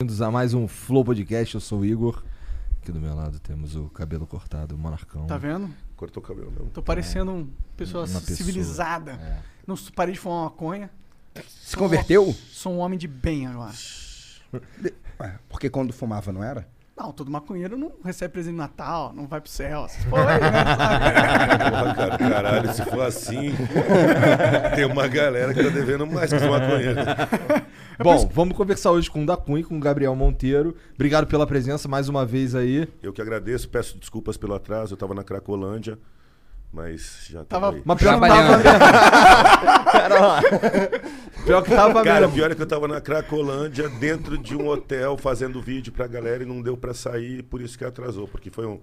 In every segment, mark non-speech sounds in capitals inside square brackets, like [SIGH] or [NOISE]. Bem-vindos a mais um Flow Podcast, eu sou o Igor. Aqui do meu lado temos o cabelo cortado, o Monarcão. Tá vendo? Então, Cortou o cabelo mesmo. Tô parecendo uma pessoa Uma pessoa, é. civilizada. Não s- parei de fumar maconha. Se converteu? Sou um homem de bem agora. Ué, Porque quando fumava não era? Não, todo maconheiro não recebe presente de Natal, não vai pro céu. essas porra aí, né? Sabe? [LAUGHS] Porra, cara, caralho, se for [LAUGHS] assim, tem uma galera que tá devendo mais que os [LAUGHS] maconheiros. Bom, vamos conversar hoje com o da Cunha e com o Gabriel Monteiro. Obrigado pela presença mais uma vez aí. Eu que agradeço, peço desculpas pelo atraso, eu tava na Cracolândia, mas já tava, Tava- aí. Mas pior que tava Trabalhando. mesmo. Pera lá. Pior que tava Cara, mesmo. pior é que eu tava na Cracolândia, dentro de um hotel, fazendo vídeo pra galera e não deu pra sair, por isso que atrasou, porque foi um,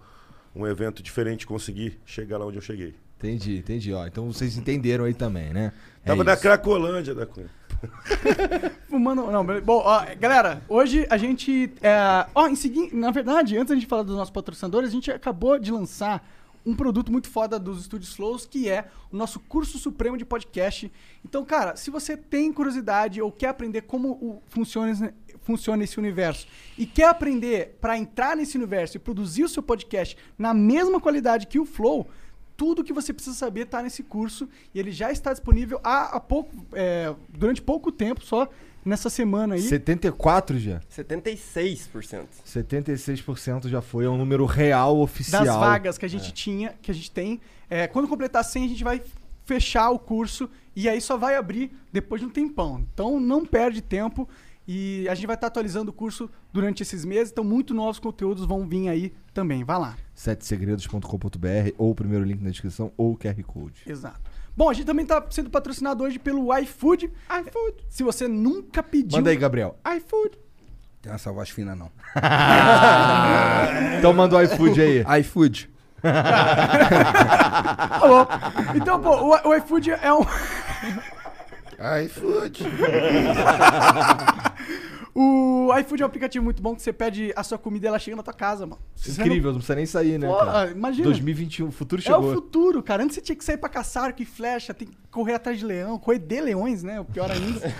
um evento diferente conseguir chegar lá onde eu cheguei. Entendi, entendi. Ó, então vocês entenderam aí também, né? É Tava na isso. Cracolândia da Cunha. [LAUGHS] Fumando. Não, beleza. Bom, ó, galera, hoje a gente. é, Ó, em seguinte. Na verdade, antes da gente falar dos nossos patrocinadores, a gente acabou de lançar um produto muito foda dos estúdios Flows, que é o nosso curso supremo de podcast. Então, cara, se você tem curiosidade ou quer aprender como o- funciona, esse- funciona esse universo e quer aprender pra entrar nesse universo e produzir o seu podcast na mesma qualidade que o Flow, tudo que você precisa saber está nesse curso e ele já está disponível há, há pouco, é, durante pouco tempo, só nessa semana aí. 74 já. 76%. 76% já foi, é um número real oficial. das vagas que a gente tinha, que a gente tem. É, quando completar 100, a gente vai fechar o curso e aí só vai abrir depois de um tempão. Então não perde tempo e a gente vai estar atualizando o curso durante esses meses. Então muito novos conteúdos vão vir aí também. Vai lá. setesegredos.com.br ou o primeiro link na descrição ou o QR Code. Exato. Bom, a gente também está sendo patrocinado hoje pelo iFood. iFood. Se você nunca pediu. Manda aí, Gabriel. [LAUGHS] iFood. Tem essa voz fina não. Então manda o iFood aí. iFood. Alô? Então, pô, o, o iFood é um. [LAUGHS] iFood. O iFood é um aplicativo muito bom que você pede a sua comida e ela chega na tua casa, mano. Se você Incrível, não precisa nem sair, né? Não... cara? Porra, imagina. 2021, o futuro É chegou. o futuro, cara. Antes você tinha que sair pra caçar arco e flecha, tem que correr atrás de leão, correr de leões, né? O [LAUGHS] pior ainda.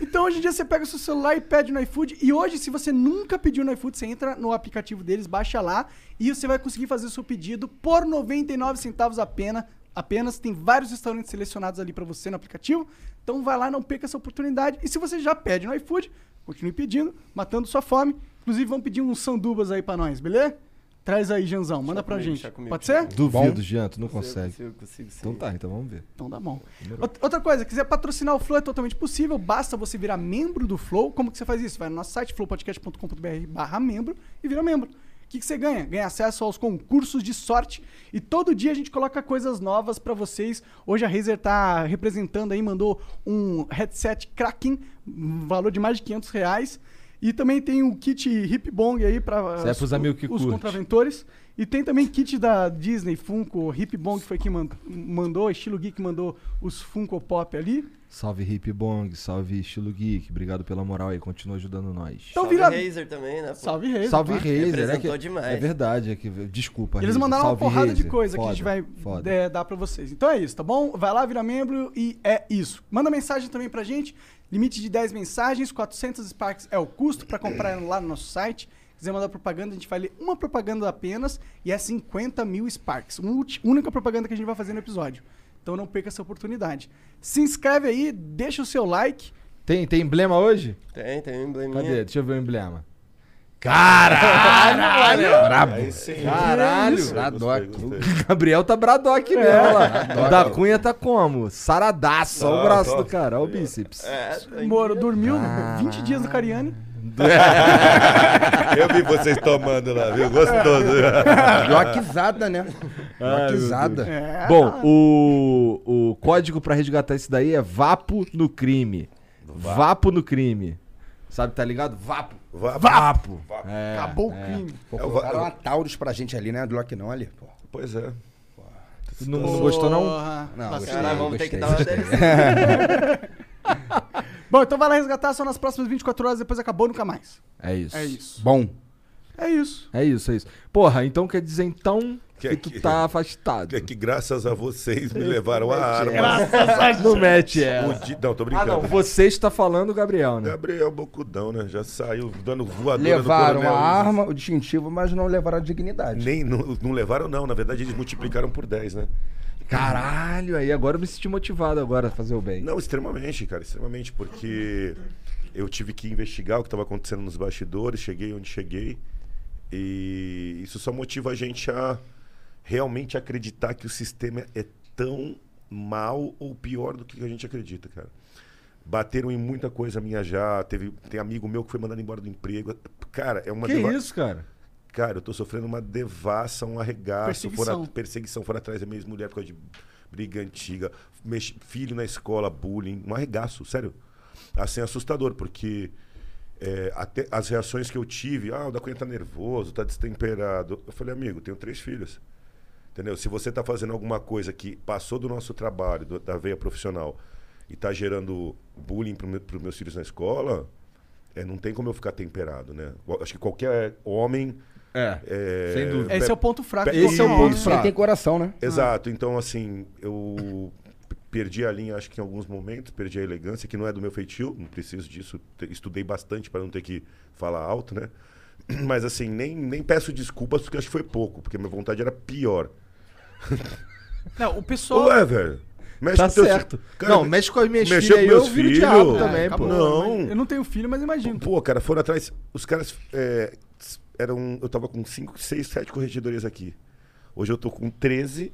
então hoje em dia você pega o seu celular e pede no iFood. E hoje, se você nunca pediu no iFood, você entra no aplicativo deles, baixa lá e você vai conseguir fazer o seu pedido por 99 centavos apenas. Apenas tem vários restaurantes selecionados ali pra você no aplicativo. Então vai lá, não perca essa oportunidade. E se você já pede no iFood, continue pedindo, matando sua fome. Inclusive, vão pedir uns sandubas aí pra nós, beleza? Traz aí, Janzão, manda pra comigo, gente. deixa É comigo, Pode deixa ser? Duvido, Jean, tu não consegue. Consigo, consigo, sim. Então tá, então vamos ver. Então dá bom. Out- Outra coisa, quiser patrocinar o Flow é totalmente possível, basta você virar membro do Flow. Como que você faz isso? Vai no nosso site flowpodcast.com.br barra membro e vira membro. O que, que você ganha? Ganha acesso aos concursos de sorte e todo dia a gente coloca coisas novas pra vocês. Hoje a Razer tá representando aí, mandou um headset Kraken, um valor de mais de 500 reais. E também tem um kit Hip Bong aí para Isso é pros amigos que os curte. contraventores. E tem também kit da Disney, Funko, Hip Bong, que foi quem man- mandou, Estilo Geek mandou os Funko Pop ali. Salve Hip Bong, salve Estilo Geek, obrigado pela moral aí, continua ajudando nós. Então Salve vira- Razer também, né? pô? Salve Reis. Salve tá? Razer, é Representou que demais. é verdade, é que desculpa. Eles Razer, mandaram salve, uma porrada de Razer. coisa que a Foda, gente vai foda. é, dar pra vocês. Então é isso, tá bom? Vai lá, vira membro e é isso. Manda mensagem também pra gente. Limite de 10 mensagens, 400 Sparks é o custo pra comprar lá no nosso site. Quiser mandar propaganda, a gente vai ler uma propaganda apenas e é 50 mil Sparks. Uma ulti- única propaganda que a gente vai fazer no episódio. Então não perca essa oportunidade. Se inscreve aí, deixa o seu like. Tem, tem emblema hoje? Tem, tem um embleminha. Cadê? Deixa eu ver o emblema. Caralho! Brabo. sim. Caralho! Bradock. Gabriel tá bradock mesmo, olha lá. O da Cunha tá como? Saradaço, olha o Tá, braço tá. do cara, olha o bíceps. É, Moro, dormiu Ah. 20 dias no Cariani. [LAUGHS] Eu vi vocês tomando lá, viu? Gostoso. Joquizada, né? Joquizada. É. Bom, o, o código pra resgatar isso daí é Vapo no crime. Vapo no crime. Sabe, tá ligado? Vapo. Vá- Vapo. É, Acabou o crime. Pô, É o- colocaram uma Taurus pra gente ali, né? Do Loki não ali, pô. Pois é. Não, não gostou, não? Porra. Não, Tá certo. gostei, Caralho, vamos ter que gostei, dar uma gostei. DLC. [LAUGHS] Bom, então vai lá resgatar só nas próximas 24 horas, depois acabou nunca mais. É isso. É isso. Bom. É isso. É isso, é isso. Porra, então quer dizer então que, Que- tu que- tá afastado. É que graças a vocês me levaram a arma. Graças a Não mete essa. O di- Não, tô Ah, brincando. não. Você está falando, Gabriel, né? Gabriel Bocudão, né? Já saiu dando voadora Levaram do coronel. a arma, o distintivo, mas não levaram a dignidade. Nem, não, não levaram, não. Na verdade, eles multiplicaram por 10, né? Caralho, aí agora eu me senti motivado agora a fazer o bem. Não, extremamente, cara, extremamente, porque eu tive que investigar o que estava acontecendo nos bastidores, cheguei onde cheguei, e isso só motiva a gente a realmente acreditar que o sistema é tão mal ou pior do que a gente acredita, cara. Bateram em muita coisa minha já, teve tem amigo meu que foi mandado embora do emprego. Cara, é uma que deva- isso, cara? Cara, eu tô sofrendo uma devassa, um arregaço. Perseguição. Foram a- perseguição, foram atrás da minha ex-mulher por causa de briga antiga. mex- Filho na escola, bullying. Um arregaço, sério. Assim, assustador, porque é, até as reações que eu tive... Ah, o da Cunha tá nervoso, tá destemperado. Eu falei, amigo, tenho três filhos. Entendeu? Se você está fazendo alguma coisa que passou do nosso trabalho, do- da veia profissional, e está gerando bullying para meu, os meus filhos na escola, é, não tem como eu ficar temperado, né? Eu Acho que qualquer homem. É, é, sem dúvida. Esse é o ponto fraco. Esse do é o Corinthians. ponto Isso aí tem coração, né? Exato. Então, assim, eu p- perdi a linha, acho que em alguns momentos, perdi a elegância, que não é do meu feitio, não preciso disso. te- Estudei bastante para não ter que falar alto, né? [CLEARS THROAT] Mas, assim, nem, nem peço desculpas, porque acho que foi pouco, porque minha vontade era pior. Não, É, o pessoal. Ué, velho. Mexe Tá com teus- certo. Cara, não, mexe com as minhas mexer filhas com aí, eu meus viro o filhos. diabo É, também, acabou, pô. Não. Eu não tenho filho, mas imagino. Pô, cara, foram atrás. Os caras. é, s- eram, eu tava com 5, 6, 7 corregedorias aqui. Hoje eu tô com 13.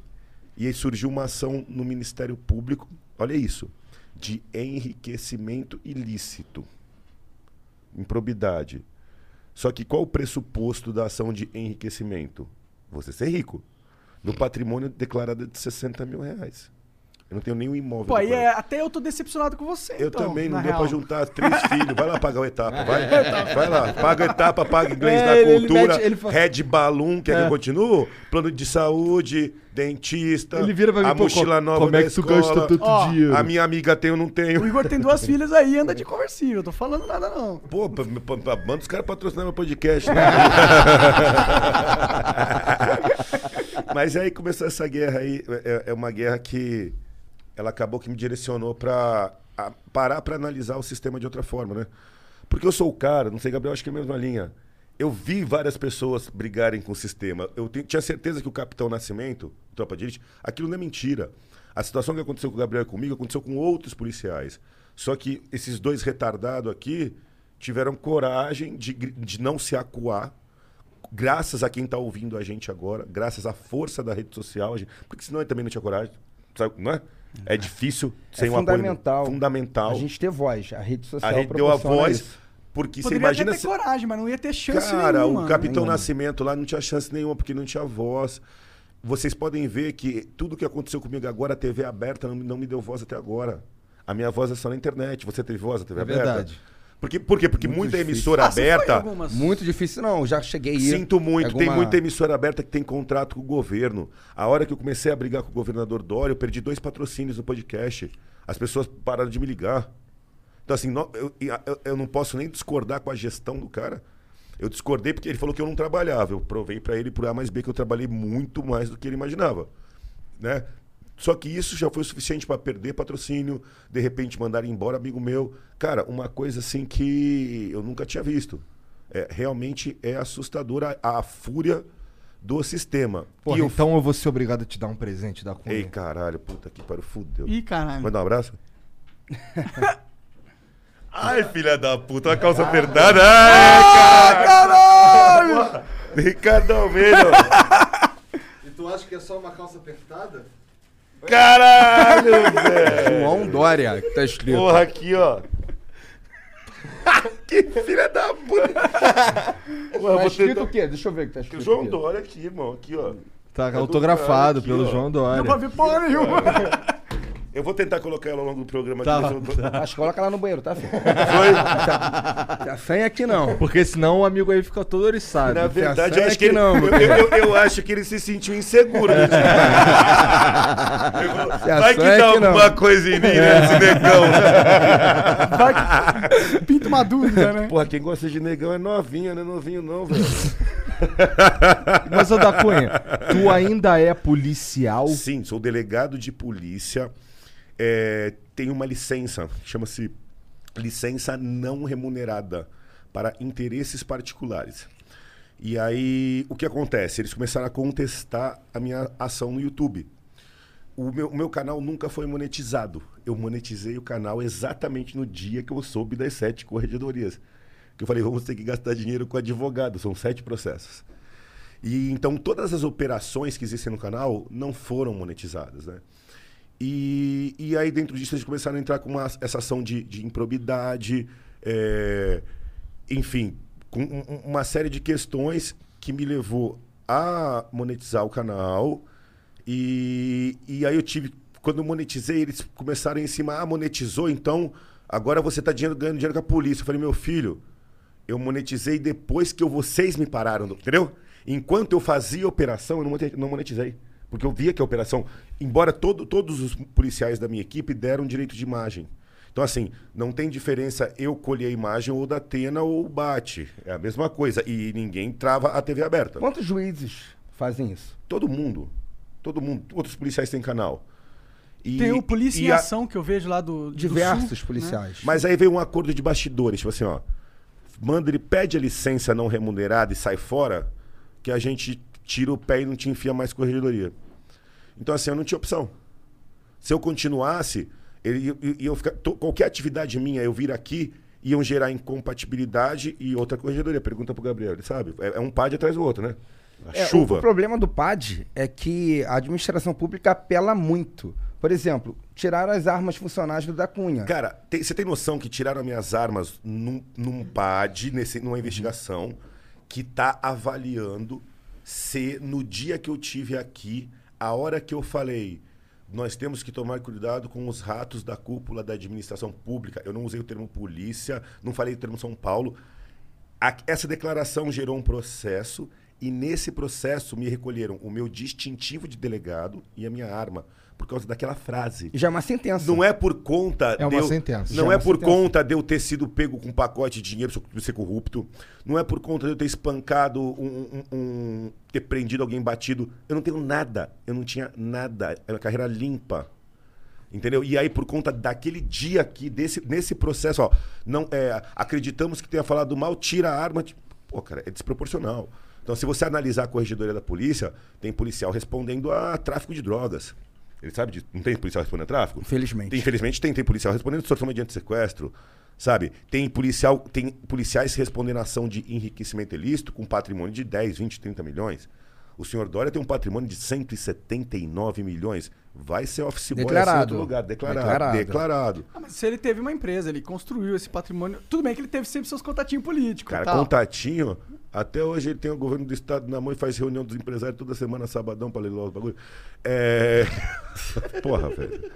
E aí surgiu uma ação no Ministério Público. Olha isso. De enriquecimento ilícito. Improbidade. Só que qual o pressuposto da ação de enriquecimento? Você ser rico. No patrimônio declarado de 60 mil reais. Eu não tenho nenhum imóvel. Pô, aí declarado. é, até eu tô decepcionado com você. Eu então, também, na não deu real. pra juntar três [LAUGHS] filhos. Vai lá pagar o etapa, vai. Vai lá, paga o etapa, paga inglês tá. É, da ele- ele cultura, mete- ele É. fala- Red Balloon, quer que eu continue? Plano de saúde, dentista, Ele vira pra mim, a pô, mochila co- nova como na é que tu escola, gasta tanto Ó, dinheiro? A minha amiga tem ou não O tenho. Igor tem duas filhas aí, anda de conversível. Tô falando nada, não. Pô, p- p- p- manda os caras patrocinar meu podcast. [LAUGHS] Né? [LAUGHS] Mas aí começou essa guerra aí. É, é uma guerra que ela acabou que me direcionou pra a- parar pra analisar o sistema de outra forma, né? Porque eu sou o cara, não sei, Gabriel, acho que é a mesma linha. Eu vi várias pessoas brigarem com o sistema. Eu te- tinha certeza que o Capitão Nascimento, Tropa de Elite, aquilo não é mentira. A situação que aconteceu com o Gabriel e comigo aconteceu com outros policiais. Só que esses dois retardados aqui tiveram coragem de, gri- de não se acuar, graças a quem está ouvindo a gente agora, graças à força da rede social, a gente- porque senão eu também não tinha coragem, sabe, não é? É difícil, sem um apoio. fundamental. Fundamental. A gente ter voz. A rede social A gente deu a proporciona voz, isso. porque você Poderia imagina... até ter se- coragem, mas não ia ter chance Cara, nenhuma. o né? Capitão Nascimento lá não tinha chance nenhuma, porque não tinha voz. Vocês podem ver que tudo que aconteceu comigo agora, a TV aberta não, não me deu voz até agora. A minha voz é só na internet. Você teve voz na TV É aberta? verdade. Por quê? Por quê? Porque muita emissora Ah, você foi em aberta. algumas. Muito difícil, não. Já cheguei aí. Sinto muito, tem Alguma- muita emissora aberta que tem contrato com o governo. A hora que eu comecei a brigar com o governador Dória, eu perdi dois patrocínios no podcast. As pessoas pararam de me ligar. Então, assim, nó- eu, e a- eu- eu não posso nem discordar com a gestão do cara. Eu discordei porque ele falou que eu não trabalhava. Eu provei pra ele por A mais B que eu trabalhei muito mais do que ele imaginava. Né? Só que isso já foi o suficiente pra perder patrocínio, de repente mandar embora amigo meu. Cara, uma coisa assim que eu nunca tinha visto. É, realmente é assustadora a, a fúria do sistema. Porra, e eu... então eu vou ser obrigado a te dar um presente da Cunha. Ei, caralho, puta que pariu, fudeu. Ih, caralho. Manda um abraço? Ai, filha da puta, uma calça apertada. Ah, Ai, caralho! Ricardo Almeida. E tu acha que é só uma calça apertada? [LAUGHS] Caralho, velho. João Dória, que tá escrito. Porra, [LAUGHS] aqui, ó. que filha da puta. Porra, tá vou escrito tentar- o quê? Deixa eu ver o que tá escrito. João aqui. Dória aqui, irmão. Aqui, ó. Tá É do autografado cara aqui, pelo ó. João Dória. Não pra ver porra nenhuma. Eu vou tentar colocar ela ao longo do programa Tá, aqui. mas eu- Acho que coloca lá no banheiro, tá, filho? Foi. Tá sem aqui não. Porque senão o amigo aí fica todo oriçado. Na verdade, eu sério é acho que que ele, não, meu eu, eu- eu acho que ele se sentiu inseguro. né? [LAUGHS] Vai é que dá alguma coisa em mim, né, esse [LAUGHS] negão. Pinta uma dúvida, né? Porra, quem gosta de negão é novinha, não é novinho não, [LAUGHS] velho. Mas, ô da Cunha, tu ainda é policial? Sim, sou delegado de polícia. É, tenho uma licença, chama-se licença não remunerada para interesses particulares. E aí, o que acontece? Eles começaram a contestar a minha ação no YouTube. O meu, o meu canal nunca foi monetizado. Eu monetizei o canal exatamente no dia que eu soube das sete corregedorias. Que eu falei, vamos ter que gastar dinheiro com advogado, são sete processos. E então todas as operações que existem no canal não foram monetizadas, né? E, e aí dentro disso eles começaram a entrar com uma- essa ação de, de improbidade, é, enfim, com um- um- uma série de questões que me levou a monetizar o canal. E, e aí eu tive, quando eu monetizei, eles começaram em cima, ah, monetizou, então agora você está ganhando dinheiro com a polícia. Eu falei, meu filho, eu monetizei depois que eu- vocês me pararam, entendeu? Enquanto eu fazia a operação, eu não moneti- não monetizei. Porque eu via que a operação, embora todo- todos os policiais da minha equipe deram direito de imagem. Então, assim, não tem diferença eu colher a imagem ou da Atena ou o Bate. É a mesma coisa. E ninguém trava a TV aberta. Quantos juízes fazem isso? Todo mundo. Todo mundo. Outros policiais têm canal. E- Tem o Polícia e em a- Ação que eu vejo lá do. do Diversos Sul, né? policiais. Mas aí veio um acordo de bastidores, tipo assim, ó. Manda ele pede a licença não remunerada e sai fora, que a gente tira o pé e não te enfia mais corregedoria. Então, assim, eu não tinha opção. Se eu continuasse, ele, e- e- e eu ficar, to- qualquer atividade minha, eu vir aqui, iam gerar incompatibilidade e outra corregedoria. Pergunta pro Gabriel, ele sabe. É, é um pad atrás do outro, né? A É, o- chuva. O problema do PAD é que a administração pública apela muito. Por exemplo, tiraram as armas funcionais do da Cunha. Cara, tem- você tem noção que tiraram minhas armas num, num PAD, nesse, numa investigação, que tá avaliando se no dia que eu tive aqui, a hora que eu falei, nós temos que tomar cuidado com os ratos da cúpula da administração pública. Eu não usei o termo polícia, não falei o termo São Paulo. A- essa declaração gerou um processo e nesse processo me recolheram o meu distintivo de delegado e a minha arma por causa daquela frase. Já é uma sentença. Não é por conta. É uma de eu- sentença. Não Já é, é uma por sentença. conta de eu ter sido pego com um pacote de dinheiro, de ser corrupto. Não é por conta de eu ter espancado um, um- um- ter prendido alguém batido. Eu não tenho nada. Eu não tinha nada. Era uma carreira limpa. Entendeu? E aí, por conta daquele dia aqui, desse, nesse processo, ó, não, é, acreditamos que tenha falado mal, tira a arma. Tipo, Pô, cara, é desproporcional. Então, se você analisar a corregedoria da polícia, tem policial respondendo a tráfico de drogas. Ele sabe disso? Não tem policial respondendo a tráfico? Infelizmente. Tem, infelizmente, tem, tem policial respondendo extorsão mediante sequestro, sabe? Tem, policial, tem policiais respondendo ação de enriquecimento ilícito com patrimônio de 10, 20, 30 milhões. O senhor Dória tem um patrimônio de 179 milhões. Vai ser office boy assim, em Declarado. outro lugar. Declarado. Declarado. Declarado. Ah, mas se ele teve uma empresa, ele construiu esse patrimônio. Tudo bem que ele teve sempre seus contatinhos políticos. tá? Cara, tal. contatinho. Até hoje ele tem o governo do estado na mão e faz reunião dos empresários toda semana, sabadão, pra leiloar os bagulho. É. [LAUGHS] Porra, velho.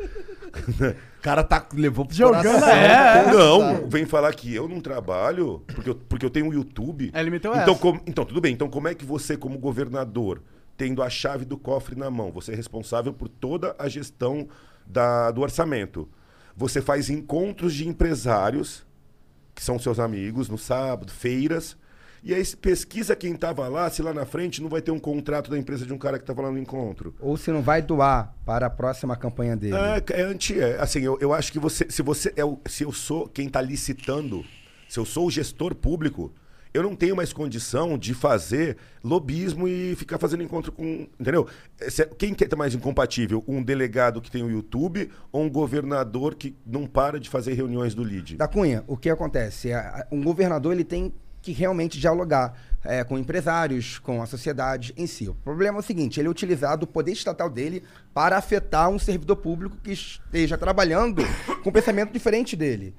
O cara tá, levou pro Jogando coração. é. Não, vem falar que eu não trabalho porque eu, porque eu tenho um YouTube. É, ele meteu então, essa. como- então, tudo bem. Então, como é que você, como governador, tendo a chave do cofre na mão, você é responsável por toda a gestão da, do orçamento. Você faz encontros de empresários, que são seus amigos, no sábado, feiras. E aí se pesquisa quem estava lá, se lá na frente não vai ter um contrato da empresa de um cara que estava lá no encontro. Ou se não vai doar para a próxima campanha dele. É, é anti. É, assim, eu, eu acho que tá você. Se você. É o, se eu sou quem está licitando, se eu sou o gestor público, eu Eu não tenho mais condição de fazer lobismo e ficar fazendo encontro com. Entendeu? É, se- Quem que é mais incompatível? Um delegado que tem o YouTube ou um governador que não para de fazer reuniões do LID? Da Cunha, o que acontece? É, a- um governador ele tem que realmente dialogar é, com empresários, com a sociedade em si. O problema é o seguinte: ele utilizar do poder estatal dele para afetar um servidor público que esteja trabalhando com um pensamento diferente dele.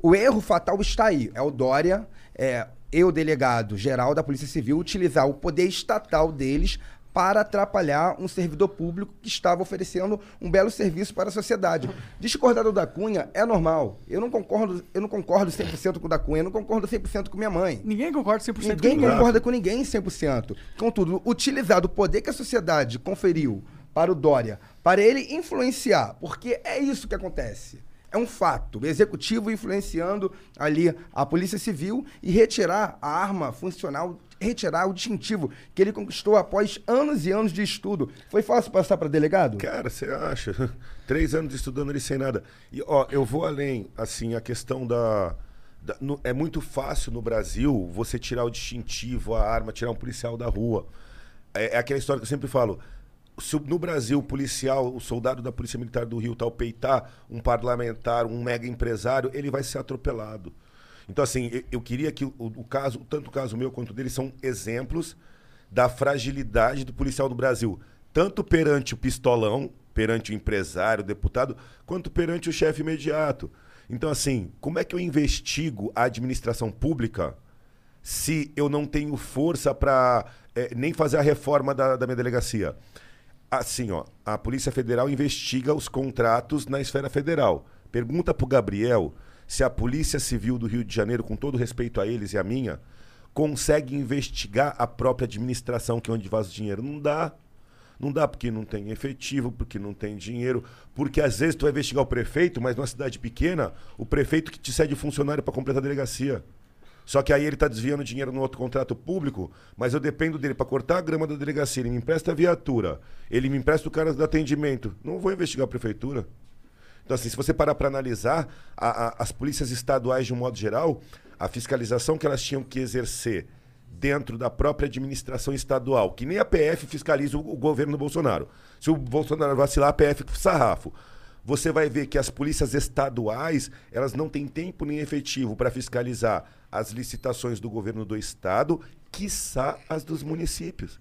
O erro fatal está aí. É o Dória, é, eu, delegado geral da Polícia Civil, utilizar o poder estatal deles para atrapalhar um servidor público que estava oferecendo um belo serviço para a sociedade. Discordar do da Cunha é normal. Eu não concordo, eu não concordo 100% com o da Cunha, eu não concordo 100% com minha mãe. Ninguém concorda 100% Ninguém com ninguém. concorda com ninguém 100%. Contudo, utilizar o poder que a sociedade conferiu para o Dória, para ele influenciar, porque é isso que acontece. É um fato. O executivo influenciando ali a Polícia Civil e retirar a arma funcional, retirar o distintivo que ele conquistou após anos e anos de estudo. Foi fácil passar para delegado? Cara, você acha? [LAUGHS] Três anos estudando ali sem nada. E, ó, eu vou além, assim, a questão da. da- no- é muito fácil no Brasil você tirar o distintivo, a arma, tirar um policial da rua. É, é aquela história que eu sempre falo. Se o- no Brasil o policial, o soldado da Polícia Militar do Rio tal peitar um parlamentar, um mega empresário, ele vai ser atropelado. Então, assim, eu, eu queria que o, o caso, tanto o caso meu quanto o dele, são exemplos da fragilidade do policial do Brasil, tanto perante o pistolão, perante o empresário, o deputado, quanto perante o chefe imediato. Então, assim, como é que eu investigo a administração pública se eu não tenho força para nem fazer a reforma da, da minha delegacia? Assim, ó, a Polícia Federal investiga os contratos na esfera federal. Pergunta pro Gabriel se a Polícia Civil do Rio de Janeiro, com todo respeito a eles e a minha, consegue investigar a própria administração que é onde vaza o dinheiro. Não dá. Não dá porque não tem efetivo, porque não tem dinheiro, porque às vezes tu vai investigar o prefeito, mas numa cidade pequena, o prefeito que te cede funcionário para completar a delegacia. Só que aí ele está desviando dinheiro no outro contrato público, mas eu dependo dele para cortar a grama da delegacia, ele me empresta a viatura, ele me empresta o cara do atendimento. Não vou investigar a prefeitura. Então, assim, se você parar para analisar a- a- as polícias estaduais de um modo geral, a fiscalização que elas tinham que exercer dentro da própria administração estadual, que nem a PF fiscaliza o, o governo do Bolsonaro. Se o Bolsonaro vacilar, a PF sarrafo. Você vai ver que as polícias estaduais, elas não têm tempo nem efetivo para fiscalizar as licitações do governo do estado, quiçá as dos municípios.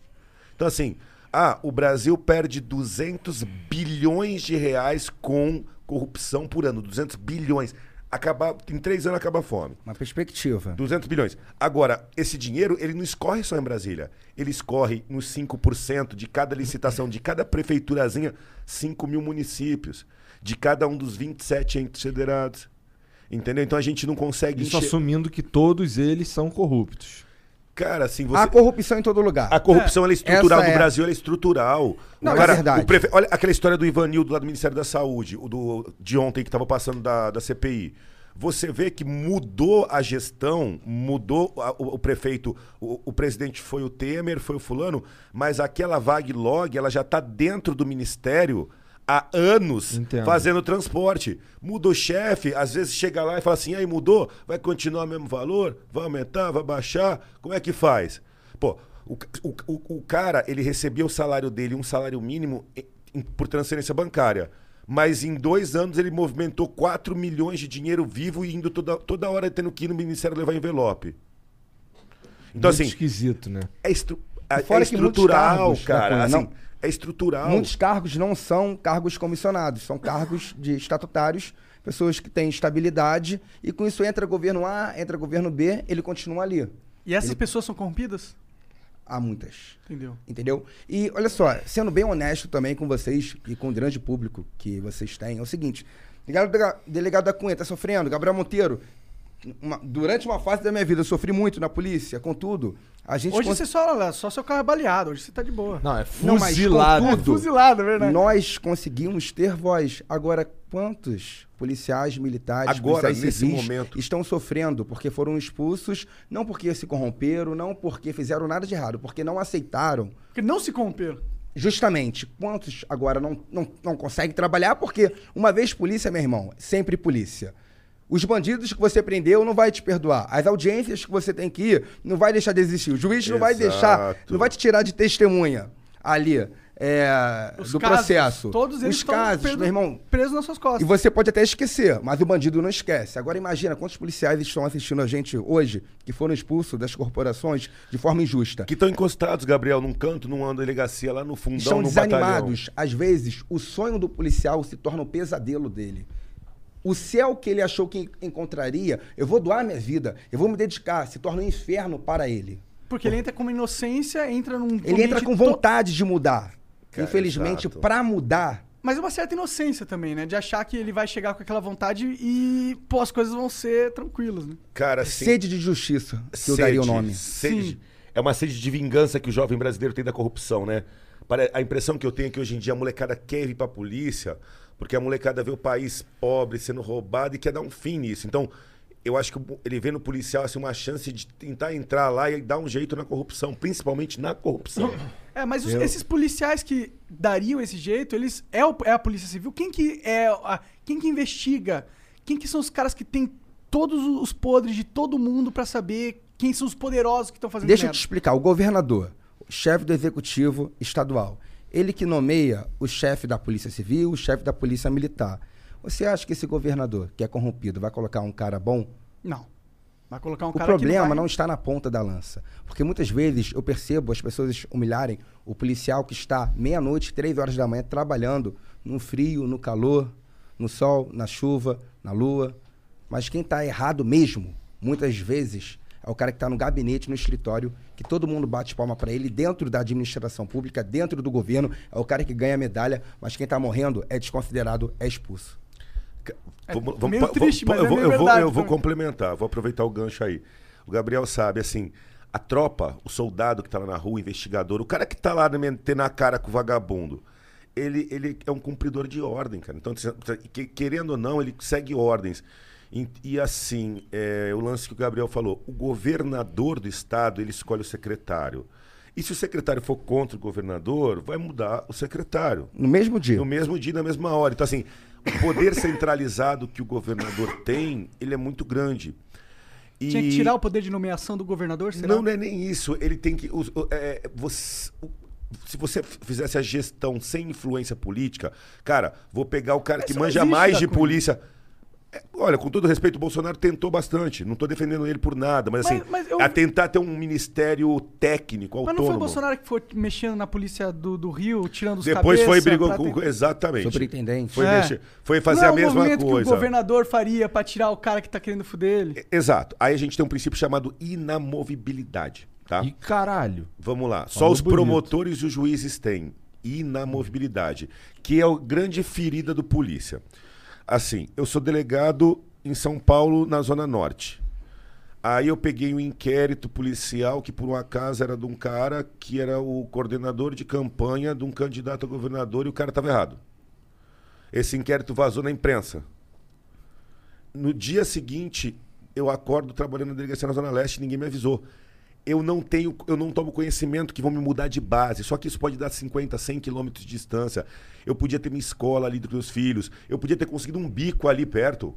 Então, assim, ah, o Brasil perde 200 bilhões de reais com corrupção por ano. 200 bilhões. Acabar, em três anos acaba a fome. Uma perspectiva. 200 bilhões. Agora, esse dinheiro, ele não escorre só em Brasília. Ele escorre nos 5% de cada licitação, de cada prefeiturazinha, 5 mil municípios. De cada um dos 27 entes federados. Entendeu? Então a gente não consegue. Isso enxer- assumindo que todos eles são corruptos. Cara, assim, você. Há corrupção em todo lugar. A corrupção ela é estrutural essa no é. Brasil, ela é estrutural. Não, o é cara, verdade. o prefe- Olha aquela história do Ivanildo lá do Ministério da Saúde, o do, de ontem que estava passando da, da CPI. Você vê que mudou a gestão, mudou a- o, o prefeito, o, o presidente foi o Temer, foi o fulano, mas aquela vague log, ela já está dentro do ministério há anos Entendo. fazendo transporte. Muda o chefe, às vezes chega lá e fala assim, aí mudou, vai continuar o mesmo valor, vai aumentar, vai baixar, como é que faz? Pô, o, ca- o, o, o cara, ele recebia o salário dele, um salário mínimo, em- em- por transferência bancária. Mas em dois anos ele movimentou 4 milhões de dinheiro vivo e indo toda, toda hora tendo que ir no Ministério levar envelope. Então, Muito assim, esquisito, né? é, estru- é- é Fora que muitos estrutural, cargos, né, cara. Cunha? assim, Não. é estrutural. Muitos cargos não são cargos comissionados, são cargos de estatutários, pessoas que têm estabilidade, e com isso entra governo A, entra governo B, ele continua ali. E essas pessoas são corrompidas? Há muitas. Entendeu? Entendeu? E olha só, sendo bem honesto também com vocês e com o grande público que vocês têm, é o seguinte: delegado da, delegado da Cunha tá sofrendo, Gabriel Monteiro. uma- durante uma fase da minha vida, eu sofri muito na polícia, contudo, a gente. Hoje cons- você só, olha, só seu carro é baleado, hoje você tá de boa. Não, é Não, mas fuzilado. contudo- Fuzilado, é verdade. Nós conseguimos ter voz. Agora, quantos policiais militares, Agora, policiais nesse civis momento. estão sofrendo porque foram expulsos, não porque se corromperam, não porque fizeram nada de errado, porque não aceitaram. Porque não se corromperam. Justamente, quantos agora não, não, não conseguem trabalhar porque uma vez polícia, meu irmão, sempre polícia. Os bandidos que você prendeu não vai te perdoar. As audiências que você tem que ir não vai deixar de existir. O juiz não vai deixar, Exato. não vai te tirar de testemunha ali é, Os do casos, processo. Todos eles Os estão casos, preso- meu irmão, presos nas suas costas. e você pode até esquecer, mas o bandido não esquece. Agora imagina quantos policiais estão assistindo a gente hoje que foram expulsos das corporações de forma injusta. Que estão encostados, Gabriel, num canto, numa delegacia, lá no fundão, estão num desanimados. Às vezes, o sonho do policial se torna o pesadelo dele. O céu que ele achou que en- encontraria, eu vou doar minha vida, eu vou me dedicar, se torna um inferno para ele. Porque ele entra com uma inocência, entra num. Ele entra ambiente com to- vontade de mudar. Cara, Infelizmente, exato. para mudar, Mas é uma certa inocência também, né? De achar que ele vai chegar com aquela vontade e, pô, as coisas vão ser tranquilas, né? batalhão. Cara, assim, sede de justiça, que eu daria o nome. sede- Sim. É uma sede de vingança que o jovem brasileiro tem da corrupção, né? Pare- A impressão que eu tenho é que hoje em dia a molecada quer vir pra polícia, porque a molecada vê o país pobre sendo roubado e quer dar um fim nisso. Então, eu acho que o- ele vê no policial assim, uma chance de tentar entrar lá e dar um jeito na corrupção, principalmente na corrupção. É, mas os- esses policiais que dariam esse jeito, eles é, o- é a polícia civil. Quem que é a- quem que investiga? Quem que são os caras que têm todos os podres de todo mundo pra saber quem são os poderosos que estão fazendo Deixa eu merda? te explicar. O governador, o chefe do executivo estadual, ele que nomeia o chefe da Polícia Civil, o chefe da Polícia Militar. Você acha que esse governador, que é corrompido, vai colocar um cara bom? Não. Vai colocar um o cara problema não, que vai- está na ponta da lança. Porque muitas vezes eu percebo as pessoas humilharem o policial que está meia-noite, três horas da manhã, trabalhando no frio, no calor, no sol, na chuva, na lua. Mas quem está errado mesmo, muitas vezes, é o cara que está no gabinete, no escritório, que todo mundo bate palma para ele, dentro da administração pública, dentro do governo, é o cara que ganha medalha, mas quem está morrendo é desconsiderado, é expulso. Ca- Vamos, meio pa- triste, mas eu é vou, meio eu vou- verdade eu vou também. complementar, vou aproveitar o gancho aí. O Gabriel sabe, assim, a tropa, o soldado que tá lá na rua, o investigador, o cara que tá lá tendo a cara com o vagabundo, ele, ele é um cumpridor de ordem, cara. Então, se- se- que- querendo ou não, ele segue ordens. E, e assim, é, o lance que o Gabriel falou, o governador do estado, ele escolhe o secretário. E se o secretário for contra o governador, vai mudar o secretário. No mesmo dia. No mesmo dia, na mesma hora. Então, assim, o poder centralizado que o governador tem, ele é muito grande. E Tinha que tirar o poder de nomeação do governador, será? Não, não é nem isso. Ele tem que. os- o- é, você- o- se você fizesse a gestão sem influência política, cara, vou pegar o cara que Isso não manja existe, mais de Dacunha. polícia. É, Olha, com todo respeito, o Bolsonaro tentou bastante. Não tô defendendo ele por nada, mas Mas- assim, mas eu- a tentar ter um ministério técnico, Mas autônomo. não foi o Bolsonaro que foi mexendo na polícia do, do Rio, tirando os Depois foi e cabeça brigou pra com. ter- Exatamente. Superintendente. Foi, É. mexer- foi fazer não a é o mesma movimento coisa. que o governador faria pra tirar o cara que tá querendo fuder ele. Exato. Aí a gente tem um princípio chamado inamovibilidade, tá? E caralho. Vamos lá. Só Falou os bonito. promotores e os juízes têm inamovibilidade, que é a grande ferida do polícia. Assim, eu sou delegado em São Paulo, na Zona Norte. Aí eu peguei um inquérito policial que, por um acaso, era de um cara que era o coordenador de campanha de um candidato a governador e o cara estava errado. Esse inquérito vazou na imprensa. No dia seguinte, eu acordo trabalhando na delegacia na Zona Leste, ninguém me avisou. Eu não tenho, eu não tomo conhecimento que vão me mudar de base. Só que isso pode dar 50, 100 quilômetros de distância. Eu podia ter minha escola ali dos meus filhos. Eu podia ter conseguido um bico ali perto.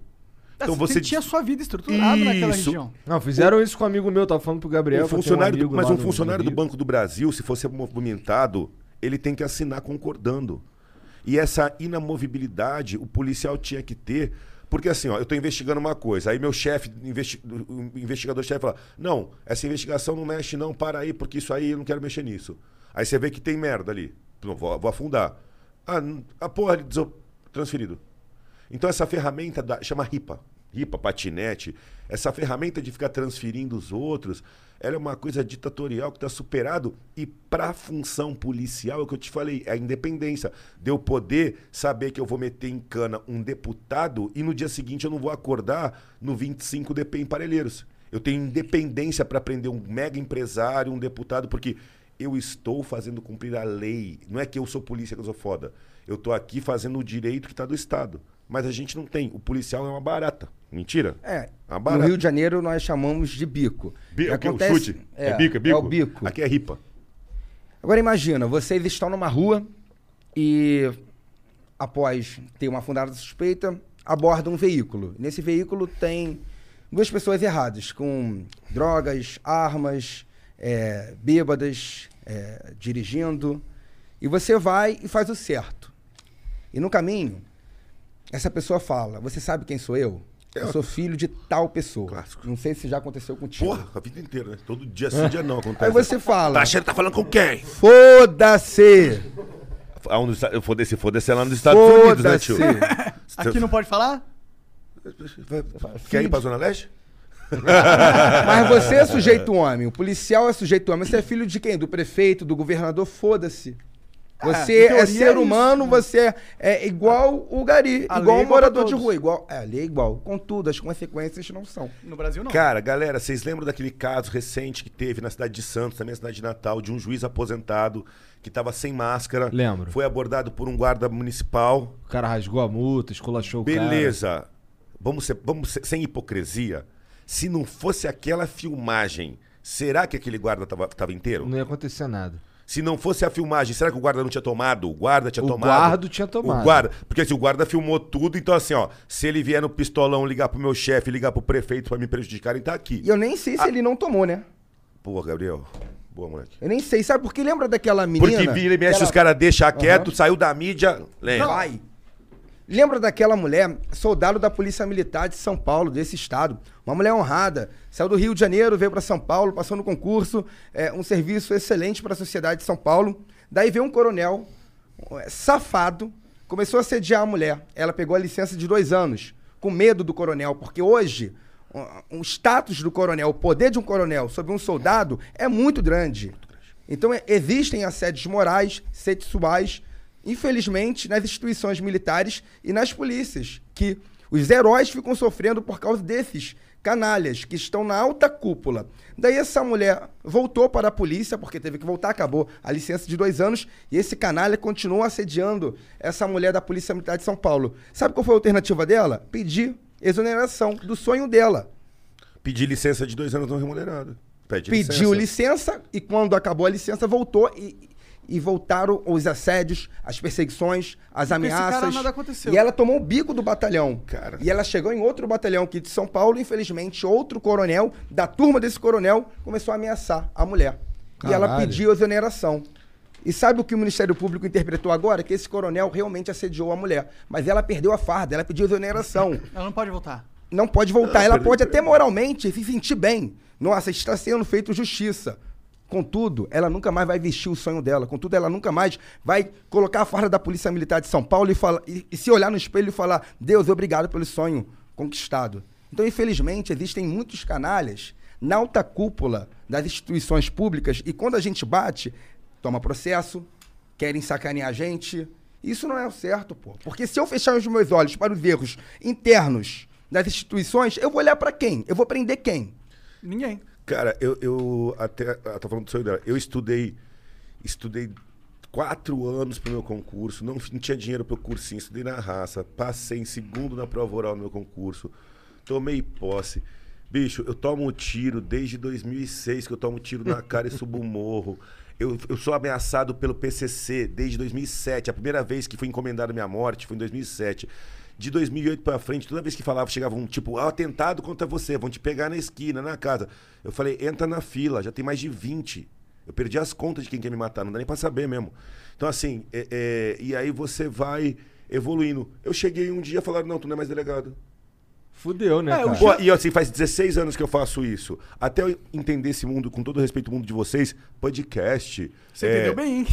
Então você Assim, tinha sua vida estruturada naquela Isso. região. [LAUGHS] Não, fizeram isso com um amigo meu, tava falando pro Gabriel. um que eu tenho funcionário do- amigo mas lá um no- funcionário no do Rio. Banco do Brasil, se for ser movimentado, ele tem que assinar concordando. E essa inamovibilidade o policial tinha que ter. Porque assim, ó, eu estou investigando uma coisa, aí meu chefe, investi- o investigador-chefe fala, não, essa investigação não mexe não, para aí, porque isso aí eu não quero mexer nisso. Aí você vê que tem merda ali, não, vou, vou afundar. Ah, n- a porra, ele deso- transferido. Então essa ferramenta da, chama ripa, ripa, patinete, essa ferramenta de ficar transferindo os outros, ela é uma coisa ditatorial que está superado e para a função policial é o que eu te falei, é a independência, de eu poder saber que eu vou meter em cana um deputado e no dia seguinte eu não vou acordar no 25 DP em Parelheiros. Eu tenho independência para prender um mega empresário, um deputado, porque eu estou fazendo cumprir a lei. Não é que eu sou polícia que eu sou foda. Eu estou aqui fazendo o direito que está do Estado. Mas a gente não tem. O policial é uma barata. Mentira? É. Uma No barata. Rio de Janeiro nós chamamos de bico. Bi- o quê? O chute? É, É bico, é bico? o bico. Aqui é ripa. Agora imagina, vocês estão numa rua e após ter uma fundada suspeita, aborda um veículo. Nesse veículo tem duas pessoas erradas, com drogas, armas, é, bêbadas, é, dirigindo. E você vai e faz o certo. E no caminho, essa pessoa fala: Você sabe quem sou eu? Eu sou filho de tal pessoa. Clássico. Não sei se já aconteceu contigo. Porra, a vida inteira, né? Todo dia sim, dia não acontece. Aí você Tá fala: achando que tá falando com quem? Foda-se! Aonde está- um eu Foda-se, foda-se é lá nos Estados Unidos, né, Foda-se! tio? Aqui não pode falar? Quer ir pra Zona Leste? [LAUGHS] Mas você é sujeito homem, o policial é sujeito homem. Você é filho de quem? Do prefeito, do governador? Foda-se. Você em teoria é é ser isso, humano, você é- é igual o gari, igual A lei é o igual morador pra de todos. rua, igual. É, a lei é igual. Contudo, as consequências não são. No Brasil não. Cara, galera, vocês lembram daquele caso recente que teve na cidade de Santos, também na cidade de Natal, de um juiz aposentado que tava sem máscara? Lembro. Foi abordado por um guarda municipal. O cara rasgou a multa, esculachou o cara. Beleza. Vamos, ser, vamos ser- sem hipocrisia. Se não fosse aquela filmagem, será que aquele guarda tava, tava inteiro? Não ia acontecer nada. Se não fosse a filmagem, será que o guarda não tinha tomado? O guarda tinha O tomado. guarda tinha tomado. O guarda. Porque assim, o guarda filmou tudo, então assim, ó, se ele vier no pistolão ligar pro meu chefe, ligar pro prefeito pra me prejudicar, ele tá aqui. E eu nem sei se ele não tomou, né? Pô, Gabriel. Boa, moleque. Eu nem sei. Sabe por que lembra daquela menina? Porque vira e mexe, Aquela- os caras deixam quieto, saiu da mídia. Lembra? Vai. Lembra daquela mulher, soldado da Polícia Militar de São Paulo, desse estado? Uma mulher honrada. Saiu do Rio de Janeiro, veio para São Paulo, passou no concurso, é, um serviço excelente para a sociedade de São Paulo. Daí veio um coronel é, safado, começou a sediar a mulher. Ela pegou a licença de dois anos, com medo do coronel, porque hoje o o status do coronel, o poder de um coronel sobre um soldado é muito grande. Então é, existem assédios morais, sexuais, infelizmente, nas instituições militares e nas polícias, que os heróis ficam sofrendo por causa desses canalhas que estão na alta cúpula. Daí essa mulher voltou para a polícia, porque teve que voltar, acabou a licença de dois anos, e esse canalha continuou assediando essa mulher da Polícia Militar de São Paulo. Sabe qual foi a alternativa dela? Pedir exoneração do sonho dela. Pedir licença de dois anos não remunerado. Pede Pediu licença e quando acabou a licença voltou e, e voltaram os assédios, as perseguições, as com esse ameaças. cara nada aconteceu. E ela tomou o bico do batalhão. Cara. E ela chegou em outro batalhão aqui de São Paulo, infelizmente outro coronel da turma desse coronel começou a ameaçar a mulher. E ela Caralho. pediu exoneração. E sabe o que o Ministério Público interpretou agora? Que esse coronel realmente assediou a mulher. Mas ela perdeu a farda, ela pediu [LAUGHS] exoneração Ela não pode voltar. não pode voltar. ela pode até moralmente se sentir bem. Nossa, está sendo feito justiça. Contudo, ela nunca mais vai vestir o sonho dela. Contudo, ela nunca mais vai colocar a farda da Polícia Militar de São Paulo e, fala- e- e se olhar no espelho e falar: Deus, obrigado pelo sonho conquistado. Então, infelizmente, existem muitos canalhas na alta cúpula das instituições públicas e quando a gente bate, toma processo, querem sacanear a gente. Isso não é o certo, pô. Porque se eu fechar os meus olhos para os erros internos das instituições, eu vou olhar pra quem? Eu vou prender quem? Ninguém. Cara, eu, eu até. ah, Tá falando do sonho dela. Eu estudei. Estudei quatro anos pro meu concurso. Não, não tinha dinheiro pro cursinho, estudei na raça. Passei em segundo na prova oral no meu concurso. Tomei posse. Bicho, eu tomo um tiro desde 2006 que eu tomo tiro na cara e subo o morro. Eu, eu sou ameaçado pelo PCC desde 2007. A primeira vez que foi encomendada minha morte foi em 2007. De 2008 pra frente, toda vez que falava, chegava um tipo, ah, atentado contra você, vão te pegar na esquina, na casa. Eu falei, entra na fila, já tem mais de 20. Eu perdi as contas de quem quer me matar, não dá nem pra saber mesmo. Então, assim, é- é, e aí você vai evoluindo. Eu cheguei um dia e falaram, não, tu não é mais delegado. Fudeu, né, cara? Pô, e assim, faz 16 anos que eu faço isso. Até eu entender esse mundo, com todo respeito ao mundo de vocês, podcast. Você é, entendeu bem, hein?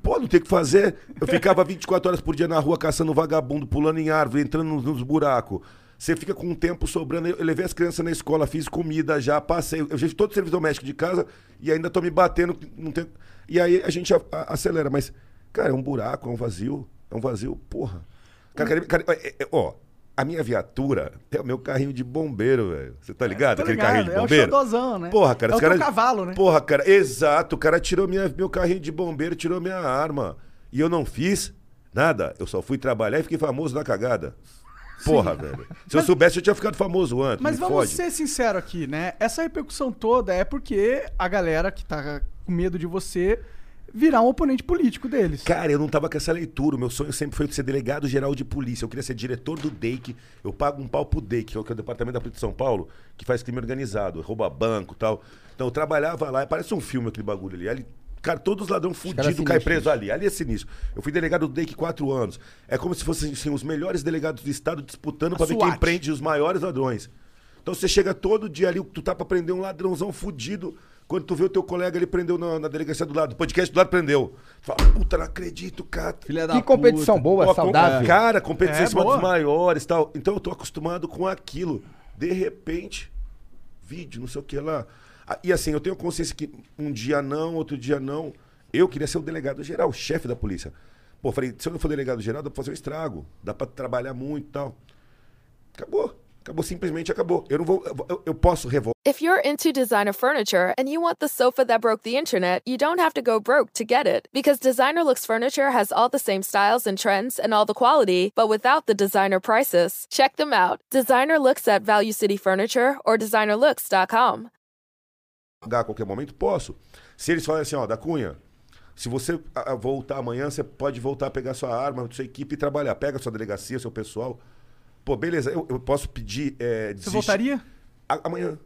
Pô, não tem o que fazer. Eu ficava 24 horas por dia na rua caçando vagabundo, pulando em árvore, entrando nos, nos buracos. Você fica com o tempo sobrando. Eu eu levei as crianças na escola, fiz comida já, passei. Eu fiz todo o serviço doméstico de casa e ainda tô me batendo. Não tem... E aí a gente a- a- acelera. Mas, cara, é um buraco, é um vazio. É um vazio, porra. Cara, cara, cara, é- é- ó, a minha viatura é o meu carrinho de bombeiro, velho. Você tá ligado? Tô Aquele ligado, carrinho de é o bombeiro. xodozão, né? Porra, cara. É o os caras- teu cavalo, né? Porra, cara, exato. O cara tirou minha, meu carrinho de bombeiro, tirou minha arma. E eu não fiz nada. Eu só fui trabalhar e fiquei famoso na cagada. Porra, velho. Se eu soubesse, eu tinha ficado famoso antes. Mas me vamos fode. ser sinceros aqui, né? Essa repercussão toda é porque a galera que tá com medo de você virar um oponente político deles. Cara, eu não tava com essa leitura. O meu sonho sempre foi ser delegado geral de polícia. Eu queria ser diretor do DEIC. Eu pago um pau pro DEIC, que é o que é o Departamento da Polícia de São Paulo, que faz crime organizado, rouba banco e tal. Então eu trabalhava lá, parece um filme aquele bagulho ali. ali cara, todos os ladrões fudidos caem sinistros. presos ali. Ali é sinistro. Eu fui delegado do DEIC quatro anos. É como se fossem assim, os melhores delegados do Estado disputando pra ver quem SWAT. prende os maiores ladrões. Então você chega todo dia ali, tu tá pra prender um ladrãozão fudido. Quando tu vê o teu colega, ele prendeu na, na delegacia do lado, do podcast do lado prendeu. Fala, puta, não acredito, cara. Filha da Que competição puta. boa, Pô, com- saudável. Cara, competição É, em cima boa. dos maiores e tal. Então eu tô acostumado com aquilo. De repente, vídeo, não sei o que lá. Ah, E assim, eu tenho consciência que um dia não, outro dia não. Eu queria ser o delegado geral, o chefe da polícia. Pô, falei, se eu não for delegado geral, dá pra fazer um estrago. Dá pra trabalhar muito e tal. Acabou. Acabou, simplesmente acabou. Eu não vou. eu- Eu, eu posso revoltar. If you're into designer furniture and you want the sofa that broke the internet, you don't have to go broke to get it. Because Designer Looks Furniture has all the same styles and trends and all the quality, but without the designer prices. Check them out. Designer Looks at Value City Furniture or designerlooks.com. pagar a qualquer momento? Posso. Se eles falarem assim, ó, da Cunha, se você ah, ah, voltar amanhã, você pode voltar a pegar sua arma, sua equipe e trabalhar. Pega sua delegacia, seu pessoal. Pô, beleza, eu, eu posso pedir. É, Você desistir- voltaria? A- amanhã.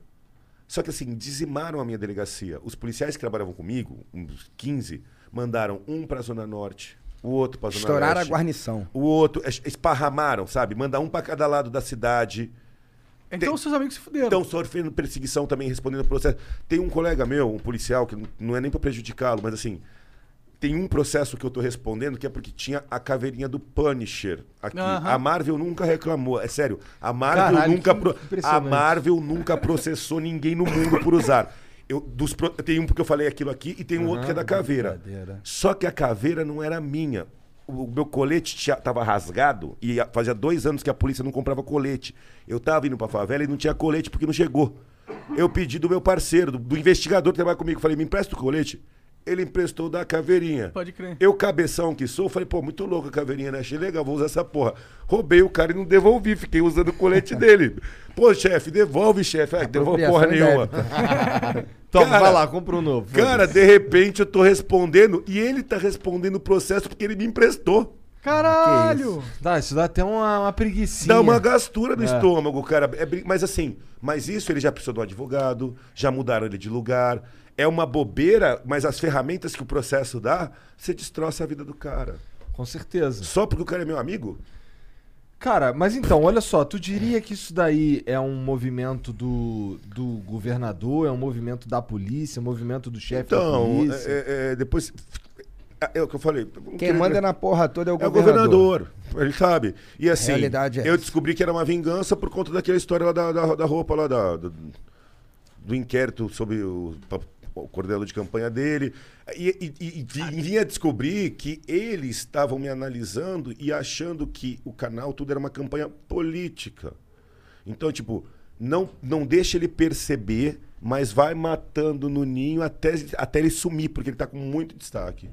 Só que assim, dizimaram a minha delegacia. Os policiais que trabalhavam comigo, uns 15, mandaram um pra Zona Norte, o outro pra Zona Estouraram a Leste. guarnição. O outro, es- esparramaram, sabe? Mandar um pra cada lado da cidade. Então Tem- seus amigos se fuderam. Estão sofrendo perseguição também, respondendo ao processo. Tem um colega meu, um policial, que n- não é nem pra prejudicá-lo, mas assim, tem um processo que eu tô respondendo que é porque tinha a caveirinha do Punisher aqui. Aham. A Marvel nunca reclamou, é sério. A Marvel Caralho, nunca que pro- a impressionante. Marvel nunca processou ninguém no mundo por usar. Eu, dos pro- Tem um porque eu falei aquilo aqui e tem um outro que é Ah, da caveira. brincadeira. Só que a caveira não era minha. O o meu colete tinha- tava rasgado e a- fazia dois anos que a polícia não comprava colete. Eu tava indo pra favela e não tinha colete porque não chegou. Eu pedi do meu parceiro, do, do investigador que trabalha comigo, falei, me empresta o colete. Ele emprestou da caveirinha. Pode crer. Eu, cabeção que sou, falei, pô, muito louco a caveirinha, né? Achei legal, vou usar essa porra. Roubei o cara e não devolvi, fiquei usando o [LAUGHS] colete dele. Pô, chefe, devolve, chefe. Ah, devolve porra Apropriação nenhuma. É [LAUGHS] Toma, Cara, vai lá, compra um novo. Cara, de repente eu tô respondendo e ele tá respondendo o processo porque ele me emprestou. Caralho! Tá, isso dá até uma, uma preguiçinha. Dá uma gastura no estômago, cara. É brin- mas assim, mas isso ele já precisou de um advogado, já mudaram ele de lugar. É uma bobeira, mas as ferramentas que o processo dá, você destroça a vida do cara. Com certeza. Só porque o cara é meu amigo? Cara, mas então, olha só, tu diria que isso daí é um movimento do, do governador, é um movimento da polícia, é um movimento do chefe da Então, polícia? é- é- depois. É o que eu falei. Quem manda na porra toda é o É o governador. governador, ele sabe. E assim, realidade é eu essa. descobri que era uma vingança por conta daquela história lá da, da, da roupa lá, da, do, do inquérito sobre o, pa- o cordelo de campanha dele. E, e, e, e vi- vinha descobrir que eles estavam me analisando e achando que o canal tudo era uma campanha política. Então, tipo, não, não deixa ele perceber, mas vai matando no ninho até, até ele sumir, porque ele tá com muito destaque.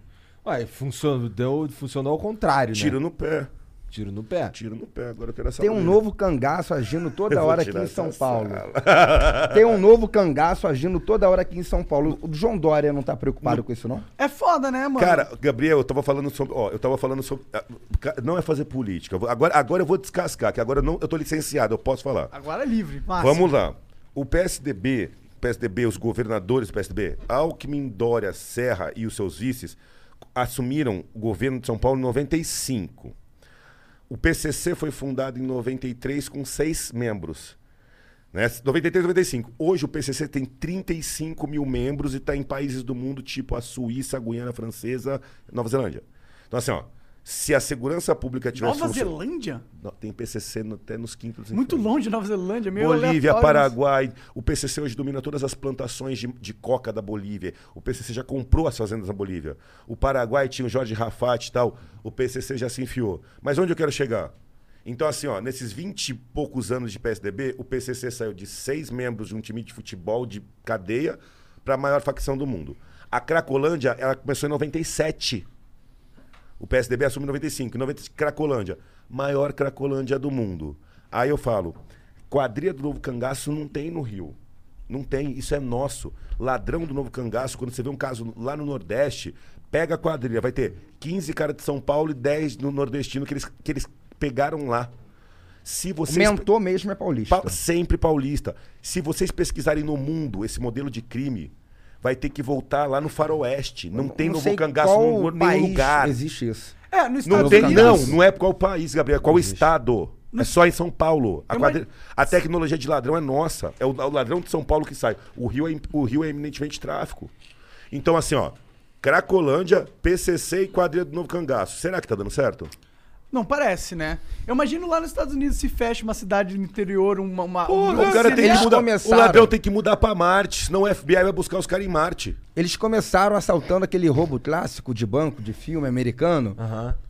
Ué, funcionou, deu, funcionou ao contrário, é. Tiro né? no pé. Tiro no pé. Tiro no pé, agora eu quero essa Tem um orelha. novo cangaço agindo [LAUGHS] Eu toda vou hora aqui tirar em essa São Paulo. sala. Tem um novo cangaço agindo toda hora aqui em São Paulo. O João Dória não tá preocupado com isso, não? É foda, né, mano? Cara, Gabriel, eu tava falando sobre. Ó, eu tava falando sobre. ah, ca- Não é fazer política. Eu vou- Agora, agora eu vou descascar, que agora eu, não, eu tô licenciado, eu posso falar. Agora é livre. Massa. Vamos lá. O PSDB, PSDB, os governadores do PSDB, Alckmin, Dória, Serra e os seus vices assumiram o governo de São Paulo em 95. O PCC foi fundado em 93 com seis membros. Né? 93, 95. Hoje o PCC tem 35 mil membros e está em países do mundo tipo a Suíça, a Guiana Francesa, Nova Zelândia. Então assim, ó, se a segurança pública tivesse Nova funcionado- Zelândia? Não, tem PCC no- até nos quintos. Muito inferiores. longe de Nova Zelândia, meio Bolívia, aleatório, Paraguai. O PCC hoje domina todas as plantações de, de coca da Bolívia. O PCC já comprou as fazendas na Bolívia. O Paraguai tinha o Jorge Rafat e tal. O PCC já se enfiou. Mas onde eu quero chegar? Então, assim, ó, nesses 20 e poucos anos de PSDB, o PCC saiu de seis membros de um time de futebol de cadeia para a maior facção do mundo. A Cracolândia, ela começou em 97. O PSDB assume 95, 90, Cracolândia, maior Cracolândia do mundo. Aí eu falo, quadrilha do novo cangaço não tem no Rio. Não tem, isso é nosso. Ladrão do Novo Cangaço, quando você vê um caso lá no Nordeste, pega a quadrilha, vai ter 15 caras de São Paulo e 10 no Nordestino que eles, que eles pegaram lá. Se O vocês mentor mesmo é paulista. Pa- sempre paulista. Se vocês pesquisarem no mundo esse modelo de crime, vai ter que voltar lá no faroeste. Não, tem não no sei Cangaço qual em nenhum país lugar. Existe isso. É, no Não, Estados tem, Unidos. não, não é qual país, Gabriel, é qual estado. É só em São Paulo. A, Eu imag- quadrilha- a tecnologia de ladrão é nossa. É o, é o ladrão de São Paulo que sai. O Rio é, im- o Rio é eminentemente tráfico. Então, assim, ó. Cracolândia, PCC e quadrilha do Novo Cangaço. Será que tá dando certo? Não parece, né? Eu imagino lá nos Estados Unidos se fecha uma cidade do interior, uma. uma um o cara tem eles que mudar. começaram. O ladrão tem que mudar pra Marte, senão o FBI vai buscar os caras em Marte. Eles começaram assaltando aquele roubo clássico de banco, de filme americano,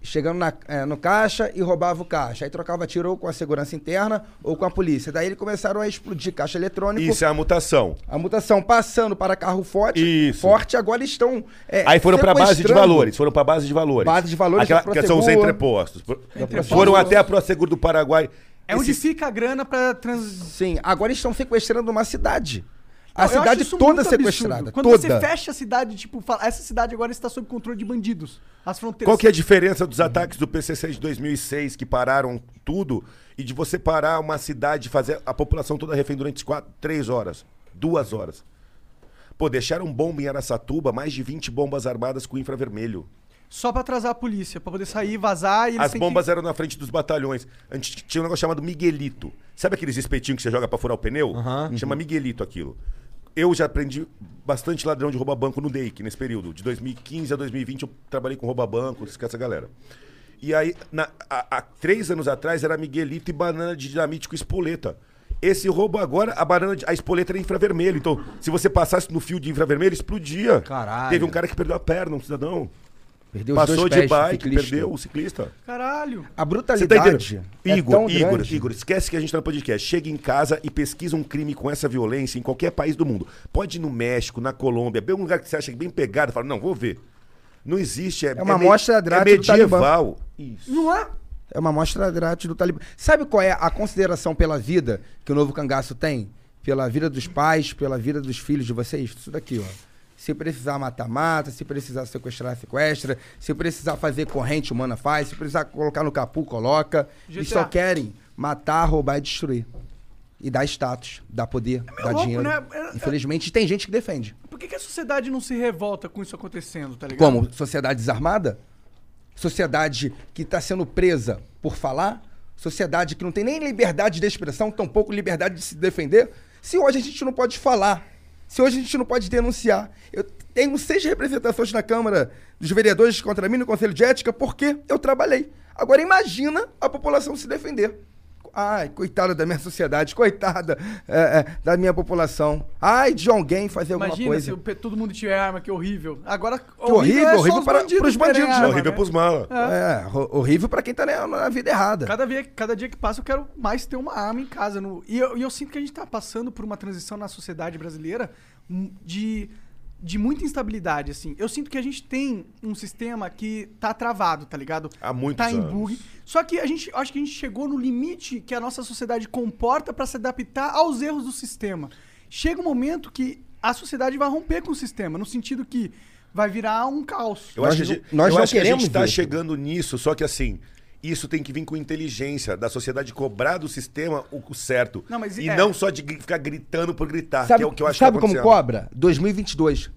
chegando na- eh, no caixa e roubava o caixa. Aí trocava tiro ou com a segurança interna ou com a polícia. Daí eles começaram a explodir caixa eletrônico. Isso é a mutação. A mutação passando para carro forte, Isso. forte agora estão. eh, Aí foram pra base de sequestrando. valores, foram pra base de valores. Base de valores é Aquela, da que são os Prosegur. entrepostos. Prosegur. Foram até a Prosegur do Paraguai. É onde fica a grana pra trans. Sim, agora estão sequestrando uma cidade. A Eu acho cidade isso toda muito sequestrada. absurdo. Quando toda. você fecha a cidade, tipo, fala, essa cidade agora está sob controle de bandidos. As fronteiras. Qual que é a diferença dos ataques do PCC de 2006 que pararam tudo e de você parar uma cidade e fazer a população toda refém durante quatro, três horas, duas horas? Pô, deixaram bomba em Araçatuba, mais de 20 bombas armadas com infravermelho. Só pra atrasar a polícia, pra poder sair, vazar e eles As têm bombas é- que... eram na frente dos batalhões. A gente tinha um negócio chamado Miguelito. Sabe aqueles espetinhos que você joga pra furar o pneu? Uhum. Chama Miguelito aquilo. Eu já aprendi bastante ladrão de roubar banco no DEIC nesse período. De 2015 a 2020 eu trabalhei com rouba banco, com essa galera. E aí, na- há, há três anos atrás, era Miguelito e banana de dinamite com espoleta. Esse roubo agora, a banana, de- a espoleta era infravermelho. Então, se você passasse no fio de infravermelho, explodia. Caralho. Teve um cara que perdeu a perna, um cidadão. Perdeu os Passou dois de pés, bike, ciclista. perdeu o ciclista. Caralho. A Você tá brutalidade. entendendo? é Igor, tão Igor, grande. Igor, esquece que a gente tá no podcast. Chega em casa e pesquisa um crime com essa violência em qualquer país do mundo. Pode ir no México, na Colômbia, bem um lugar que você acha bem pegado, fala, não, vou ver. Não existe, é, uma me- amostra É grátis do medieval. Isso. Não é? É uma amostra grátis do Talibã. Sabe qual é a consideração pela vida que o novo cangaço tem? Pela vida dos pais, pela vida dos filhos de vocês? Isso daqui, ó. Se precisar matar, mata. Se precisar sequestrar, sequestra. Se precisar fazer corrente humana, faz. Se precisar colocar no capu, coloca. Eles GTA. só querem matar, roubar e destruir. E dar status, dar poder, dar louco, dinheiro. né? É- Infelizmente, tem gente que defende. Por que, que a sociedade não se revolta com isso acontecendo, tá ligado? Como? Sociedade desarmada? Sociedade que está sendo presa por falar? Sociedade que não tem nem liberdade de expressão, tampouco liberdade de se defender? Se hoje a gente não pode falar, se hoje a gente não pode denunciar. Eu tenho seis representações na Câmara dos Vereadores contra mim no Conselho de Ética porque eu trabalhei. Agora imagina a população se defender. Ai, coitada da minha sociedade, coitada é, é, da minha população. Ai, de alguém fazer alguma Imagina coisa. se o pe- todo mundo tiver arma, que horrível. Agora, horrível, é só horrível os para- pros terem bandidos, arma, É horrível né? pros malas. É, ho- horrível pra quem tá na, na vida errada. Cada, vez, cada dia que passa, eu quero mais ter uma arma em casa. No- e, eu, e eu sinto que a gente tá passando por uma transição na sociedade brasileira hum, de, de muita instabilidade, assim. Eu sinto que a gente tem um sistema que tá travado, tá ligado? Há muitos Tá em anos. bug. Só que a gente, acho que a gente chegou no limite que a nossa sociedade comporta para se adaptar aos erros do sistema. Chega um momento que a sociedade vai romper com o sistema, no sentido que vai virar um caos. Eu Nós acho que, a não- gente- nós eu não acho que a queremos gente tá ver. chegando nisso, só que assim, isso tem que vir com inteligência, da sociedade cobrar do sistema o o certo. Não, mas e é. não só de gri- ficar gritando por gritar, sabe que é o que eu acho sabe que tá como acontecendo. cobra? 2022.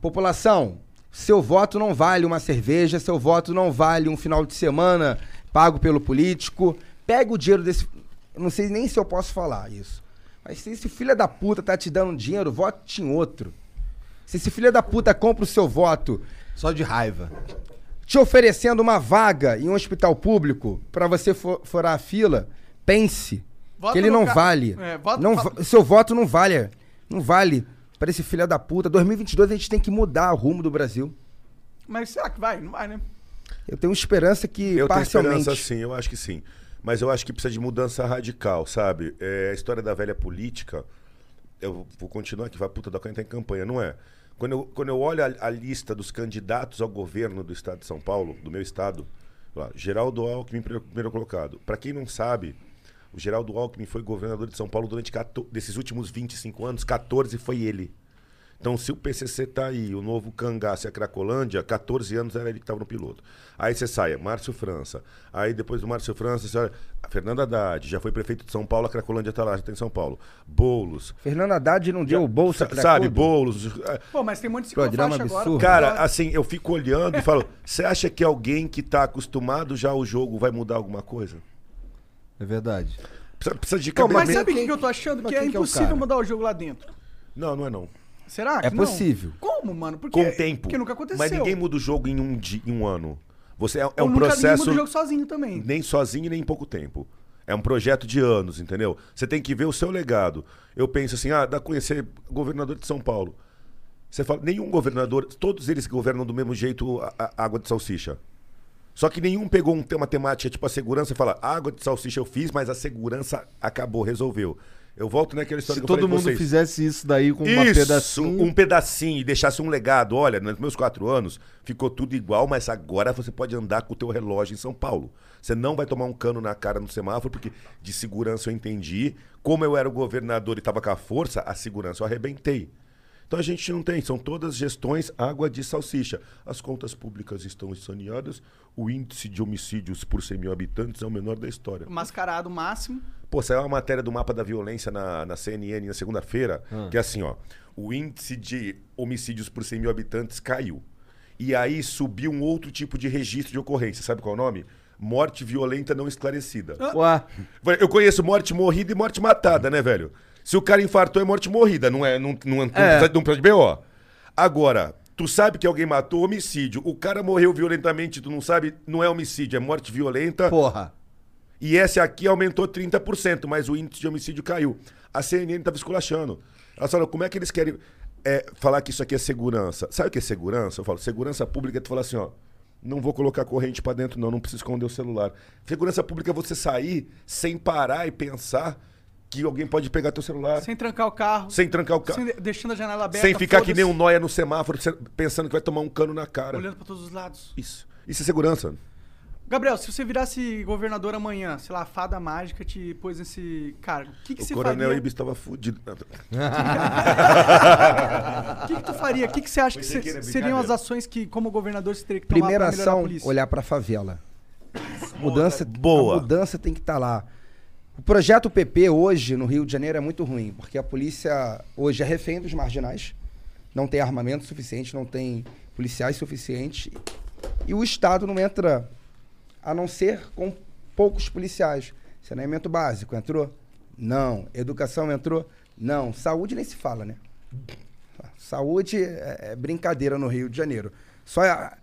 População, seu voto não vale uma cerveja, seu voto não vale um final de semana pago pelo político. Pega o dinheiro desse. Não sei nem se eu posso falar isso. Mas se esse filho da puta tá te dando dinheiro, vote em outro. Se esse filho da puta compra o seu voto Só de raiva. te oferecendo uma vaga em um hospital público pra você fo- furar a fila, pense Vota que ele no não ca- vale. É, vota- não vota- va- Seu voto não vale. Não vale pra esse filho da puta. 2022 a gente tem que mudar o rumo do Brasil. Mas será que vai? Não vai, né? Eu tenho esperança que Eu tenho parcialmente. esperança sim, eu acho que sim. Mas eu acho que precisa de mudança radical, sabe? É, a história da velha política, eu vou continuar aqui, vai puta da canha tá em campanha, não é? Quando eu, quando eu olho a, a lista dos candidatos ao governo do estado de São Paulo, do meu estado, lá, Geraldo Alckmin, primeiro primeiro colocado. Para quem não sabe, O Geraldo Alckmin foi governador de São Paulo durante 14, desses últimos 25 anos, 14 foi ele. Então, se o PCC tá aí, o novo cangaço e a Cracolândia, 14 anos era ele que estava no piloto. Aí você sai, é Márcio França. Aí depois do Márcio França, você olha, a Fernanda Haddad, já foi prefeito de São Paulo, a Cracolândia tá lá, já tá em São Paulo. Boulos. Fernando Haddad não deu o bolsa pra sabe, tudo? Boulos. eh, Pô, mas tem um monte de Programa ciclofaixa agora. absurdo. Cara, assim, eu fico olhando e falo, você acha que alguém que tá acostumado já ao jogo vai mudar alguma coisa? É verdade. Precisa, precisa de Não, mas cabimento. sabe o que que eu tô achando? Mas Que é quem que é o impossível cara? mudar o jogo lá dentro. Não, não é não. Será que É não? possível. Como, mano? Porque, Com o tempo. Porque nunca aconteceu. Mas ninguém muda o jogo em um, dia, em um ano. Você é, é um Ou nunca ninguém processo muda o jogo sozinho também. nem sozinho e nem em pouco tempo. É um projeto de anos, entendeu? Você tem que ver o seu legado. Eu penso assim, ah, dá pra conhecer governador de São Paulo. Você fala, nenhum governador, todos eles governam do mesmo jeito a, a- a água de salsicha. Só que nenhum pegou um tema temática tipo a segurança e fala, a água de salsicha eu fiz, mas a segurança acabou, resolveu. Eu volto naquela história Se que eu todo falei com mundo vocês. fizesse isso daí com uma Isso, pedacinho. um pedacinho e deixasse um legado. Olha, nos meus quatro anos ficou tudo igual, mas agora você pode andar com o teu relógio em São Paulo. Você não vai tomar um cano na cara no semáforo, porque de segurança eu entendi. Como eu era o governador e estava com a força, a segurança eu arrebentei. Então a gente não tem, são todas gestões água de salsicha. As contas públicas estão saneadas, o índice de homicídios por 100 mil habitantes é o menor da história. Mascarado máximo. Pô, saiu uma matéria do mapa da violência na, na CNN na segunda-feira, que é assim, ó. O índice de homicídios por 100 mil habitantes caiu. E aí subiu um outro tipo de registro de ocorrência. Sabe qual é o nome? Morte violenta não esclarecida. Ué, Eu conheço morte morrida e morte matada, né, velho? Se o cara infartou, é morte morrida, não é? Não, não, não, precisa- não precisa de BO. Agora, tu sabe que alguém matou homicídio. O cara morreu violentamente, tu não sabe, não é homicídio, é morte violenta. porra. E esse aqui aumentou 30%, mas o índice de homicídio caiu. A CNN estava esculachando. Ela falou, como é que eles querem é, falar que isso aqui é segurança? Sabe o que é segurança? Eu falo, segurança pública, tu fala assim, ó, não vou colocar corrente para dentro não, não preciso esconder o celular. Segurança pública é você sair sem parar e pensar que alguém pode pegar teu celular, sem, Sem trancar o carro. trancar o carro, sem de- deixando a janela aberta. sem ficar que nem um foda-se, noia no semáforo se- pensando que vai tomar um cano na cara. Olhando pra todos os lados. Isso. Isso é segurança. Gabriel, se você virasse governador amanhã, sei lá, a fada mágica te pôs nesse cargo, o que, que O você coronel faria? Ibis estava fudido. Não, [LAUGHS] [LAUGHS] O que, que tu faria? O que, que você acha que Pensei é, que se- era seriam as brincadeira. ações que, como governador, você teria que tomar Primeira pra melhorar a ação, polícia? olhar pra favela. Mudança, Boa. A mudança tem que estar lá. O projeto PP hoje no Rio de Janeiro é muito ruim, porque a polícia hoje é refém dos marginais, não tem armamento suficiente, não tem policiais suficientes, e o Estado não entra, a não ser com poucos policiais. Saneamento básico entrou? Não. Educação entrou? Não. Saúde nem se fala, né? Saúde é, é brincadeira no Rio de Janeiro. Só é a-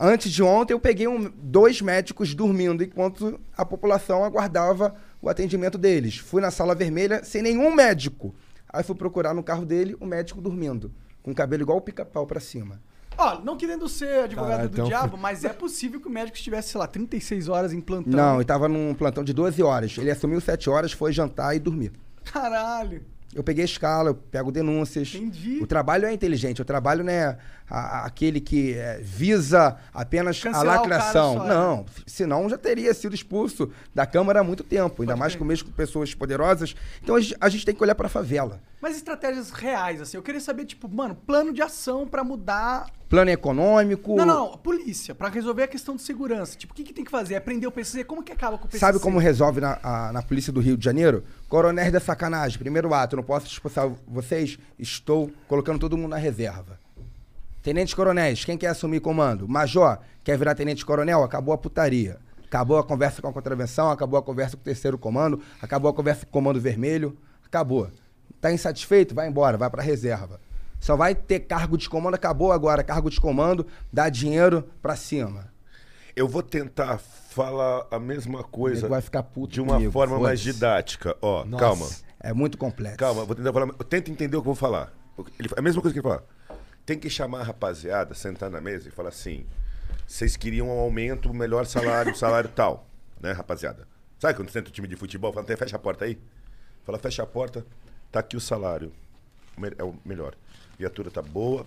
antes de ontem eu peguei um- dois médicos dormindo enquanto a população aguardava o atendimento deles. Fui na sala vermelha sem nenhum médico. Aí fui procurar no carro dele o médico dormindo, com o cabelo igual o pica-pau pra cima. Ó, não querendo ser advogado Caralho, do então- diabo, mas é possível que o médico estivesse, sei lá, 36 horas em plantão. Não, ele tava num plantão de 12 horas. Ele assumiu 7 horas, foi jantar e dormir. Caralho. Eu peguei a escala, eu pego denúncias. Entendi. O trabalho é inteligente, o trabalho não é a- a- aquele que é, visa apenas Cancelar a o cara lacração. só, né? não, senão já teria sido expulso da Câmara há muito tempo, ainda mais com mesmo com pessoas poderosas. Então a gente, a gente tem que olhar para a favela. Mas estratégias reais, assim. Eu queria saber, tipo, mano, plano de ação pra mudar. Plano econômico. Não, não, não, polícia, pra resolver a questão de segurança. Tipo, o que, que tem que fazer? É prender o PCC? Como que acaba com o PCC? Sabe como resolve na, a- na polícia do Rio de Janeiro? Coronéis da sacanagem. Primeiro ato, eu não posso expulsar vocês, estou colocando todo mundo na reserva. Tenentes coronéis, quem quer assumir comando? Major, quer virar tenente coronel? Acabou a putaria. Acabou a conversa com a contravenção, acabou a conversa com o terceiro comando, acabou a conversa com o comando vermelho, acabou. Tá insatisfeito? Vai embora, vai pra reserva. Só vai ter cargo de comando, acabou agora, cargo de comando, dá dinheiro pra cima. Eu vou tentar falar a mesma coisa Nego vai ficar puto de uma comigo, forma mais foda-se. didática. Ó, calma. É muito complexo. Calma, vou tentar falar. Tenta entender o que eu vou falar. Ele, é a mesma coisa que ele falar. Tem que chamar a rapaziada, sentar na mesa e falar assim: vocês queriam um aumento, um melhor salário, [LAUGHS] um salário tal, né, rapaziada? Sabe quando senta o time de futebol, fala, "Tem, fecha a porta aí? Fala, fecha a porta, tá aqui o salário. Me- É o melhor. A viatura tá boa,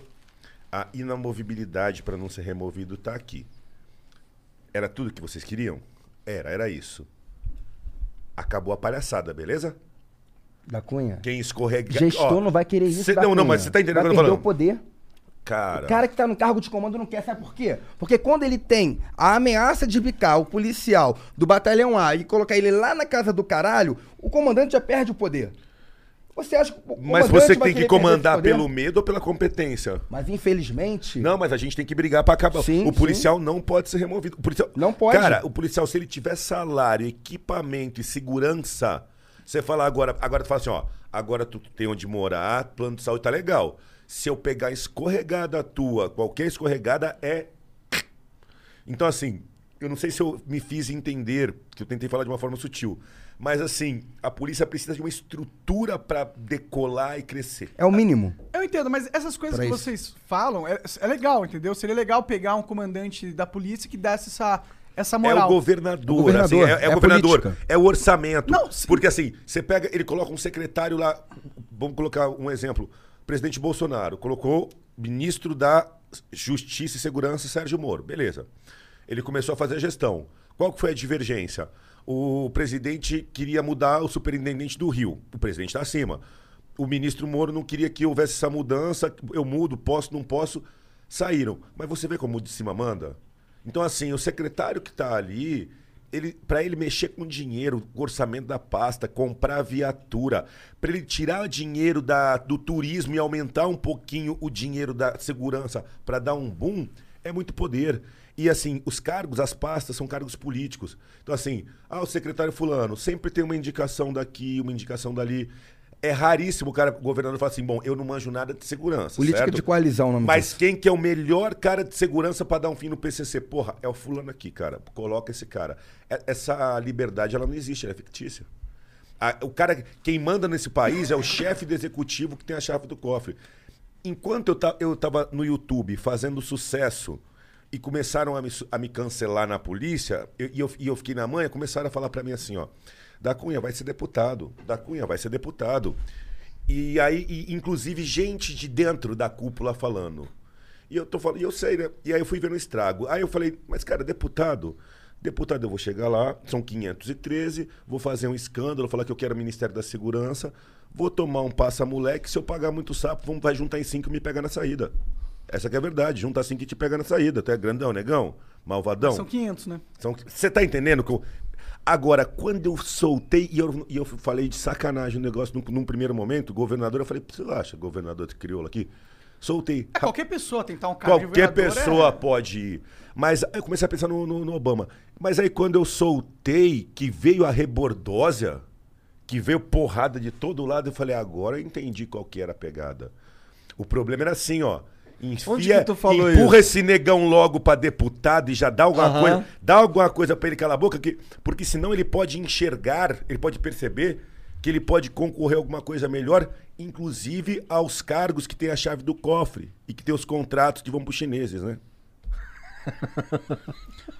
a inamovibilidade para não ser removido tá aqui. Era tudo que vocês queriam? Era, era isso. Acabou a palhaçada, beleza? Da Cunha. Quem escorregar. É. Gestor ó, não vai querer isso. cê- da não, não, Cunha. mas você tá entendendo o Vai que eu tô perder o falando. poder. Cara, O cara que tá no cargo de comando não quer, sabe por quê? Porque quando ele tem a ameaça de bicar o policial do batalhão A e colocar ele lá na casa do caralho, o comandante já perde o poder. Você acha que o mas comandante vai você tem que querer perder esse comandar poder? É pelo medo ou pela competência? Mas infelizmente. Não, mas a gente tem que brigar pra acabar. Sim, o policial não pode ser removido. O policial... Não pode. Cara, o policial, se ele tiver salário, equipamento e segurança, você fala agora, agora tu fala assim, ó, agora tu tem onde morar, plano de saúde tá legal. Se eu pegar a escorregada tua, qualquer escorregada é. [CLEARS THROAT] Então, assim, eu não sei se eu me fiz entender, que eu tentei falar de uma forma sutil. Mas assim, a polícia precisa de uma estrutura pra decolar e crescer. Ah, É o mínimo. Eu entendo, mas essas coisas Pra que isso. vocês falam é, é legal, entendeu? Seria legal pegar um comandante da polícia que desse essa, essa É o moral. governador, O governador, assim, é, é é o a governador, política. é o orçamento. Não, se- Porque assim, você pega, ele coloca um secretário lá, vamos colocar um exemplo, presidente Bolsonaro colocou ministro da Justiça e Segurança Sérgio Moro, beleza. Ele começou a fazer a gestão. Qual que foi a divergência? O presidente queria mudar o superintendente do Rio, o presidente está acima. O ministro Moro não queria que houvesse essa mudança, eu mudo, posso, não posso. Saíram. Mas você vê como o de cima manda? Então, assim, o secretário que está ali, ele, para ele mexer com dinheiro, com o orçamento da pasta, comprar viatura, para ele tirar dinheiro da, do turismo e aumentar um pouquinho o dinheiro da segurança para dar um boom, é muito poder. E assim, os cargos, as pastas são cargos políticos. Então, assim, ah, o secretário fulano sempre tem uma indicação daqui, uma indicação dali. É raríssimo o cara, o governador, falar assim: bom, eu não manjo nada de segurança. Política certo? de coalizão, o nome Mas disso. quem que é o melhor cara de segurança pra dar um fim no PCC? Porra, é o fulano aqui, cara. Coloca esse cara. É- Essa liberdade, ela não existe, ela é fictícia. A- o cara, quem manda nesse país é o chefe do executivo que tem a chave do cofre. Enquanto eu, ta, eu tava no YouTube fazendo sucesso e começaram a me, su- a me cancelar na polícia, eu- e, eu, e eu fiquei na manha, começaram a falar pra mim assim, ó, da Cunha vai ser deputado, da Cunha vai ser deputado. E aí, e, inclusive, gente de dentro da cúpula falando. E eu tô falando, e eu sei, né? E aí eu fui ver no estrago. Aí eu falei, mas cara, deputado, deputado, eu vou chegar lá, são 513, vou fazer um escândalo, falar que eu quero o Ministério da Segurança, vou tomar um passa-moleque, se eu pagar muito sapo, vamos, vai juntar em cinco e me pega na saída. Essa que é a verdade, junta cinco e te pega na saída. Tu é grandão, negão, malvadão. São 500, né? São- Você tá entendendo? que eu- Agora, quando eu soltei e eu, e eu falei de sacanagem o negócio num, num primeiro momento, governador, eu falei, você acha, governador de crioula aqui? Soltei. É, qualquer pessoa tentar um cargo de Qualquer vereador é- pessoa pode ir. Mas aí eu comecei a pensar no, no- no Obama. Mas aí quando eu soltei, que veio a rebordósia, que veio porrada de todo lado, eu falei, agora eu entendi qual que era a pegada. O problema era assim, ó. Enfia, Onde que tu falou empurra esse negão logo pra deputado e já dá alguma coisa, dá alguma coisa pra ele calar a boca, que, porque senão ele pode enxergar, ele pode perceber que ele pode concorrer a alguma coisa melhor, inclusive aos cargos que tem a chave do cofre e que tem os contratos que vão pros chineses, né?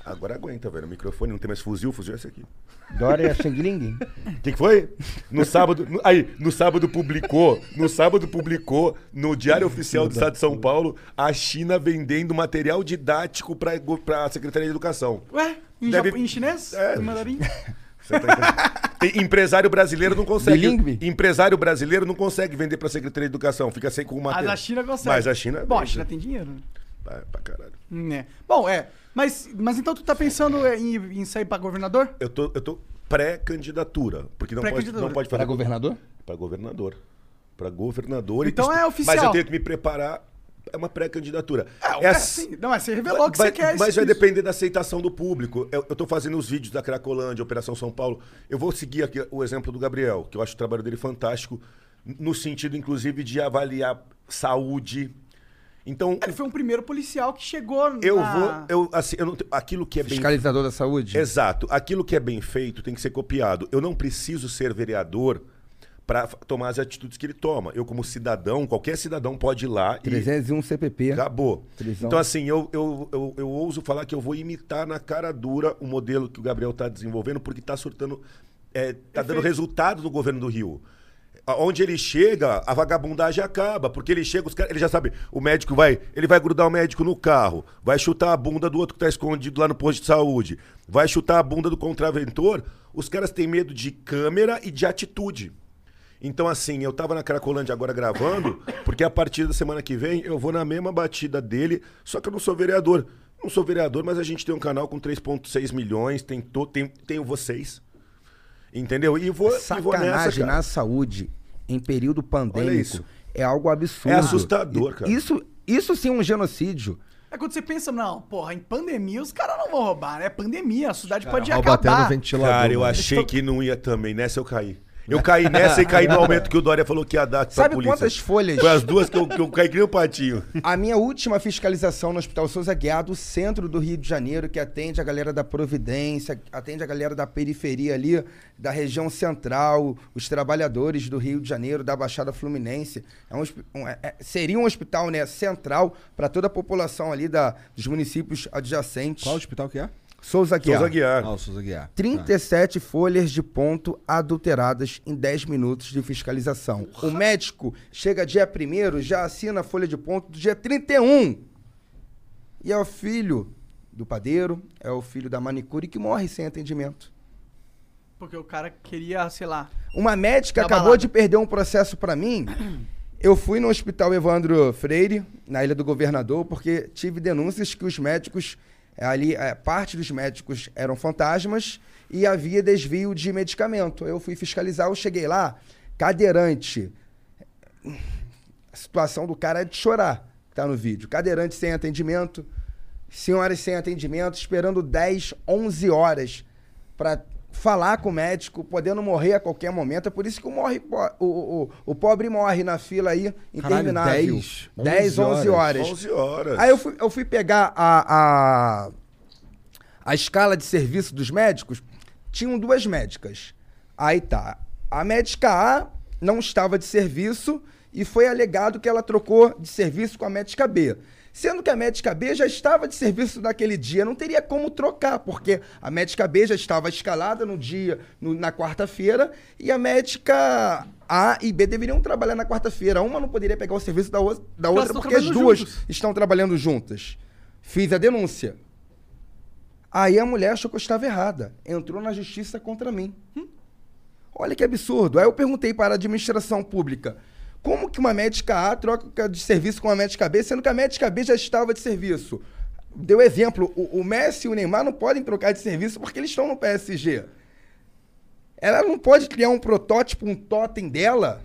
Agora aguenta, velho. O microfone não tem mais fuzil, fuzil é esse aqui. [LAUGHS] Dória assim. Xangling? O que, que foi? No sábado. no- aí, no sábado publicou. No sábado publicou no Diário Oficial do Estado de São Paulo a China vendendo material didático pra, pra Secretaria de Educação. Ué? Em, Deve- japo- em chinês? É. Em mandarim? Você tá entendendo? Tem- empresário brasileiro não consegue. Bilingue? Empresário brasileiro não consegue vender pra Secretaria de Educação. Fica sem com o A material. da Ah, China consegue. Mas a China. Bom, a vende. China tem dinheiro, né? Pra, pra caralho. Hum, é. Bom, é. Mas, mas então tu tá pensando é, em, em sair pra governador? Eu tô, eu tô pré-candidatura. Porque não, pode, Pré-candidatura. não pode Para fazer. governador? Pra governador. Pra governador. e Então isto- é Mas eu oficial. tenho que me preparar. É uma pré-candidatura. É, a- assim. Não, é, você revelou que Vai- você quer Mas isso- vai depender da aceitação do público. Eu, eu tô fazendo os vídeos da Cracolândia, Operação São Paulo. Eu vou seguir aqui o exemplo do Gabriel, que eu acho o trabalho dele fantástico, no sentido, inclusive, de avaliar saúde. Então, Ele foi um primeiro policial que chegou na... eu vou. Eu, assim, eu não tenho- aquilo que é bem Fiscalizador da saúde? Exato. Aquilo que é bem feito tem que ser copiado. Eu não preciso ser vereador para tomar as atitudes que ele toma. Eu, como cidadão, qualquer cidadão pode ir lá e. 301 CPP. Acabou. Prisão. Então, assim, eu, eu, eu, eu ouso falar que eu vou imitar na cara dura o modelo tá que o Gabriel está desenvolvendo, porque está surtando. é, tá dando resultado no governo do Rio. Onde ele chega, a vagabundagem acaba, porque ele chega, os caras, ele já sabe, o médico vai, ele vai grudar o médico no carro, vai chutar a bunda do outro que tá escondido lá no posto de saúde, vai chutar a bunda do contraventor, os caras têm medo de câmera e de atitude. Então, assim, eu tava na Cracolândia agora gravando, porque a partir da semana que vem eu vou na mesma batida dele, só que eu não sou vereador. Não sou vereador, mas a gente tem um canal com 3,6 milhões, tem, to, tem, tenho vocês. Entendeu? E vou, e vou nessa. Sacanagem né? cara. na saúde, em período Olha isso. pandêmico, é algo absurdo. É assustador, cara. Isso, isso sim é um genocídio. É quando você pensa, não, porra, em pandemia os caras não vão roubar, né? É pandemia, a cidade pode Rouba até no acabar. ventilador. Cara, eu mano. achei que não ia também. Nessa eu caí. Eu caí nessa [LAUGHS] e caí no aumento que o Dória falou que ia dar Né? pra Sabe polícia. quantas folhas? Foi as duas que eu, que eu caí que nem um patinho. A minha última fiscalização no Hospital Souza Guiar, do centro do Rio de Janeiro, que atende a galera da Providência, atende a galera da periferia ali, da região central, os trabalhadores do Rio de Janeiro, da Baixada Fluminense. É um hosp- um- é- é- seria um hospital né, central para toda a população ali da, dos municípios adjacentes. Qual hospital que é? Souza Guiar. Souza Guiar. Ah, o Souza Guiar. 37 folhas de ponto adulteradas em 10 minutos de fiscalização. O médico chega dia 1 já assina a folha de ponto do dia 31. E é o filho do padeiro, é o filho da manicure que morre sem atendimento. Porque o cara queria, sei lá. Uma médica Tá acabou balada. de perder um processo pra mim. Eu fui no Hospital Evandro Freire, na Ilha do Governador, porque tive denúncias que os médicos eh, ali, eh, parte dos médicos eram fantasmas e havia desvio de medicamento. Eu fui fiscalizar, eu cheguei lá, cadeirante. A situação do cara é de chorar, que tá no vídeo. Cadeirante sem atendimento, senhoras sem atendimento, esperando 10, 11 horas para falar com o médico, podendo morrer a qualquer momento. É por isso que o, morre, po- o, o, o- o pobre morre na fila aí, Caralho, interminável. 10, 10, 11 horas. 11 horas. Aí eu fui, eu fui pegar a, a, a escala de serviço dos médicos. Tinham duas médicas. Aí tá. A médica A não estava de serviço e foi alegado que ela trocou de serviço com a médica B. Sendo que a médica B já estava de serviço naquele dia, não teria como trocar, porque a médica B já estava escalada no dia, no- na quarta-feira, e a médica A e B deveriam trabalhar na quarta-feira. Uma não poderia pegar o serviço da, o- da outra, estão porque as trabalhando duas juntos. estão trabalhando juntas. Fiz a denúncia. Aí a mulher achou que eu estava errada. Entrou na justiça contra mim. Hum? Olha que absurdo. Aí eu perguntei para a administração pública. Como que uma médica A troca de serviço com uma médica B, sendo que a médica B já estava de serviço? Deu exemplo, o, o Messi e o Neymar não podem trocar de serviço porque eles estão no PSG. Ela não pode criar um protótipo, um totem dela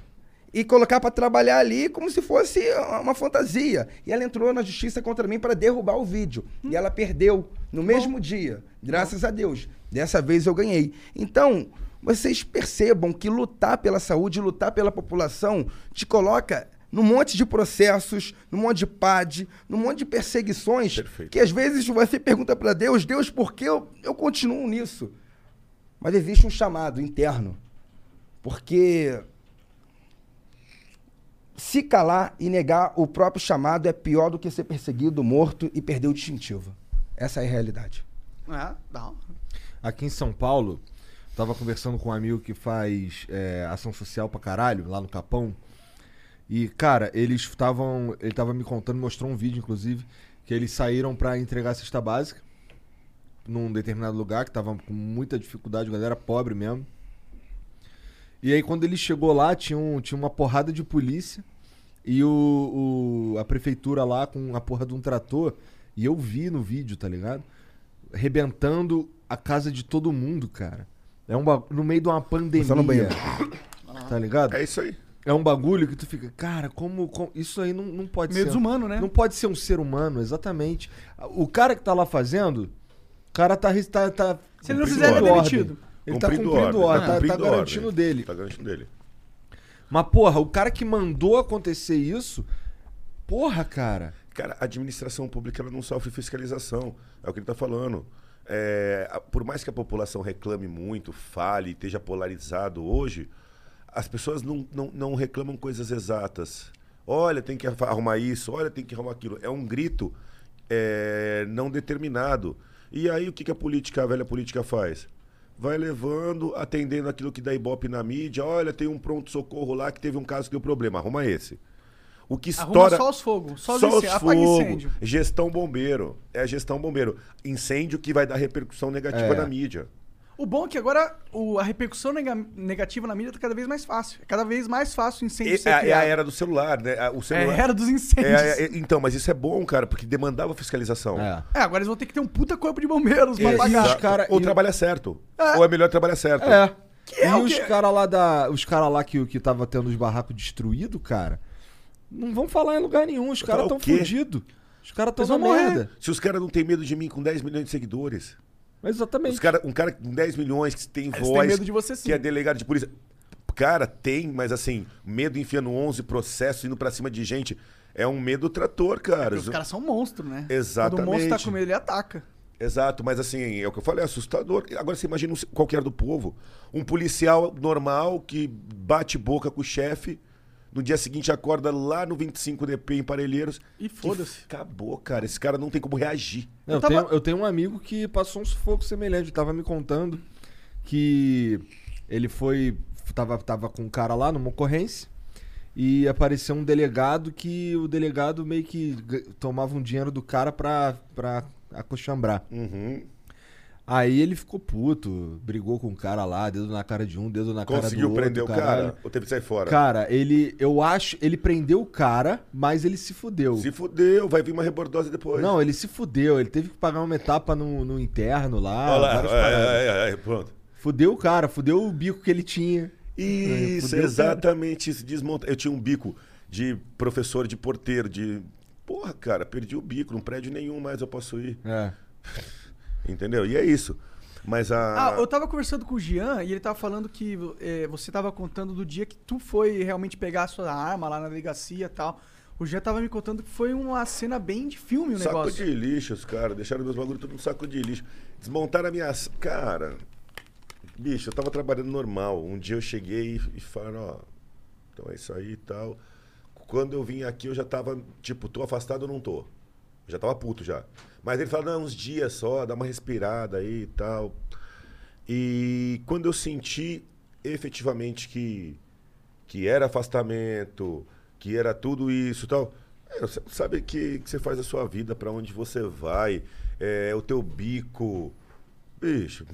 e colocar pra trabalhar ali como se fosse uma fantasia. E ela entrou na justiça contra mim pra derrubar o vídeo. E ela perdeu no mesmo dia, graças a Deus. Dessa vez eu ganhei. Então, vocês percebam que lutar pela saúde, lutar pela população, te coloca num monte de processos, num monte de PAD, num monte de perseguições, que às vezes você pergunta pra Deus, Deus, por que eu, eu continuo nisso? Mas existe um chamado interno. Porque se calar e negar o próprio chamado é pior do que ser perseguido, morto e perder o distintivo. Essa é a realidade. Ah, dá. Aqui em São Paulo, tava conversando com um amigo que faz é, ação social pra caralho, lá no Capão. E, cara, eles estavam. Ele tava me contando, mostrou um vídeo, inclusive, que eles saíram pra entregar cesta básica num determinado lugar, que tava com muita dificuldade, galera pobre mesmo. E aí, quando ele chegou lá, tinha, um- tinha uma porrada de polícia e o, o- a prefeitura lá com a porra de um trator. E eu vi no vídeo, tá ligado? Rebentando a casa de todo mundo, cara. É um ba- no meio de uma pandemia. Só no banheiro. Tá ligado? É isso aí. É um bagulho que tu fica, cara, como. como- isso aí não, não pode Meio ser. desumano, né? Não pode ser um ser humano, exatamente. O cara que tá lá fazendo, o cara tá. res- tá, tá Se ele não cumprindo fizer, ele é ordem. demitido. Ele tá cumprindo ordem, tá, tá garantindo ordem. dele. Tá garantindo dele. Mas, porra, o cara que mandou acontecer isso, porra, cara. Cara, a administração pública ela não sofre fiscalização. É o que ele está falando. É, a- por mais que a população reclame muito, fale, esteja polarizado hoje, as pessoas não, não, não reclamam coisas exatas. Olha, tem que arfa- arrumar isso, olha, tem que arrumar aquilo. É um grito é, não determinado. E aí o que, que a política, a velha política faz? vai levando, atendendo aquilo que dá ibope na mídia. Olha, tem um pronto-socorro lá que teve um caso que deu problema. Arruma esse. O que Arruma estoura. só os fogos, só os Só os incê- apaga fogo. incêndio. Gestão bombeiro. É a gestão bombeiro. Incêndio que vai dar repercussão negativa É. na mídia. O bom é que agora o- a repercussão nega- negativa na mídia tá cada vez mais fácil. É cada vez mais fácil o incêndio E- ser é, a- é a criado. era do celular, né? A- O É celular. a era dos incêndios. É, é, então, mas isso é bom, cara, porque demandava fiscalização. É. É, agora eles vão ter que ter um puta corpo de bombeiros pra Exato. pagar. Os cara- Ou e- trabalha certo. É. Ou é melhor trabalhar certo. É. é e o os que- caras lá da. Os caras lá que, que tava tendo os barracos destruídos, cara, não vão falar em lugar nenhum. Os caras falar o tão quê? fudidos. Os caras tão Eles vão na morrer. merda. Se os caras não têm medo de mim com 10 milhões de seguidores. Exatamente. Os cara, um cara com 10 milhões que tem Eles têm voz. medo de você, sim. Que é delegado de polícia. Cara, tem, mas assim, medo enfiando 11 processo, indo pra cima de gente. É um medo trator, cara. Os caras são monstros, né? Quando o monstro tá Exatamente. com medo, ele ataca. Exato, mas assim, é o que eu falei, é assustador. Agora você imagina um c- qualquer do povo. Um policial normal que bate boca com o chefe, no dia seguinte acorda lá no 25 DP em Parelheiros. E foda-se. Acabou, cara. Esse cara não tem como reagir. Não, Eu Eu, tava- tenho, eu tenho um amigo que passou um sufoco semelhante. Ele tava me contando que ele foi. Tava, tava com um cara lá numa ocorrência e apareceu um delegado que o delegado meio que g- tomava um dinheiro do cara pra, pra acochambrar. Uhum. Aí ele ficou puto, brigou com o cara lá, dedo na cara de um, dedo na Conseguiu cara do outro. prender o caralho. cara ou teve que sair fora? Cara, ele. Eu acho. Ele prendeu o cara, mas ele se fudeu. Se fudeu, vai vir uma rebordose depois. Não, ele se fudeu, ele teve que pagar uma etapa no, no interno lá. Olha lá, várias é, paradas. é, é, é, pronto. Fudeu o cara, fudeu o bico que ele tinha. Isso, fudeu, exatamente isso. Desmonta. Eu tinha um bico de professor de porteiro, de. Porra, cara, perdi o bico, não prédio nenhum mais eu posso ir. É. Entendeu? E é isso. Mas a. Ah, eu tava conversando com o Jean e ele tava falando que eh, você tava contando do dia que tu foi realmente pegar a sua arma lá na delegacia e tal. O Jean tava me contando que foi uma cena bem de filme o saco negócio. de lixo, os caras. Deixaram meus bagulho tudo no saco de lixo. Desmontaram a minha. ass- Cara. Bicho, eu tava trabalhando normal. Um dia eu cheguei e, e falaram, ó. Então é isso aí e tal. Quando eu vim aqui, eu já tava, tipo, tô afastado ou não tô? Eu já tava puto já. Mas ele falou, não, uns dias só, dá uma respirada aí e tal. E quando eu senti efetivamente que, que era afastamento, que era tudo isso e tal, é, você sabe que, que você faz a sua vida, pra onde você vai, é, o teu bico. Bicho,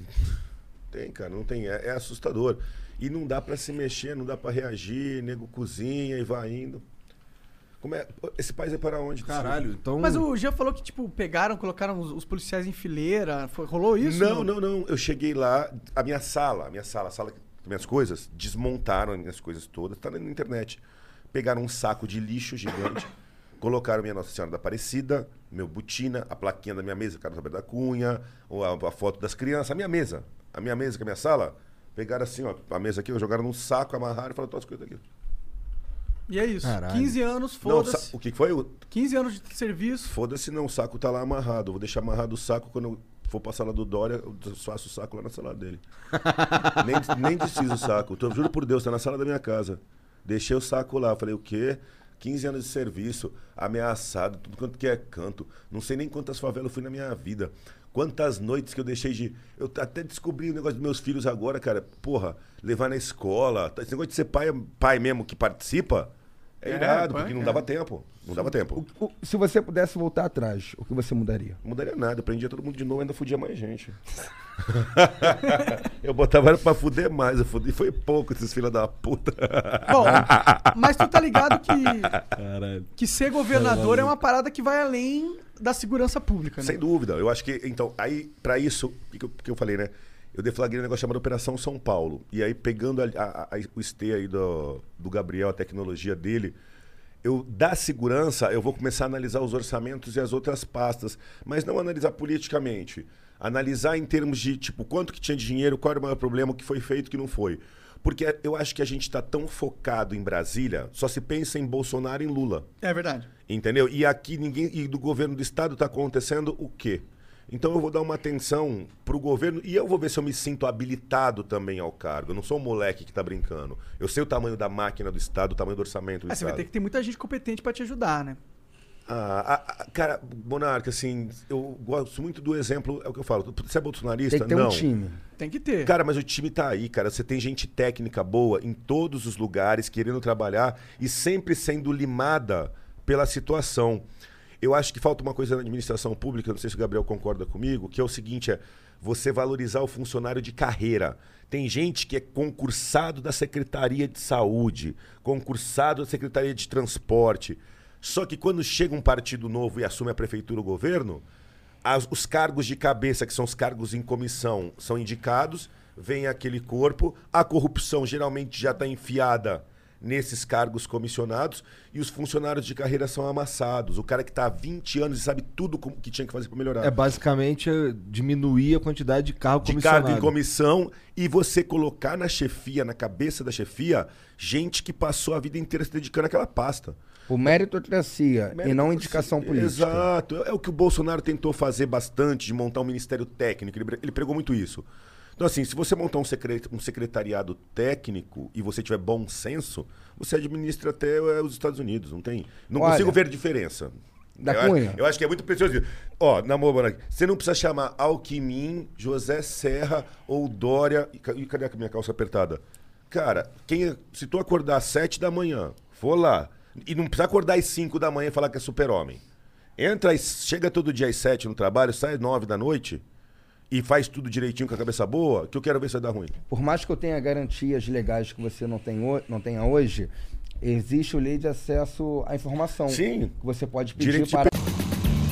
tem, cara, não tem. É, é assustador. E não dá pra se mexer, não dá pra reagir, nego cozinha e vai indo. Como é? Esse país é para onde? Caralho, então. Mas o Jean falou que, tipo, pegaram, colocaram os, os policiais em fileira. Foi- rolou isso? Não, não, não. Eu cheguei lá, a minha sala, a minha sala, a sala que- minhas coisas, desmontaram as minhas coisas todas, tá na internet. Pegaram um saco de lixo gigante, [COUGHS] colocaram minha Nossa Senhora da Aparecida, meu botina, a plaquinha da minha mesa, Carlos Alberto da Cunha, o- a, a foto das crianças, a minha mesa. A minha mesa, que é a minha sala, pegaram assim, ó, a mesa aqui, jogaram num saco, amarraram e falaram, todas as coisas aqui. E é isso. Caralho. 15 anos, Não, sa- foda-se. o que que foi? O- 15 anos de serviço. Foda-se não, o saco tá lá amarrado. Eu Vou deixar amarrado o saco quando eu for pra sala do Dória, eu desfaço o saco lá na sala dele. nem, nem desfiz o saco. Tô, juro por Deus, tá na sala da minha casa. Deixei o saco lá. Falei, o quê? 15 anos de serviço, ameaçado, tudo quanto que é canto. Não sei nem quantas favelas eu fui na minha vida. Quantas noites que eu deixei de. Eu até descobri o negócio dos meus filhos agora, cara. Porra, levar na escola. Esse negócio de ser pai, é pai mesmo que participa é, É, irado, pô, porque não é. dava tempo. Não dava tempo. O- o- se você pudesse voltar atrás, o que você mudaria? Não mudaria nada, eu prendia todo mundo de novo e ainda fudia mais gente. [LAUGHS] eu botava era pra fuder mais, eu fudi, foi pouco esses filha da puta. Bom, mas tu tá ligado que, que ser governador é uma parada que vai além da segurança pública, né? Sem dúvida, eu acho que, então, aí, pra isso, o que, que eu- que eu falei, né? Eu deflagrei um negócio chamado Operação São Paulo. E aí, pegando a- a- a- o ST aí do, do Gabriel, a tecnologia dele, eu, da segurança, eu vou começar a analisar os orçamentos e as outras pastas, mas não analisar politicamente. Analisar em termos de, tipo, quanto que tinha de dinheiro, qual era o maior problema, o que foi feito, o que não foi. Porque eu acho que a gente está tão focado em Brasília, só se pensa em Bolsonaro e em Lula. É verdade. Entendeu? E aqui ninguém. E do governo do estado está acontecendo o quê? Então eu vou dar uma atenção para o governo e eu vou ver se eu me sinto habilitado também ao cargo. Eu não sou um moleque que está brincando. Eu sei o tamanho da máquina do Estado, o tamanho do orçamento do Ah, você Estado. vai ter que ter muita gente competente pra te ajudar, né? Ah, a- a- cara, Monarca, assim, eu gosto muito do exemplo, é o que eu falo. Você é bolsonarista? Tem que ter Não. um time. Tem que ter. Cara, mas o time tá aí, cara. Você tem gente técnica boa em todos os lugares, querendo trabalhar e sempre sendo limada pela situação. Eu acho que falta uma coisa na administração pública, não sei se o Gabriel concorda comigo, que é o seguinte, é você valorizar o funcionário de carreira. Tem gente que é concursado da Secretaria de Saúde, concursado da Secretaria de Transporte. Só que quando chega um partido novo e assume a prefeitura ou o governo, as- os cargos de cabeça, que são os cargos em comissão, são indicados, vem aquele corpo, a corrupção geralmente já está enfiada nesses cargos comissionados e os funcionários de carreira são amassados. O cara que está há 20 anos e sabe tudo como que tinha que fazer para melhorar. É basicamente é, diminuir a quantidade de carro de comissionado. cargo em comissão e você colocar na chefia, na cabeça da chefia, gente que passou a vida inteira se dedicando àquela pasta. O meritocracia e não indicação política. Assim, Exato. É o que o Bolsonaro tentou fazer bastante, de montar um ministério técnico. Ele, pre- ele pregou muito isso. Então, assim, se você montar um, secre- um secretariado técnico e você tiver bom senso, você administra até é, os Estados Unidos, não tem? Não Olha, consigo ver diferença. da eu, a- Cunha. eu acho que é muito precioso. Ó, na boa, Monark, você não precisa chamar Alckmin, José Serra ou Dória. E ca- e cadê a minha calça apertada? Cara, quem, é, se tu acordar às 7 da manhã, for lá, e não precisa acordar às 5 da manhã e falar que é super-homem. Entra, às- chega todo dia às 7 no trabalho, sai às 9 da noite e faz tudo direitinho com a cabeça boa, que eu quero ver se vai dar ruim. Por mais que eu tenha garantias legais que você não, tem ho- não tenha hoje, existe o lei de acesso à informação. Sim. Que você pode pedir Direito de para...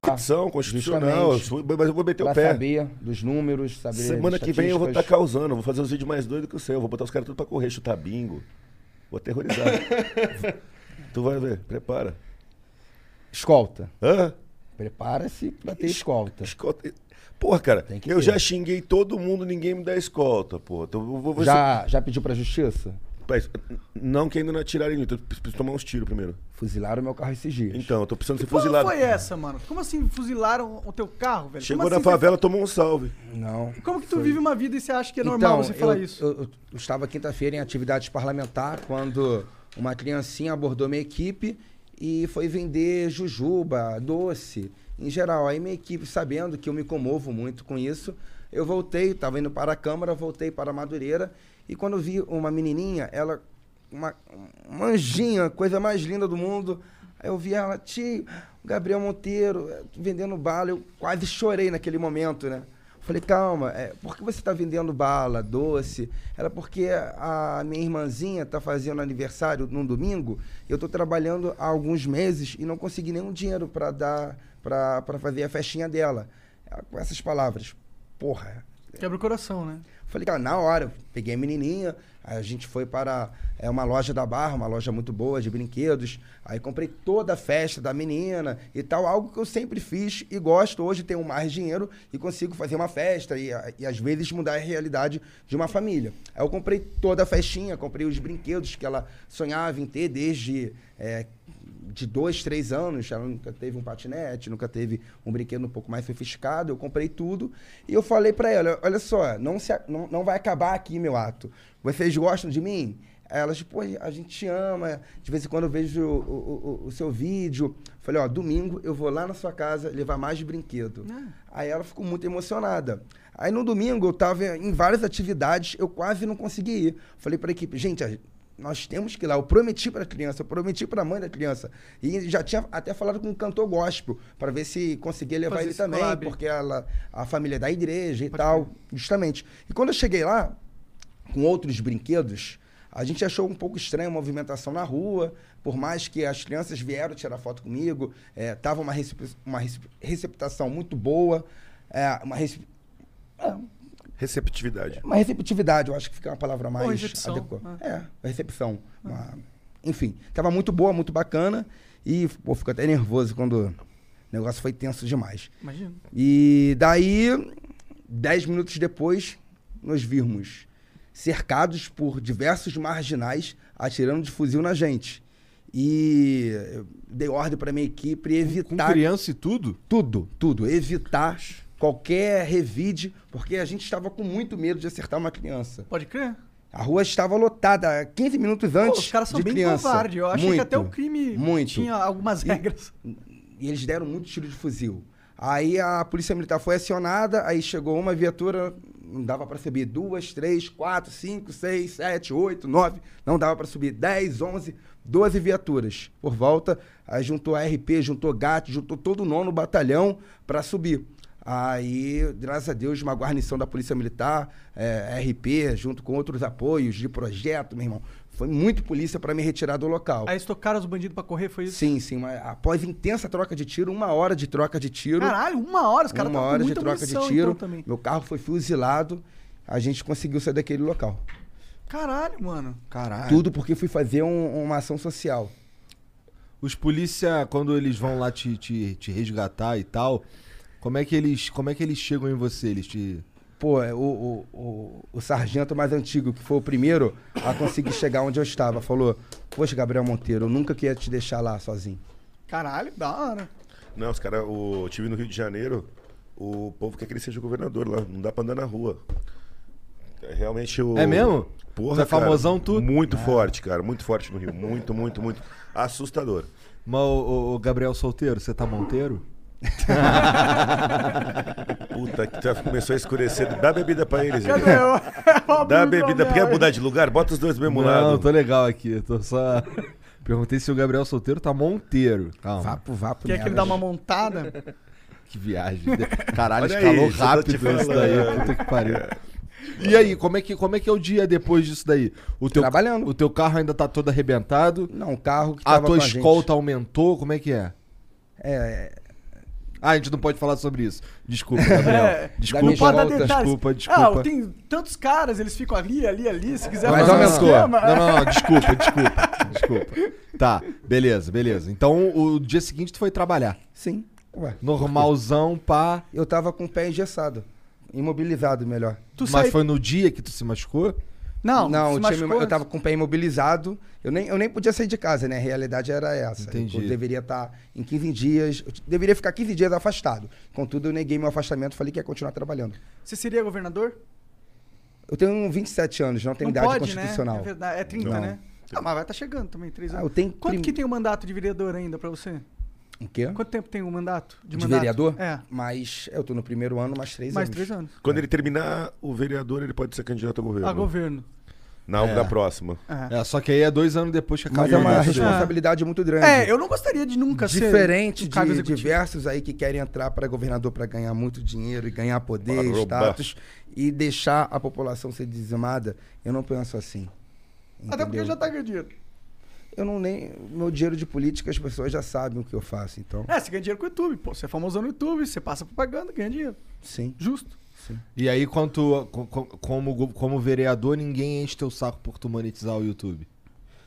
Constituição, constitucional, eu sou- mas eu vou meter Pra o pé. saber dos números, saber Semana que vem eu vou estar estatísticas. causando, vou fazer uns vídeos mais doidos que o seu, vou botar os caras tudo pra correr, chutar bingo. [LAUGHS] Vou aterrorizar. tu vai ver, prepara. Escolta. Hã? Prepara-se pra ter escolta. Escolta. Porra, cara, Tem que eu ter. já xinguei todo mundo, ninguém me dá escolta, porra. Então, eu vou, vou Já, já pediu pra justiça? Mas, não que ainda não atirarem em mim, então eu preciso tomar uns tiros primeiro. Fuzilaram meu carro esses dias. Então, eu tô precisando ser Qual fuzilado. foi é essa, mano? Como assim fuzilaram o teu carro, velho? Chegou Como na assim você- favela, tomou um salve. tá- Não. Como que tu vive uma vida e você tá acha que é normal você falar Então, eu, isso? Eu, eu estava quinta-feira em atividades parlamentar quando uma criancinha abordou minha equipe e foi vender jujuba, doce, em geral. Aí minha equipe, sabendo que eu me comovo muito com isso, eu voltei, estava indo para a Câmara, voltei para a Madureira e quando vi uma menininha, ela, uma, uma anjinha, coisa mais linda do mundo, Aí eu vi ela, tio, o Gabriel Monteiro eh, vendendo bala. Eu quase chorei naquele momento, né? Falei, calma, é, por que você está vendendo bala, doce? Era porque a minha irmãzinha está fazendo aniversário num domingo. Eu estou trabalhando há alguns meses e não consegui nenhum dinheiro para dar, para fazer a festinha dela. Ela, Com essas palavras, porra, Quebra o coração, né? Falei, cara, na hora, eu peguei a menininha, aí a gente foi para é, uma loja da Barra, uma loja muito boa de brinquedos. Aí comprei toda a festa da menina e tal, algo que eu sempre fiz e gosto. Hoje tenho mais dinheiro e consigo fazer uma festa e, a- e às vezes mudar a realidade de uma família. Aí eu comprei toda a festinha, comprei os brinquedos que ela sonhava em ter desde é, de dois, três anos, ela nunca teve um patinete, nunca teve um brinquedo um pouco mais sofisticado, eu comprei tudo e eu falei pra ela, olha só, não, se a- não, não vai acabar aqui meu ato, vocês gostam de mim? Elas, pô, a gente te ama, de vez em quando eu vejo o, o- o- o seu vídeo. Falei, ó, domingo eu vou lá na sua casa levar mais brinquedo. Aí ela ficou muito emocionada. Aí no domingo eu tava em várias atividades, eu quase não consegui ir. Falei pra equipe, gente, a- nós temos que ir lá. Eu prometi para a criança, eu prometi para a mãe da criança. E já tinha até falado com um cantor gospel, para ver se conseguia levar Fazer ele esse também, collab. porque ela, a família é da igreja e tal, justamente. E quando eu cheguei lá, com outros brinquedos, a gente achou um pouco estranha a movimentação na rua, por mais que as crianças vieram tirar foto comigo, eh, tava uma, recep- uma recep- receptação muito boa, eh, uma recep- Receptividade. uma receptividade, eu acho que fica uma palavra mais recepção, adequada. É, uma recepção. Uma- Enfim, tava muito boa, muito bacana. E, pô, fico até nervoso quando O negócio foi tenso demais. Imagino. E daí, dez minutos depois, nos vimos cercados por diversos marginais atirando de fuzil na gente. E eu dei ordem para minha equipe evitar. Com criança e tudo? Tudo, tudo. Evitar qualquer revide, porque a gente estava com muito medo de acertar uma criança. Pode crer? A rua estava lotada 15 minutos antes. os caras são de bem criança. covardes. Eu achei que Muito, até o crime muito. tinha [LAUGHS] algumas regras. E eles deram muito tiro de fuzil. Aí a polícia militar foi acionada, aí chegou uma viatura, não dava para subir duas, três, quatro, cinco, seis, sete, oito, nove, não dava para subir dez, onze, doze viaturas por volta. Aí juntou a RP, juntou GAT, juntou todo o nono batalhão para subir. Aí, graças a Deus, uma guarnição da Polícia Militar, eh, RP, junto com outros apoios de projeto, meu irmão. Foi muito polícia para me retirar do local. Aí eles tocaram os bandidos pra correr, foi isso? Sim, sim. Mas após intensa troca de tiro, uma hora de troca de tiro. Caralho, uma hora, os caras Uma tavam com hora de muita troca de munição, tiro. então, também. Meu carro foi fuzilado. A gente conseguiu sair daquele local. Caralho, mano. Caralho. Tudo porque fui fazer um- uma ação social. Os polícia, quando eles vão lá te, te, te resgatar e tal, como é que eles, como é que eles chegam em você? Eles te. Pô, é, o, o, o, o sargento mais antigo, que foi o primeiro a conseguir chegar onde eu estava, falou: Poxa, Gabriel Monteiro, eu nunca queria te deixar lá sozinho. Caralho, da hora. Não, os caras, o time no Rio de Janeiro, o povo quer que ele seja governador lá. Não dá pra andar na rua. É realmente o. É mesmo? Porra, Tu é cara, famosão, tu? Ah. Muito forte, cara. Muito forte no Rio. Muito, muito, muito. Assustador. Mas o, Gabriel Solteiro, você tá monteiro? [LAUGHS] [LAUGHS] Puta, que tá- começou a escurecer. Dá bebida pra eles, gente. É Óbvio, Dá meu bebida. mel, Quer hein? mudar de lugar? Bota os dois do mesmo Não, lado. tô legal aqui. Tô só. [LAUGHS] Perguntei se o Gabriel Solteiro tá monteiro. Calma. Vapo, vapo. né? Quer que é ele dá uma montada? Que viagem. [LAUGHS] Caralho, Olha isso, escalou eu tô te rápido isso falando. daí. Puta que pariu. E aí, como é, que, como é que é o dia depois disso daí? O teu, Trabalhando. O teu carro ainda tá todo arrebentado? Não, o carro que A tava tua com a gente. escolta aumentou? Como é que é? É, Ah, a gente não pode falar sobre isso. Desculpa, [LAUGHS] Gabriel. Desculpa, minha desculpa, escolta. desculpa, detalhes. desculpa, Ah, tem tantos caras, eles ficam ali, ali, ali. Se quiser Mas fazer um aumentou. esquema- Não, não, não, desculpa, desculpa, desculpa. Tá, beleza, beleza. Então, o dia seguinte tu foi trabalhar. sim. Ué, Normalzão, pá. eu tava com o pé engessado. Imobilizado, melhor. Tu mas sai- foi no dia que tu se machucou? Não, Não, se eu, tinha me- machucou? eu tava com o pé imobilizado. Eu nem, eu nem podia sair de casa, né? A realidade era essa. Entendi. Eu deveria estar em 15 dias. Eu t- deveria ficar 15 dias afastado. Contudo, eu neguei meu afastamento falei que ia continuar trabalhando. Você seria governador? Eu tenho 27 anos, não tenho não idade pode, constitucional. né? É, verdade, é 30, Não. né? Ah, mas vai estar chegando também, três Ah, anos. eu tenho Quanto prim- que tem o mandato de vereador ainda pra você? O quê? Quanto tempo tem o mandato de De, mandato? vereador? É, Mas eu tô no primeiro ano, mais três mais anos. três anos. Quando ele terminar o vereador, ele pode ser candidato a governo. A governo. Na, da próxima. É, só que aí é dois anos depois que acabou Mas é o uma negócio dele. responsabilidade muito grande. É, eu não gostaria de nunca ser Diferente um cargo de executivo. diversos aí que querem entrar para governador para ganhar muito dinheiro e ganhar poder, Pra roubar. status e deixar a população ser dizimada, eu não penso assim. Até porque entendeu? já tá ganhando dinheiro. Eu não nem. Meu dinheiro de política, as pessoas já sabem o que eu faço, então. É, você ganha dinheiro com o YouTube, pô. Você é famosão no YouTube, você passa propaganda, ganha dinheiro. Sim. Justo. E aí, quanto, co- co- como, go- como vereador, ninguém enche teu saco por tu monetizar o YouTube.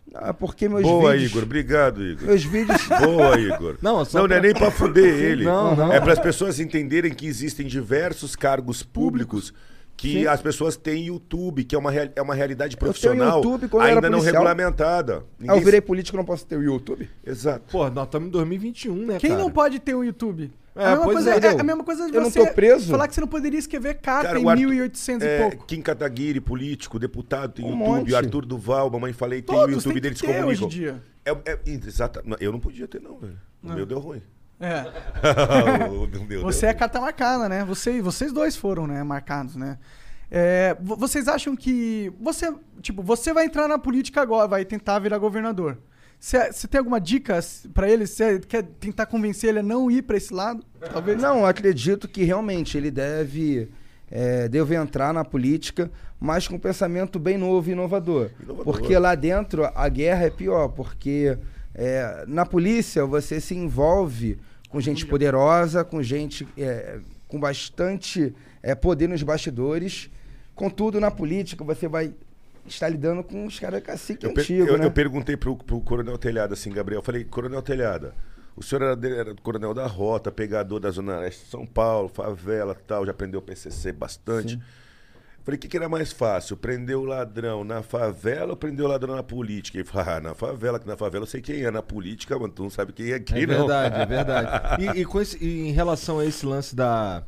Não, é porque meus Boa, vídeos. Igor. Obrigado, Igor. Meus vídeos. Boa, Igor. Não, é só não, não é pra- nem [LAUGHS] pra fuder ele. Não, não. É para as pessoas entenderem que existem diversos cargos públicos que as pessoas têm YouTube, que é uma, real- é uma realidade profissional YouTube quando eu era ainda não policial. regulamentada. Ah, eu Ninguém- virei político, não posso ter o YouTube? Exato. Pô, nós estamos em 2021, né, Quem cara? não pode ter um YouTube? É, a, mesma pois coisa, é, é, entendeu? a mesma coisa de Eu não você tô preso? falar que você não poderia escrever carta Cara, em o Arthur- 1800 É, e pouco. Kim Kataguiri, político, deputado, tem Um YouTube. monte. O Arthur Duval, mamãe falei, tem o Todos YouTube têm que deles ter comunicam. hoje em dia. É, é- exata- não, Eu não podia ter, não, velho. O meu deu ruim. É. [LAUGHS] O meu deu Você é ruim. carta marcada, né? Você, vocês dois foram, né, marcados, né? É, vo- vocês acham que você, tipo, você vai entrar na política agora, vai tentar virar governador. Você você tem alguma dica s- pra ele? Você quer tentar convencer ele a não ir pra esse lado? Talvez. Não, eu acredito que realmente ele deve. É, deve entrar na política, mas com um pensamento bem novo e inovador. Inovador. Porque lá dentro a guerra é pior, porque é, na polícia você se envolve com gente poderosa, com gente é, com bastante é, poder nos bastidores. Contudo, na política você vai estar lidando com os caras cacique Eu, per- antigo, eu- né? assim, eu perguntei pro, pro Coronel Telhada, assim, Gabriel. Eu falei, Coronel Telhada, O senhor era, de- era coronel da rota, pegador da Zona Leste de São Paulo, favela tal, já aprendeu PCC bastante. Falei, o que, que era mais fácil? Prender o ladrão na favela ou prender o ladrão na política? Ele falou, ah, na favela, que na favela eu sei quem é, na política, mano, tu não sabe quem é quem, É não. verdade, é [LAUGHS] verdade. E, e com esse- e em relação a esse lance da,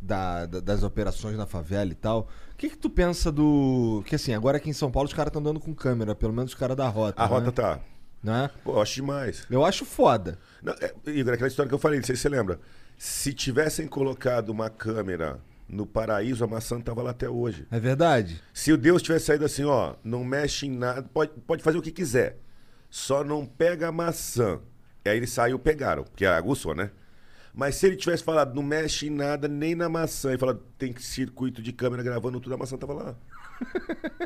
da- da- das operações na favela e tal, o que, que tu pensa do. Que assim, agora aqui em São Paulo os caras estão andando com câmera, pelo menos os caras da rota. A né? rota tá. Né? Pô, eu acho demais. Eu acho foda. Não, é, Igor, aquela história que eu falei, não sei se você lembra. Se tivessem colocado uma câmera no paraíso, a maçã tava lá até hoje. É verdade. Se o Deus tivesse saído assim, ó, não mexe em nada, pode, pode fazer o que quiser, só não pega a maçã. E aí ele saiu, pegaram, porque aguçou, né? Mas se ele tivesse falado, não mexe em nada, nem na maçã, e falado, tem que circuito de câmera gravando tudo, a maçã tava lá.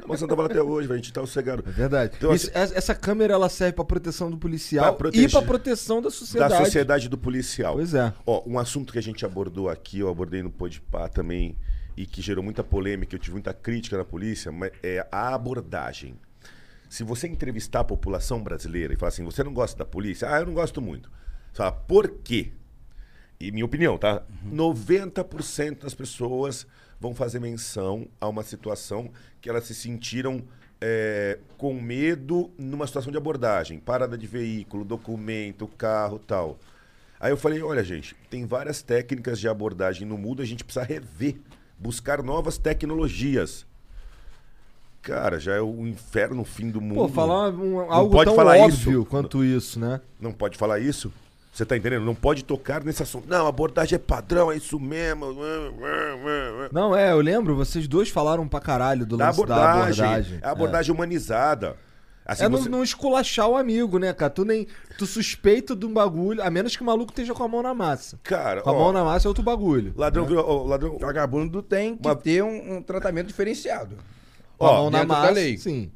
A maçã tava lá até hoje, velho, a gente tá sossegado. É verdade. Isso- es- essa câmera ela serve pra proteção do policial Pra proteger- e pra proteção da sociedade. Da sociedade do policial. Pois é. Ó, um assunto que a gente abordou aqui, eu abordei no Podpah também, e que gerou muita polêmica, eu tive muita crítica na polícia, mas é a abordagem. Se você entrevistar a população brasileira e falar assim, você não gosta da polícia? Ah, eu não gosto muito. Você fala, por quê? E minha opinião, tá? 90% das pessoas vão fazer menção a uma situação que elas se sentiram é, com medo numa situação de abordagem. Parada de veículo, documento, carro tal. Aí eu falei, olha, gente, tem várias técnicas de abordagem no mundo, a gente precisa rever, buscar novas tecnologias. Cara, já é o inferno, o fim do mundo. Pô, falar um- Não algo pode tão falar óbvio isso. quanto isso, né? Não pode falar isso? Você tá entendendo? Não pode tocar nesse assunto. Não, abordagem é padrão, é isso mesmo. Não, é, eu lembro, vocês dois falaram pra caralho do Da lance abordagem. da abordagem. É a abordagem humanizada. Assim, é não- você... não, esculachar o amigo, né, cara? Tu nem. Tu suspeita de um bagulho, a menos que o maluco esteja com a mão na massa. Cara, Com a ó, mão na massa é outro bagulho. Ladrão, virou- ó, ladrão. Vagabundo tem que ter um, um tratamento diferenciado. Com a mão na dentro da massa. lei. Sim.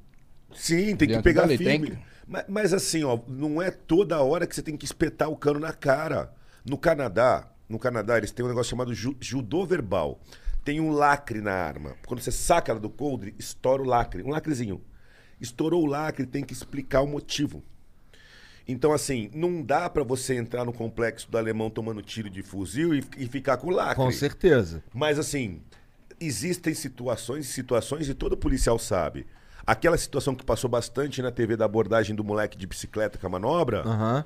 Sim, tem Dentro que pegar da lei, firme. tem que- Mas, mas assim, ó, não é toda hora que você tem que espetar o cano na cara. No Canadá, no Canadá, eles têm um negócio chamado ju- judô verbal. Tem um lacre na arma. Quando você saca ela do coldre, estoura o lacre. Um lacrezinho. Estourou o lacre, tem que explicar o motivo. Então, assim, não dá pra você entrar no complexo do alemão tomando tiro de fuzil e, e ficar com o lacre. Com certeza. Mas assim, existem situações e situações e todo policial sabe. Aquela situação que passou bastante na TV da abordagem do moleque de bicicleta com a manobra. Aham.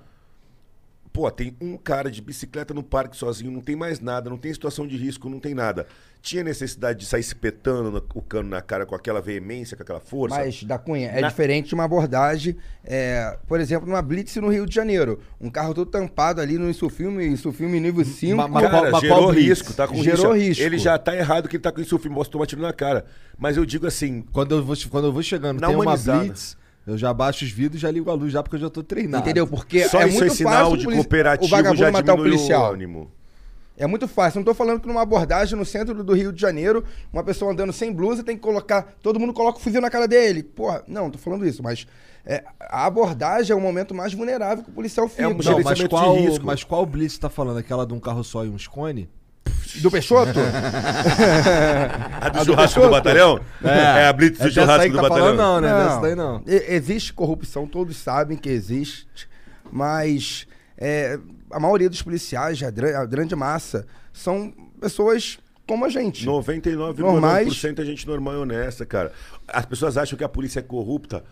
Pô, tem um cara de bicicleta no parque sozinho, não tem mais nada, não tem situação de risco, não tem nada. Tinha necessidade de sair espetando no- o cano na cara com aquela veemência, com aquela força? Mas, da Cunha, é Na- diferente de uma abordagem, é, por exemplo, numa blitz no Rio de Janeiro. Um carro todo tampado ali no Insufilme, Insufilme nível 5. Mas, cara, gerou risco, tá com Gerou rixa. risco. Ele já tá errado que ele tá com isso, posso tomar tiro na cara. Mas eu digo assim, Quando eu vou, quando eu vou chegando, Na tem uma humanizada. blitz, eu já baixo os vidros e já ligo a luz, já porque eu já tô treinado. Entendeu? Porque só é isso muito é sinal fácil o de polici- cooperativo o vagabundo já matar o diminui policial. o ânimo. É muito fácil. Não tô falando que numa abordagem no centro do Rio de Janeiro, uma pessoa andando sem blusa tem que colocar. Todo mundo coloca o fuzil na cara dele. Porra, não, tô falando isso, mas é, a abordagem é o momento mais vulnerável que o policial fica. um Não, mas gerenciamento de qual, risco. mas qual blitz tá falando? Aquela de um carro só e um scone? Do [LAUGHS] Peixoto? [LAUGHS] A do churrasco do batalhão? É, a blitz do É dessa churrasco aí que do tá batalhão. falando, não, né? Dessa daí não. E- Existe corrupção, todos sabem que existe, mas é, a maioria dos policiais, a, dra- a grande massa, são pessoas como a gente. 99,9% é gente normal e honesta, cara. As pessoas acham que a polícia é corrupta.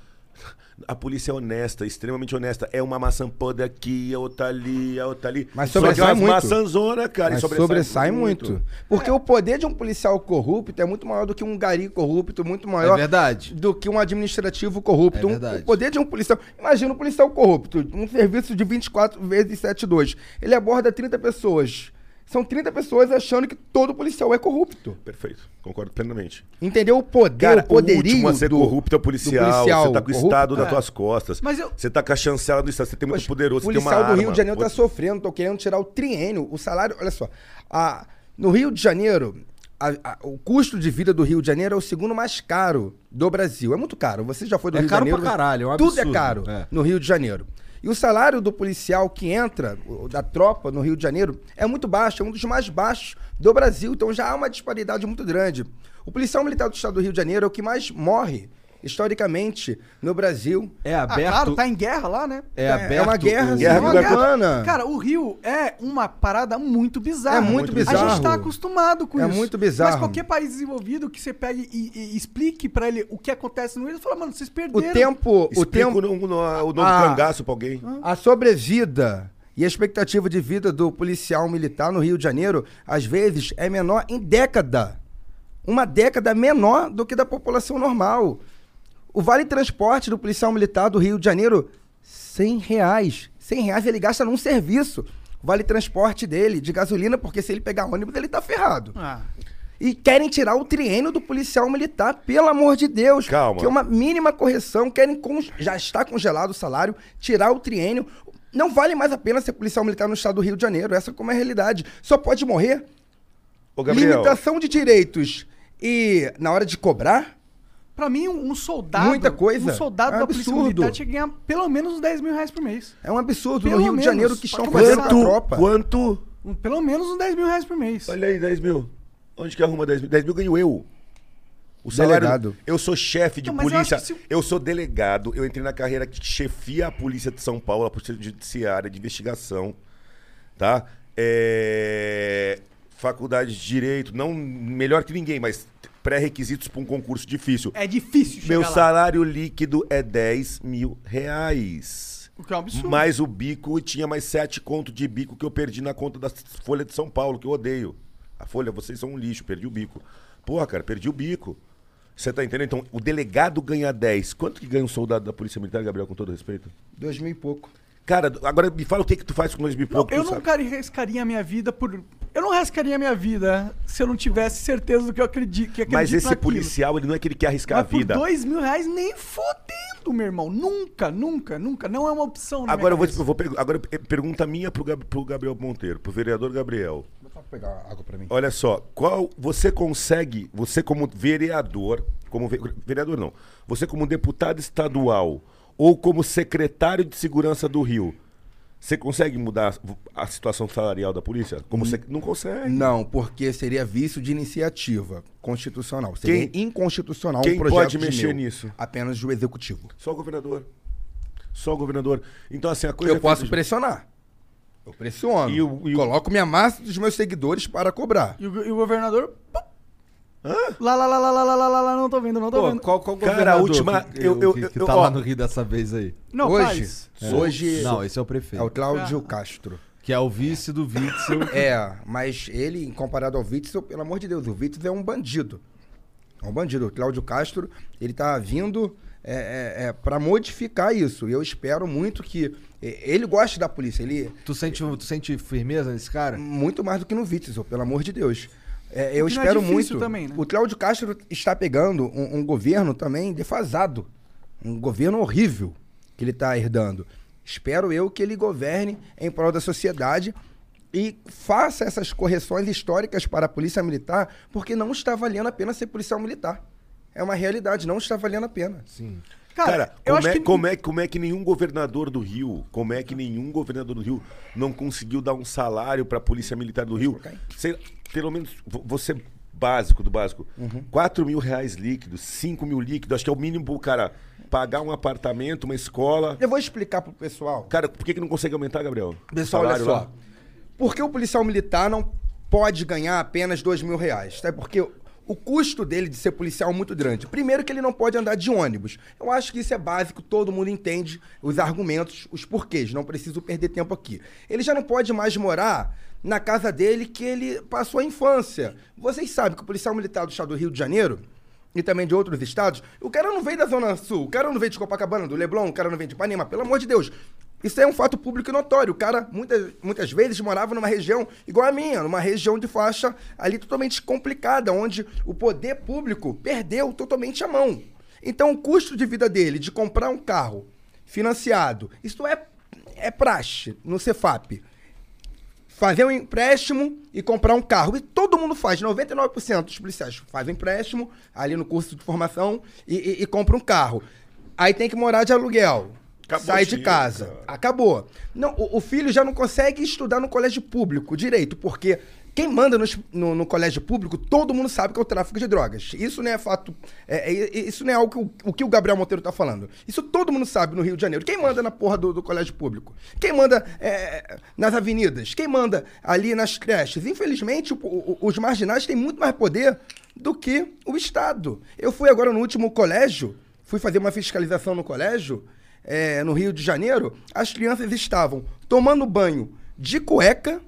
A polícia é honesta, extremamente honesta. É uma maçã podre aqui, a outra ali, a outra ali. Mas Só que sobressai é umas muito. maçãzona, cara. e Mas sobressai, muito. Porque o poder de um policial corrupto é muito maior do que um gari corrupto, muito maior. É verdade. Do que um administrativo corrupto. É Um- verdade. o poder de um policial. Imagina um policial corrupto, um serviço de 24 vezes 72. Ele aborda 30 pessoas. São 30 pessoas achando que todo policial é corrupto. Perfeito, concordo plenamente. Entendeu? O poder, Cara, o o poderio último a ser do- corrupto é o do policial. Você tá com o corrupto. Estado É. nas tuas costas. Mas eu- Você tá com a chancela do Estado. Você tem muito poderoso, O você tem uma policial do Rio arma. de Janeiro tá Outro- sofrendo, tô querendo tirar o triênio, o salário. Olha só, a- no Rio de Janeiro, a- a- o custo de vida do Rio de Janeiro é o segundo mais caro do Brasil. É muito caro. Você já foi do É Rio caro de Janeiro? pra caralho, é um Tudo é absurdo, caro é. no Rio de Janeiro. E o salário do policial que entra, o- da tropa no Rio de Janeiro, é muito baixo, é um dos mais baixos do Brasil. Então já há uma disparidade muito grande. O policial militar do estado do Rio de Janeiro é o que mais morre historicamente, no Brasil. É Ah, claro, tá em guerra lá, né? É aberto uma guerra, o- sim, Guerra uma contra- Cubana. Cara, o Rio é uma parada muito bizarra. É muito A bizarro. gente tá acostumado com É isso. muito bizarro. Mas qualquer país desenvolvido que você pegue e, e explique pra ele o que acontece no Rio, ele fala, mano, vocês perderam. o tempo. O, no- o novo Ah. cangaço pra alguém. A sobrevida e a expectativa de vida do policial militar no Rio de Janeiro, às vezes, é menor em década. Uma década menor do que da população normal. O vale transporte do policial militar do Rio de Janeiro, 100 reais. 100 reais ele gasta num serviço. O vale transporte dele, de gasolina, porque se ele pegar ônibus, ele tá ferrado. Ah. E querem tirar o triênio do policial militar, pelo amor de Deus. Calma. Que é uma mínima correção, querem con- já está congelado o salário, tirar o triênio. Não vale mais a pena ser policial militar no estado do Rio de Janeiro, essa como é a realidade. Só pode morrer Ô, Gabriel. limitação de direitos e na hora de cobrar, Pra mim, um um soldado. Muita coisa. Um soldado É um da Polícia absurdo. Militar tinha que ganhar pelo menos uns 10 mil reais por mês. é um absurdo Pelo no Rio menos, Tipo, assim, de Janeiro que pra estão começar. fazendo a tropa. Quanto? Um- Pelo menos uns 10 mil reais por mês. Olha aí, 10 mil. Onde que arruma 10 mil? 10 mil ganho eu. O salário. Um Delegado. Eu sou chefe de Não, mas eu polícia. Eu, acho que se- sou delegado. Eu entrei na carreira que chefia a polícia de São Paulo, a polícia judiciária de investigação. Tá? É... Faculdade de Direito, não melhor que ninguém, mas pré-requisitos para um concurso difícil. É difícil chegar Meu lá. salário líquido é 10 mil reais. O que é um absurdo. Mais o bico e tinha mais sete conto de bico que eu perdi na conta da Folha de São Paulo, que eu odeio. A Folha, vocês são um lixo, perdi o bico. Porra, cara, perdi o bico. Você tá entendendo? Então, o delegado ganha 10. Quanto que ganha um soldado da Polícia Militar, Gabriel, com todo respeito? Dois mil e pouco. Cara, agora me fala o que que tu faz com dois mil e pouco, Eu tu não sabe? cara, arriscaria a minha vida por. Eu não arriscaria a minha vida se eu não tivesse certeza do que eu acredito. Que acredito Mas esse naquilo. policial, ele não é aquele que arrisca Mas a vida. Por dois mil reais, nem fodendo, meu irmão. Nunca, nunca, nunca. Não é uma opção. na Agora eu minha vou, te- eu vou pergu- agora eh, pergunta minha pro, Gab- pro Gabriel Monteiro, pro vereador Gabriel. Vou pegar água pra mim. Olha só, qual você consegue, você como vereador, como ve- vereador não, você como deputado estadual ou como secretário de segurança do Rio, você consegue mudar a a situação salarial da polícia? Como você não consegue? Não, porque seria vício de iniciativa constitucional. Seria Quem- inconstitucional quem um projeto pode de mexer meu. nisso? Apenas o executivo. Só o governador. Só o governador. Então assim, a coisa eu é posso feita de- pressionar. Eu pressiono. E o- e o- Coloco minha massa dos meus seguidores para cobrar. E o, go- e o governador. pum. Lá, lá, lá, lá, lá, lá, lá, lá, lá, não tô vendo, não tô Pô, vendo. qual, qual Cara, a governador última- que, eu- eu- que- que eu- tá ó. lá no Rio dessa vez aí? Não, hoje, Paz. hoje Não, esse é o prefeito. é o Cláudio Castro. Que é o vice do Witzel. É, mas ele, comparado ao Witzel, pelo amor de Deus, o Witzel é um bandido. É um bandido. O Cláudio Castro, ele tá vindo é, para modificar isso. E eu espero muito que... e- Ele gosta da polícia, ele... tu, sente, tu sente firmeza nesse cara? Muito mais do que no Witzel, pelo amor de Deus. É, eu O que não é espero difícil muito. também, né? O Cláudio Castro está pegando um, um governo também defasado. Um governo horrível que ele está herdando. Espero eu que ele governe em prol da sociedade e faça essas correções históricas para a Polícia Militar, porque não está valendo a pena ser policial militar. É uma realidade, não está valendo a pena. Sim. Cara, eu como, acho é, que. como, é, como é que nenhum governador do Rio, como é que nenhum governador do Rio não conseguiu dar um salário pra Polícia Militar do Rio? Sei lá, pelo menos, vo- você básico do básico, Uhum. 4 mil reais líquidos, 5 mil líquidos, acho que é o mínimo pro cara pagar um apartamento, uma escola. Eu vou explicar pro pessoal. Cara, por que, que não consegue aumentar, Gabriel? Pessoal, olha Salário só. lá? Por que o policial militar não pode ganhar apenas dois mil reais? Sabe por quê? O custo dele de ser policial é muito grande. Primeiro que ele não pode andar de ônibus. Eu acho que isso é básico, todo mundo entende os argumentos, os porquês, não preciso perder tempo aqui. Ele já não pode mais morar na casa dele que ele passou a infância. Vocês sabem que o policial militar do estado do Rio de Janeiro, e também de outros estados, o cara não veio da Zona Sul, o cara não veio de Copacabana, do Leblon, o cara não veio de Ipanema, pelo amor de Deus. Isso é um fato público e notório. O cara, muitas, muitas vezes, morava numa região igual a minha, numa região de faixa ali totalmente complicada, onde o poder público perdeu totalmente a mão. Então, o custo de vida dele, de comprar um carro financiado, isso é, é praxe no Cefap fazer um empréstimo e comprar um carro. E todo mundo faz, 99% dos policiais fazem empréstimo ali no curso de formação e, e, e compra um carro. Aí tem que morar de aluguel. Acabou sai o de dinheiro, casa. cara. Acabou. Não, o, o filho já não consegue estudar no colégio público direito, porque Quem manda nos- no, no colégio público, todo mundo sabe que é o tráfico de drogas. Isso não é fato. é- é- isso não é algo que o, o que o Gabriel Monteiro tá falando. Isso todo mundo sabe no Rio de Janeiro. Quem manda na porra do, do colégio público? Quem manda é, nas avenidas? Quem manda ali nas creches? Infelizmente, o- o- os marginais têm muito mais poder do que o Estado. Eu fui agora no último colégio, fui fazer uma fiscalização no colégio, é, no Rio de Janeiro. As crianças estavam tomando banho de cueca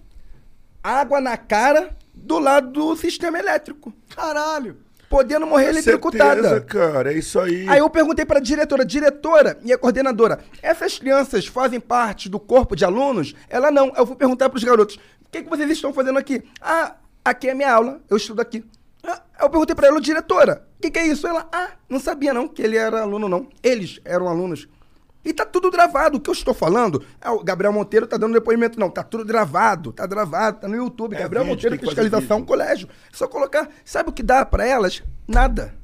água na cara do lado do sistema elétrico. Caralho! Podendo morrer Com eletrocutada. certeza, cara, é isso aí. Aí eu perguntei pra diretora, diretora e a coordenadora, essas crianças fazem parte do corpo de alunos? Ela não. Eu vou perguntar pros garotos, o que, que vocês estão fazendo aqui? Ah, aqui é minha aula, eu estudo aqui. Ah, Eu perguntei pra ela, diretora, o que, que é isso? Ela, ah, não sabia não que ele era aluno não. Eles eram alunos. E tá tudo gravado. O que eu estou falando, ah, o Gabriel Monteiro tá dando depoimento não, tá tudo gravado, tá gravado, tá no É YouTube. Gabriel vídeo, Monteiro, tem que fazer fiscalização, vídeo. colégio. É Só colocar, sabe o que dá pra elas? Nada.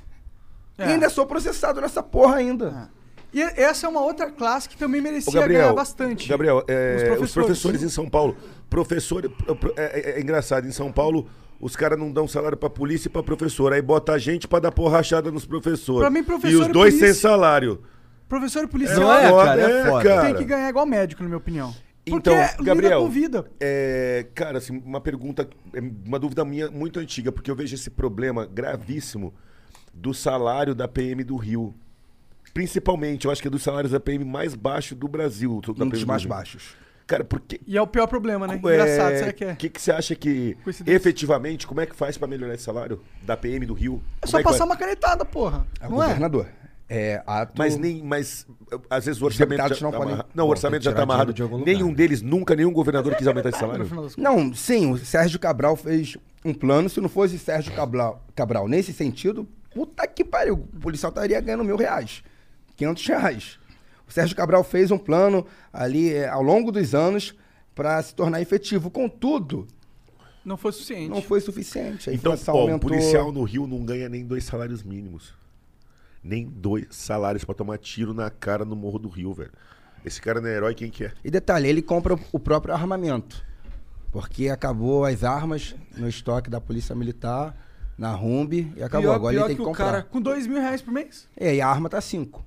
É. E ainda sou processado nessa porra ainda. E essa é uma outra classe que também merecia Ô, Gabriel, ganhar bastante. Gabriel, é, os, professores. professores. em São Paulo. Professor, é, é- é engraçado, em São Paulo, os caras não dão salário pra polícia e pra professor. Aí bota a gente pra dar porrachada nos professores. Pra mim, E professor os e dois sem polícia- salário. Professor e É policial foda, tem que ganhar igual médico, na minha opinião. Então, Porque lida Gabriel, com vida. é, cara, assim, uma pergunta, é uma dúvida minha muito antiga, porque eu vejo esse problema gravíssimo do salário da PM do Rio. Principalmente, eu acho que é dos salários da PM mais baixo do Brasil. da Um PM dos do mais Rio. baixos. Cara, porque E é o pior problema, né? É, Engraçado, será que é? O que, que você acha que, Coincidência. efetivamente, como é que faz pra melhorar esse salário da PM do Rio? É Como só que passar vai? uma canetada, porra. É o não é? governador. É ato... Mas nem. Mas uh, às vezes o Os orçamento. deputados já não tá podem- amarra- Não, o Bom, tem orçamento que já tirar tá amarrado. dinheiro de algum lugar, Nenhum deles, nunca, nenhum governador quis [LAUGHS] aumentar esse salário. Não, sim, o Sérgio Cabral fez um plano. Se não fosse Sérgio Cabral, Cabral nesse sentido, puta que pariu. O policial estaria ganhando mil reais, 500 reais. O Sérgio Cabral fez um plano ali eh, ao longo dos anos para se tornar efetivo. Contudo, Não foi suficiente. não foi suficiente. A Então, inflação ó, o aumentou. policial no Rio não ganha nem dois salários mínimos. Nem dois salários pra tomar tiro na cara no Morro do Rio, velho. Esse cara não é herói, quem que é? E detalhe, ele compra o próprio armamento. Porque acabou as armas no estoque da Polícia Militar, na Rumbi, e acabou. Pior- Agora pior ele tem que, que o comprar. cara- Com dois mil reais por mês? [LAUGHS] É, e a arma tá 5.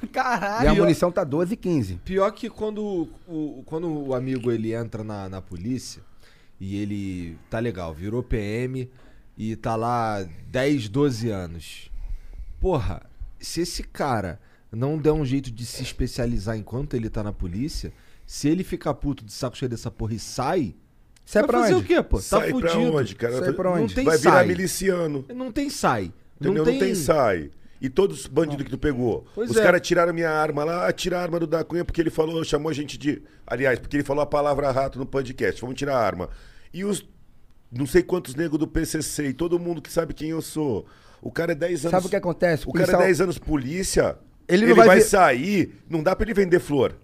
E a Caralho. munição tá 12, 15. Pior que quando o, quando o amigo ele entra na, na polícia e ele tá legal, virou PM e tá lá 10, 12 anos. Porra, se esse cara não der um jeito de se especializar enquanto ele tá na polícia, se ele ficar puto de saco cheio dessa porra e sai, Isso é vai pra fazer onde? o quê, pô? Tá sai pra fudido. onde, cara? Sai pra Não onde? tem Vai virar sai. miliciano. Não tem sai. Entendeu? Não tem, sai. E todos os bandidos que tu pegou. Pois os é. caras tiraram minha arma lá, ah, tiraram a arma do da Cunha porque ele falou, chamou a gente de. Aliás, porque ele falou a palavra rato no podcast. Vamos tirar a arma. E os não sei quantos negros do PCC e todo mundo que sabe quem eu sou. O cara é 10 anos. Sabe o que acontece? O O cara é policial- 10 anos polícia. Ele Ele, não vai vai, ver- sair, não dá pra ele vender flor.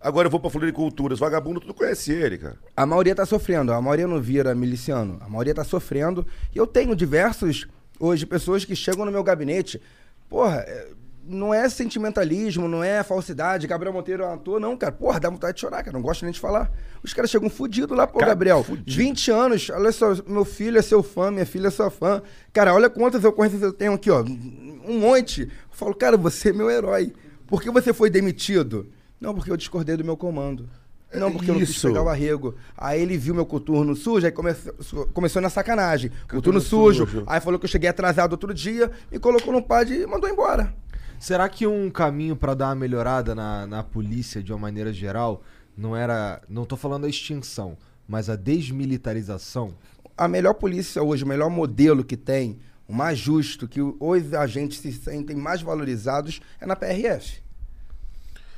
Agora eu vou pra floricultura. Os vagabundos, tu não conhece ele, cara. A maioria tá sofrendo, a maioria não vira miliciano, a maioria tá sofrendo. E eu tenho diversos, hoje, pessoas que chegam no meu gabinete. Porra, é, não é sentimentalismo, não é falsidade, Gabriel Monteiro é um ator, não, cara. Porra, dá vontade de chorar, cara, não gosto nem de falar. Os caras chegam fudidos lá, pô, Cara, Gabriel. fudido. 20 anos, olha só, meu filho é seu fã, minha filha é sua fã. Cara, olha quantas ocorrências eu tenho aqui, ó, um monte. Eu falo, cara, você é meu herói. Por que você foi demitido? Não, porque eu discordei do meu comando. Não, porque eu não quis Isso. pegar o arrego. Aí ele viu meu coturno sujo, aí começou, su- começou na sacanagem. Coturno sujo. sujo. Aí falou que eu cheguei atrasado outro dia, me colocou no pad e mandou embora. Será que um caminho pra dar uma melhorada na, na polícia de uma maneira geral não era. Não tô falando a extinção, mas a desmilitarização? A melhor polícia hoje, o melhor modelo que tem, o mais justo, que o- os agentes se sentem mais valorizados, é na PRF.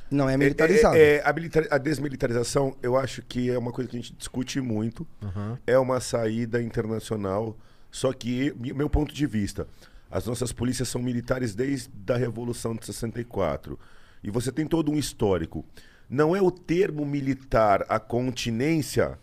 Não é militarizado. É, é, é, a, milita- a desmilitarização, eu acho que é uma coisa que a gente discute muito. É uma saída internacional. Só que, mi- meu ponto de vista, as nossas polícias são militares desde a Revolução de 64. E você tem todo um histórico. Não é o termo militar, a continência,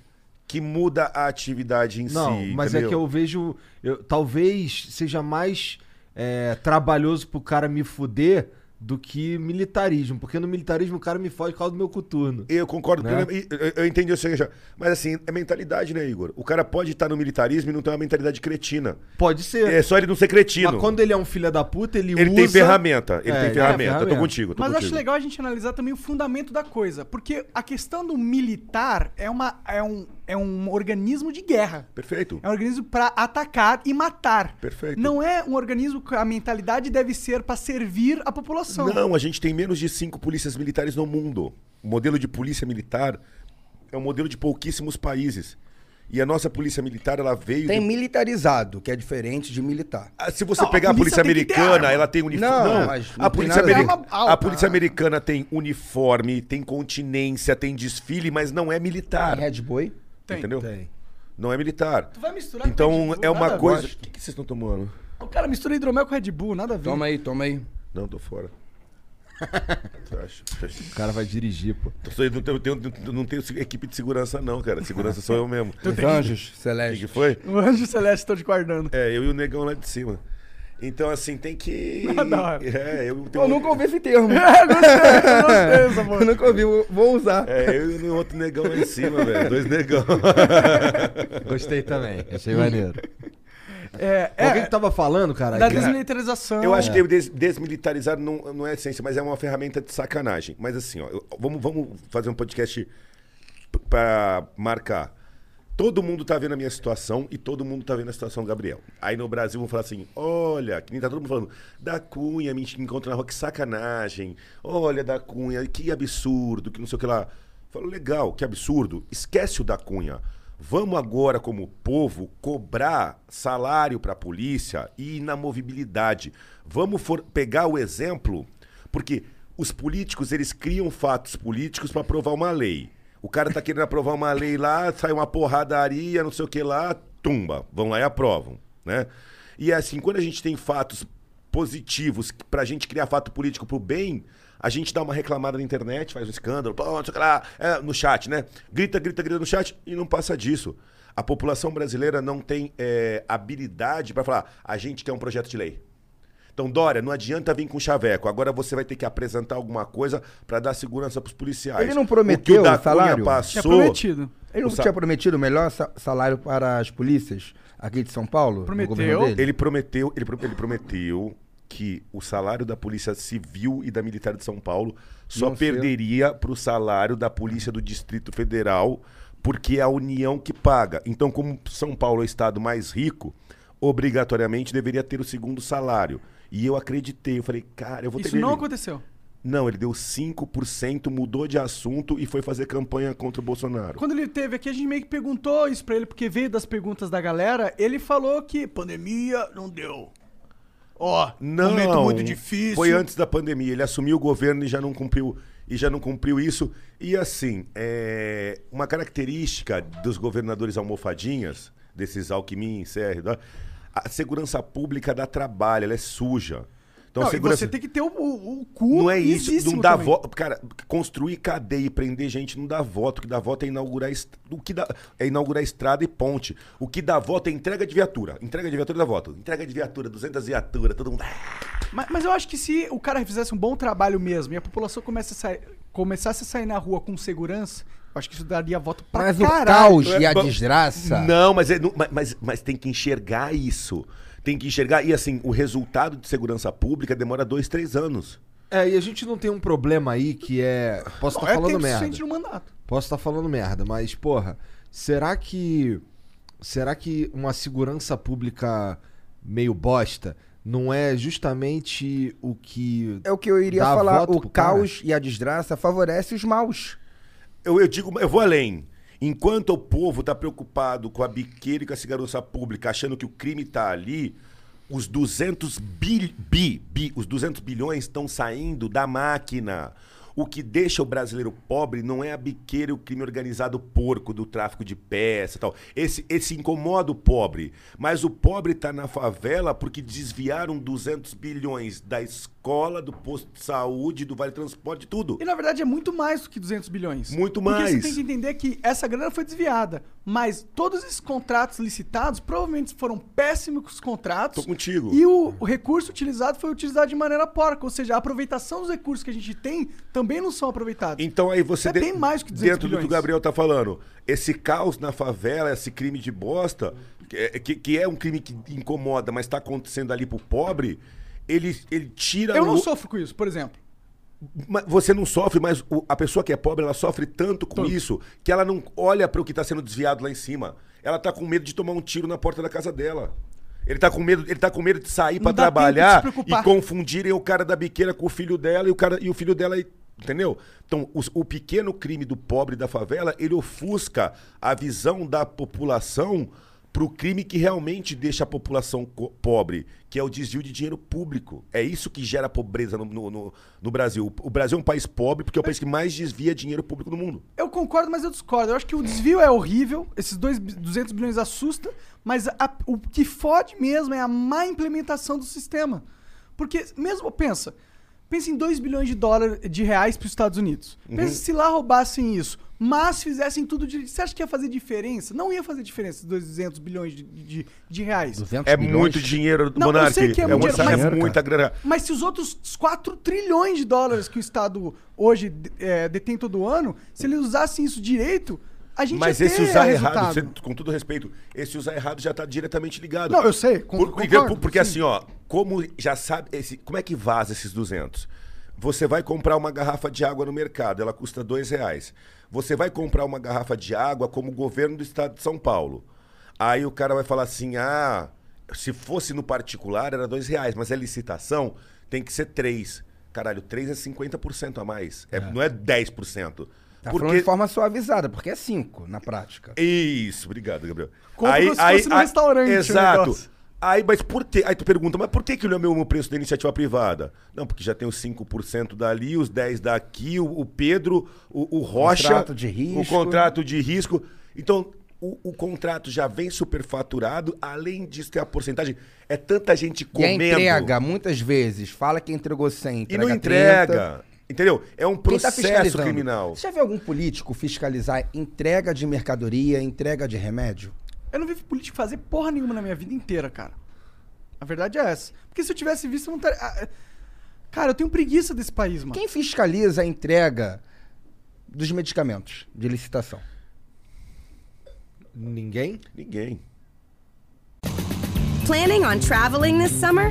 que muda a atividade em não, si. mas é entendeu? que eu vejo. eu- talvez seja mais é, trabalhoso pro cara me fuder do que militarismo, porque no militarismo o cara me foge por causa do meu coturno. né? Eu concordo plenamente. E Eu, eu entendi o que você já. Mas assim, é mentalidade, né, Igor? O cara pode estar no militarismo e não ter uma mentalidade cretina. Pode ser. É só ele não ser cretino. Mas quando ele é um filho da puta, ele, Ele usa... tem ferramenta, ele tem é Tá ferramenta. Eu tô contigo, tô Mas contigo. acho legal a gente analisar também o fundamento da coisa. Porque a questão do militar é, uma, é, um, é um organismo de guerra. Perfeito. É um organismo pra atacar e matar. Perfeito. Não é um organismo que a mentalidade deve ser pra servir a população. Não, a gente tem menos de cinco polícias militares no mundo. O modelo de polícia militar é um modelo de pouquíssimos países. E a nossa polícia é, militar, ela veio. Tem de- militarizado, que é diferente de militar. Ah, Se você Não, a pegar a polícia, polícia tem que ter americana, arma. ela tem uniforme. Não, Não, mas não a, tem polícia nada a ver. americana, Tem arma a polícia americana tem uniforme, tem continência, tem desfile, mas não é militar. Red Boy? Tem. Entendeu? Não é militar. Tu vai misturar com Red Então Bull, é nada uma a coisa. ver. O que, que vocês estão tomando? O cara mistura hidromel com Red Bull, nada a ver. aí, toma aí. Não, tô fora. Acho- acho- O cara vai dirigir, pô. Eu sou- eu não, tenho, eu tenho- não tenho equipe de segurança, não, cara. Segurança sou eu mesmo. Os anjos celestes. O que que foi? Então O anjo celeste tô te guardando. É, eu e o negão lá de cima. Então, assim, tem [LAUGHS] que. Ah, da hora. É, eu tenho. Eu nunca ouvi esse [LAUGHS] termo. [LAUGHS] Eu nunca ouvi, eu vou usar. É, eu e o outro negão lá em [LAUGHS] cima, velho. Dois negão. Gostei também, achei maneiro. É, Alguém é que tava falando, cara? É. da que- desmilitarização. Eu acho que o des- desmilitarizado não, não é essência, mas é uma ferramenta de sacanagem. Mas assim, ó, eu- vamos, vamos fazer um podcast p- pra marcar. Todo mundo tá vendo a minha situação e todo mundo tá vendo a situação do Gabriel. Aí no Brasil vão falar assim: olha, que nem tá todo mundo falando, da Cunha me encontra na rua, que sacanagem. Olha, da Cunha, que absurdo, que não sei o que lá. Falo, legal, que absurdo. Esquece o da Cunha. Vamos agora, como povo, cobrar salário para a polícia e inamovibilidade. Vamos for- pegar o exemplo, porque os políticos eles criam fatos políticos para aprovar uma lei. O cara tá querendo aprovar uma lei lá, sai uma porradaria, não sei o que lá, tumba, vão lá e aprovam, né? E assim, quando a gente tem fatos positivos pra gente criar fato político pro bem, a gente dá uma reclamada na internet, faz um escândalo, pô, não sei o que lá, é, no chat, né? Grita, grita, grita no chat e não passa disso. A população brasileira não tem é, habilidade pra falar, a gente quer um projeto de lei. Então, Dória, não adianta vir com chaveco. Agora você vai ter que apresentar alguma coisa pra dar segurança pros policiais. Ele não O que prometeu o da o salário? Cunha passou. Tinha prometido. Ele não O sa- tinha prometido o melhor sa- salário para as polícias aqui de São Paulo? no Prometeu. governo dele? Ele prometeu, ele, pro- ele prometeu que o salário da Polícia Civil e da Militar de São Paulo só Não sei. perderia para o salário da Polícia do Distrito Federal, porque é a União que paga. Então, como São Paulo é o estado mais rico, obrigatoriamente deveria ter o segundo salário. E eu acreditei, eu falei, cara, eu vou ter Isso não ele. aconteceu. Não, ele deu 5%, mudou de assunto e foi fazer campanha contra o Bolsonaro. Quando ele teve aqui, a gente meio que perguntou isso pra ele, porque veio das perguntas da galera. Ele falou que pandemia não deu. Ó, Não, momento Um muito difícil. Foi antes da pandemia. Ele assumiu o governo e já não cumpriu e já não cumpriu isso. E assim, é, uma característica dos governadores almofadinhas, desses Alckmin, CR, da- a segurança pública dá trabalho, ela é suja. Então, Não, a e segurança você tem que ter o, o, o cu não é isso, não lisíssimo dá também. voto. Cara, construir cadeia e prender gente não dá voto. O que dá voto é inaugurar, est- o que dá, é inaugurar estrada e ponte. O que dá voto é entrega de viatura. Entrega de viatura dá voto. Entrega de viatura, 200 viaturas, todo mundo. Mas, mas eu acho que se o cara fizesse um bom trabalho mesmo e a população começa a sair- começasse a sair na rua com segurança, eu acho que isso daria voto pra Mas o caralho. caos e a É, bom, desgraça. Não, mas, é- não- mas- mas, mas tem que enxergar isso. Tem que enxergar. E assim, o resultado de segurança pública demora dois, três anos. É, e a gente não tem um problema aí que é. Posso estar é falando quem se merda. sente no mandato. Posso estar falando merda, mas, porra, será que. Será que uma segurança pública meio bosta não é justamente o que. É o que eu iria dá falar. voto O pro cara? caos e a desgraça favorece os maus. Eu, eu digo, eu vou além. Enquanto o povo está preocupado com a biqueira e com a segurança pública, achando que o crime está ali, os 200 bi, bi, bi- os 200 bilhões estão saindo da máquina. O que deixa o brasileiro pobre não é a biqueira e o crime organizado porco do tráfico de peça e tal. Então, Esse, esse incomoda o tá pobre. Mas o pobre está na favela porque desviaram 200 bilhões da escola escola, do posto de saúde, do vale transporte, tudo. E na verdade é muito mais do que 200 bilhões. Muito Porque mais. você tem que entender que essa grana foi desviada, mas todos esses contratos licitados provavelmente foram péssimos contratos. Tô contigo. E o, o recurso utilizado foi utilizado de maneira porca, ou seja, a aproveitação dos recursos que a gente tem também não são aproveitados. Então aí você é de- bem mais que 200 dentro do bilhões. que o Gabriel tá falando. Esse caos na favela, esse crime de bosta, que é- que, que é um crime que incomoda, mas tá acontecendo ali pro pobre, ele, ele tira Eu não o- sofro com isso, por exemplo. Mas você não sofre, mas o- a pessoa que é pobre, ela sofre tanto com isso que ela não olha para o que está sendo desviado lá em cima. Ela tá com medo de tomar um tiro na porta da casa dela. Ele tá com medo, ele tá com medo de sair Não para dá tempo de se trabalhar preocupar. e confundirem o cara da biqueira com o filho dela e o cara e o filho dela, entendeu? Então, os- o pequeno crime do pobre da favela, ele ofusca a visão da população pro crime que realmente deixa a população co- pobre, que é o desvio de dinheiro público. É isso que gera pobreza no, no- no- no Brasil. O Brasil é um país pobre porque é o país que mais desvia dinheiro público do mundo. Eu concordo, mas eu discordo. Eu acho que o desvio é horrível, esses dois, bi- 200 bilhões assusta, mas a- o que fode mesmo é a má implementação do sistema. Porque mesmo pensa, pensa em 2 bilhões de dólares de reais para os Estados Unidos. Uhum. Pensa se lá roubassem isso, mas fizessem tudo de, você acha que ia fazer diferença? Não ia fazer diferença esses 200 bilhões de, de, de reais. 200 É bilhões? muito dinheiro, Não, eu Monark. sei que é É, muito muito- dinheiro, é mas- muita grana. Mas se os outros 4 trilhões de dólares que o Estado hoje de- é, detém todo ano, se eles usassem isso direito, a gente Mas ia esse ter usar errado, resultado. você- com todo respeito, esse usar errado já está diretamente ligado. Não, eu sei, con- Por- concordo, porque assim, sim. ó, como já sabe, esse, como é que vaza esses 200? Você vai comprar uma garrafa de água no mercado, ela custa dois reais. Você vai comprar uma garrafa de água como o governo do estado de São Paulo. Aí o cara vai falar assim, ah, se fosse no particular era dois reais, mas é licitação, tem que ser três. Caralho, três é 50% a mais, é- não é 10%. Tá falando de forma suavizada, porque é 5 na prática. Isso, obrigado, Gabriel. Compra como se fosse num restaurante né, o Exato. negócio. Aí, mas por que? Aí tu pergunta, mas por que que não é o mesmo preço da iniciativa privada? Não, porque já tem os 5% dali, os 10 daqui, o, o Pedro, o, o Rocha. Contrato de risco. O contrato de risco. Então, o, o contrato já vem superfaturado, além disso tem a porcentagem. É tanta gente E a comendo. entrega, muitas vezes, fala que entregou 100, E entrega 30. não entrega. Entendeu? É um Quem tá processo fiscalizando? criminal. Você já viu algum político fiscalizar entrega de mercadoria, entrega de remédio? Eu não vi político fazer porra nenhuma na minha vida inteira, cara. A verdade é essa. Porque se eu tivesse visto, eu não estaria. ah, é- Cara, eu tenho preguiça desse país, mano. Quem fiscaliza a entrega dos medicamentos de licitação? Ninguém? Ninguém. Planning on traveling this summer?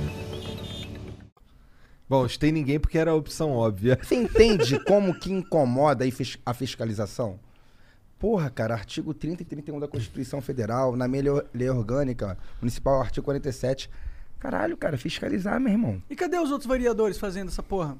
Bom, se tem ninguém porque era a opção óbvia. Você entende como que incomoda aí fis- a fiscalização? Porra, cara, artigo 30 e 31 da Constituição Federal, na minha lei- lei orgânica municipal, artigo 47. Caralho, cara, fiscalizar, meu irmão. E cadê os outros variadores fazendo essa porra?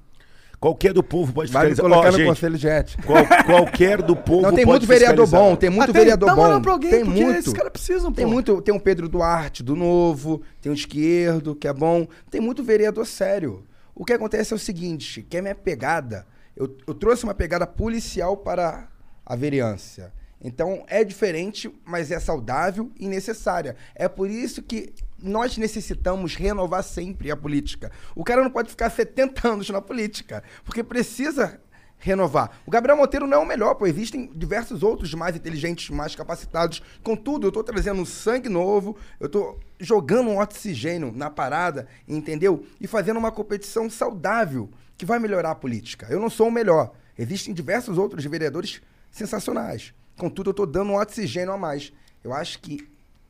Qualquer do povo pode Vai me fiscalizar. colocar Ó, no gente, conselho de ética. qual- qualquer do povo Não, tem pode muito vereador fiscalizar. bom, tem muito Ah, tem? vereador Dá uma bom. moral pra alguém, tem porque muito. esses caras precisam, Tem pô. muito, tem o Pedro Duarte do Novo, tem o Esquerdo, que é bom. Tem muito vereador sério. O que acontece é o seguinte, que é minha pegada. Eu, eu trouxe uma pegada policial para a vereança. Então é diferente, mas é saudável e necessária. É por isso que nós necessitamos renovar sempre a política. O cara não pode ficar 70 anos na política, porque precisa renovar. O Gabriel Monteiro não é o melhor, pô. Existem diversos outros mais inteligentes, mais capacitados. Contudo, eu tô trazendo um sangue novo, eu tô jogando um oxigênio na parada, entendeu? E fazendo uma competição saudável que vai melhorar a política. Eu não sou o melhor. Existem diversos outros vereadores sensacionais. Contudo, eu tô dando um oxigênio a mais. Eu acho que.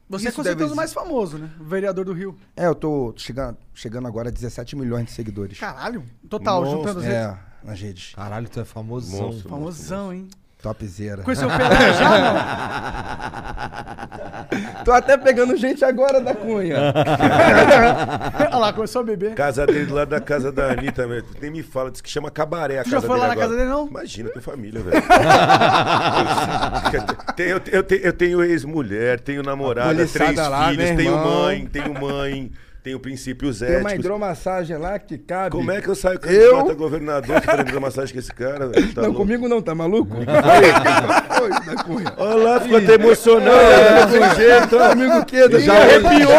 Você é isso com deve certeza o exi- mais famoso, né? O vereador do Rio. É, eu tô chegando, chegando agora a 17 milhões de seguidores. Caralho. Total, Monstro. juntando as redes. É, nas redes. Caralho, tu é famosão. Famosão, hein? Topzera. Conheceu o Pelé já, não? Tô até pegando gente agora é da [LAUGHS] cunha. Olha lá, começou a beber. Casa dele lá da casa da Anitta, velho. Nem me fala, diz que chama cabaré a Tu já casa foi lá dele na agora. casa dele, não? Imagina, tem família, velho. [LAUGHS] Tem- eu, eu- eu- eu tenho ex-mulher, tenho namorada, Poliçada três lá, filhos, né, tenho irmão? mãe, tenho mãe, tenho princípios Tem uma éticos. hidromassagem lá que cabe. Como é que eu saio com Eu? eu... governador que tá massagem com esse cara, velho? Tá não, louco? comigo não, tá maluco? [LAUGHS] Olha lá, ficou até emocionado. É, né, desse jeito, ó. Comigo o quê? Já arrepiou!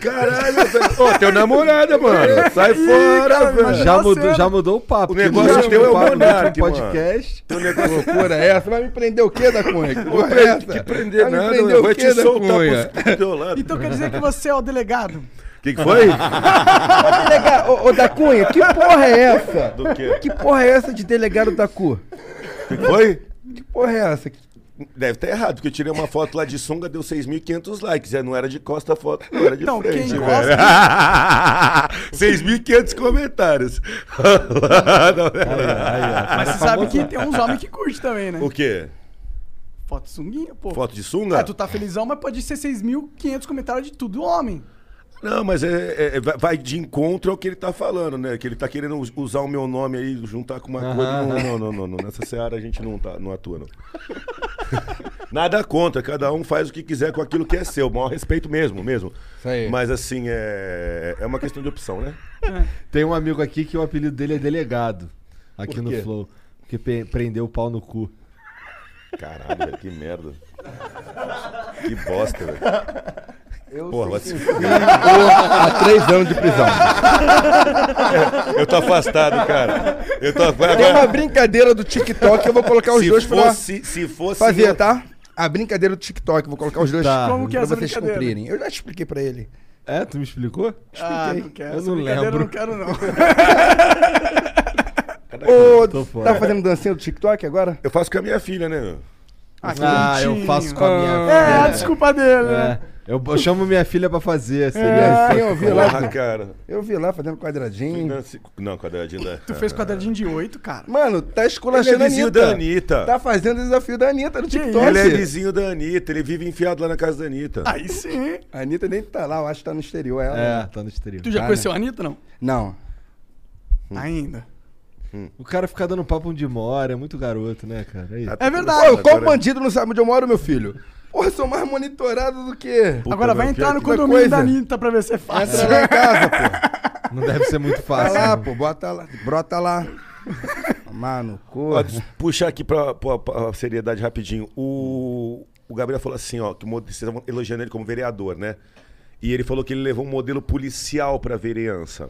Caralho, velho. Ô, teu namorada, mano. Sai Ih, fora, cara, velho. Já mudou, já mudou o papo. O que negócio mudou teu é o papo no Monark, mano. podcast. Teu negócio Que loucura é essa? Vai me prender o quê da cunha? Que Vou porra é pre- tá. essa? te prender Vai me nada, prender eu o vou quê te da soltar cunha? pros- pro teu lado. né? é. Então quer dizer que você é o delegado? O [LAUGHS] que, que [LAUGHS] foi? Ô, delega- ô, ô, da cunha, que porra é essa? Do quê? Que porra é essa de delegado da cu? que que foi? Que porra é essa? Deve estar errado, porque eu tirei uma foto lá de sunga, deu 6.500 likes. É, Não era de costa a foto, não era de Então, quem frente, velho. gosta- [LAUGHS] 6.500 comentários. é. Mas você sabe né? que tem uns homens que curtem também, né? o quê? Foto sunguinha, pô. Foto de sunga? É, tu tá felizão, mas pode ser 6.500 comentários de tudo homem. Não, mas é, é- vai- vai de encontro ao que ele tá falando, né? Que ele tá querendo us- usar o meu nome aí, juntar com uma coisa. Não, não, não, não, não. Nessa seara a gente não, tá, não atua, não. [LAUGHS] Nada contra, cada um faz o que quiser com aquilo que é seu. Maior respeito mesmo, mesmo. Isso aí. Mas assim, é, é uma questão de opção, né? Tem um amigo aqui que o apelido dele é delegado. Aqui Por no quê? Flow. Porque pe- prendeu o pau no cu. Caralho, velho, que merda. Que [LAUGHS] bosta, velho. Porra, vai se fuder. Há três anos de prisão. eu tô afastado, cara. Eu Tem tô uma afastado. brincadeira do TikTok, eu vou colocar os Se dois pra fosse, se fosse. fazer, eu- tá? A brincadeira do TikTok, vou colocar os dois Tá. Como que é pra essa vocês brincadeira? cumprirem. Eu já expliquei pra ele. É, tu me explicou? Ah, não Eu quero. Essa não brincadeira eu lembro. não quero, não. Ô, Tô fora. tá fazendo dancinha do TikTok agora? Eu faço com a minha filha, né, meu? Ah, que Ah, eu bonitinho. faço com a minha É, a desculpa dele, né? É, eu, eu chamo minha filha pra fazer. Seria É, isso. eu vi lá. Porra, cara. Eu vi lá fazendo quadradinho. Não, se- Não, quadradinho da. Tu fez quadradinho de 8, cara. Mano, tá Ele é esculachando a vizinho Anitta. da Anitta. Tá fazendo o desafio da Anitta no TikTok. Ele é vizinho da Anitta. Ele vive enfiado lá na casa da Anitta. Aí sim. A Anitta nem tá lá, eu acho que tá no exterior. Ela, É, né? tá no exterior. Tu já Ah, conheceu a Anitta, não? Não. Ainda. Hum. O cara fica dando papo onde mora, é muito garoto, né, cara? É isso. É Pô, verdade. qual bandido não sabe onde eu moro, meu filho? Porra, eu sou mais monitorado do que. Puta, Agora vai meu, entrar pior no que- condomínio coisa. da Anitta pra ver se é fácil. Entra lá em casa, pô. Não deve ser muito Tá fácil. lá, né? pô, bota lá. Brota lá. Mano, corra. Pode puxar aqui pra, pra- pra seriedade rapidinho. O, o Gabriel falou assim, ó, que o mod- vocês estavam elogiando ele como vereador, né? E ele falou que ele levou um modelo policial pra vereança.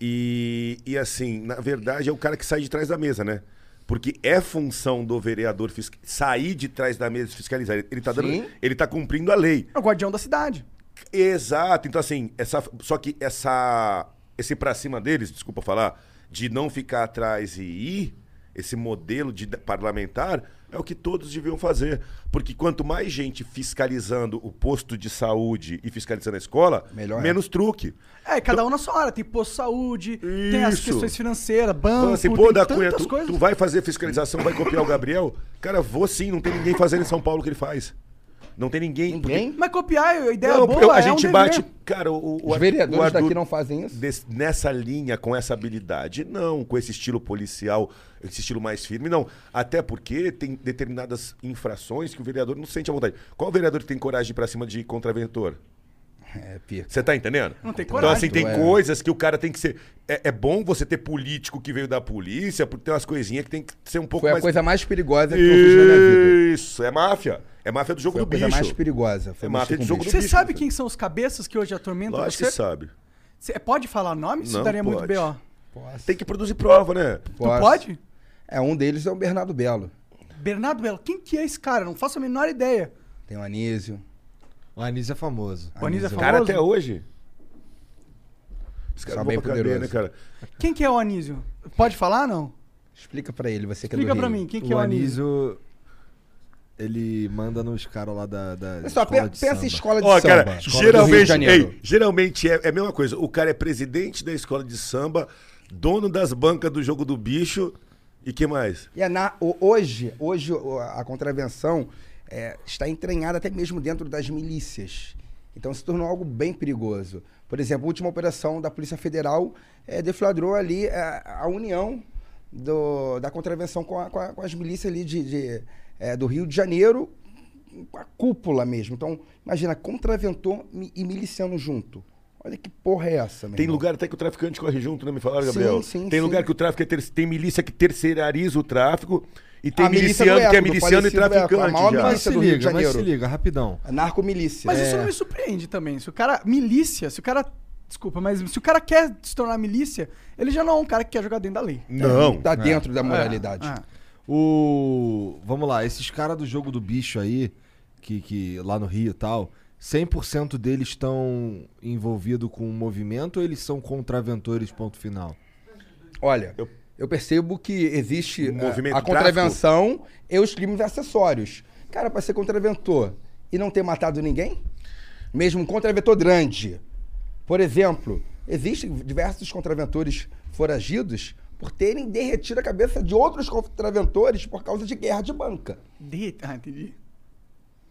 E, e assim, na verdade, é o cara que sai de trás da mesa, né? Porque é função do vereador fisca- sair de trás da mesa e fiscalizar. Ele, ele, tá dando, Sim. ele tá cumprindo a lei. É o guardião da cidade. Exato. Então, assim, essa, só que essa, esse pra cima deles, desculpa falar, de não ficar atrás e ir, esse modelo de parlamentar, é o que todos deviam fazer. Porque quanto mais gente fiscalizando o posto de saúde e fiscalizando a escola, Melhor é. menos truque. [LAUGHS] É, cada um na sua hora. Tem posto de saúde, tem as Isso. questões financeiras, banco, Fala assim, pô, tem da Cunha, tantas tu, coisas. tu vai fazer fiscalização, vai copiar o Gabriel? Cara, vou sim, não tem ninguém fazendo em São Paulo o que ele faz. Não tem ninguém. Ninguém? Mas copiar, a ideia Não, boa, eu- a é um gente dever. bate. Cara, o, o, Os Ar- vereadores o Arthur- daqui não fazem isso? des- nessa linha, com essa habilidade. Não, com esse estilo policial, esse estilo mais firme, não. Até porque tem determinadas infrações que o vereador não sente à vontade. Qual vereador que tem coragem de ir pra cima de contraventor? É, pica. Você tá entendendo? Não tem Então, coragem. assim, tem É. coisas que o cara tem que ser. É, é bom você ter político que veio da polícia, porque tem umas coisinhas que tem que ser um pouco Foi a mais. coisa mais perigosa que eu fiz na minha vida. Isso, é máfia. É máfia do jogo Foi a do coisa bicho. mais perigosa. Foi É mexer máfia de com jogo do bicho. Você bicho, sabe né? quem são os cabeças que hoje atormentam Lógico você? que sabe. Cê pode falar nome? Isso Não daria muito pode. B.O. Tem que produzir prova, né? Tu Posso. pode? É, um deles é o Bernardo Belo. Bernardo Belo, quem que é esse cara? Não faço a menor ideia. Tem o Anísio. O Anísio é famoso. O Anísio é Cara, famoso? até hoje. Esse cara Só é bom bem pra cadeia, poderoso. né, cara? Quem que é o Anísio? Pode falar, não? Explica pra ele, você que é Explica do pra Rio. mim, quem que é o o Anísio? Anísio, ele manda nos caras lá da, da Olha só, pe- escola de pensa em samba. escola de Ó, samba. Escola cara, do Rio de geralmente, Janeiro. ei, geralmente é, é a mesma coisa. O cara é presidente da escola de samba, dono das bancas do jogo do bicho. E que mais? E é na, ho- hoje, hoje o- a contravenção é, está entranhada até mesmo dentro das milícias. Então se tornou algo bem perigoso. Por exemplo, a última operação da Polícia Federal é, deflagrou ali é, a união do- da contravenção com, a- com a- com as milícias ali de, de, é, do Rio de Janeiro, com a cúpula mesmo. Então, imagina, contraventor mi- e miliciano junto. Olha que porra é essa, meu Tem irmão? lugar até que o traficante corre junto, né? Me falaram, Gabriel. Sim, sim, sim. tem lugar que o tráfico é ter... tem milícia que terceirariza o tráfico e tem A milícia do miliciano que é Eco, do miliciano e falecido Eco, a traficante. maior já. milícia do Rio de mas Janeiro. se liga, rapidão. É, A narcomilícia. Mas isso É. não me surpreende também. Se o cara. Milícia, se o cara. Desculpa, mas se o cara quer se tornar milícia, ele já não é um cara que quer jogar dentro da lei. Não. Tá dentro da moralidade. É, é. É. O. Vamos lá, esses caras do jogo do bicho aí, que, que lá no Rio e tal, 100% deles estão envolvidos com o movimento ou eles são contraventores, ponto final? Olha, eu, percebo que existe eh, movimento a de contravenção e os crimes acessórios. Cara, pra ser contraventor e não ter matado ninguém, mesmo um contraventor grande. Por exemplo, existem diversos contraventores foragidos por terem derretido a cabeça de outros contraventores por causa de guerra de banca. De- Ah, entendi.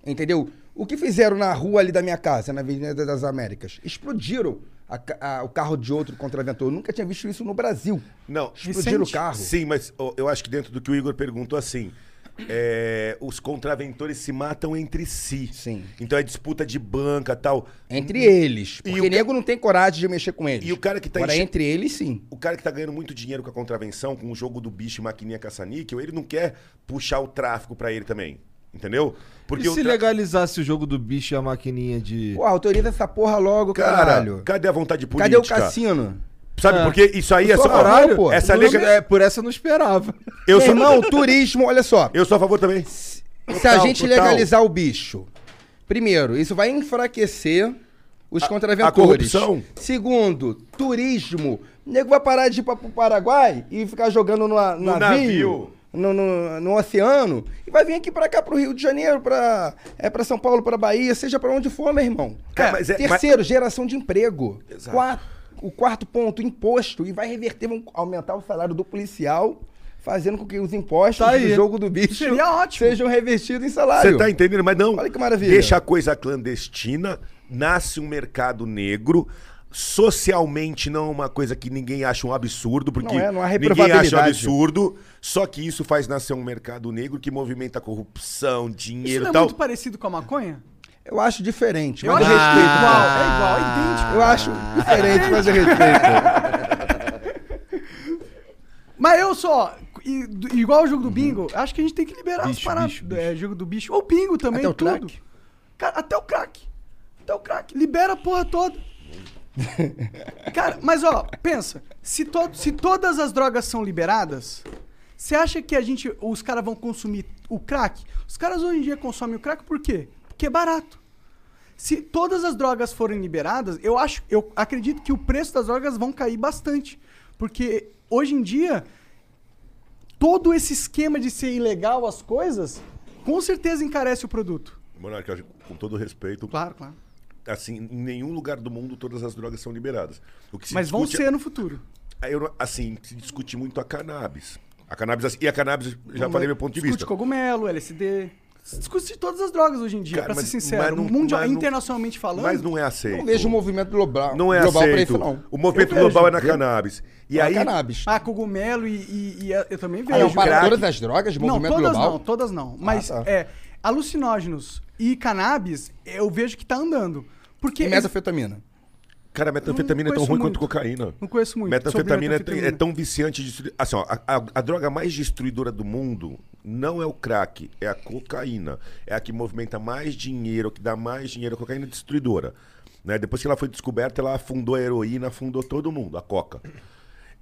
Entendeu? O que fizeram na rua ali da minha casa, na Avenida das Américas? Explodiram a ca- a- o carro de outro contraventor. Eu nunca tinha visto isso no Brasil. Não. Explodiram o carro. Sim, mas ó, eu acho que dentro do que o Igor perguntou, assim, é, os contraventores se matam entre si. Sim. Então é disputa de banca tal. Entre eles. E Porque o o nego não tem coragem de mexer com eles. E o cara que tá Agora, enche- entre eles, sim. O cara que tá ganhando muito dinheiro com a contravenção, com o jogo do bicho e maquininha caça-níquel, ele não quer puxar o tráfico pra ele também. Entendeu? e o se tra- legalizasse o jogo do bicho e a maquininha de. Pô, autoriza essa porra logo, Cara, caralho. cadê a vontade Cadê política? o cassino? Sabe por quê? Isso aí Eu é sou só. a favor, pô. Essa Não- lega... é, por essa eu não esperava. Eu Meu sou. irmão, turismo, olha só. Eu sou a favor também. Se a Total, gente total. legalizar o bicho, primeiro, isso vai enfraquecer os contraventores. a corrupção? Segundo, turismo. O nego vai parar de ir pra, pro Paraguai e ficar jogando no, a- No navio. navio. No, no- no oceano e vai vir aqui pra cá, pro Rio de Janeiro, pra, é, pra São Paulo, pra Bahia, seja pra onde for, meu irmão. Cara, mas é- Terceiro, geração de emprego. Exato. Qua- o quarto ponto, imposto. E vai reverter, vão aumentar o salário do policial, fazendo com que os impostos Tá aí. do jogo do bicho Seria ótimo. sejam revertidos em salário. Você tá entendendo? Mas não. Olha que maravilha. Deixa a coisa clandestina, nasce um mercado negro. Socialmente não é uma coisa que ninguém acha um absurdo, porque Não é, não há ninguém acha um reprovabilidade. absurdo. Só que isso faz nascer um mercado negro que movimenta corrupção, Isso dinheiro não e é tal. muito parecido com a maconha? Eu acho diferente, Eu mas eu acho que é respeito. igual, é igual, é Eu acho idêntico. diferente, mas eu respeito. [LAUGHS] Mas eu só, e- do- igual o jogo Uhum. do bingo, acho que a gente tem que liberar as Bicho, paradas. bicho, bicho. É, jogo do bicho. Ou bingo também, Até o tudo. crack? Cara, até o crack. Até o crack. Libera a porra toda. [LAUGHS] Cara, mas ó, pensa. Se, to- se todas as drogas são liberadas, você acha que a gente, os caras vão consumir o crack? Os caras hoje em dia consomem o crack por quê? Porque é barato. Se todas as drogas forem liberadas, eu acho, eu acredito que o preço das drogas vão cair bastante, porque hoje em dia todo esse esquema de ser ilegal as coisas, com certeza encarece o produto. Monarca, com todo respeito, Claro, claro. assim, em nenhum lugar do mundo todas as drogas são liberadas. O que se Mas vão discute- ser no futuro. Aí eu não- assim, se discute muito a cannabis. A cannabis, assim, e a cannabis, já falei meu ponto de Discute vista. cogumelo, LSD. Se Discute de todas as drogas hoje em dia, Cara, pra mas- ser sincero. mas não- mundial, mas não- internacionalmente falando. Mas não é aceito. Não vejo um movimento global, Não é global pra aceito. isso, não. O movimento Eu vejo, global é na viu? cannabis. E É aí, cannabis. Ah, cogumelo e, e- e eu também vejo. Aí é eu crack. para todas as drogas, Não, movimento todas global. não, todas não. Mas tá. é, alucinógenos e cannabis, eu vejo que tá andando. Porque. E metanfetamina. cara, metanfetamina é tão conheço ruim quanto muito. cocaína. Não conheço muito Metanfetamina, sobre é- é, tão viciante. De, destru- assim, ó, a, a- a droga mais destruidora do mundo não é o crack, é a cocaína. É a que movimenta mais dinheiro, que dá mais dinheiro. A cocaína é destruidora. Né? Depois que ela foi descoberta, ela afundou a heroína, afundou todo mundo, a coca.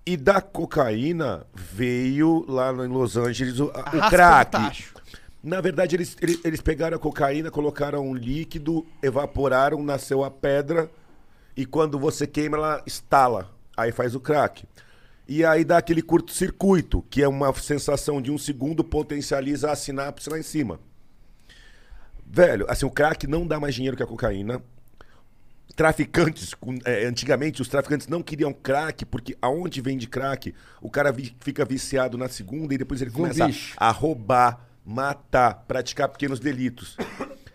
E da cocaína veio lá em Los Angeles o, a- o Arrasta crack. do tacho. Na verdade, eles, eles, eles pegaram a cocaína, colocaram um líquido, evaporaram, nasceu a pedra, e quando você queima, ela estala. Aí faz o crack. E aí dá aquele curto-circuito, que é uma sensação de um segundo, potencializa a sinapse lá em cima. Velho, assim, o crack não dá mais dinheiro que a cocaína. traficantes, com- é, antigamente os traficantes não queriam crack, porque aonde vende crack, o cara vi- fica viciado na segunda e depois ele começa Zumbi. a roubar, matar, praticar pequenos delitos.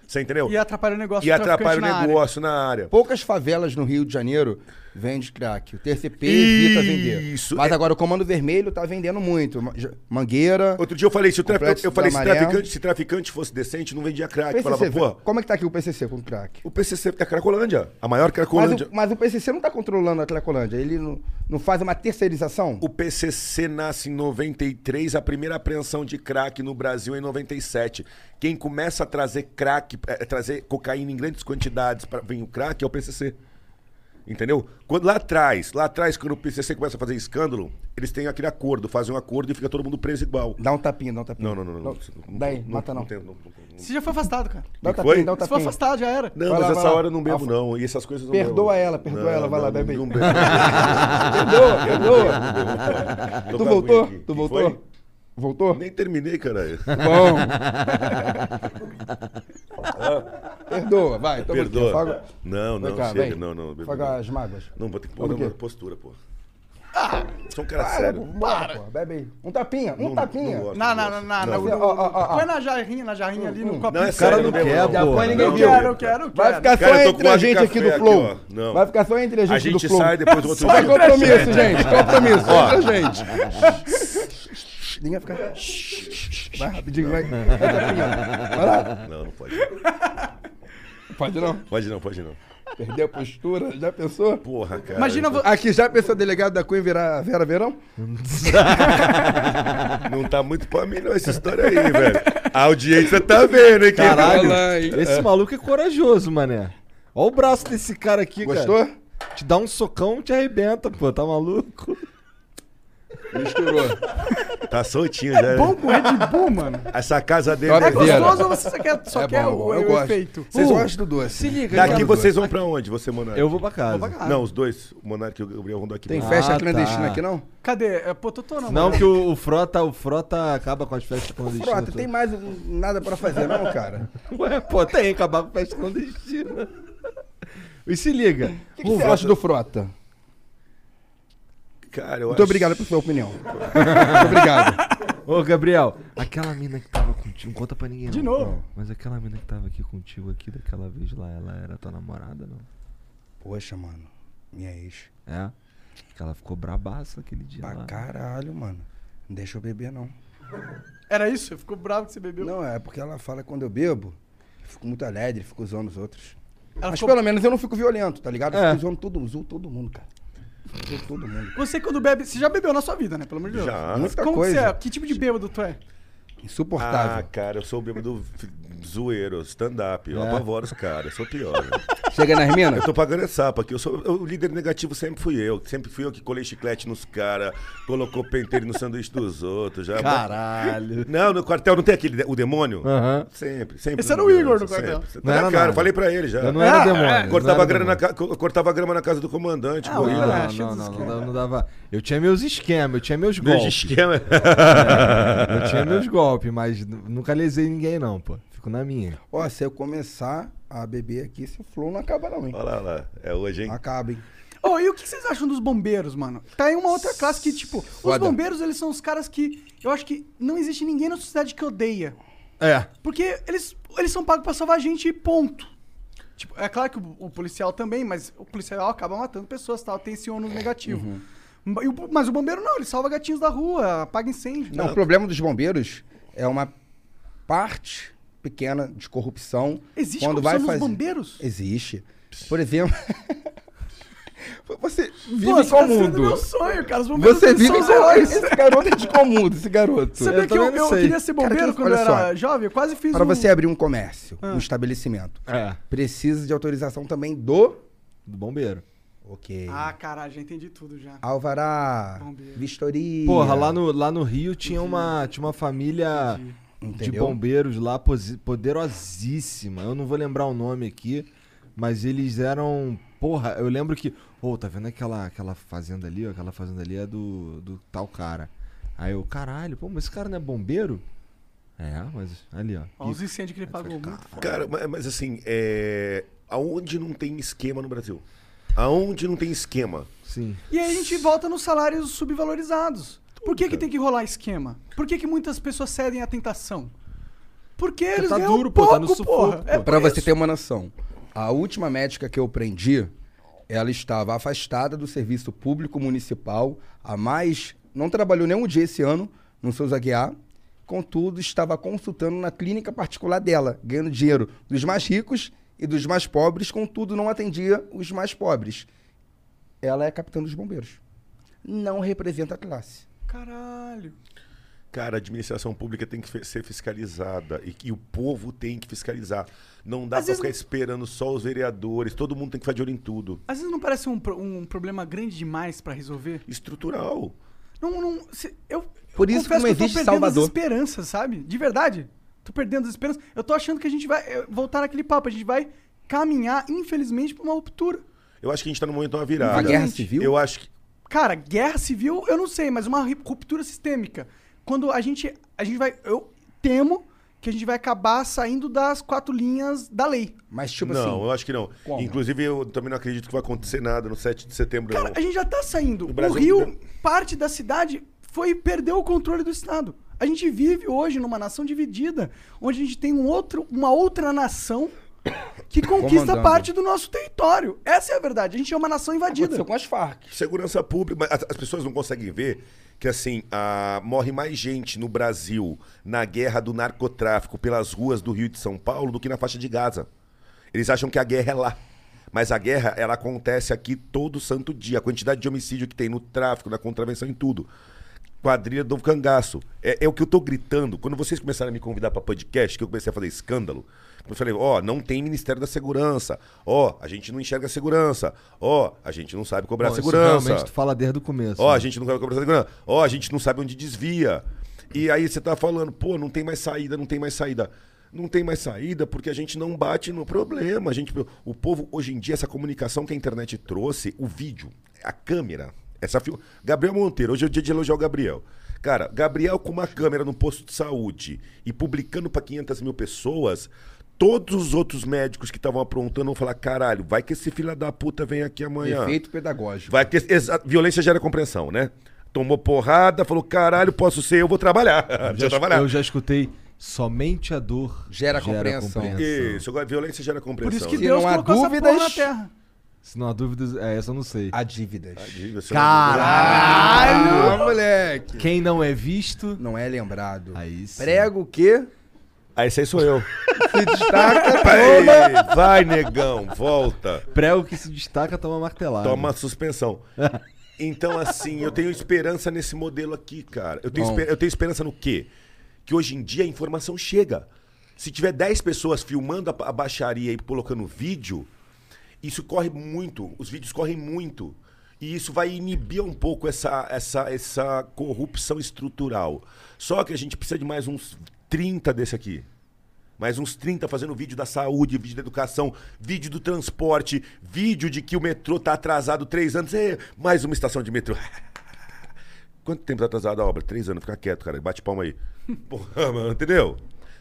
Você entendeu? E atrapalha o negócio E do traficante atrapalha o na área. negócio na área. Poucas favelas no Rio de Janeiro vende crack. O TCP evita vender. Isso, Mas é. agora o Comando Vermelho tá vendendo muito. Ma- ja- Mangueira. Outro dia eu falei, se, o trafic- Complexo eu falei, da se, Maré. traficante, se traficante fosse decente, não vendia crack. PCC, Falava, pô, como é que tá aqui o PCC com o crack? o PCC é Cracolândia, a maior Mas Cracolândia. o, mas o PCC não tá controlando a Cracolândia. Ele não, não faz uma terceirização? O PCC nasce em 93, a primeira apreensão de crack no Brasil é em 97. Quem começa a trazer crack, eh, trazer cocaína em grandes quantidades para vir o crack é o PCC. Entendeu? Quando, lá atrás, lá atrás, quando o PCC começa a fazer escândalo, eles têm aquele acordo, fazem um acordo e fica todo mundo preso igual. Dá um tapinha, dá um tapinha. Não, não, não. não, não, não Dá aí, mata não. Não, tenho, não, não, não. Você já foi afastado, cara. Dá um Foi? tapinha, dá um Você foi tapinha. afastado, já era. Não, Vai mas lá, essa vai lá. hora eu não bebo, não. E essas coisas eu não Perdoa bebo. ela, perdoa ela, vai lá, não, bebe aí. [LAUGHS] Não É bebo. perdoa, Perdoa, perdoa. perdoa. Tu voltou? Tu voltou? Voltou? Nem terminei, caralho. Bom. Perdoa, vai. Toma aqui, Ah. Perdoa. afaga- Não, Vai não, cá, chega. vem. Não, não, bebo, Afaga não. as mágoas. Não, vou ter que Como pôr que é? uma postura, pô. Sou um cara Ah, Para, pô, sério. bora, pô, bebe aí. Um tapinha, um Não- tapinha. não gosto. Na, na, na, na, na, Não. no- Ó, ó, ó, ó. Ah, Põe na jarrinha, na jarrinha ali no copinho. Não, é Cara, sério. não bebo, quer, não. pô. Põe ninguém eu viu. quero, eu quero, eu Vai quero. ficar Cara, só eu tô com entre uma a de gente aqui do café Flow. aqui, ó. Não. Vai ficar só entre a gente, A gente do Flow. sai depois do outro Só dia. compromisso, gente. Compromisso. Ó. Entre a gente. Ninguém vai ficar. Vai rapidinho, vai. Vai, tapinha. Vai lá. Não, não pode. Pode não. Pode não, pode não. Perdeu a postura. Já pensou? Porra, cara. Imagina eu tô- vo- Aqui já pensou o delegado da Cunha virar Vera Verão? [LAUGHS] Não tá muito pra mim, não, essa história aí, velho. A audiência tá vendo, hein, cara? Caralho, lá, hein? esse maluco é corajoso, mané. Olha o braço desse cara aqui, Gostou? cara. Te dá um socão, te arrebenta, pô. Tá maluco? Misturou. É Tá soltinho já. né? Bom com Red Bull, mano. Essa casa dele. Olha, É Caveira. gostoso ou você só quer, só É quer bom, o, eu o gosto. efeito? Vocês Uh, gostam do doce? Se liga, Daqui cara. vocês vão pra onde, você, Monark? Eu vou pra casa. Não, os dois, o Monark e o Gabriel vão daqui. Tem pra- festa Ah, clandestina tá. aqui, não? Cadê? É Pototô, não? Não, mano. que o, o Frota, o Frota acaba com as festas né, clandestinas. Frota, tem todas. mais um- nada pra fazer, não, cara? é Ué, pô, tem, acabar com festa clandestina. E se liga. O que, que você acha do Frota? Cara, eu Muito acho- obrigado pela sua [LAUGHS] opinião. Muito obrigado. [LAUGHS] Ô, Gabriel, aquela mina que tava contigo, não conta pra ninguém não. De novo. Mas aquela mina que tava aqui contigo aqui daquela vez lá, ela era tua namorada, não? Poxa, mano. Minha ex. É? Que ela ficou brabaça aquele dia Pra lá. caralho, mano. Não deixa eu beber, não. Era isso? Ficou bravo que você bebeu? Não, é porque ela fala que quando eu bebo, eu fico muito alegre, fico zoando os outros. Ela Mas ficou- pelo menos eu não fico violento, tá ligado? Eu É. fico zoando todo, zoo, todo mundo, cara. Zoo todo mundo. Você quando bebe... Você já bebeu na sua vida, né? Pelo amor de Deus. Já. Muita Como que coisa. você é? Que tipo de bêbado tu é? Ah, Insuportável. cara, eu sou o bêbado f- zoeiro, stand-up. Eu É. apavoro os caras, eu sou pior. né? Chega nas minas? Eu tô pagando essa sapo aqui. Eu sou, eu- o líder negativo sempre fui eu. Sempre fui eu que colei chiclete nos caras, colocou penteiro no sanduíche dos outros. Já. Caralho. Não, no quartel não tem aquele, de- o demônio? Aham. Sempre, sempre. Esse era no o Igor demônio, no quartel. Ah, sempre. Não Tá na era cara, nada. falei pra ele já. É, Eu não era demônio. não era Cortava, grana demônio. na ca- co- cortava grama na casa do comandante, Ah, corria. o Igor é Não, cheio não, não, dos não, esquemas. dava- não dava. Eu tinha meus esquemas, eu tinha meus Meus golpes. É, esquemas. Eu tinha meus golpes, mas nu- nunca lesei ninguém, não, pô. Fico na minha. Ó, se eu começar a beber aqui, esse flow não acaba, não, hein? Olha lá, olha lá, é hoje, hein? Não acaba, hein? Ô, e o que vocês acham dos bombeiros, mano? Tá em uma outra classe que, tipo, os bombeiros, eles são os caras que. Eu acho que não existe ninguém na sociedade que odeia. É. Porque eles, eles são pagos pra salvar a gente e ponto. Tipo, é claro que o, o policial também, mas o policial acaba matando pessoas e tal, tem esse ônus negativo. Uhum. E o- Mas o bombeiro não, ele salva gatinhos da rua, apaga incêndio. Não, o problema dos bombeiros é uma parte pequena de corrupção. Existe quando corrupção vai nos fazer... bombeiros? Existe. Por exemplo... [LAUGHS] Você vive Pô, em esse tá qual sendo mundo? meu sonho, cara. Os bombeiros Você vive são em os qual heróis. Esse garoto é de qual mundo, esse garoto? [LAUGHS] Sabia Eu que eu, também não eu sei. queria ser bombeiro Cara, que- quando eu olha era só. jovem? Eu quase fiz Para um... Ah. você abrir um comércio, um estabelecimento, É. precisa de autorização também do... Do bombeiro. Ok. Ah, caralho, já entendi tudo já. Alvará, Bombeiro. vistoria... Porra, lá no, lá no Rio tinha uma, tinha uma família de Entendeu? bombeiros lá posi- poderosíssima. Eu não vou lembrar o nome aqui, mas eles eram. Porra, eu lembro que. Ô, tá vendo aquela, aquela fazenda ali? ó? Aquela fazenda ali é do, do tal cara. Aí eu, caralho, pô, mas esse cara não é bombeiro? É, mas ali, ó. É Ó, os incêndios que ele pagou. muito. Cara, ma- mas assim, é, aonde não tem esquema no Brasil? Aonde não tem esquema? Sim. E aí a gente volta nos salários subvalorizados. Por que, que tem que rolar esquema? Por que, que muitas pessoas cedem à tentação? Porque eles tá ganham duro, pô, é um pouco, tá no sufoco, porra. É pra por você isso. ter uma noção, a última médica que eu prendi, ela estava afastada do serviço público municipal há mais. Não trabalhou nenhum dia esse ano no Souza Guiar. Contudo, estava consultando na clínica particular dela, ganhando dinheiro dos mais ricos e dos mais pobres, contudo, não atendia os mais pobres. Ela é capitã dos bombeiros. Não representa a classe. Caralho. Cara, a administração pública tem que fe- ser fiscalizada e, que o povo tem que fiscalizar. Não dá Às pra vezes ficar não- esperando só os vereadores, todo mundo tem que ficar de olho em tudo. Às vezes não parece um, pro- um problema grande demais pra resolver? Estrutural. Não, não. se- eu, Por eu isso que confesso não eu tô existe perdendo Salvador. as esperanças, sabe? De verdade. Tô perdendo as esperanças. Eu tô achando que a gente vai eh, voltar naquele papo. A gente vai caminhar, infelizmente, pra uma ruptura. Eu acho que a gente tá no momento de uma virada. Uma guerra civil? Eu acho que. Cara, guerra civil, eu não sei, mas uma ri- ruptura sistêmica. Quando a gente. A gente vai. Eu temo que a gente vai acabar saindo das quatro linhas da lei. Mas, tipo não, assim. eu acho que não. Como? Inclusive, eu também não acredito que vai acontecer nada no 7 de setembro, Cara, não. a gente já tá saindo. O, Brasil- Rio, parte da cidade, foi perdeu o controle do Estado. A gente vive hoje numa nação dividida, onde a gente tem um outro, uma outra nação que conquista Comandando. parte do nosso território. Essa é a verdade. A gente é uma nação invadida. Aconteceu com as Farc. Segurança pública, mas as as pessoas não conseguem ver que assim, ah, morre mais gente no Brasil na guerra do narcotráfico pelas ruas do Rio de São Paulo do que na faixa de Gaza. Eles acham que a guerra é lá. Mas a guerra, ela acontece aqui todo santo dia. A quantidade de homicídio que tem no tráfico, na contravenção, em tudo. Quadrilha do cangaço. É, é o que eu tô gritando. Quando vocês começaram a me convidar pra podcast, que eu comecei a fazer escândalo, eu falei, ó, não tem Ministério da Segurança. Ó, a gente não enxerga a segurança. Ó, a gente não sabe cobrar Bom, isso segurança. Realmente tu fala desde o começo. Ó, né? a gente não vai cobrar segurança. Ó, a gente não sabe onde desvia. E aí você tá falando, pô, não tem mais saída, não tem mais saída. Não tem mais saída porque a gente não bate no problema. A gente, o povo, hoje em dia, essa comunicação que a internet trouxe, o vídeo, a câmera, essa fio... Gabriel Monteiro, hoje é o dia de elogiar o Gabriel. Cara, Gabriel com uma câmera no posto de saúde e publicando pra 500 mil pessoas, todos os outros médicos que estavam aprontando vão falar, caralho, vai que esse filho da puta vem aqui amanhã. Efeito pedagógico. Vai ter. exa- Violência gera compreensão, né? Tomou porrada, falou: caralho, posso ser, eu [LAUGHS] vou trabalhar. [LAUGHS] Eu Deixa eu já, trabalhar. eu já escutei. Somente a é dor Gera compreensão. Isso, agora violência gera Por compreensão. isso que Se Deus não há colocou essa porra na dúvidas- terra. Se não há dúvidas, é, essa eu não sei. Há dívidas. Diga, seu- é Caralho! moleque! Ah, Quem não é visto. Não é lembrado. Aí sim. Prego que Ah, esse aí sou eu. se destaca toda. Ei, vai, negão, volta. Prego que se destaca toma martelada. Toma [LAUGHS] suspensão. Então, assim, eu tenho esperança nesse modelo aqui, cara. Eu tenho, Bom. esper- eu tenho esperança no quê? Que hoje em dia a informação chega. Se tiver 10 pessoas filmando a, a baixaria e colocando vídeo, isso corre muito. Os vídeos correm muito. E isso vai inibir um pouco essa, essa, essa corrupção estrutural. Só que a gente precisa de mais uns 30 desse aqui. Mais uns 30 fazendo vídeo da saúde, vídeo da educação, vídeo do transporte, vídeo de que o metrô tá atrasado três anos. É, mais uma estação de metrô. Quanto tempo tá atrasada a obra? Três anos, fica quieto, cara. Bate palma aí. [LAUGHS] Porra, mano, entendeu?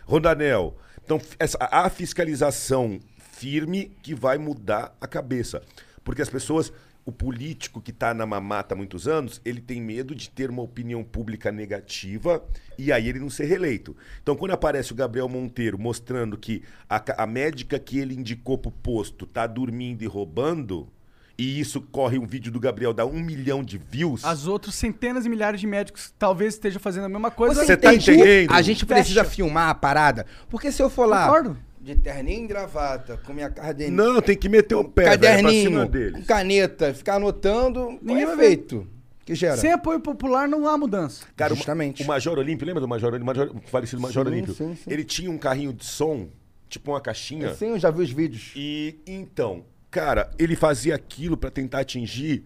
Rondanel. Então, f- essa, a a fiscalização firme que vai mudar a cabeça. Porque as pessoas. O político que tá na mamata há muitos anos, ele tem medo de ter uma opinião pública negativa e aí ele não ser reeleito. Então, quando aparece o Gabriel Monteiro mostrando que a, ca- a médica que ele indicou pro posto tá dormindo e roubando, e isso corre um vídeo do Gabriel, dá um milhão de views. As outras centenas e milhares de médicos talvez estejam fazendo a mesma coisa. Você tá entendendo? A gente precisa Fecha. filmar a parada. Porque se eu for lá Concordo. de terninho e gravata, com minha cardeninha, Não, tem que meter o pé, velho, pra cima caderninho, com deles. caneta, ficar anotando, Ninguém ninguém vai é ver. feito. Que gera. Sem apoio popular não há mudança. Cara, o- Justamente. O Major Olímpio, lembra do Major Olímpio? Major- O falecido Major Sim, Olímpio. sim, sim. Ele tinha um carrinho de som, tipo uma caixinha. Sim, eu já vi os vídeos. E então, cara, ele fazia aquilo pra tentar atingir,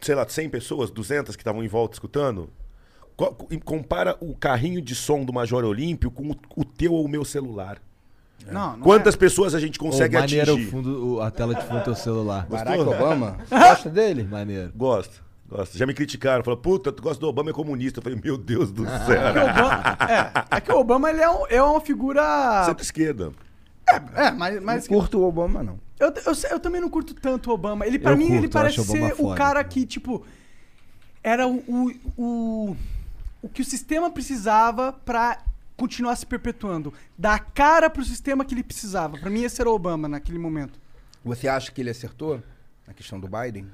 sei lá, 100 pessoas, 200 que estavam em volta escutando. Co- e Compara o carrinho de som do Major Olímpio com o, o teu ou o meu celular. Não, é. não é. Quantas pessoas a gente Ou consegue maneiro é o atingir? fundo, o- a tela de fundo do teu celular. Barack [LAUGHS] Obama. Gosta dele? Maneiro. né? Gosto, gosto. Já me criticaram. Falaram, puta, tu gosta do Obama, é comunista. Eu falei, meu Deus do céu. [LAUGHS] É, o Obama- é, é que o Obama ele é, um- é uma figura. Centro-esquerda. É, mas, mas Não curto o Obama, não. Eu, eu, eu também não curto tanto o Obama. Ele, pra Eu mim, curto, ele eu parece acho o Obama ser o foda. cara que, tipo, era o, o, o, o que o sistema precisava pra continuar se perpetuando. Dar a cara pro sistema que ele precisava. Pra mim, esse era o Obama naquele momento. Você acha que ele acertou na questão do Biden?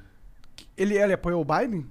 Ele, ele apoiou o Biden?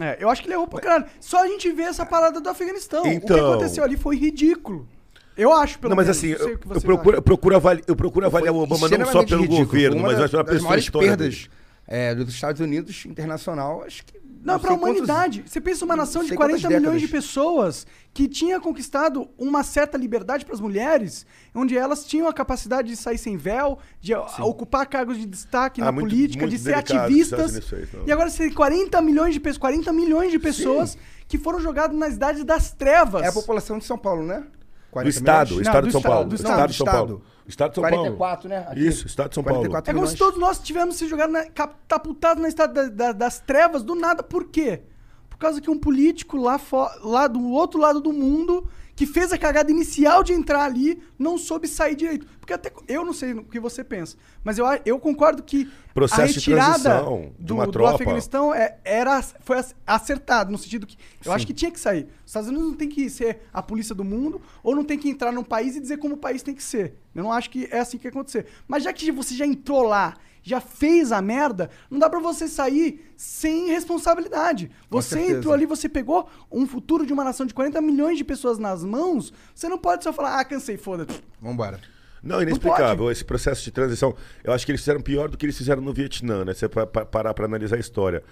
É, eu acho que ele errou pra caralho. Só a gente vê essa parada do Afeganistão. O que Então. aconteceu ali foi ridículo. Eu acho, pelo não, mas menos. assim, Não sei eu, o que eu vocês procuro, eu procuro avali- eu procuro avaliar o Obama não só extremamente pelo ridículo. governo, Uma mas eu acho é da- uma das pessoa maiores histórica. perdas é, dos Estados Unidos internacional, acho que. Não, pra sei quantos- humanidade. Você pensa uma nação de sei quantas 40 milhões de décadas. pessoas que tinha conquistado uma certa liberdade para as mulheres, onde elas tinham a capacidade de sair sem véu, de a- ocupar cargos de destaque Ah, na muito- política, muito de ser delicado ativistas. essas eleições, não. e agora você tem 40 milhões de pessoas, 40 milhões de pessoas que foram jogadas nas idades das trevas. É a população de São Paulo, né? Do Estado, o milhões? Estado um do de São estado, Paulo. do o estado. Estado de São Estado. Paulo. o Estado de São 44, Paulo. né? Aqui. Isso, Estado de São Paulo. É como se todos nós tivéssemos se jogado, na, catapultado na estrada da- da- das trevas do nada. Por quê? Por causa que um político lá, fo- lá do outro lado do mundo, que fez a cagada inicial de entrar ali, não soube sair direito. Porque até co- eu não sei o que você pensa, mas eu, a- eu concordo que a Processo de retirada transição de do, uma do tropa. Afeganistão é- era, foi ac- acertado, no sentido que eu acho que tinha que sair. Os Estados Unidos não tem que ser a polícia do mundo, ou não tem que entrar num país e dizer como o país tem que ser. Eu não acho que é assim que ia acontecer. Mas já que você já entrou lá, já fez a merda, não dá pra você sair sem responsabilidade. Você certeza. entrou ali, você pegou um futuro de uma nação de 40 milhões de pessoas nas mãos, você não pode só falar, ah, cansei, foda-se. Vambora. Não, inexplicável. Esse processo de transição. Eu acho que eles fizeram pior do que eles fizeram no Vietnã, né? Se você pa- pa- parar para analisar a história.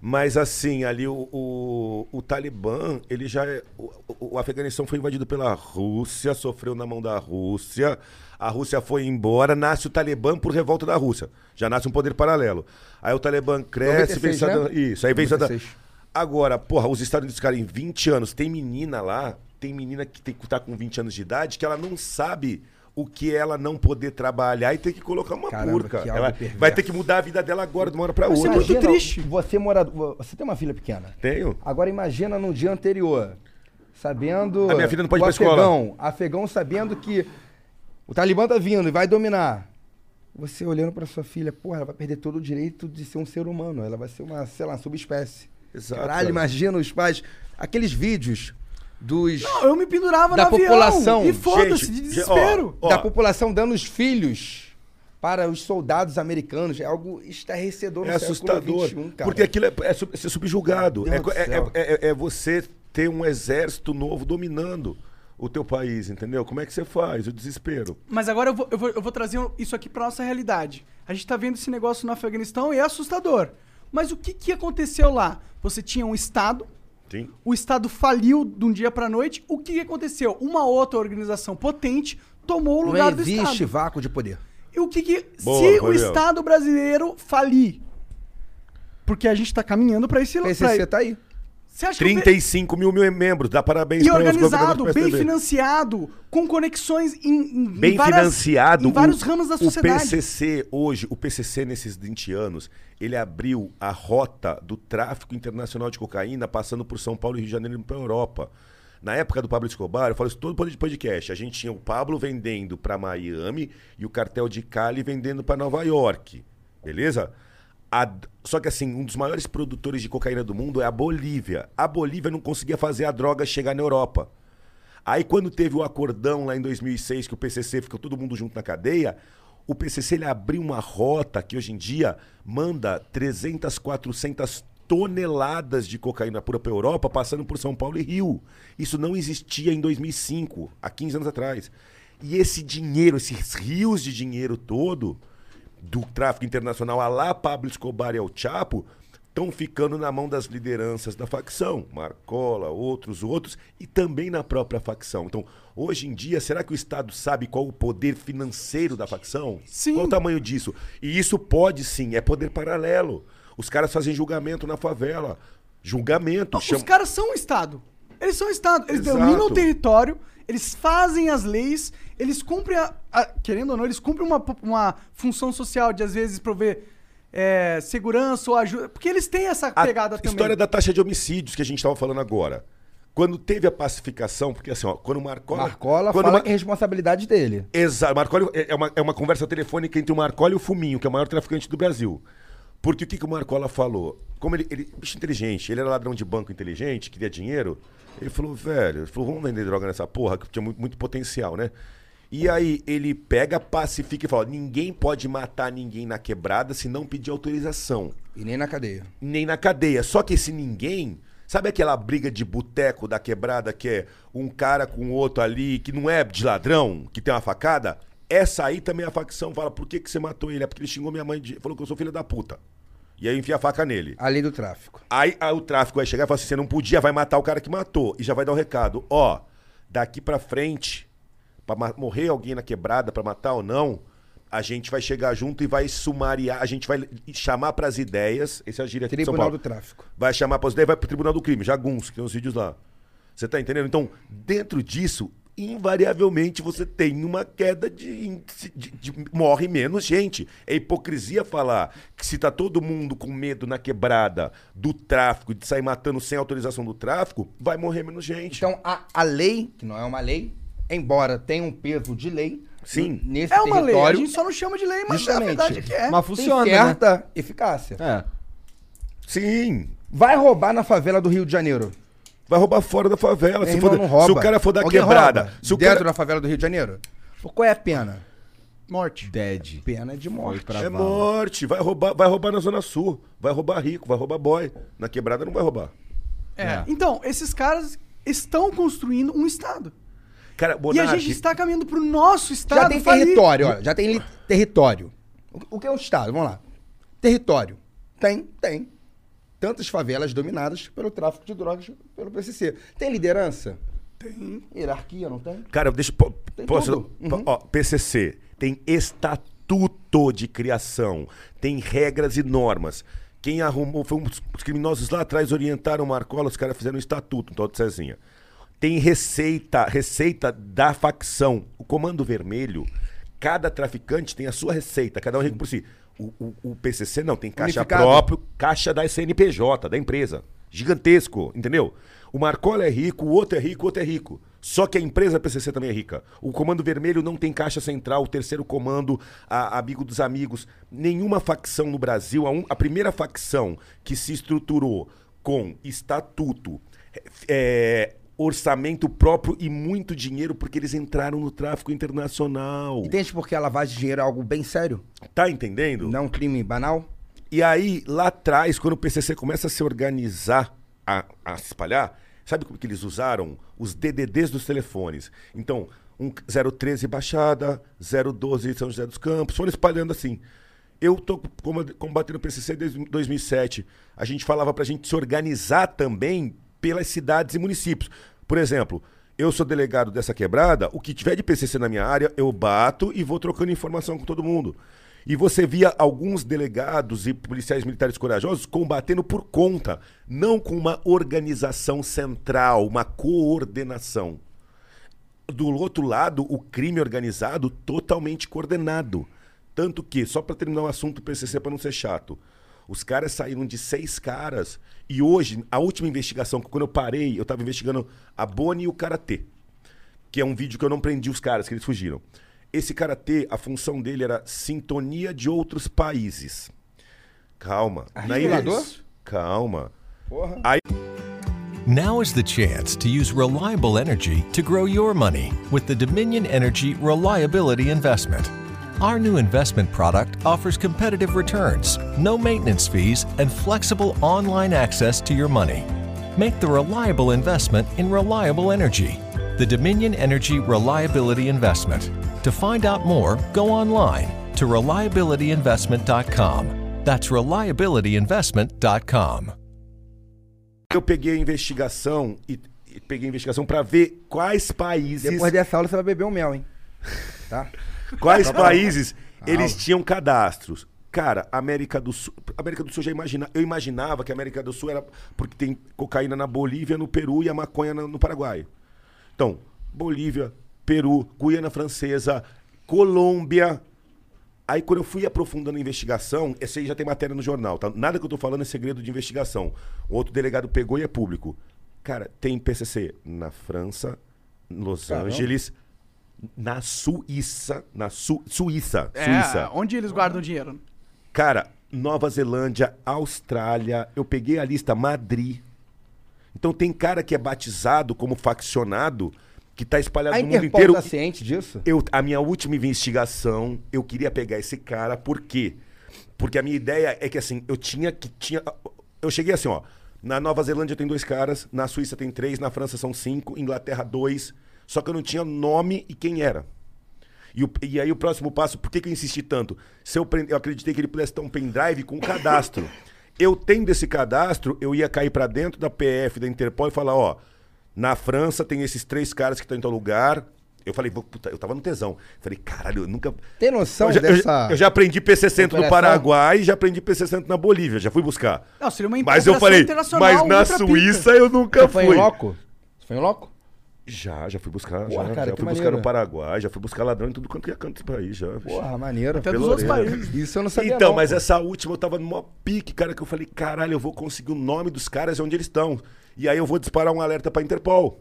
Mas assim, ali o, o, o Talibã, ele já. é- O, o- o Afeganistão foi invadido pela Rússia, sofreu na mão da Rússia. A Rússia foi embora, nasce o Talibã por revolta da Rússia. Já nasce um poder paralelo. Aí o Talibã cresce, 96, vem né? Saddam, Isso, aí vem Saddam. 96. Agora, porra, os Estados Unidos, cara, em 20 anos, tem menina lá, tem menina que tem, que tá com 20 anos de idade, que ela não sabe o que ela não poder trabalhar e tem que colocar uma Caramba, burca. que algo Ela perverso. vai ter que mudar a vida dela agora, de uma hora pra outra. é muito Imagina, um- triste. Você é morador. Você tem uma filha pequena. Tenho. Agora imagina no dia anterior, sabendo. A minha filha não pode o ir pra escola. Afegão, afegão sabendo que o Talibã tá vindo e vai dominar. Você olhando pra sua filha, porra, ela vai perder todo o direito de ser um ser humano. Ela vai ser uma, sei lá, subespécie. Exato, Caralho, cara. imagina os pais. Aqueles vídeos dos. Eu me pendurava Da no avião população, e foda-se, de gente, ge- ó, desespero. ó, da população dando os filhos para os soldados americanos. É algo estarrecedor É no século assustador. XXI, um, cara. porque aquilo é, é sub- ser subjugado. Meu É, Deus do é- céu. é- é- é você ter um exército novo dominando o teu país, entendeu? Como é que você faz? O desespero. Mas agora eu vou, eu vou- eu vou trazer um, isso aqui pra nossa realidade. A gente tá vendo esse negócio no Afeganistão e é assustador. Mas o que, que aconteceu lá? Você tinha um Estado, Sim. o Estado faliu de um dia pra noite. O que, que aconteceu? Uma outra organização potente é tomou um o lugar Não do existe Estado. vácuo de poder. E o que, que Boa, se o Gabriel. Estado brasileiro falir? Porque a gente tá caminhando pra esse O pra- PCC tá aí. Você acha que o P- 35 mil, mil membros. Dá parabéns e para os organizado, governadores do bem PSDB. financiado, com conexões em, em- em bem várias- financiado. em vários o- ramos da sociedade. O PCC hoje, o PCC nesses 20 anos, ele abriu a rota do tráfico internacional de cocaína passando por São Paulo e Rio de Janeiro para a Europa. Na época do Pablo Escobar, eu falo isso todo de podcast, a gente tinha o Pablo vendendo para Miami e o cartel de Cali vendendo para Nova York. Beleza? A- só que assim, um dos maiores produtores de cocaína do mundo é a Bolívia. A Bolívia não conseguia fazer a droga chegar na Europa. Aí quando teve o acordão lá em 2006 que o PCC ficou todo mundo junto na cadeia, o PCC ele abriu uma rota que hoje em dia manda 300, 400 toneladas de cocaína pura para Europa, passando por São Paulo e Rio. Isso não existia em 2005, há 15 anos atrás. E esse dinheiro, esses rios de dinheiro todo do tráfico internacional a lá Pablo Escobar e ao Chapo estão ficando na mão das lideranças da facção, Marcola, outros, outros, e também na própria facção. Então, hoje em dia, será que o Estado sabe qual o poder financeiro da facção? Sim. Qual o tamanho disso? E isso pode sim, é poder paralelo. Os caras fazem julgamento na favela. Julgamento. Não, chama- Os caras são o Estado. Eles são o Estado. Eles Exato. dominam o território, eles fazem as leis, eles cumprem, a, a- querendo ou não, eles cumprem uma, uma função social de, às vezes, prover é, segurança ou ajuda. Porque eles têm essa A pegada também. história da taxa de homicídios que a gente estava falando agora. Quando teve a pacificação, porque assim, ó, quando o Marcola. Marcola quando fala Ma- que é responsabilidade dele. Exato. Marcoli é é uma, é uma conversa telefônica entre o Marcola e o Fuminho, que é o maior traficante do Brasil. Porque o que, que o Marcola falou? Como ele, ele. Bicho inteligente, ele era ladrão de banco inteligente, queria dinheiro. Ele falou, velho, ele falou, vamos vender droga nessa porra, que tinha muito, muito potencial, né? E aí ele pega, pacifica e fala: ninguém pode matar ninguém na quebrada se não pedir autorização. E nem na cadeia. Nem na cadeia. Só que esse ninguém. Sabe aquela briga de boteco da quebrada que é um cara com outro ali, que não é de ladrão, que tem uma facada? Essa aí também a facção fala: por que, que você matou ele? É porque ele xingou minha mãe, de... falou que eu sou filha da puta. E aí enfia a faca nele. A lei do tráfico. Aí, aí o tráfico vai chegar e falar assim: você não podia, vai matar o cara que matou. E já vai dar o recado: ó, daqui pra frente, pra ma- morrer alguém na quebrada, pra matar ou não, a gente vai chegar junto e vai sumariar, a gente vai chamar pras ideias. Esse é a gíria aqui de São Tribunal Paulo. do Tráfico. Vai chamar pras ideias e vai pro Tribunal do Crime, Jaguns, que tem uns vídeos lá. Você tá entendendo? Então, dentro disso, invariavelmente você tem uma queda de, índice de- de- morre menos gente. É hipocrisia falar que se tá todo mundo com medo na quebrada do tráfico, de sair matando sem autorização do tráfico, vai morrer menos gente. Então, a, a lei, que não é uma lei, embora tenha um peso de lei, Sim. n- nesse É uma lei, a território, né? gente só não chama de lei, mas justamente, a verdade é que é. Mas funciona, né? tem certa eficácia. É. Sim. Vai roubar na favela do Rio de Janeiro. Vai roubar fora da favela. Meu Se, irmão, for- não rouba. se o cara for da Alguém quebrada. rouba Se o dentro cara... da favela do Rio de Janeiro? Pô, Qual é a pena? É Morte. Dead. Pena de Foi morte. pra É vala. morte, vai roubar, vai roubar na Zona Sul, vai roubar rico, vai roubar boy. Na quebrada não vai roubar. É. Então, esses caras estão construindo um Estado. Cara, E a Bonardi, gente está caminhando pro nosso Estado. Já tem falir. território, ó. Já tem li- território. O, o que é um Estado? Vamos lá. Território. Tem, tem. Tantas favelas dominadas pelo tráfico de drogas pelo PCC. Tem liderança? Tem. Hierarquia, não tem? Cara, deixa. po- Tem posso- tudo. Uhum. po- ó, PCC tem estatuto de criação, tem regras e normas. Quem arrumou foi um dos os criminosos lá atrás orientaram o Marcola, os caras fizeram um estatuto, um tal de Cezinha. Tem receita, receita da facção. O Comando Vermelho, cada traficante tem a sua receita, cada um rico por si. O, o- o PCC não, tem caixa Unificado. próprio, caixa da CNPJ, da empresa. Gigantesco, entendeu? O Marcola é rico, o outro é rico, o outro é rico. Só que a empresa PCC também é rica. O Comando Vermelho não tem caixa central, o terceiro comando, a- amigo dos amigos. Nenhuma facção no Brasil, a, um- a primeira facção que se estruturou com estatuto, é, orçamento próprio e muito dinheiro, porque eles entraram no tráfico internacional. Entende por que a lavagem de dinheiro é algo bem sério? Tá entendendo? Não é um crime banal? E aí, lá atrás, quando o PCC começa a se organizar, a, a se espalhar, sabe como que eles usaram? Os DDDs dos telefones. Então, um, 013 Baixada, 012 São José dos Campos, foram espalhando assim. Eu tô com- combatendo o PCC desde 2007. A gente falava pra gente se organizar também pelas cidades e municípios. Por exemplo, eu sou delegado dessa quebrada, o que tiver de PCC na minha área, eu bato e vou trocando informação com todo mundo. E você via alguns delegados e policiais militares corajosos combatendo por conta, não com uma organização central, uma coordenação. Do outro lado, o crime organizado totalmente coordenado. Tanto que, só para terminar o assunto do PCC, para não ser chato, os caras saíram de seis caras e hoje, a última investigação, quando eu parei, eu estava investigando a Boni e o Karatê que é um vídeo que eu não prendi os caras, que eles fugiram. Esse cara T, a função dele era sintonia de outros países. Calma. Na regulador? Calma. Porra. Aí Now is the chance to use reliable energy to grow your money with the Dominion Energy Reliability Investment. Our new investment product offers competitive returns, no maintenance fees, and flexible online access to your money. Make the reliable investment in reliable energy. The Dominion Energy Reliability Investment. To find out more, go online to reliabilityinvestment.com. That's reliabilityinvestment.com. eu peguei a investigação e, e peguei a investigação para ver quais países, Depois dessa aula você vai beber um mel, hein? Tá? quais países Ah, eles aula. tinham cadastros. Cara, América do Sul, América do Sul eu já imagina, eu imaginava que a América do Sul era porque tem cocaína na Bolívia, no Peru e a maconha na- no Paraguai. Então, Bolívia, Peru, Guiana Francesa, Colômbia. Aí quando eu fui aprofundando a investigação, essa Um aí já tem matéria no jornal, tá? Nada que eu tô falando é segredo de investigação. O outro delegado pegou e é público. Cara, tem PCC na França, em Los Caramba. Angeles, na Suíça, na Su- Suíça, É, Suíça. onde eles guardam dinheiro? Cara, Nova Zelândia, Austrália, eu peguei a lista Madrid. Então tem cara que é batizado como faccionado que tá espalhado A no mundo Interpol inteiro. tá ciente disso? Eu, a minha última investigação, eu queria pegar esse cara, por quê? Porque a minha ideia é que assim, eu tinha que tinha eu cheguei assim, ó, na Nova Zelândia tem dois caras, na Suíça tem três, na França são cinco, Inglaterra dois, só que eu não tinha nome e quem era. E, o- e aí o próximo passo, por que, que eu insisti tanto? Se eu, prend- eu acreditei que ele pudesse ter um pendrive com um [LAUGHS] cadastro. Eu tendo esse cadastro, eu ia cair pra dentro da PF, da Interpol e falar, ó, na França tem esses três caras que estão em tal lugar. Eu falei, vou- puta, eu tava no tesão. Falei, caralho, eu nunca... Tem noção eu já, eu dessa já- eu já aprendi PC Centro no operação? Paraguai e já aprendi PC Centro na Bolívia, já fui buscar. Não, seria uma Mas eu operação falei, internacional mas na ultra pica. Suíça eu nunca Você fui. foi em loco? Você foi em loco? Já, já fui buscar. Porra, já cara, já que fui buscar maneiro. no Paraguai, já fui buscar ladrão em tudo quanto que é canto por aí, já. Porra, maneiro. Até dos outros países. Isso eu não sabia Então, não, mas pô. essa última eu tava no maior pique, cara, que eu falei, caralho, eu vou conseguir o nome dos caras e onde eles estão. E aí eu vou disparar um alerta pra Interpol.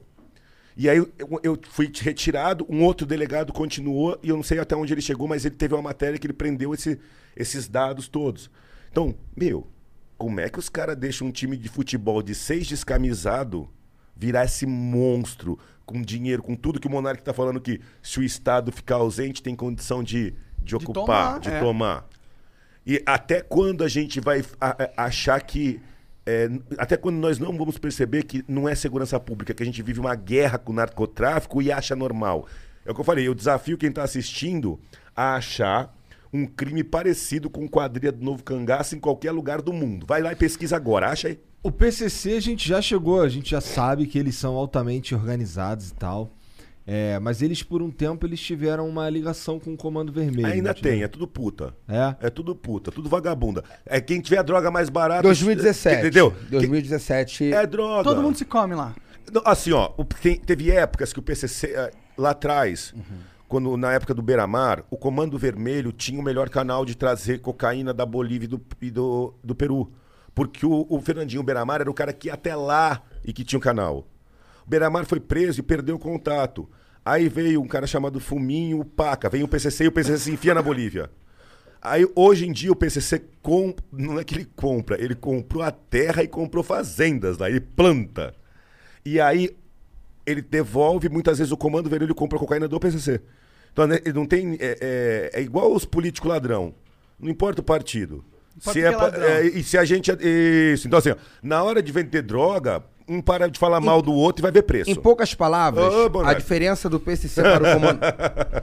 E aí eu, eu fui retirado, um outro delegado continuou, e eu não sei até onde ele chegou, mas ele teve uma matéria que ele prendeu esse- esses dados todos. Então, meu, como é que os caras deixam um time de futebol de seis descamisado virar esse monstro com dinheiro, com tudo que o Monark tá falando que se o Estado ficar ausente tem condição de, de ocupar, tomar, de tomar. é. E até quando a gente vai a- a- achar que. é, n- até quando nós não vamos perceber que não é segurança pública, que a gente vive uma guerra com o narcotráfico e acha normal. É o que eu falei, eu desafio quem está assistindo a achar um crime parecido com quadrilha do Novo Cangaço em qualquer lugar do mundo. Vai lá e pesquisa agora, acha aí. O PCC a gente já chegou, a gente já sabe que eles são altamente organizados e tal. É, mas eles por um tempo eles tiveram uma ligação com o Comando Vermelho. Ainda né? tem, é tudo puta. É? É tudo puta, tudo vagabunda. É quem tiver a droga mais barata. 2017. Entendeu? 2017. É droga. Todo mundo se come lá. Não, Assim, ó, o- tem- teve épocas que o PCC, eh, lá atrás, quando, na época do Beira-Mar, o Comando Vermelho tinha o melhor canal de trazer cocaína da Bolívia e do, e do, do Peru. Porque o, o Fernandinho Beira-Mar era o cara que ia até lá e que tinha o canal. O Beira-Mar foi preso e perdeu o contato. Aí veio um cara chamado Fuminho o Paca. Vem o PCC e o PCC se enfia na Bolívia. Aí, hoje em dia, o PCC com- não é que ele compra, ele comprou a terra e comprou fazendas lá, ele planta. E aí, ele devolve, muitas vezes, o comando vermelho compra cocaína do PCC. Então, né, ele não tem. É, é- é igual os políticos ladrão. Não importa o partido. importa Se que é é pa- ladrão. é, e se a gente. Isso. Então, assim, ó, na hora de vender droga, um para de falar mal do outro e vai ver preço. Ah, Em poucas palavras, Ô, Bonatti. a diferença do PCC para o [LAUGHS] comando.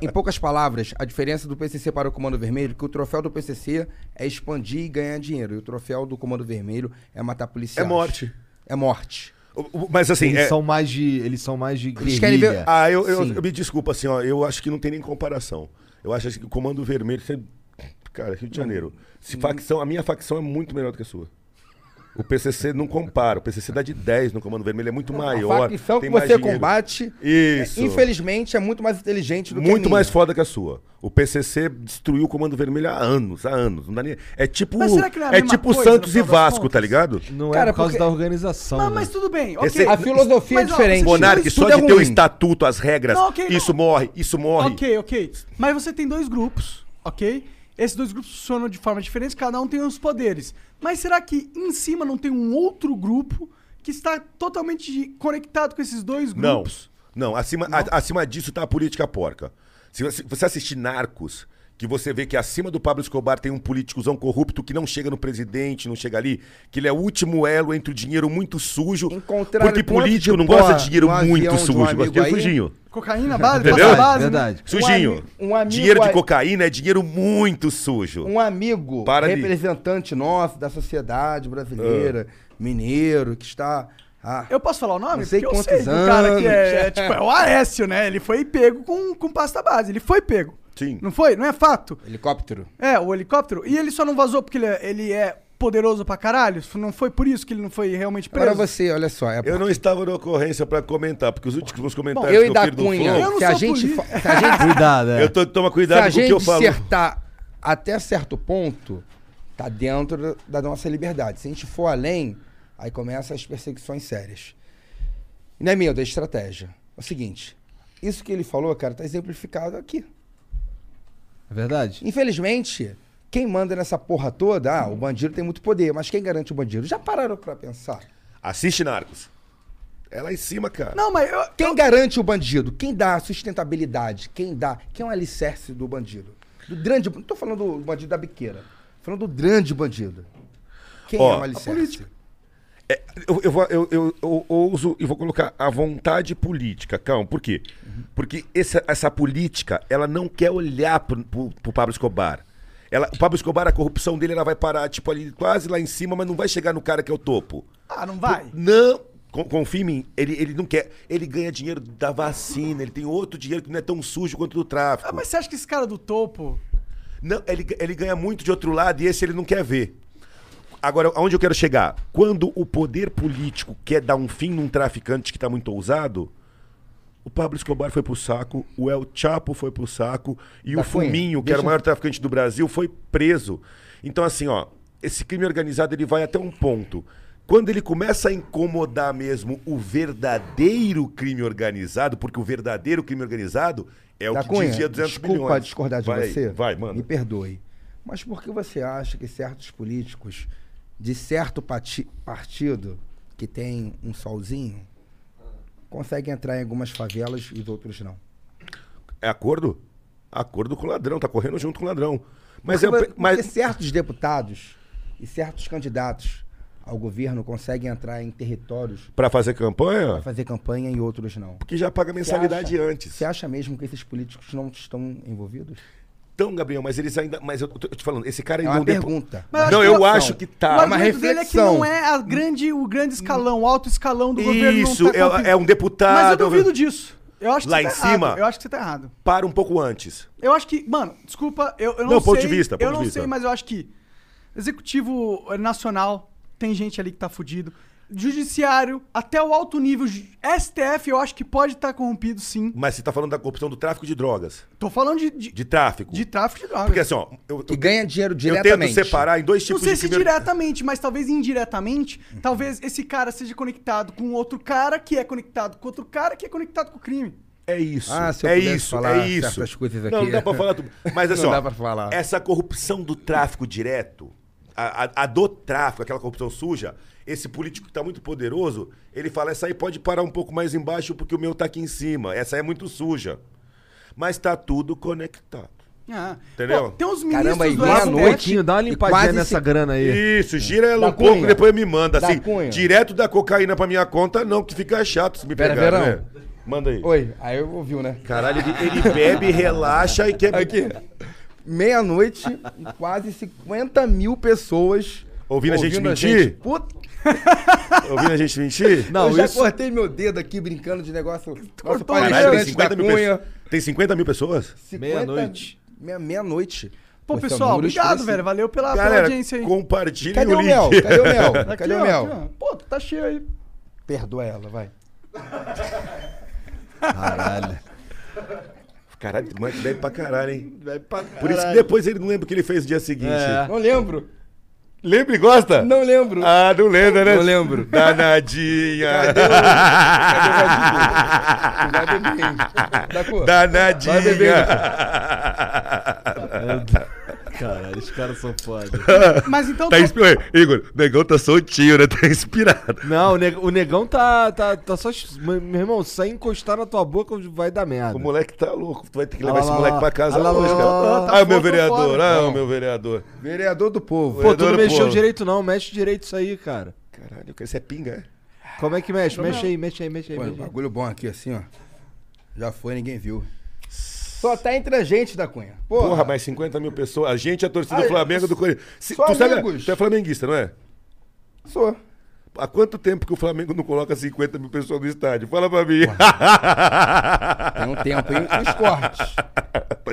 em poucas palavras, a diferença do PCC para o Comando Vermelho é que o troféu do PCC é expandir e ganhar dinheiro. E o troféu do Comando Vermelho é matar policiais. É morte. É morte. O- o- Mas assim. Eles é- são mais de. Eles são mais de guerrilha. querem ver- Ah, eu, eu- Sim. eu me desculpa, assim, ó, eu acho que não tem nem comparação. Eu acho assim, que o Comando Vermelho, você- cara, Rio de Janeiro. Se facção, a minha facção é muito melhor do que a sua. O PCC não compara, o PCC dá de 10 no Comando Vermelho, é muito maior. a facção tem que mais você dinheiro. combate, Isso. infelizmente, é muito mais inteligente do que a Muito minha. mais foda que a sua. O PCC destruiu o Comando Vermelho há anos, há anos. Não dá nem... É tipo, Mas será que não é a é mesma tipo coisa, no Santos e final das Vasco, contas? tá ligado? Não é Cara, por causa porque- da organização. Mas, né? Ah, mas tudo bem, Esse- ok. A filosofia é Mas, ó, diferente. você Monarque, Isso só tudo de é ter o ruim. estatuto, as regras, Não, ok, não. isso morre, isso morre. Ok, ok. Mas você tem dois grupos, ok? Esses dois grupos funcionam de forma diferente, cada um tem os poderes. Mas será que em cima não tem um outro grupo que está totalmente de- conectado com esses dois Não. grupos? Não, acima, a- acima disso tá a política porca. Se você, você assistir Narcos, que você vê que acima do Pablo Escobar tem um políticozão corrupto que não chega no presidente, não chega ali, que ele é o último elo entre o dinheiro muito sujo. Encontraram porque um monte de político não pó gosta de dinheiro no avião de muito um sujo, gosta de amigo dinheiro aí. sujinho. Cocaína, base, Entendeu? passa a base, né? Verdade. Sujinho. ami- um amigo dinheiro de aí- cocaína é dinheiro muito sujo. um amigo Para de- representante nosso da sociedade Ah. brasileira, mineiro, que está. Ah, Eu posso falar o nome? Não sei Porque eu sei quantos do cara que é, anos. é, tipo, é o Aécio, né? Ele foi pego com, com pasta base. Ele foi pego. Sim. Não foi? Não é fato? Helicóptero. É, o helicóptero. E ele só não vazou porque ele é, ele é poderoso pra caralho? Não foi por isso que ele não foi realmente preso? Para você, olha só. É Eu não estava na ocorrência pra comentar, porque os últimos comentários eu que e eu da fiz do Cunha, Flow, não se a sou gente. político. fa- Se a [LAUGHS] gente, Cuidado, é. eu tô, toma se a cuidado com o gente que eu falo. acertar até certo ponto, tá dentro da nossa liberdade. Se a gente for além, aí começam as perseguições sérias. E não é medo, é estratégia. É o seguinte, isso que ele falou, cara, tá exemplificado aqui. É verdade. Infelizmente, quem manda nessa porra toda, ah, o bandido tem muito poder, mas quem garante o bandido? Já pararam pra pensar? Assiste Narcos. É lá em cima, cara. Não, mas quem garante o bandido? Quem dá a sustentabilidade? Quem dá? Quem é o alicerce do bandido? Do grande, não tô falando do bandido da biqueira. Tô falando do grande bandido. Quem Ó, é o a alicerce? política. É, eu, eu, vou- eu, eu, eu ouso e vou colocar a vontade política, Cão. Por quê? Porque essa, essa política, ela não quer olhar pro, pro, pro Pablo Escobar. Ela, o Pablo Escobar, a corrupção dele, ela vai parar, tipo, ali quase lá em cima, mas não vai chegar no cara que é o topo. Ah, não vai? Não. Con- Confia em mim, ele, ele não quer. Ele ganha dinheiro da vacina, ele tem outro dinheiro que não é tão sujo quanto do tráfico. Ah, mas você acha que esse cara do topo. Não, ele, ele ganha muito de outro lado e esse ele não quer ver. Agora, aonde eu quero chegar? Quando o poder político quer dar um fim num traficante que tá muito ousado, o Pablo Escobar foi pro saco, o El Chapo foi pro saco e Da Cunha, o Fuminho, que deixa era o eu- maior traficante do Brasil, foi preso. Então, assim, ó, esse crime organizado ele vai até um ponto. Quando ele começa a incomodar mesmo o verdadeiro crime organizado, porque o verdadeiro crime organizado é o Da que Cunha, dizia 200 Tá desculpa milhões. discordar de vai, você. Vai, mano. Me perdoe. Mas por que você acha que certos políticos de certo pati- partido que tem um solzinho conseguem entrar em algumas favelas e os outros não? É acordo? Acordo com o ladrão, tá correndo junto com o ladrão. Mas porque, é o pe- porque mas certos deputados e certos candidatos ao governo conseguem entrar em territórios para fazer campanha? para fazer campanha e outros não. Porque já paga mensalidade antes. Você acha mesmo que esses políticos não estão envolvidos? Então, Gabriel, mas eles ainda, mas eu tô eu tô te falando, esse cara É ainda uma um depo- pergunta. Mas Não, acho que eu o- acho que O tá. argumento dele é que não é a grande, o grande escalão, o alto escalão do governo. não Isso, tá é- confi- é um deputado, Mas eu é um- duvido disso. Eu acho que Lá você em tá cima? errado. Eu acho que você tá errado. Para um pouco antes. Eu acho que, mano, desculpa, eu, eu não, Não, sei. ponto de vista, ponto eu de não vista. sei, mas eu acho que executivo eh, nacional tem gente ali que tá fudido. Judiciário, até o alto nível, ju- STF, eu acho que pode estar corrompido, sim. Mas você tá falando da corrupção do tráfico de drogas. Tô falando de, de, De tráfico. de tráfico de drogas. Porque assim, ó, eu, Que ganha dinheiro Eu diretamente. tento separar em dois Não tipos sei tipo de Uhum. se é crime- diretamente, mas talvez indiretamente, talvez esse cara seja conectado com outro cara que é conectado com outro cara que é conectado com o crime. É isso. Ah, se eu é pudesse isso, falar é isso. certas coisas Não, aqui. não dá pra [LAUGHS] falar tudo. Mas assim, Não ó, dá pra falar. essa corrupção do tráfico direto, a, a- a do tráfico, aquela corrupção suja, esse político que tá muito poderoso, ele fala, essa aí pode parar um pouco mais embaixo porque o meu tá aqui em cima. Essa aí é muito suja. Mas tá tudo conectado. Ah, Entendeu? pô, tem uns ministros Caramba, e do meia STF. noite. Dá uma e limpadinha quase nessa se- Hum. grana aí. Isso, gira ela Da um pouco Cunha. e depois me manda, Da assim. Cunha. Direto da cocaína pra minha conta, não, que fica chato se me Pera, pegar, Verão. né? Manda aí. Oi, aí eu ouviu, né? Caralho, ele, ele bebe, relaxa e quer... Aqui. Meia-noite e quase 50 mil pessoas Ouvindo a gente mentir? gente. Puta, Tá Ouvindo a gente mentir? eu [LAUGHS] Não, já isso- cortei meu dedo aqui brincando de negócio. Nosso Cortou o dedo. Caralho, tem palestrante da 50 mil Cunha. pessoas. Tem 50 mil pessoas? 50 Meia-noite. Meia- Meia-noite. Pô, Pô, são pessoal, números obrigado, expressivos. velho. Valeu pela, pela Galera, audiência aí. compartilhem Cadê o o link. mel? Cadê o [LAUGHS] mel? Aqui, Cadê ó, o mel? aqui, ó. Pô, tu tá cheio aí. Perdoa ela, vai. Caralho. Caralho, o Mike bebe pra caralho, hein? Por isso que depois ele não lembra o que ele fez no dia seguinte. É. Não lembro. Lembra e gosta? Não lembro. Ah, não lembra, né? Não lembro. Danadinha. Vai beber. Da cor. Danadinha. Vai [LAUGHS] beber. Caralho, os caras são foda. [LAUGHS] Mas então Tá tá- inspirado. Igor, o negão tá soltinho, né? Tá inspirado. Não, o neg- o negão tá, tá, tá só. Meu irmão, se encostar na tua boca vai dar merda. O moleque tá louco. Tu vai ter que levar Ah lá, esse lá, moleque lá. pra casa Ah lá, lá, hoje, lá, cara. lá, tá Ah, o meu fora, tá vereador. fora. Ah, o meu vereador. então. Vereador do povo. Pô, tu não Adoro, mexeu pô. direito, não. Mexe direito isso aí, cara. Caralho, isso é pinga, é? Como é que mexe? Mexe aí, mexe aí, mexe aí. Pô, mexe aí. bagulho bom aqui, assim, ó. Já foi, ninguém viu. Só tá entre a gente da Cunha. Porra, Porra, mais 50 mil pessoas. A gente, a torcida Ai, do Flamengo do Corinthians. Se- só tu, sabe, amigos. tu é flamenguista, não é? sou. Há quanto tempo que o Flamengo não coloca 50 mil pessoas no estádio? Fala pra mim. Tem um tempo. E os cortes. Tá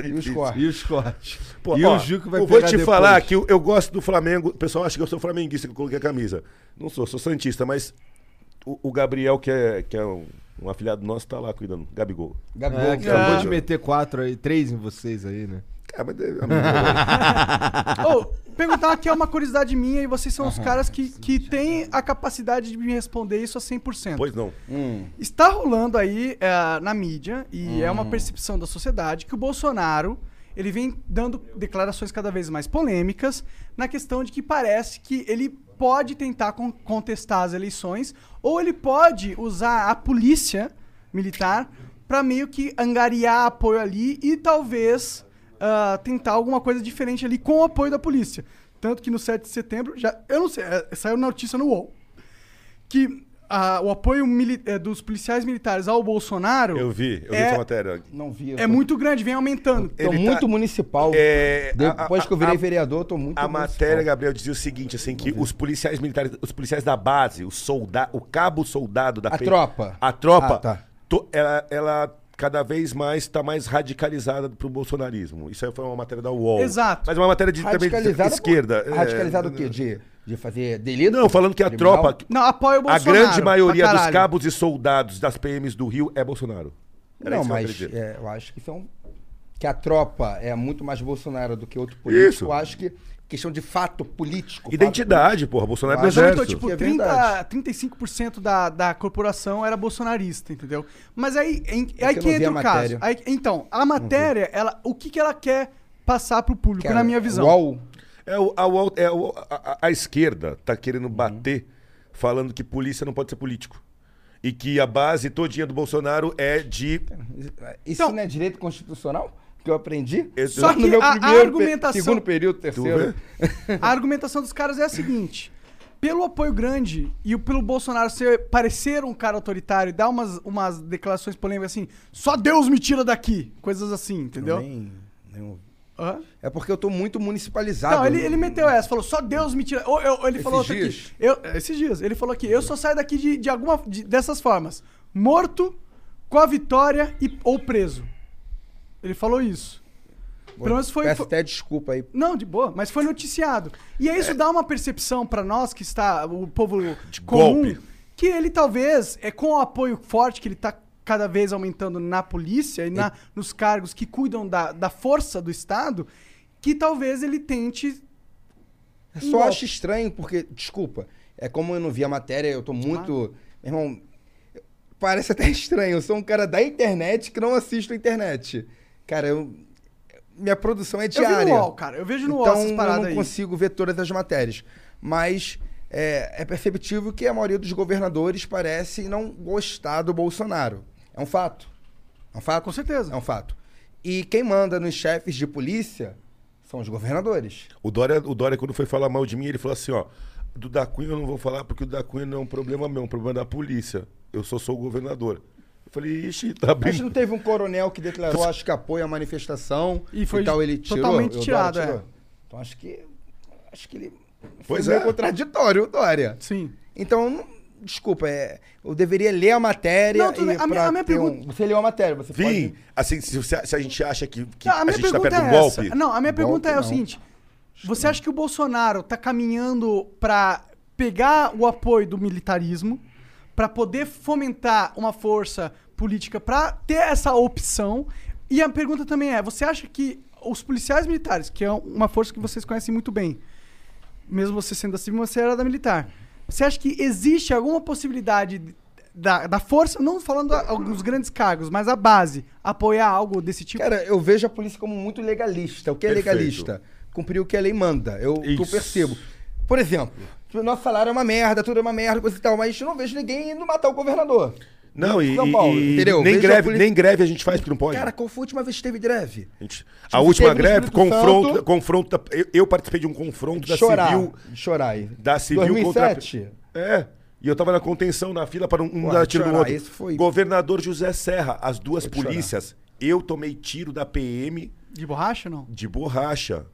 E os difícil. cortes. E os cortes. Pô, e ó, o Gil que vai eu pegar vou te depois. falar que eu, eu gosto do Flamengo. O pessoal acha que eu sou flamenguista, que eu coloquei a camisa. Não sou, sou santista, mas o, o Gabriel, que é, que é um, um afiliado nosso, tá lá cuidando. Gabigol. Gabigol. É, que acabou É. de meter quatro aí, três em vocês aí, né? É, mas. de- [LAUGHS] Ou, perguntar que é uma curiosidade minha e vocês são os Aham. caras que, que têm a capacidade de me responder isso a 100%. Pois não. Está rolando aí eh, na mídia, e é uma Hum. percepção da sociedade, que o Bolsonaro ele vem dando declarações cada vez mais polêmicas na questão de que parece que ele pode tentar con- contestar as eleições ou ele pode usar a polícia militar para meio que angariar apoio ali e talvez ah, tentar alguma coisa diferente ali com o apoio da polícia. Tanto que no 7 de setembro, já, eu não sei, eh, saiu notícia no UOL que ah, o apoio mili- eh, dos policiais militares ao Bolsonaro. Eu vi, eu vi é, essa matéria. tá Não vi. é muito grande, vem aumentando. Tô muito municipal. É, Depois a- que eu virei a- vereador, eu tô muito A municipal. matéria, Gabriel, dizia o seguinte, assim, que os policiais militares, os policiais da base, o soldado, o cabo soldado da A PM, tropa. A tropa, Ah, tá. to- ela, ela cada vez mais está mais radicalizada pro bolsonarismo. Isso aí foi uma matéria da UOL. Exato. Mas é uma matéria de, também de Radicalizada por- esquerda. é, radicalizada o quê? De, de fazer delito? Não, falando que a Criminal? tropa. A grande maioria dos cabos e soldados das PMs do Rio é Bolsonaro. Era não, isso que eu mas acredito. é, eu acho que são. Que a tropa é muito mais Bolsonaro do que outro político. Isso. Eu acho que questão de fato político. Identidade, porra. Bolsonaro é do Mas aumentou, exército. tipo, 30, 35% da, da corporação era bolsonarista, entendeu? Mas aí, em- É aí que eu não que vi entra a o matéria. caso. Aí- então, a matéria, ela, o que, que ela quer passar pro público, Cara, na minha visão? UOL. É o, a, UOL- é o- a- a- a esquerda tá Uhum. querendo bater falando que polícia não pode ser político. E que a base todinha do Bolsonaro é de. Então Isso não é direito constitucional? Que eu aprendi? Esse- Só Só no que meu a, a primeiro, pe- argumentação. segundo período, terceiro. A argumentação dos caras é a seguinte: pelo apoio grande e o- pelo Bolsonaro ser, parecer um cara autoritário e dar umas, umas declarações polêmicas assim, só Deus me tira daqui. Coisas assim, entendeu? Nem- nem ouvi. Hã? É porque eu tô muito municipalizado. Não, ele, ele meteu essa, falou, só Deus me tira. Ou, eu- ele falou Esses outra dias? aqui. Eu, esses dias, ele falou aqui, eu só saio daqui de, de alguma. de- dessas formas. Morto, com a vitória e, ou preso. Ele falou isso. Pelo menos foi. Peço foi- até desculpa aí. É. Não, de boa, mas foi noticiado. E aí isso dá uma percepção pra nós que está o povo comum golpe. que ele talvez é com o apoio forte que ele tá cada vez aumentando na polícia e na, nos cargos que cuidam da, da força do Estado, que talvez ele tente Eu um É só golpe. acho estranho, porque, desculpa, é como eu não vi a matéria, eu tô muito. Meu irmão, parece até [LAUGHS] estranho. Eu sou um cara da internet que não assisto a internet. Cara, eu. Minha produção é vi no diária. UOL, cara, eu vejo no UOL então, essas paradas Eu não aí. consigo ver todas as matérias. Mas é, é perceptível que a maioria dos governadores parece não gostar do Bolsonaro. É um fato. É um fato? Com certeza. É um fato. E quem manda nos chefes de polícia são os governadores. O Dória, o Dória, quando foi falar mal de mim, ele falou assim: ó, do da Cunha eu não vou falar porque o da Cunha não é um problema meu, é um problema da polícia. Eu só sou o governador. Eu falei, ixi, A tá gente bem. não teve um coronel que declarou, acho que apoia a manifestação E foi tal, ele tirou, totalmente o Dória tirado, é. tirou? Então acho que. Acho que ele. Pois foi é. meio contraditório, o Dória. Sim. Então, não- desculpa, é, eu deveria ler a matéria. Não, tudo e bem. A minha- pra é a minha ter um- pergunta- Você leu a matéria, você Vim, assim, se, se a, se a gente acha que, que Não, a, gente tá perto de um é essa. golpe. Não, a minha pergunta é Golpe, o não. seguinte: você acha que o Bolsonaro tá caminhando pra pegar o apoio do militarismo, pra poder fomentar uma força política, pra ter essa opção? E a pergunta também é: você acha que os policiais militares, que é uma força que vocês conhecem muito bem, mesmo você sendo da civil, você era da militar. Você acha que existe alguma possibilidade da, da força, não falando a- alguns grandes cargos, mas a base, apoiar algo desse tipo? Cara, eu vejo a polícia como muito legalista. O que é Perfeito. legalista? Cumprir o que a lei manda. Eu, eu Isso. percebo. Por exemplo, o nosso salário é uma merda, tudo é uma merda, coisa e tal, mas eu não vejo ninguém indo matar o governador. Não, e, São e- Paulo, e entendeu? nem, Vejo a greve, polícia- nem greve a gente faz porque não pode. Cara, qual foi a última vez que teve greve? A gente- Tipo, a última teve no greve, Espírito confronto, Santo. confronto da- eu, eu participei de um confronto da Chorar, civil, chorar aí. da civil 2007? contra É. E eu tava na contenção na fila para um, um Porra, dar tiro no chorar, outro. isso foi- Governador José Serra, as duas Foi de polícias. Eu tomei tiro da PM De borracha não? de borracha.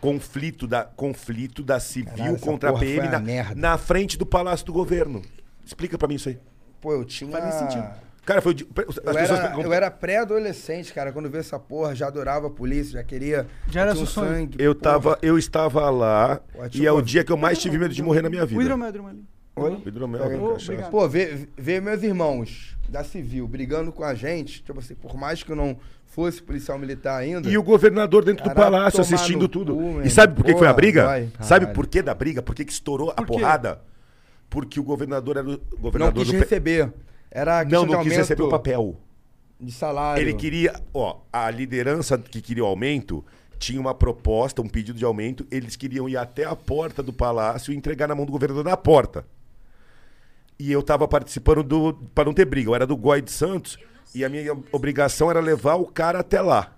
Conflito da conflito da civil Caralho, essa contra a porra foi PM uma na, merda. na frente do Palácio do Governo. Explica pra mim isso aí. Pô, eu tinha. Faz nem sentido. Cara, foi o di- as Ah. Eu pessoas era, perguntam- eu era pré-adolescente, cara. Quando eu vi essa porra, já adorava a polícia, já queria. Já era tinha um seu sonho. sangue. Eu, tava, eu estava lá Ué, tipo, deixa e eu é o ver. dia que eu mais tive medo de morrer na minha O vida. hidromel, hidromel. Oi? O hidromel Pega aí. com Ô, cachaça. obrigado. Pô, ver, ver meus irmãos da Civil brigando com a gente, tipo assim, por mais que eu não fosse policial militar ainda. E o governador dentro do Cara, palácio tomar no assistindo tudo. cu, meu. e sabe por que que foi a Porra, briga? vai. Sabe Caralho. por que da briga? Por que que estourou a Por quê? porrada? Porque o governador era o Não governador quis do P- receber. Era Não, questão de não quis aumento receber o papel. De salário. Ele queria, ó, a liderança que queria o aumento tinha uma proposta, um pedido de aumento. Eles queriam ir até a porta do palácio e entregar na mão do governador na porta. E eu tava participando do. para não ter briga, eu era do Goi de Santos e a minha obrigação era levar o cara até lá.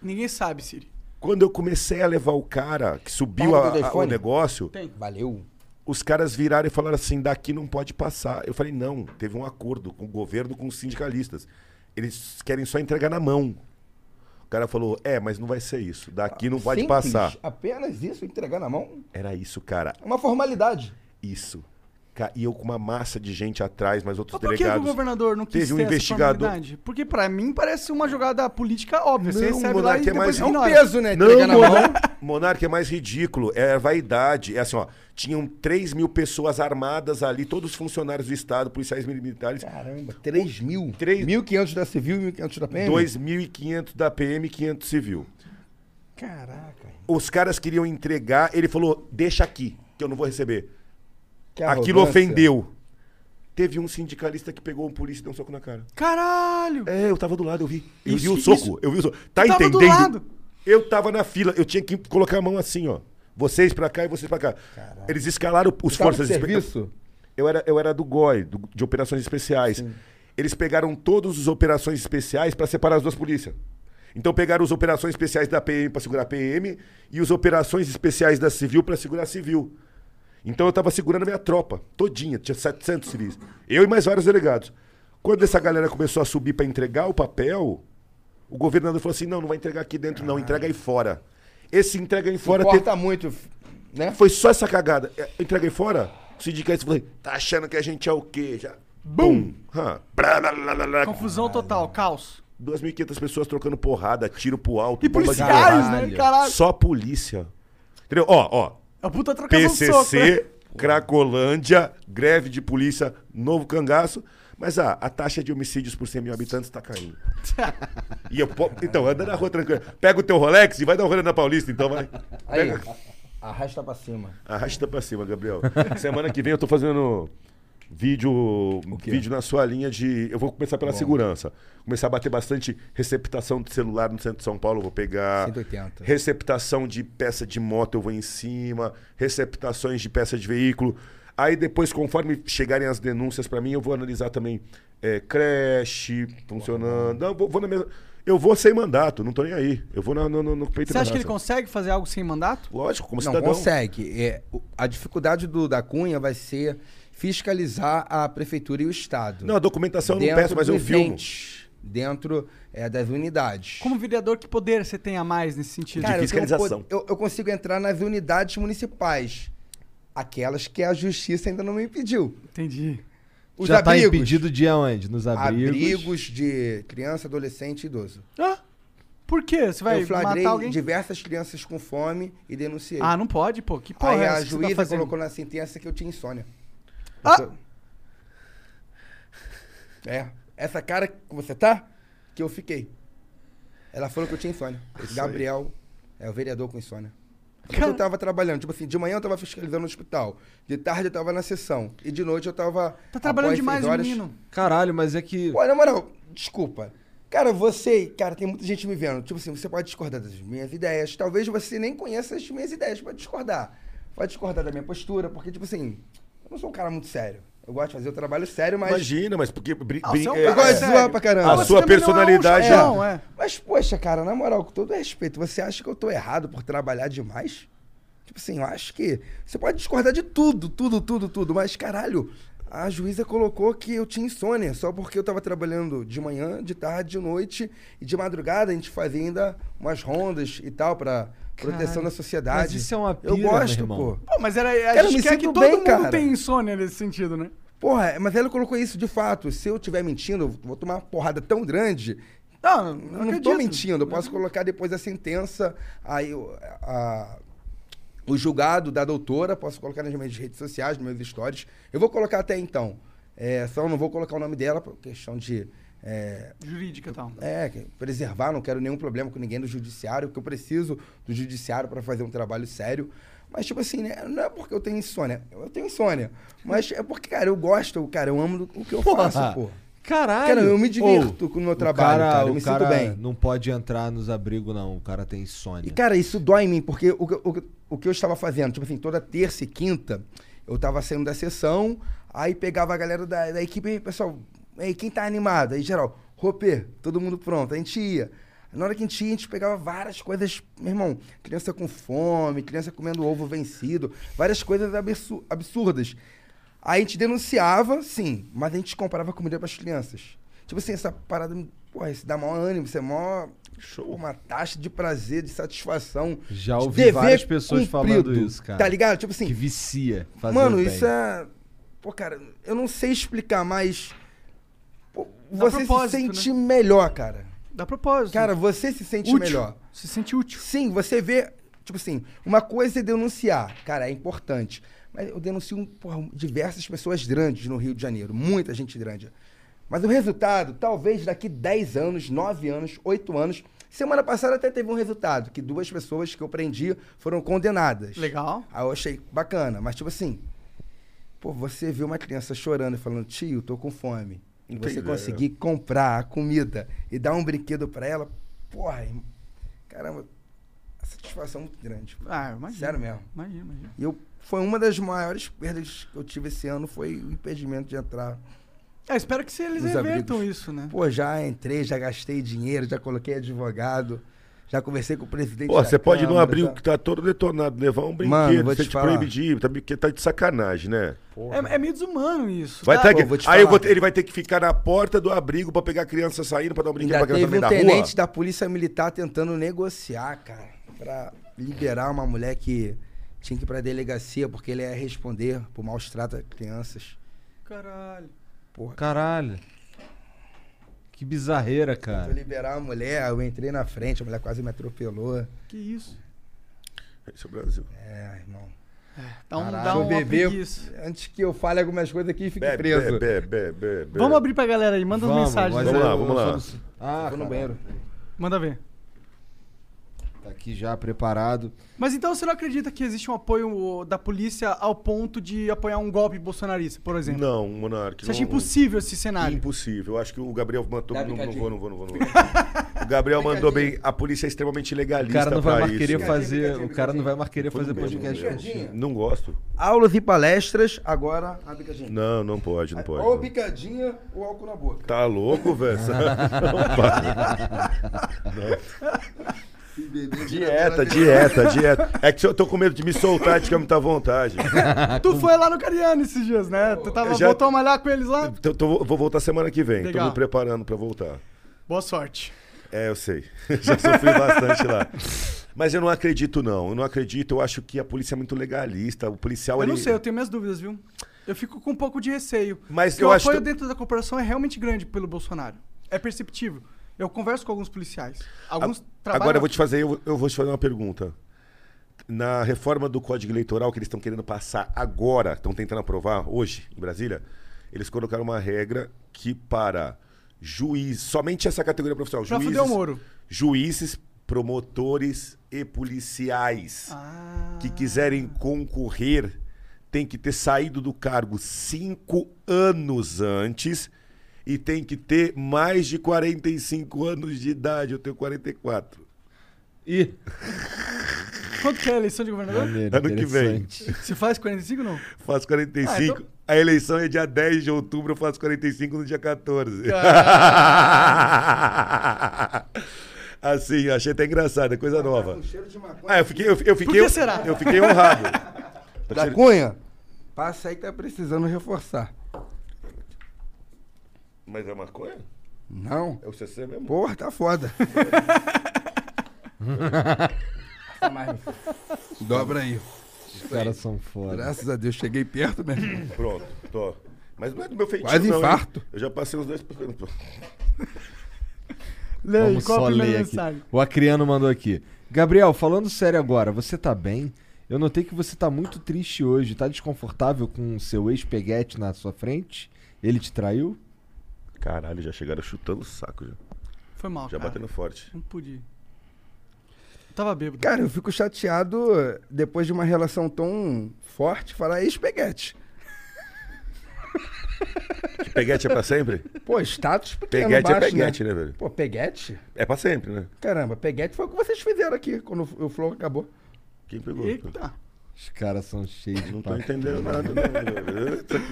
Ninguém sabe, Siri. Quando eu comecei a levar o cara, que subiu Fala do a- a- o telefone. negócio, Valeu. os caras viraram e falaram assim: daqui não pode passar. Eu falei: não, teve um acordo com o governo, com os sindicalistas. Eles querem só entregar na mão. O cara falou: é, mas não vai ser isso. Daqui não pode Simples, passar. Apenas isso, entregar na mão. Era isso, cara. Uma formalidade. Isso. Ca- E eu com uma massa de gente atrás, mas outros Mas por que, que o delegados. governador não quis Teve um ter essa investigador. formalidade? Porque pra mim parece uma jogada política óbvia. Você Não, recebe lá e Monark, é depois mais- é um ignora. peso, né? Não, Entregar na mão. [LAUGHS] Monarca, Monarca é mais ridículo. É vaidade. É assim, ó. Tinham 3 mil pessoas armadas ali, todos funcionários do Estado, policiais militares. Caramba, 3 mil? Tá 1.500 da Civil e 1.500 da PM? 2.500 da PM e 500 civil. Caraca. Os caras queriam entregar, ele falou: deixa aqui, que eu não vou receber. que Aquilo arrogância. ofendeu. Teve um sindicalista que pegou um polícia e deu um soco na cara. Caralho! É, eu tava do lado, eu vi. Eu vi Isso- o soco, isso- eu vi o soco. Tá Tu tava do entendendo? lado. Eu tava na fila, eu tinha que colocar a mão assim, ó. Vocês pra cá e vocês pra cá. Eles escalaram os Tu tava tá forças de espe- serviço? Eu era, eu era do GOI, do- de operações especiais. Eles pegaram todos os operações especiais pra separar as duas polícias. Então pegaram os operações especiais da PM pra segurar a PM e os operações especiais da civil pra segurar a civil. Então eu tava segurando a minha tropa todinha, tinha 700 civis. Eu e mais vários delegados. Quando essa galera começou a subir pra entregar o papel, o governador falou assim: "Não, não vai entregar aqui dentro não, entrega aí fora". Esse entrega aí fora teve- Importa muito, né? foi só essa cagada. É, Eu entreguei fora, o sindicalista falou: tá achando que a gente é o quê? Já. Bum! Hã. Brá, lá, lá, lá, lá. Confusão total, caos. 2.500 pessoas trocando porrada, tiro pro alto. E bomba de policiais, borracha. né? Caralho. Só polícia. Entendeu? Ó, ó. É o puta trocação de soco. PCC, né? Cracolândia, greve de polícia, novo cangaço. Mas ah, a taxa de homicídios por 100 mil habitantes tá [LAUGHS] caindo. E eu, po- então, anda na rua tranquila. Pega o teu Rolex e vai dar um rolê na Paulista, então vai. Aí, Pega- arrasta pra cima. Arrasta pra cima, Gabriel. [LAUGHS] Semana que vem eu tô fazendo vídeo, vídeo na sua linha de. Eu vou começar pela Bom. segurança. Começar a bater bastante receptação de celular no centro de São Paulo, eu vou pegar. 180. Receptação de peça de moto, eu vou em cima. Receptações de peça de veículo. Aí depois, conforme chegarem as denúncias pra mim, eu vou analisar também é, creche funcionando. Não, vou, vou na mesma. Eu vou sem mandato, não tô nem aí. Eu vou na- no, no, no peito Você da acha que ele raça. consegue fazer algo sem mandato? Lógico, como não, cidadão. consegue. É, o- a dificuldade do, da Cunha vai ser fiscalizar a prefeitura e o Estado. Não, a documentação eu não Dentro peço, um mas eu dos filmo. entes, Dentro é, das unidades. Como vereador, que poder você tem a mais nesse sentido? Cara, eu tenho um po- Eu, eu consigo entrar nas unidades municipais. Aquelas que a justiça ainda não me impediu. Entendi. Os Já tá abrigos. impedido de onde? Nos abrigos. abrigos de criança, adolescente e idoso. Ah, por quê? Você vai eu flagrei matar alguém? diversas crianças com fome e denunciei. Ah, não pode, pô. Que porra Aí é a essa que você tá juíza fazendo? colocou na sentença que eu tinha insônia. Ah! É, essa cara que você tá, que eu fiquei. Ela falou que eu tinha insônia. Isso Gabriel é o vereador com insônia. Porque eu tava trabalhando, tipo assim, de manhã eu tava fiscalizando no hospital, de tarde eu tava na sessão, e de noite eu tava. Tá trabalhando após demais seis o horas- menino. Caralho, mas é que. Olha, na moral, desculpa. Cara, você, cara, tem muita gente me vendo. Tipo assim, você pode discordar das minhas ideias. Talvez você nem conheça as minhas ideias, pode discordar. Pode discordar da minha postura, porque, tipo assim, eu não sou um cara muito sério. Eu gosto de fazer o trabalho sério, mas. Imagina, mas porque. Bri, Ah, bri- você é um é- cara é- sério. zoar pra caramba. A Mas sua você também não é um personalidade. chefão, é- é. Mas, poxa, cara, na moral, com todo respeito, você acha que eu tô errado por trabalhar demais? Tipo assim, eu acho que. Você pode discordar de tudo, tudo, tudo, tudo, mas caralho, a juíza colocou que eu tinha insônia, só porque eu tava trabalhando de manhã, de tarde, de noite e de madrugada a gente fazia ainda umas rondas e tal pra proteção Caralho. da sociedade. Mas isso é uma pira, Eu meu gosto, irmão. pô. Pô, mas era, a Cara, eu gente me quer que sinto todo bem, mundo cara. tenha insônia nesse sentido, né? Porra, mas ela colocou isso de fato. Se eu estiver mentindo, eu vou tomar uma porrada tão grande. Não, Uhum. eu não não, tô acredito. mentindo. Eu posso colocar depois a sentença, aí eu- a, o julgado da doutora, posso colocar nas minhas redes sociais, nos meus stories. Eu vou colocar até então. É, só não vou colocar o nome dela por questão de. é, Jurídica tá? e tal. é, que- preservar, não quero nenhum problema com ninguém do judiciário, porque eu preciso do judiciário para fazer um trabalho sério. Mas, tipo assim, né? Não é porque eu tenho insônia. Eu tenho insônia. Mas é porque, cara, eu gosto, cara, eu amo do- o que eu Porra, faço, pô. Caralho! Cara, eu me divirto Ô, com o meu trabalho, cara. Eu o me sinto cara bem. Não pode entrar nos abrigos, não. O cara tem insônia. E, cara, isso dói em mim, porque o, que- o, que- o que eu estava fazendo, tipo assim, toda terça e quinta, eu estava saindo da sessão, aí pegava a galera da, da equipe, aí, pessoal, aí quem tá animado? Aí, geral, Roper, todo mundo pronto, a gente ia. Na hora que a gente ia, a gente pegava várias coisas, meu irmão, criança com fome, criança comendo ovo vencido, várias coisas absu- absurdas. Aí a gente denunciava, sim, mas a gente comprava comida para as crianças. Tipo assim, essa parada, me- porra, isso dá maior ânimo, isso é maior show, uma taxa de prazer, de satisfação. Já de ouvi dever várias pessoas falando cumprido, isso, cara. Tá ligado? Tipo assim, Que vicia. Fazer mano, o bem. isso é. Pô, cara, eu não sei explicar, mas. pô, Dá você se propósito, né? sente melhor, cara. Dá propósito. Cara, você se sente Útil. melhor. Se sente útil. Sim, você vê. Tipo assim, uma coisa é denunciar. Cara, é importante. Mas eu denuncio porra, diversas pessoas grandes no Rio de Janeiro. Muita gente grande. Mas o resultado, talvez daqui 10 anos, 9 anos, 8 anos. Semana passada até teve um resultado, que duas pessoas que eu prendi foram condenadas. Legal. Aí eu achei bacana, mas tipo assim, pô, você vê uma criança chorando e falando, tio, tô com fome. E você Entendi. é. conseguir comprar a comida e dar um brinquedo pra ela, porra, im- caramba, a satisfação é muito grande. Ah, imagina. Sério mesmo. Imagina, imagina. E eu, foi uma das maiores perdas que eu tive esse ano, foi o impedimento de entrar É, espero que se eles Nos abrigos. revertam isso, né? Pô, já entrei, já gastei dinheiro, já coloquei advogado, já conversei com o presidente. Pô, da você pode não Câmara, abrir já- o que tá todo detonado, levar um Mano, brinquedo, vou você te te falar. proíbe de ir, tá- porque tá de sacanagem, né? É, é meio desumano isso. Vai tá? ter que- aí eu vou ter- ele vai ter que ficar na porta do abrigo pra pegar a criança saindo pra dar um brinquedo Ainda pra criança teve um no meio da rua. tenente da polícia militar tentando negociar, cara, pra liberar uma mulher que tinha que ir pra delegacia porque ele ia responder por maus tratos a crianças. Caralho. Porra. Caralho. Que bizarreira, Tentou cara. liberar a mulher, eu entrei na frente, a mulher quase me atropelou. Que isso. Esse é o Brasil. É, irmão. Dá um, Caralho. dá Deixa eu uma beber preguiça. Antes que eu fale algumas coisas aqui e fique Bebe, preso. bebe, bebe, bebe. Vamos abrir pra galera aí. Manda Vamos, as mensagens. mas Vamos eu- lá, vamos eu lá. só não sei- Ah, Vou no caralho. banheiro. Manda ver. Tá aqui já preparado. Mas então você não acredita que existe um apoio da polícia ao ponto de apoiar um golpe bolsonarista, por exemplo? Não, Monark. Você acha não- impossível esse cenário? Impossível. Eu acho que o Gabriel mandou. Dá Não, não bicadinha. vou, não vou, não vou. Não vou. o Gabriel mandou bem. A polícia é extremamente O legalista. cara não vai pra mais querer isso. fazer. O cara não vai mais querer Foi fazer no mesmo, podcast. meu. Não gosto. Aulas e palestras, agora a bicadinha. Não, não pode, não Ou pode. bicadinha ou álcool na boca. Tá louco, [LAUGHS] velho? Não para. Não. Dieta, dieta, dieta. É que eu tô com medo de me soltar de que eu me tá à vontade. [LAUGHS] Tu foi lá no Cariano esses dias, né? Tu tava, Eu já- voltou a malhar com eles lá? Então, tô- vou voltar semana que vem. Tô Legal. me preparando pra voltar. Boa sorte. É, eu sei. [LAUGHS] Já sofri bastante lá. Mas eu não acredito, não. Eu não acredito. Eu acho que a polícia é muito legalista. O policial, Eu ele... não sei, eu tenho minhas dúvidas, viu? Eu fico com um pouco de receio. Mas Porque eu o acho apoio que- dentro da corporação é realmente grande pelo Bolsonaro. É perceptível. Eu converso com alguns policiais. Alguns trabalham. Agora eu vou te fazer, eu, eu vou te fazer uma pergunta. Na reforma do Código Eleitoral que eles estão querendo passar agora, estão tentando aprovar hoje em Brasília, eles colocaram uma regra que para juiz, somente essa categoria profissional, Pra juízes, fuder o Moro. juízes, promotores e policiais Ah, que quiserem concorrer tem que ter saído do cargo cinco anos antes e tem que ter mais de 45 anos de idade. Eu tenho 44. Ih, quanto que é a eleição de governador? maneiro, Ano que vem. interessante. Se faz 45 ou não? Faço 45. Ah, então- A eleição é dia 10 de [LAUGHS] outubro, eu faço 45 no dia 14. [LAUGHS] assim, eu achei até engraçado, é coisa nova. Tá Cheiro de maconha. Ah, eu fiquei, eu, eu fiquei, Por que será? Eu fiquei honrado. Da Cunha, passa aí que tá precisando reforçar. Mas é maconha? Não? É o CC mesmo? Porra, tá foda. [LAUGHS] Dobra aí. Os caras são foda. Graças a Deus, cheguei perto mesmo. [LAUGHS] Pronto, tô. Mas não é do meu feitiço, Quase não, hein? infarto. Eu já passei os dois. Pô, Leia, Vamos qual só a primeira ler aqui. mensagem? O Acriano mandou aqui. Gabriel, falando sério agora, você tá bem? Eu notei que você tá muito triste hoje. Tá desconfortável com o seu ex-peguete na sua frente? Ele te traiu? Caralho, já chegaram chutando o saco já. Foi mal, Já cara. batendo forte. Não pude. [LAUGHS] Eu Tava bêbado. Cara, eu fico chateado depois de uma relação tão forte falar espeguete. Que peguete é pra sempre? Pô, status pequeno Peguete é baixo, peguete, né, velho? Pô, peguete? É pra sempre, né? Caramba, peguete foi o que vocês fizeram aqui quando o flow acabou. Quem pegou? Eita. Os caras são cheios de Não tô entendendo nada, não, velho.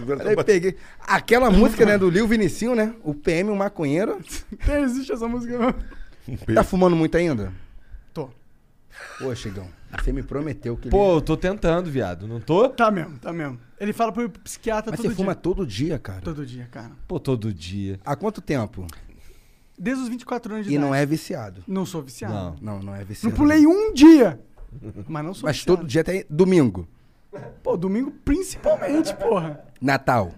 Agora tá Aí bat- peguei. Aquela música, né, do Lil Vinicinho, né? O PM, o [LAUGHS] maconheiro. Não existe essa música não. Um Tá fumando muito ainda? Tô. Ô, Chigão, você me prometeu que... Pô, eu tô tentando, viado. Não tô? Tá mesmo, tá mesmo. Ele fala pro psiquiatra Mas todo você fuma dia. todo dia, cara? Todo dia, cara. Pô, todo dia. Há quanto tempo? Desde os 24 anos de E idade. não é viciado? Não sou viciado. Não, não, não é Não viciado. pulei um dia. Mas não sou Mas viciado. todo dia até domingo, Pô, domingo principalmente, porra. Natal.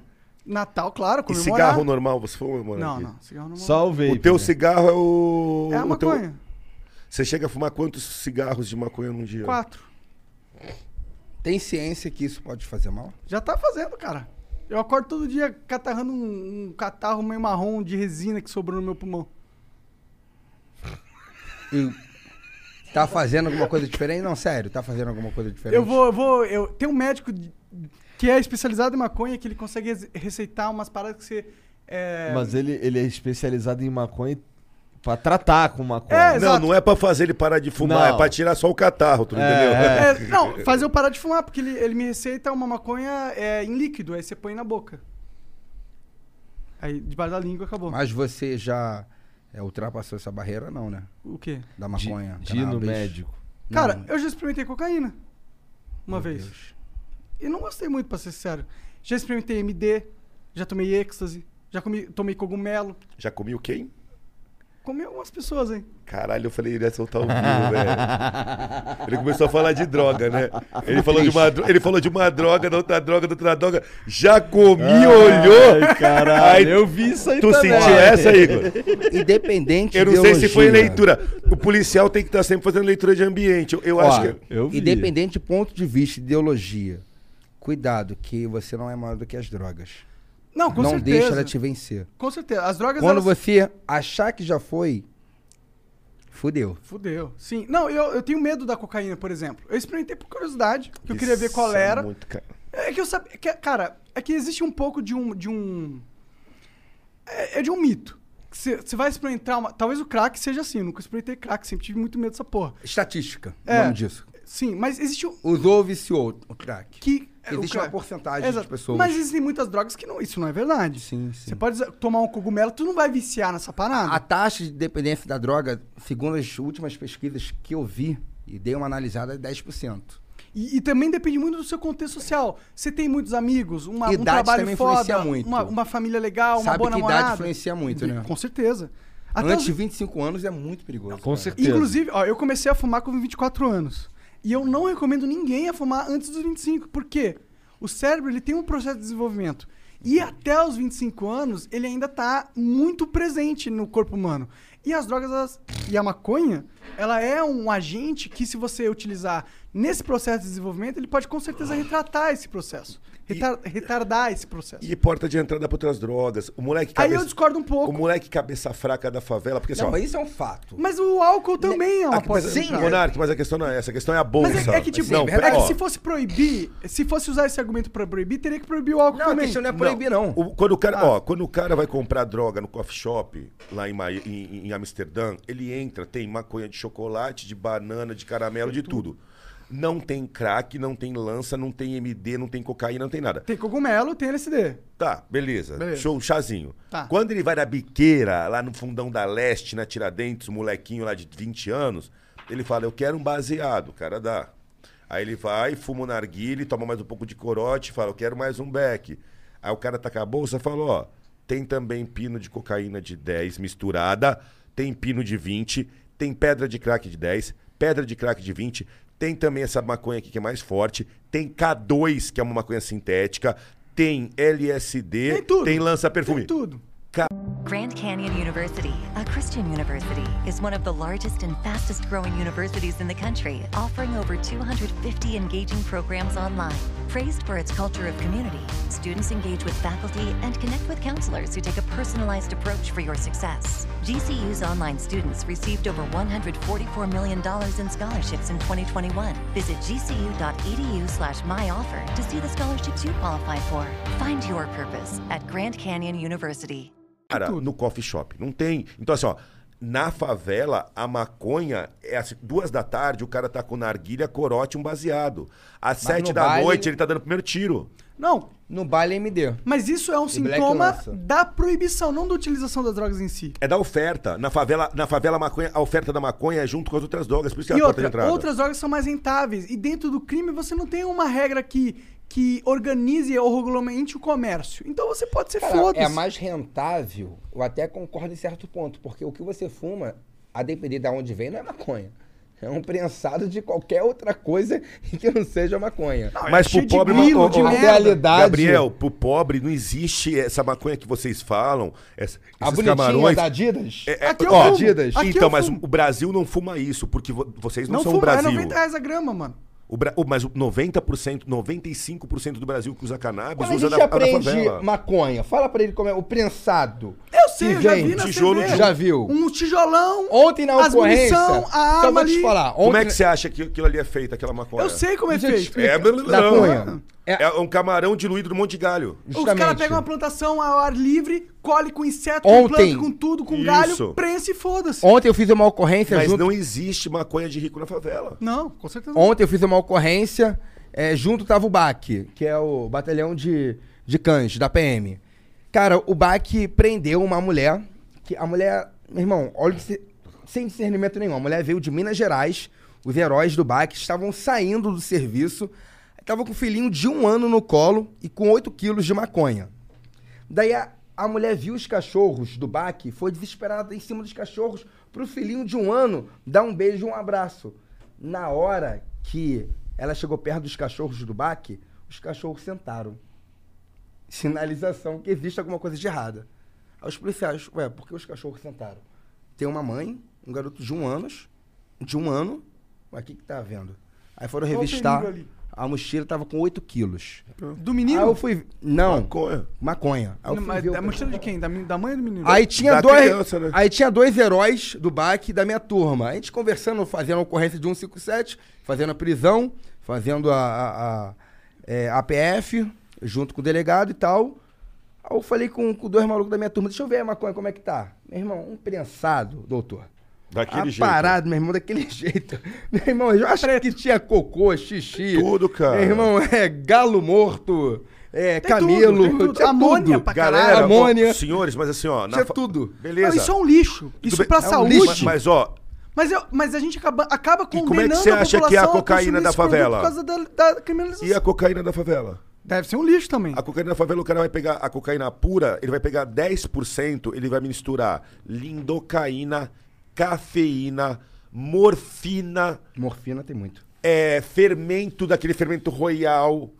Natal, claro, E comemorar. cigarro normal, você foi, mano? Tá Não, não, cigarro normal. Só o O teu cigarro é o. É a o teu- maconha. Você chega a fumar quantos cigarros de maconha num dia? Quatro. Tem ciência que isso pode fazer mal? Já tá fazendo, cara. Eu acordo todo dia catarrando um, um catarro meio marrom de resina que sobrou no meu pulmão. E tá fazendo alguma coisa diferente? Não, sério, tá fazendo alguma coisa diferente? Eu vou, eu vou. Eu, tem um médico de- que é especializado em maconha que ele consegue rece- receitar umas paradas que você. É, Mas ele, ele é especializado em maconha e- pra tratar com maconha. É, não, não é pra fazer ele parar de fumar, Não. é pra tirar só o catarro, tu É, entendeu? é. É, não, fazer eu parar de fumar, porque ele, ele me receita uma maconha é, em líquido, aí você põe na boca. Aí debaixo da língua acabou. Mas você já é, ultrapassou essa barreira, não, né? O quê? Da maconha. De- de ir no cannabis. médico. Não, Cara, eu já experimentei cocaína. Uma vez. E não gostei muito, pra ser sincero. Já experimentei MD, já tomei êxtase, já comi, tomei cogumelo. Já comi o quê? Comi algumas pessoas, hein? Caralho, eu falei, ele ia soltar o vivo, velho. Ele começou a falar de droga, né? Ele falou de uma, dro- ele falou de uma droga, da outra droga, da outra droga. Já comi, olhou. caralho, eu vi isso aí Tu também. sentiu essa, Igor? Independente Eu não sei se foi ideologia. leitura. O policial tem que estar sempre fazendo leitura de ambiente. Eu, eu Ó, acho que. Independente de ponto de vista, ideologia, cuidado, que você não é maior do que as drogas. Não, com não certeza. deixa ela te vencer. Com certeza. As drogas. Quando elas- você achar que já foi, fudeu. Fudeu. Sim. Não, eu, eu tenho medo da cocaína, por exemplo. Eu experimentei por curiosidade, que eu queria ver qual Isso é era. muito, cara. É que eu sabia. que- cara, é que existe um pouco de um. De um é, é de um mito. Que Você você vai experimentar uma. Talvez o crack seja assim. Eu nunca experimentei crack, sempre tive muito medo dessa porra. Estatística, o É. nome disso. Sim, mas existe um. Usou ou viciou o crack. Que, é Existe o crack- uma porcentagem Exato. de pessoas. Mas existem muitas drogas que não, isso não é verdade. Sim, sim. Você pode usar- tomar um cogumelo, tu não vai viciar nessa parada. A taxa de dependência da droga, segundo as últimas pesquisas que eu vi e dei uma analisada, é 10%. E, e também depende muito do seu contexto social. Você tem muitos amigos, uma, um Idade trabalho também influencia foda, muito. uma, uma família legal, uma Sabe boa que idade namorada. influencia muito, né? Com certeza. Até Antes os- de 25 anos é muito perigoso. Com cara. certeza. Inclusive, ó, eu comecei a fumar com 24 anos. E eu não recomendo ninguém a fumar antes dos 25. Por quê? O cérebro ele tem um processo de desenvolvimento. E até os 25 anos, ele ainda tá muito presente no corpo humano. E as drogas elas- e a maconha, ela é um agente que, se você utilizar nesse processo de desenvolvimento, ele pode com certeza retratar esse processo. Retar- retardar esse processo. E porta de entrada para outras drogas. O moleque Aí cabeça- eu discordo um pouco. O moleque cabeça fraca da favela, porque assim, Não, ó, mas isso é um fato. Mas o álcool também é uma a, mas, porta de entrada. Monark, mas a questão não é essa, a questão é a bolsa. Mas é, é que, tipo, não, é que ó, se fosse proibir, se fosse usar esse argumento pra proibir, teria que proibir o álcool Não, a também. questão não é proibir, não. o- quando, o cara, Ah. ó, quando o cara vai comprar droga no coffee shop, lá em, Ma- em, em Amsterdã, ele entra, tem maconha de chocolate, de banana, de caramelo, de tudo. Não tem crack, não tem lança, não tem MD, não tem cocaína, não tem nada. Tem cogumelo, tem LSD. Tá, beleza. Beleza. Show, chazinho. Tá. Quando ele vai na biqueira, lá no fundão da leste, na Tiradentes, o molequinho lá de 20 anos, ele fala, eu quero um baseado, o cara dá. Aí ele vai, fuma um narguile, toma mais um pouco de corote, fala, eu quero mais um beck. Aí o cara tá com a bolsa e fala, ó, tem também pino de cocaína de 10 misturada, tem pino de 20, tem pedra de crack de 10, pedra de crack de 20, tem também essa maconha aqui que é mais forte, tem K2, que é uma maconha sintética, tem LSD, Tem tudo. lança perfume. Tem tudo. Grand Canyon University, a Christian university, is one of the largest and fastest growing universities in the country, offering over 250 engaging programs online. Praised for its culture of community, students engage with faculty and connect with counselors who take a personalized approach for your success. GCU's online students received over $144 million in scholarships in 2021. Visit gcu.edu E slash myoffer to see the scholarships you qualify for. Find your purpose at Grand Canyon University. Cara, no coffee shop. Não tem. Então, assim, ó. Na favela, a maconha é às duas da tarde, o cara tá com narguilha, corote, um baseado. Às Mas sete no da baile- noite, ele tá dando o primeiro tiro. Não. No baile MD. Mas isso é um Black sintoma lança. da proibição, não da utilização das drogas em si. É da oferta. Na favela, na favela a, maconha, a oferta da maconha é junto com as outras drogas, por isso que é E a porta de outra, entrada. outras drogas são mais rentáveis. E dentro do crime você não tem uma regra que, que organize ou regulamente o comércio. Então você pode ser Cara, foda-se. é mais rentável, eu até concordo em certo ponto, porque o que você fuma, a depender de onde vem, não é maconha. É um prensado de qualquer outra coisa [LAUGHS] que não seja maconha. Mas é pro pobre, ô, ô, a realidade. Gabriel, pro pobre não existe essa maconha que vocês falam. Essa, A esses bonitinha camarões. da Adidas? É, é, Aqui eu ó, fumo. Adidas. Aqui Então, eu mas fumo. o Brasil não fuma isso, porque vo- vocês não, não um são fuma, o Brasil. é 90 reais a grama, mano. O Bra- o- mas o 90%, 95% do Brasil que usa cannabis Quando a usa gente na, na aprende favela. maconha, fala pra ele como é o prensado. Eu sei, eu já vi na tijolo TV. Já viu? Um tijolão. Ontem na as ocorrência. munição, a só arma vou te ali. falar. Como é ontem- que você acha que aquilo ali é feito, aquela maconha? Eu sei como é Gente, feito. É, Da não. cunha. é um camarão diluído num monte de galho. Os caras pegam uma plantação ao ar livre, colhe com inseto, Ontem. com planta, com tudo, com Isso. galho, prensa e foda-se. Ontem eu fiz uma ocorrência Mas junto. não existe maconha de rico na favela. Não, com certeza não. Ontem eu fiz uma ocorrência, é, junto tava o BAC, que é o batalhão de, de cães da PM. Cara, o BAC prendeu uma mulher, que a mulher, meu irmão, olha que se- sem discernimento nenhum, a mulher veio de Minas Gerais, os heróis do BAC estavam saindo do serviço, tava com um filhinho de um ano no colo e com 8 quilos de maconha. Daí a, a mulher viu os cachorros do baque, foi desesperada em cima dos cachorros pro filhinho de um ano dar um beijo e um abraço. Na hora que ela chegou perto dos cachorros do baque, os cachorros sentaram. Sinalização que existe alguma coisa de errada. Aí os policiais, ué, por que os cachorros sentaram? Tem uma mãe, um garoto de um ano, de um ano, mas o que que tá havendo? Aí foram Qual o revistar, perigo ali? a mochila tava com 8 quilos. Do menino? Aí eu fui, não. Maconha. Maconha. Aí eu fui Mas ver o é mochila de quem? Da, men- da mãe ou do menino? Aí tinha, dois, né? aí tinha dois heróis do BAC da minha turma. A gente conversando, fazendo a ocorrência de 157, fazendo a prisão, fazendo a, a, a, é, APF, junto com o delegado e tal. Aí eu falei com, com dois malucos da minha turma, deixa eu ver a maconha, como é que tá? Meu irmão, um prensado, doutor. Daquele jeito. né? Aparado, meu irmão, daquele [LAUGHS] jeito. Meu irmão, eu acho que tinha cocô, xixi. Tudo, cara. Meu irmão, [LAUGHS] é galo morto, é camelo, tudo, tem tudo. é tinha Amônia tudo. pra Galera, amônia. ó, senhores, mas assim, ó. na Isso é fa- tudo. Beleza. Não, isso é um lixo. Tudo Isso bem. pra É um saúde. lixo. Mas, mas, ó, Mas, eu, mas a gente acaba, acaba é que condenando você acha que é a população cocaína consumir da esse produto favela? Por causa da, da criminalização. e a cocaína da favela? Deve ser um lixo também. A cocaína da favela, o cara vai pegar a cocaína pura, ele vai pegar 10%, ele vai misturar lindocaína, cafeína, morfina, Morfina tem muito. é, fermento daquele fermento royal,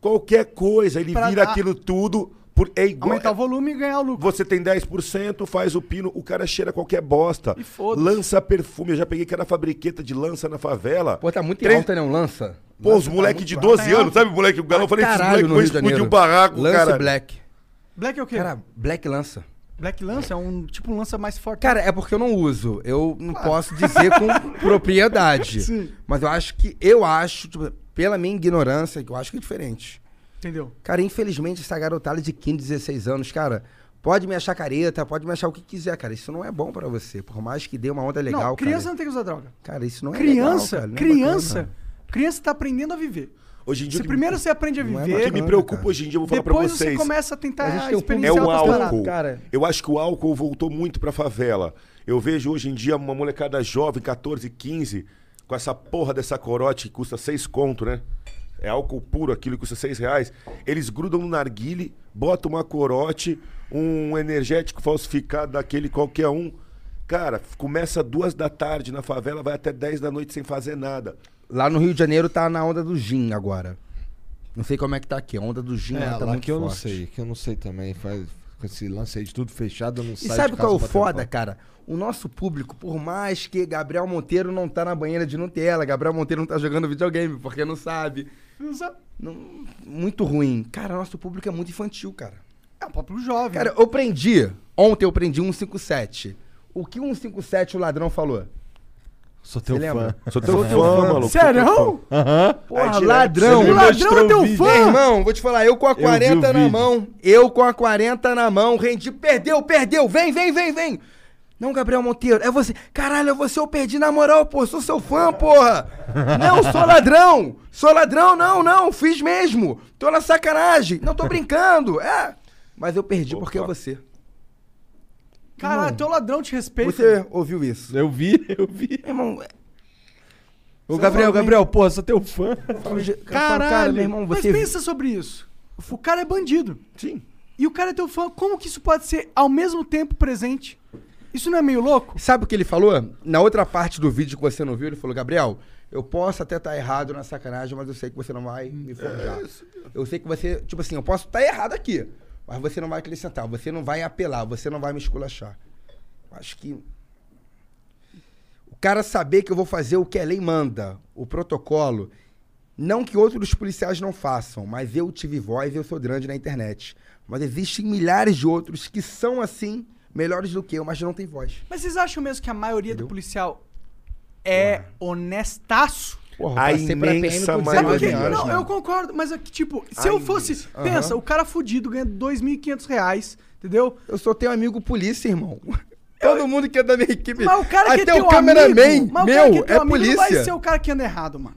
qualquer coisa, ele Pra vira dar- aquilo tudo. Por, é igual, Aumentar o volume e ganhar o lucro. Você tem 10%, faz o pino, o cara cheira qualquer bosta. E foda-se. lança perfume. Eu já peguei cara fabriqueta de lança na favela. Pô, tá muito em Três- alta, né? Um lança. Pô, os moleque de 12 anos, sabe o moleque, o galão, eu falei, esses moleque vão explodir o barraco, lança cara. e black. Black é o quê? Cara, black lança. Black lança é um tipo um lança mais forte. Cara, é porque eu não uso. Eu não posso dizer [LAUGHS] com propriedade. Sim. Mas eu acho que, eu acho, tipo, pela minha ignorância, que eu acho que é diferente. entendeu? Cara, infelizmente, essa garotada de 15, 16 anos, cara, pode me achar careta, pode me achar o que quiser, cara. Isso não é bom pra você. Por mais que dê uma onda É legal, não, criança cara. não tem que usar droga. Cara, isso não é criança, legal, cara. Não é criança, bacana. criança tá aprendendo a viver. Hoje em dia, Se o que- primeiro você aprende a Não é o viver, que me preocupa cara. hoje em dia, eu vou falar depois pra você vocês. começa a A tentar gente tem um É experienciar o outras paradas. álcool. cara. Eu acho que o álcool voltou muito pra favela. Eu vejo hoje em dia uma molecada jovem, 14, 15, com essa porra dessa corote que custa 6 conto, né? É álcool puro, aquilo que custa 6 reais. Eles grudam no narguile, botam uma corote, um energético falsificado daquele qualquer um. Cara, começa duas da tarde na favela, vai até 10 da noite sem fazer nada. Lá no Rio de Janeiro tá na onda do gin agora. Não sei como é que tá aqui. A onda do gin É, lá tá lá muito que eu não forte. sei, que eu não sei também. Faz... com esse lance aí de tudo fechado, eu não E sai sabe de qual é o casa pra foda, trampar. cara? O nosso público, por mais que Gabriel Monteiro não tá na banheira de Nutella, Gabriel Monteiro não tá jogando videogame, porque não sabe. Não sabe. Muito ruim. Cara, nosso público é muito infantil, cara. É um papo jovem. Cara, eu prendi. Ontem eu prendi um 57. O que um 57 o ladrão falou? Sou teu Você lembra? fã. Sou teu fã, maluco. Sou teu fã. Aham. Porra, ladrão. é Mostrou o vídeo. Meu irmão, vou te falar, eu com a vi o 40 na vídeo. mão, eu com a 40 na mão, rendi, perdeu, perdeu, vem, vem, vem, vem. Não, Gabriel Monteiro, é você. Caralho, é você, eu perdi na moral, pô, sou seu fã, porra. Não, sou ladrão. Sou ladrão, não, não, fiz mesmo. Tô na sacanagem. Não tô brincando. É. Mas eu perdi porque é você. Caralho, teu ladrão te respeita. Você ouviu isso? Eu vi, [LAUGHS] eu vi. Irmão, Ô, Gabriel, Gabriel, porra, sou teu fã. Caralho, cara, meu irmão, você- mas pensa sobre isso. O cara é bandido. Sim. E o cara é teu fã. Como que isso pode ser ao mesmo tempo presente? Isso não é meio louco? Sabe o que ele falou? Na outra parte do vídeo que você não viu, ele falou: Gabriel, eu posso até estar errado na sacanagem, mas eu sei que você não vai É me forjar. eu sei que você, tipo assim, eu posso estar errado aqui, mas você não vai acrescentar, você não vai apelar, você não vai me esculachar. Acho que. O cara saber que eu vou fazer o que a lei manda, o protocolo. Não que outros policiais não façam, mas eu tive voz e eu sou grande na internet. Mas existem milhares de outros que são assim, melhores do que eu, mas não têm voz. Mas vocês acham mesmo que a maioria do policial é honestaço? Porra, A passei pra imensa PM com 19 maioria. anos, Não, mano. eu concordo, mas é que, tipo, se A eu fosse. imensa. Pensa, Aham. o cara fudido ganha 2.500 reais, entendeu? Eu só tenho amigo polícia, irmão. Todo mundo que é da minha equipe. Mas o cara que Até é teu o cameraman amigo, mas o cara meu que é, teu é amigo Não vai polícia. ser o cara que anda errado, mano.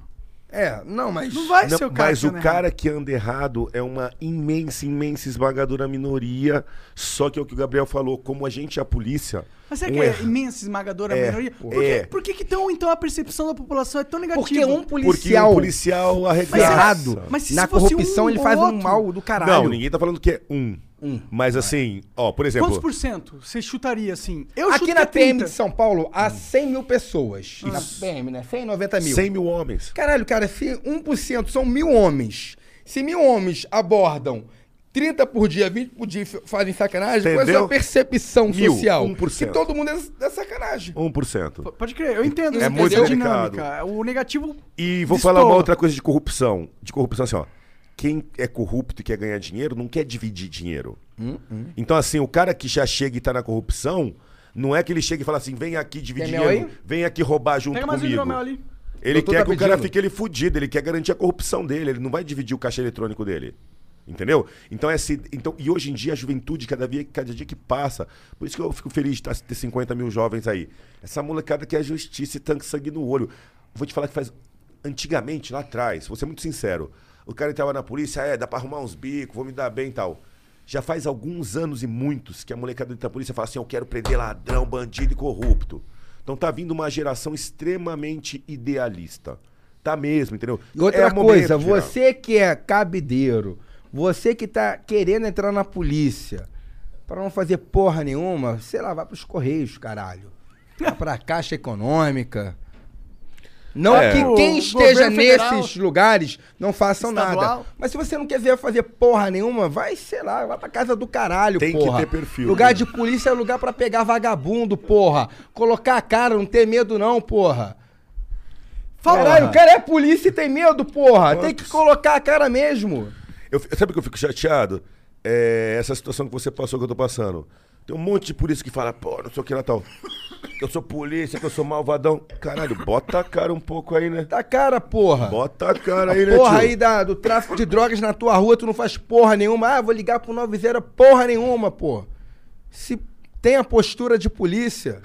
É, não, mas. Não vai Não, ser o cara mas que o anda errado. cara que anda errado é uma imensa, imensa, esmagadora minoria. Só que é o que o Gabriel falou, como a gente é a polícia. Mas será um que é erra- imensa, esmagadora É, a maioria? Por, que, é. por que que então, então a percepção da população é tão negativa? Porque um Porque o policial. policial arregaça. errado. Mas se Na fosse corrupção, um ele ou faz um outro? mal do caralho. Não, ninguém tá falando que é um. Mas assim, ó, por exemplo... Quantos por cento você chutaria assim? Eu chuto Aqui que na é PM 30. de São Paulo há 100 mil pessoas. Na Hum. Isso. PM, né? 190 mil. 100 mil homens. Caralho, cara, se 1% são mil homens, se mil homens abordam 30 por dia, 20 por dia e f- fazem sacanagem, qual é a Entendeu? sua percepção Mil, social? 1%. Que todo mundo é, é sacanagem. 1%. Pode crer, eu entendo É essa muito essa delicado. dinâmica. O negativo. E vou destoa. falar uma outra coisa de corrupção. De corrupção, assim, ó. Quem é corrupto e quer ganhar dinheiro não quer dividir dinheiro. Então, assim, o cara que já chega e tá na corrupção, não é que ele chega e fala assim: vem aqui dividir Tem mel dinheiro, vem aqui roubar junto Pega mais um comigo. hidromel ali. Ele Doutor quer tá que o cara pedindo. fique ele fudido, ele quer garantir a corrupção dele, ele não vai dividir o caixa eletrônico dele. Entendeu? Então, esse, então, e hoje em dia a juventude, cada dia, cada dia que passa, por isso que eu fico feliz de tá- ter 50 mil jovens aí. Essa molecada que é a justiça e tanque sangue no olho. Vou te falar que faz. Antigamente, lá atrás, vou ser muito sincero, o cara estava na polícia, "Ah, é, dá pra arrumar uns bicos, vou me dar bem e tal. Já faz alguns anos e muitos que a molecada da polícia fala assim: eu quero prender ladrão, bandido e corrupto. Então tá vindo uma geração extremamente idealista. Tá mesmo, entendeu? E outra É momento, coisa, Tirão. você que é cabideiro, você que tá querendo entrar na polícia, pra não fazer porra nenhuma, sei lá, vai pros Correios, caralho. Vai pra Caixa Econômica. Não É. que O quem esteja governo federal, nesses lugares não façam estadual. nada. Mas se você não quer ver fazer porra nenhuma, vai, sei lá, vai pra casa do caralho, Tem que porra. ter perfil, Lugar né? de polícia é lugar pra pegar vagabundo, porra. Colocar a cara, não ter medo não, porra. Fala. Caralho, o cara é polícia e tem medo, porra. Tem que Quantos? colocar é a cara mesmo. Eu fi- sabe que eu fico chateado? É, essa situação que você passou, que eu tô passando. Tem um monte de polícia que fala, pô, não sei o que lá tal. Que eu sou polícia, que eu sou malvadão. Caralho, bota a cara um pouco aí, né? Tá a cara, porra. Bota a cara A aí, né, porra tio? aí da- do tráfico de drogas na tua rua, tu não faz porra nenhuma. Ah, vou ligar pro 90, porra nenhuma, porra. Se tem a postura de polícia.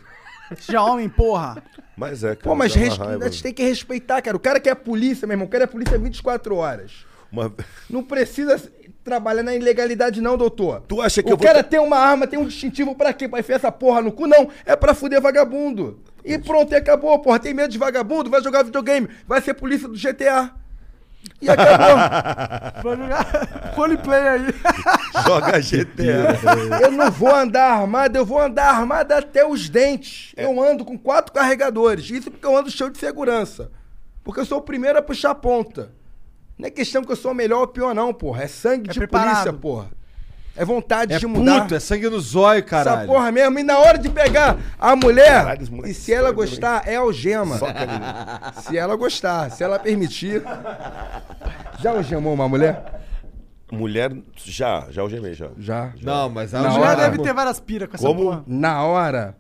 Já homem, porra. Mas é, cara. Pô, mas dá uma res- raiva, a gente tem que respeitar, cara. O cara que é polícia, meu irmão, o cara é polícia 24 horas. Uma- Não precisa trabalhar na ilegalidade, não, doutor. Tu acha que o eu vou cara tra- tem uma arma, tem um distintivo pra quê? Pra enfiar essa porra no cu? Não, é pra fuder vagabundo. E pronto, e acabou, porra. Tem medo de vagabundo? Vai jogar videogame, vai ser polícia do GTA. E acabou. [LAUGHS] Vai jogar [LAUGHS] roleplay aí. Joga GTA. eu não vou andar armado, eu vou andar armado até os dentes. É. Eu ando com quatro carregadores. Isso porque eu ando cheio de segurança. Porque eu sou o primeiro a puxar a ponta. Não é questão que eu sou melhor ou pior, não, porra. É sangue de preparado. polícia, porra. É vontade É de mudar. puto, é sangue no zóio, caralho. Essa porra mesmo. E na hora de pegar a mulher, Caralho, os moleques e se ela doido, hein? gostar, é algema. Só caminhar. se ela gostar, se ela permitir. Já algemou uma mulher? Mulher, já, já algemei, já. Já? Não, mas Na mulher hora- deve ter várias piras com essa Como? porra. Na hora.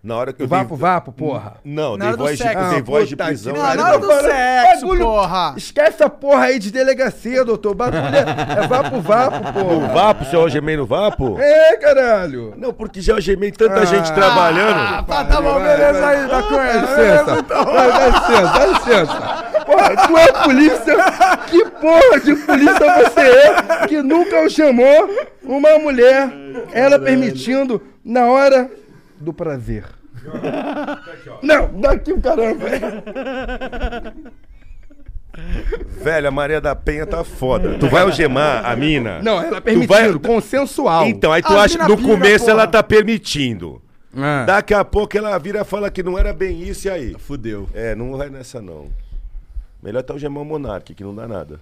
Na hora que O eu vapo, dei- vapo, porra. Na Não, dei hora do voz, de, sexo. dei Ah, voz de puta que prisão. pariu. na Na área hora do do bagulho. sexo, porra. Esquece essa porra aí de delegacia, doutor. O bagulho é é vapo, vapo, No porra. vapo, se eu algemei no vapo? É, caralho. Não, porque já algemei tanta Ah, gente trabalhando. É Tá, tá bom, beleza aí, tá com licença. Vai, Dá licença, dá licença. Porra, tu é polícia? Que porra de polícia você é que nunca chamou uma mulher, ela permitindo na hora do prazer? Não, daqui o caramba. Velho, a Maria da Penha tá foda. Tu vai algemar a mina? Não, ela Tu permitindo, vai- consensual. Então, aí tu Ah, A acha que mina no pira, começo porra. ela tá permitindo. Ah. Daqui a pouco ela vira e fala que não era bem isso e aí. Fudeu. É, não vai nessa não. Melhor tá o Gemão Monark, que não dá nada.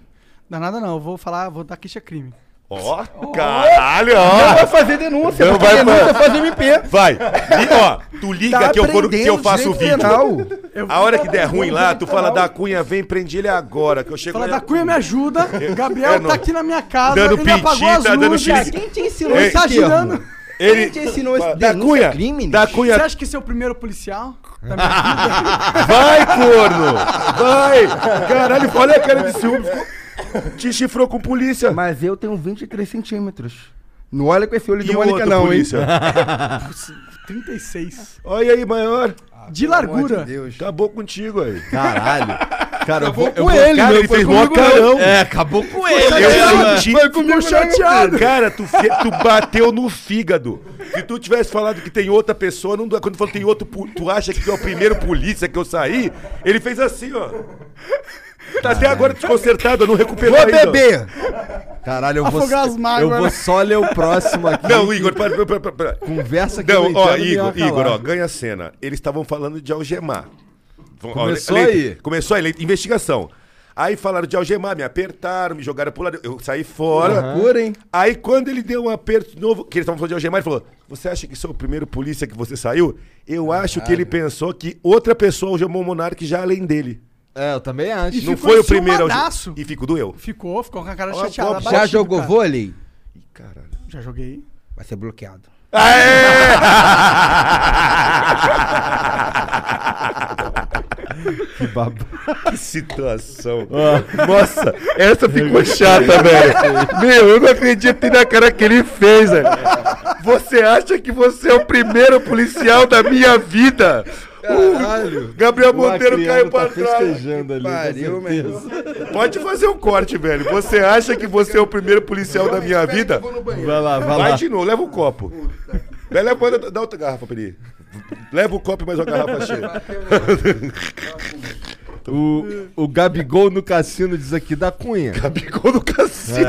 Dá nada não, eu vou falar, vou dar queixa crime. Ó, caralho, ó. Não vai fazer denúncia, Não porque vai denúncia fazer. faz MP. Vai, tá- li- ó, tu liga Tá que, eu for, que eu aprendendo faço o direito penal. vídeo. Eu A hora vou que der dar ruim um lá, direito tu fala penal. da Cunha, vem prende ele agora, que eu chego Fala lá- da Cunha, me ajuda. Eu- Gabriel eu não- tá aqui na minha casa, Dando ele apagou as piti, tá dando luzes. xilique. Quem te ensinou? Ei, Ele tá que termo? girando. Ele- Quem te ensinou esse Da denúncia Cunha, crime? da Cunha- Você acha que esse é o primeiro policial? tá [LAUGHS] Vai, corno! Vai! Caralho, olha a cara de ciúme. ficou- Te chifrou com polícia. Mas eu tenho 23 centímetros. Não olha com esse olho de E o Mônica, outro, não, [LAUGHS] polícia? hein? Putz, 36. Olha aí, maior. De largura. Acabou contigo aí. Caralho. Cara, eu vou, eu com vou, ele, cara, né? meu, ele foi fez mó comigo não. carão. É, acabou com ele. né? Eu senti- Vai Ficou né? chateado. Cara, tu, fe- tu bateu no fígado. Se tu tivesse falado que tem outra pessoa, não dá- quando falou tem outro, pu- tu acha que é o primeiro polícia que eu saí? Ele fez assim, ó. Tá até agora desconcertado, eu não recuperou Vou ainda. beber. Caralho, eu vou, Afogar só- as mágoas, eu vou né? só ler o próximo aqui. Não, Igor, para, para, para, para. Conversa que Não, eu ó, entendo, me Igor, vai calar. Igor, ó, ganha a cena. Eles estavam falando de algemar. Vão- ó, Começou Leite- aí. Começou aí, Leite, investigação. Então, Aí falaram de algemar, me apertaram, me jogaram pro lado. Eu saí fora. Aham. Loucura, hein? Aí quando ele deu um aperto de novo, que eles estavam falando de algemar, ele falou: Você acha que sou o primeiro polícia que você saiu? Eu acho que ele pensou que outra pessoa algemou o Monark já além dele. É, eu também acho. E Não ficou foi o primeiro enciumadaço. algemar. E fico doeu. Ficou, ficou com a cara Ó, chateada. pô, já abatido, jogou cara. vôlei? Já joguei. Vai ser bloqueado. que babo. [LAUGHS] Que situação. Ó. Nossa, essa [LAUGHS] ficou chata, velho. Meu, eu não acredito na cara que ele fez, velho. Você acha que você é o primeiro policial da minha vida? Caralho. O Gabriel O Monteiro Acriano caiu tá pra trás. festejando ali, com pariu, certeza. Pode fazer um corte, velho. Você acha que você é o primeiro policial da minha vida? Vai lá, vai lá. Vai de novo, leva o copo. Vai, leva, manda- dá outra garrafa pra ele. Leva o copo e mais uma garrafa cheia. O, o Gabigol no cassino diz aqui da Cunha. É. Gabigol no cassino.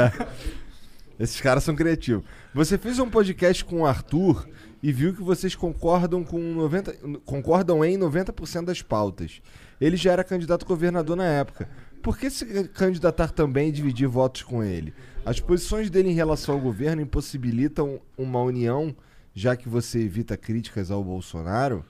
Esses caras são criativos. Você fez um podcast com o Arthur e viu que vocês concordam com 90, concordam em 90% das pautas. Ele já era candidato a governador na época. Por que se candidatar também e dividir votos com ele? As posições dele em relação ao governo impossibilitam uma união, já que você evita críticas ao Bolsonaro?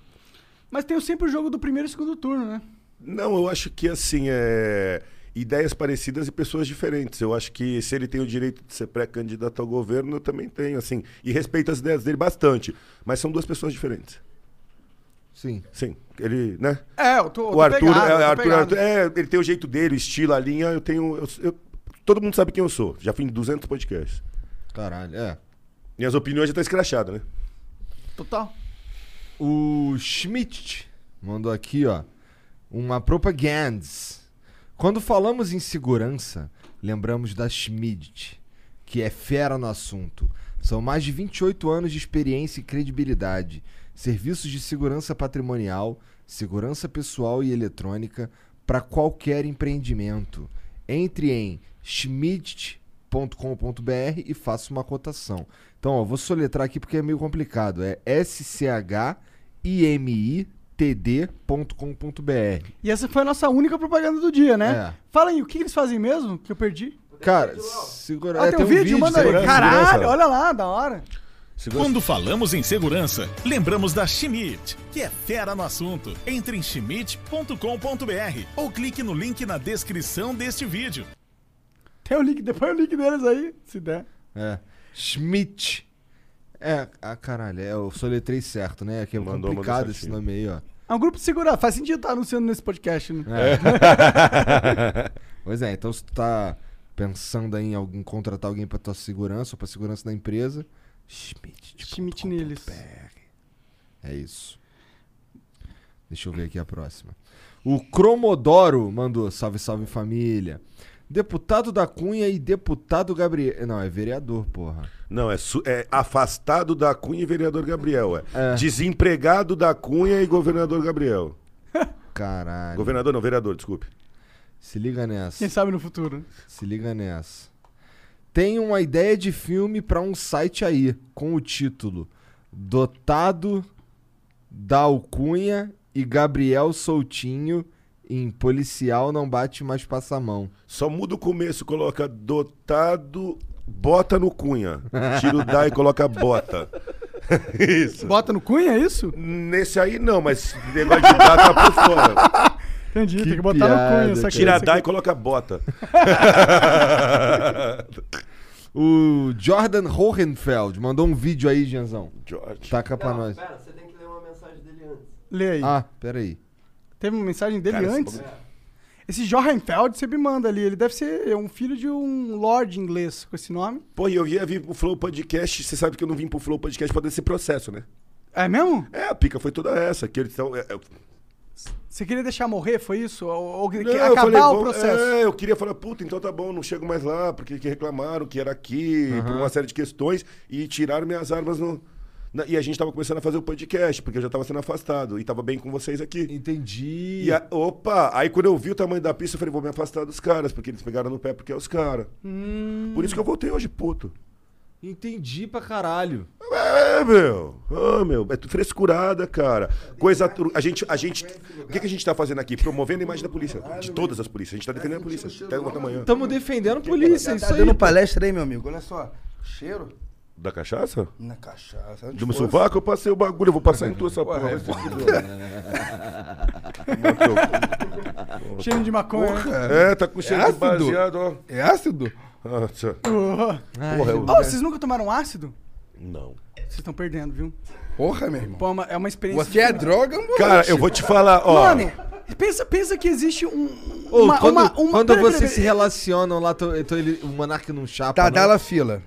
Mas tem sempre o jogo do primeiro e segundo turno, né? Não, eu acho que assim, é... ideias parecidas e pessoas diferentes. Eu acho que se ele tem o direito de ser pré-candidato ao governo, eu também tenho, assim. E respeito as ideias dele bastante. Mas são duas pessoas diferentes. Sim. Sim. Ele, né? É, eu tô- eu O tô Arthur, pegado, é, eu tô Arthur, pegado. Arthur- é, ele tem o jeito dele, o estilo, a linha. Eu tenho. eu- eu- todo mundo sabe quem eu sou. Já fui em 200 podcasts. Caralho, é. Minhas opiniões já estão escrachadas, né? Total. O Schmidt mandou aqui, ó, uma propaganda. Quando falamos em segurança, lembramos da Schmidt, que é fera no assunto. São mais de 28 anos de experiência e credibilidade. Serviços de segurança patrimonial, segurança pessoal e eletrônica para qualquer empreendimento. Entre em schmidt.com.br e faça uma cotação. Então, ó, vou soletrar aqui porque é meio complicado. É schmittd.com.br. É. E essa foi a nossa única propaganda do dia, né? Fala aí, o que eles fazem mesmo que eu perdi? Cara, segura. Ah, é, tem, um vídeo, manda aí. segurança, Caralho, segurança. olha lá, da hora. Quando falamos em segurança, lembramos da Schmidt, que é fera no assunto. Entre em schmidt.com.br ou clique no link na descrição deste vídeo. Tem o link, depois o link deles aí, se der. É. Schmidt. É, ah, caralho, é, eu soletrei certo, né? Que é Mandou, mandou complicado esse certinho. nome aí, ó. É um grupo de segurança. Faz sentido estar anunciando nesse podcast, né? É. [LAUGHS] pois é, então se tu tá pensando aí em algum, contratar alguém pra tua segurança ou pra segurança da empresa, Schmidt. tipo, um Schmidt neles. é isso. Deixa eu ver aqui a próxima. O Cromodoro mandou salve, salve família. Deputado da Cunha e deputado Gabriel. Não, é vereador, porra. Não, é, su- é afastado da Cunha e vereador Gabriel. É. Desempregado da Cunha e governador Gabriel. Caralho. Governador não, vereador, desculpe. Se liga nessa. Quem sabe no futuro. Se liga nessa. Tem uma ideia de filme pra um site aí, com o título Dotado da Alcunha e Gabriel Soutinho em Policial Não Bate Mais Passa a Mão. Só muda o começo, coloca dotado, bota no Cunha. Tira o dá e coloca bota. [LAUGHS] isso. Bota no Cunha, é isso? Nesse aí não, mas negócio de dá tá por fora. Entendi, tem que botar no cunho. Só que Tira isso dá aqui- e coloca bota. [LAUGHS] O Jordan Hohenfeld mandou um vídeo aí, Genzão. Jorge. Taca pra Não, nós. pera, você tem que ler uma mensagem dele [LAUGHS] antes. Lê aí. Ah, peraí. [LAUGHS] Teve uma mensagem dele Cara, esse antes? é- bagulho- Esse Jorrenfeld você me manda ali. Ele deve ser um filho de um lord inglês com esse nome. Pô, e eu ia vir pro Flow Podcast, você sabe que eu não vim pro Flow Podcast pra desse processo, né? É mesmo? É, a pica foi toda essa. Que eles tão, é, é- Você queria deixar morrer, foi isso? Ou, ou que- Não, eu acabar falei, o "Vamos- processo? É, eu queria falar, puta, então tá bom, não chego mais lá, porque que reclamaram que era aqui, por uma série de questões, e tiraram minhas armas no. na- e a gente tava começando a fazer o podcast, porque eu já tava sendo afastado, e tava bem com vocês aqui. Entendi. E a- opa, aí quando eu vi o tamanho da pista, eu falei, vou me afastar dos caras, porque eles pegaram no pé, porque é os caras. Hum. Por isso que eu voltei hoje, puto. Entendi pra caralho. É, meu. Ah, meu. É tu- frescurada, cara. Coisa. tru- A gente. A gente o que, que a gente tá fazendo aqui? Promovendo a imagem da polícia. De todas as polícias. A gente tá defendendo a polícia. Até outra manhã. Estamos defendendo a polícia, isso Tá aí. dando pô. palestra aí, meu amigo. Olha só. Cheiro Da cachaça? na cachaça. De um sovaco, eu passei o bagulho. Eu vou passar em tua essa é porra. vai se né? fuder. [LAUGHS] Matou. Cheiro de maconha. Porra. né? É, tá com cheiro de baseado, ó. É ácido? Nossa. é. Porra. Porra, é eu- Ô, vocês nunca tomaram ácido? Não. Vocês estão perdendo, viu? Porra, meu irmão. Pô, é uma- é uma experiência. Você é demais. droga, moleque? Cara, eu vou te falar, ó. Mano, pensa, pensa que existe um. Ô, uma, quando uma, uma- quando peraí, vocês peraí, se relacionam lá, tô, tô ele, o Monark não chapa. né? Tá, não? dá la fila.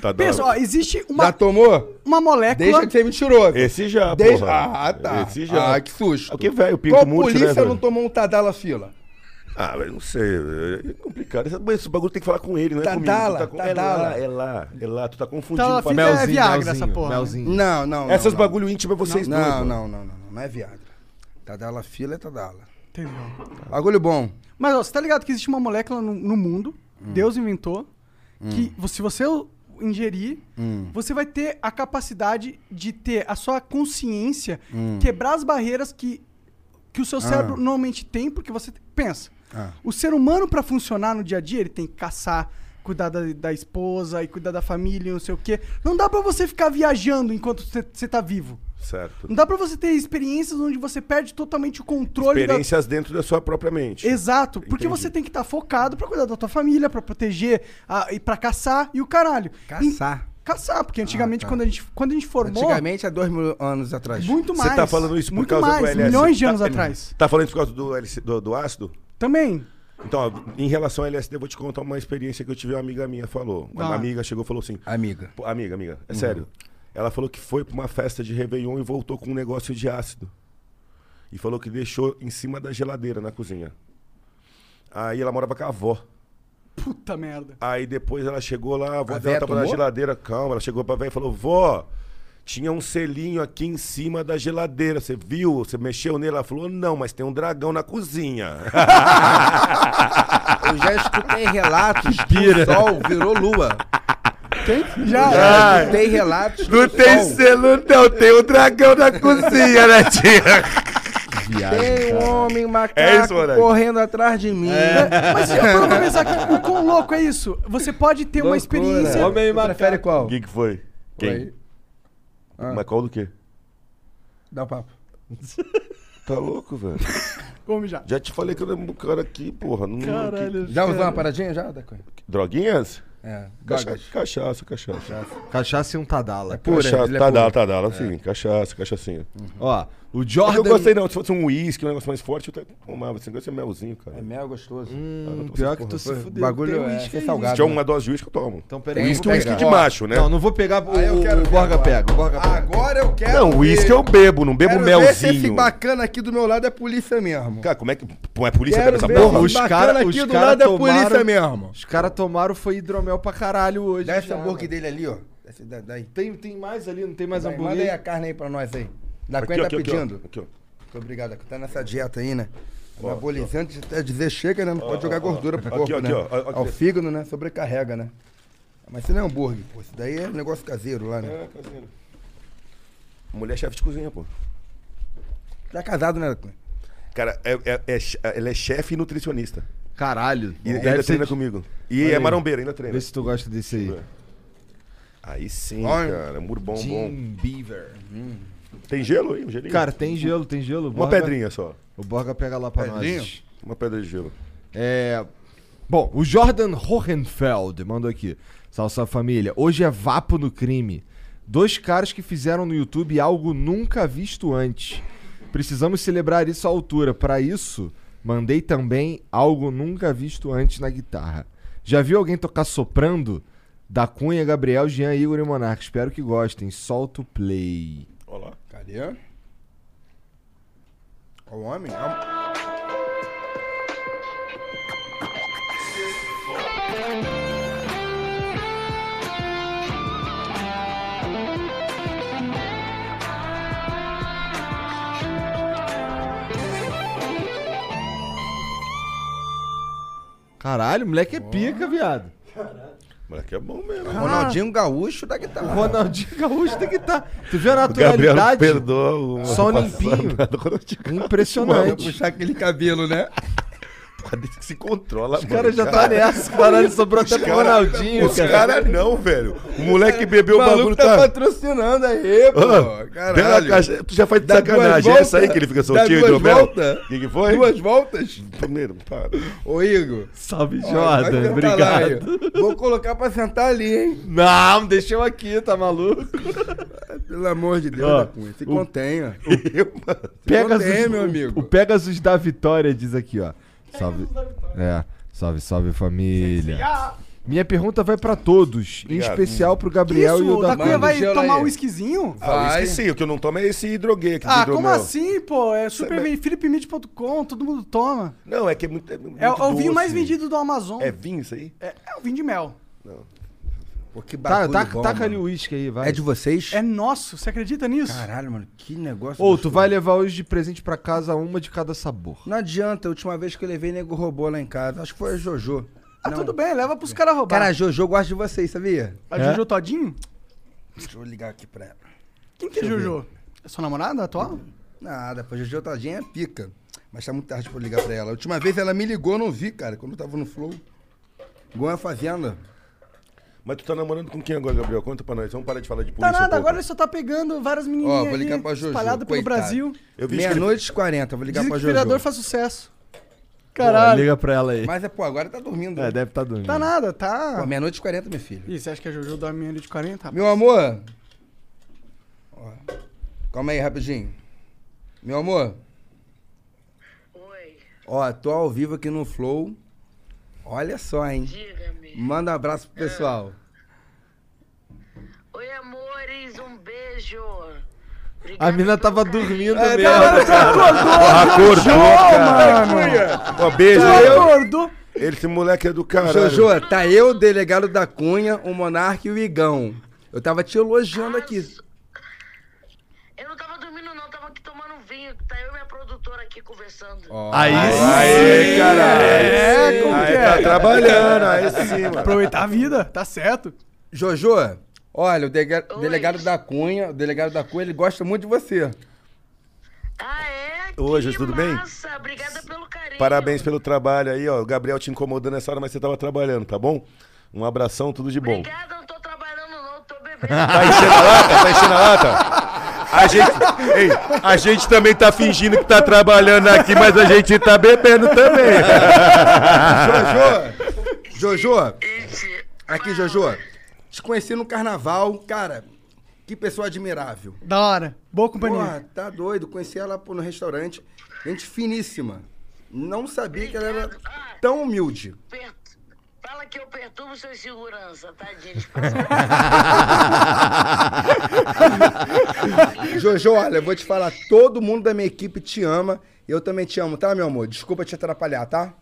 Tá Pensa, ó, existe uma, É Já tomou? uma molécula. Deixa de ser mentiroso. Esse já, Deixa- porra. Ah, tá. Esse já. Ah, que susto. É que, velho, pinto Qual murcho, né, polícia velho? não tomou um Tadala fila? Ah, eu não sei. É complicado. Esse- Esse bagulho tem que falar com ele, não é Tá comigo. Tu dala, com- tá é lá, dala. é lá, é lá. Tu tá confundindo Tadala com a fila é Melzinho, Viagra, Melzinho, essa porra, né? Melzinho. Não, não, não, Essas não. bagulho íntimo é vocês não, dois. Não, mano. não, não, não, não. Não é Viagra. Tadala fila é Tadala. Entendeu? Bagulho bom. Mas ó, você tá ligado que existe uma molécula no, no mundo, Hum. Deus inventou, que vo- se você o- ingerir, Hum. você vai ter a capacidade de ter a sua consciência Hum. quebrar as barreiras que, que o seu Ah. cérebro normalmente tem, porque você te- pensa. Ah. O ser humano, pra funcionar no dia a dia, ele tem que caçar, cuidar da, da esposa e cuidar da família, não sei o quê. Não dá pra você ficar viajando enquanto você- você tá vivo. Certo. Não dá pra você ter experiências onde você perde totalmente o controle da, Experiências dentro da sua própria mente. Exato, porque você tem que estar focado pra cuidar da tua família, pra proteger a- e pra caçar e o caralho. Caçar. E- caçar, Ah, porque antigamente tá. quando a gente quando a gente formou, Antigamente, há dois mil anos atrás. muito mais. Você tá falando isso por muito causa mais, do LSD? milhões de anos Tá- atrás. Tá falando isso por causa do, LC do, do ácido? Também. Então, ó, em relação ao LSD, eu vou te contar uma experiência que eu tive. Uma amiga minha falou. Da Uma hora. amiga chegou e falou assim. Amiga. Hum. Pô, amiga, amiga, é sério. Ela falou que foi pra uma festa de Réveillon e voltou com um negócio de ácido. E falou que deixou em cima da geladeira na cozinha. Aí ela morava com a avó. Puta merda. Aí depois ela chegou lá, a avó A dela véia tava na tomou? geladeira, calma. Ela chegou pra véia e falou: Vó, tinha um selinho aqui em cima da geladeira. Você viu? Você mexeu nele? Ela falou: Não, mas tem um dragão na cozinha. [LAUGHS] Eu já escutei relatos que Pira. o sol virou lua. Quem? Eu Já. Já escutei relatos que o sol selo, não, tem um dragão na cozinha, né, tia? viagem. Tem um cara. homem macaco É isso, Monark. correndo atrás de mim. É. Mas pra começar aqui, o quão louco é isso? Você pode ter uma experiência. Homem macaco. Prefere qual? Ah. O que, que foi? Quem? Mas qual do quê? Dá um papo. Tá louco, velho? Come já. Já te falei que eu lembro um cara aqui, porra. Não, Caralho, que- Já usou uma paradinha já, Dacoin? Droguinhas? É, Cacha... drogas. Cachaça, cachaça. Cachaça e um Tadala. É Pura, cachaça, tá ele é tadala, puro. tadala, sim. Cachaça, cachacinha. Ó, o Mas Jordan... Eu gostei não, se fosse um uísque, um negócio mais forte, eu até tomava. Esse negócio é melzinho, cara. Ah, É mel gostoso. Hum, pior que tu se fudeu, Bagulho tem é, uísque é aí. salgado. Se tiver né? uma dose de uísque, eu tomo. Então, peraí, eu Uísque é vou uísque pegar. de macho, né? Não, não vou pegar. O, o Borga pega. O Borga pega. Agora eu quero. Não, uísque eu bebo, não bebo um Quero ver se esse melzinho. bacana aqui do meu lado é polícia mesmo. Cara, como é que. Pô, é polícia Quero bebe essa ver porra? esse bacana aqui do lado é polícia mesmo. Os caras tomaram foi hidromel pra caralho hoje. Dá esse já, hambúrguer mano. dele ali, ó. Esse da- né? daí. Tem, tem mais ali, não tem mais Vai, hambúrguer? Manda aí a carne aí pra nós aí. Da Aqui, Cunha tá aqui, aqui, ó. pedindo. Aqui, ó. Muito obrigado, Dacoin. Tá nessa dieta aí, né? Anabolizante até dizer chega, né? Não pode jogar gordura pro Aqui, corpo, ó, aqui, né? ó. Ó, ó, Ao aqui. fígado, né? Sobrecarrega, né? Mas isso não é hambúrguer, pô. Isso daí é negócio caseiro lá, né? É, caseiro. Mulher é chefe de cozinha, pô. Tá casado, né, Dacoin? Cara, é, é- é che- ela é chefe e nutricionista. Caralho. E Deve ainda ser treina de- comigo. E Olha é aí. marombeira, ainda treina. Vê se tu gosta desse aí. Aí sim, Olha. cara. Muro bom, bom. Jim Beaver. Tem gelo aí? Um gelinho? Cara, tem gelo, tem gelo. O Uma Borga- pedrinha só. O Borga pega lá pra nós. Uma pedra de gelo. É. Bom, o Jordan Hohenfeld mandou aqui. Salve, salve família. Hoje é Vapo no Crime. Dois caras que fizeram no YouTube algo nunca visto antes. Precisamos celebrar isso à altura. Para isso, mandei também algo nunca visto antes na guitarra. Já viu alguém tocar soprando? Da Cunha, Gabriel, Jean, Igor e Monarca. Espero que gostem. Solta o play. Olha lá. Cadê? Olha o homem. Olha Caralho, o moleque é pica, viado. Moleque é bom mesmo. o Ronaldinho Gaúcho da guitarra. Ah. O Ronaldinho Gaúcho tem que estar. Tu viu a O Gabriel não naturalidade? perdoa. o- Só a [LAUGHS] limpinho. passada do Ronaldinho Gaúcho. Vamos Impressionante. puxar aquele cabelo, né? Porra, desde que se controla, Os caras já tá nessa, caralho, sobrou até pro Ronaldinho, Os cara. caras não, velho. O moleque bebeu o O maluco bagulho, tá tá... patrocinando aí, pô. Ah, deu na Caralho. caixa- Tu já faz de Dá duas sacanagem. É voltas, isso aí que ele fica dá soltinho, duas hidromel? voltas. O que, que foi? Duas voltas? Primeiro, para. Ô, Igor. Salve, ó, vai sentar Jordan. lá, Obrigado. Igor. Vou colocar pra sentar ali, hein? Não, deixa eu aqui, tá maluco? Pelo amor de Deus, Ó, da Cunha. Se [LAUGHS] o- contenha. Eu, mano. Pegasus, Pegasus, meu o- amigo. O Pegasus da Vitória diz aqui, ó. Salve. É, salve, salve família. Minha pergunta vai pra todos, em Obrigado. especial pro Gabriel e Isso, o o da da Cunha Mano, vai gelo tomar aí. um esquisinho? Ah, Vai. esqueci. O que eu não tomo é esse hidroguê aqui Ah, do como hidromel. assim, pô? É supermid.com, todo mundo toma. Não, é que é muito. É, muito É, o- é o vinho doce. mais vendido do Amazon. É É, vinho isso aí? é o vinho de mel. Pô, que Tá, bagulho tá, bom, taca ali mano. o uísque aí, vai. É de vocês? É nosso, você acredita nisso? Caralho, mano. Que negócio. Ou tu gostoso. vai levar hoje de presente pra casa uma de cada sabor. Não adianta. A última vez que eu levei, nego roubou lá em casa. Acho que foi a Jojo. ah, Não. tudo bem, leva pros caras roubar. Cara, a Jojo gosta de vocês, sabia? a É. Jojo tá Todinho? Tá Deixa eu ligar aqui pra ela. Quem que é Deixa eu Jojo? É sua namorada atual? Nada, pô, Jojo Todinha é pica. Mas tá muito tarde pra eu ligar pra ela. A última vez ela me ligou, eu não vi, cara, quando eu tava no Flow. Igual a Fazenda. Mas tu tá namorando com quem agora, Gabriel? Conta pra nós. Vamos parar de falar de polícia. Tá um nada, pouco. agora ele só tá pegando várias menininhas Ó, vou ligar ali, pra Jojo. espalhada pelo coitada. Brasil. Eu vi que ele- Meia-noite e 40, vou ligar Dizem que pra o Jojo. vereador faz sucesso. Pô, Caralho. liga pra ela aí. Mas, é, pô, agora tá dormindo. É, deve tá dormindo. Tá nada, tá... Pô, meia-noite e 40, meu filho. Ih, você acha que a Jojo dorme ali de 40? Meu amor. Ó, Calma aí, rapidinho. Meu amor. Oi, Ó, tô ao vivo aqui no Flow. Olha só, hein? diga-me. Manda um abraço pro pessoal. Oi, amores, um beijo. A mina tava dormindo É, mesmo. É Tá Acordou, cara. Ó, beijo. Eu- Acordou. Esse moleque é do caralho. Jojo, tá eu, o delegado da Cunha, o Monarca e o Igão. Eu tava te elogiando aqui. Eu não tava dormindo, não, tava aqui tomando vinho. Tá eu e minha produtora aqui conversando. Aí Aê, caralho. É, como que Aí é? tá trabalhando, aí sim, mano. Aproveitar a vida, tá certo. Jojo, olha, o dega- delegado da Cunha, o delegado da Cunha, ele gosta muito de você. Ah, é? Oi, Jesus, tudo bem? Nossa, obrigada pelo carinho. Parabéns pelo trabalho aí, ó. O Gabriel te incomodando nessa hora, mas você tava trabalhando, tá bom? Um abração, tudo de bom. Obrigada, não tô trabalhando não, tô bebendo. Tá enchendo a lata? Tá enchendo a lata? A gente, ei, a gente também tá fingindo que tá trabalhando aqui, mas a gente tá bebendo também. Jojo! Jojo! Aqui, Jojo. Te conheci no carnaval, cara. Que pessoa admirável. Da hora. Boa companhia. Porra, tá doido. Conheci ela pô, no restaurante. Gente finíssima. Não sabia que ela era tão [LAUGHS] humilde. Fala que eu perturbo sua segurança, tá, tadinho. um [LAUGHS] Jojo, olha, eu vou te falar, todo mundo da minha equipe te ama. e Eu também te amo, tá, meu amor? Desculpa te atrapalhar, tá?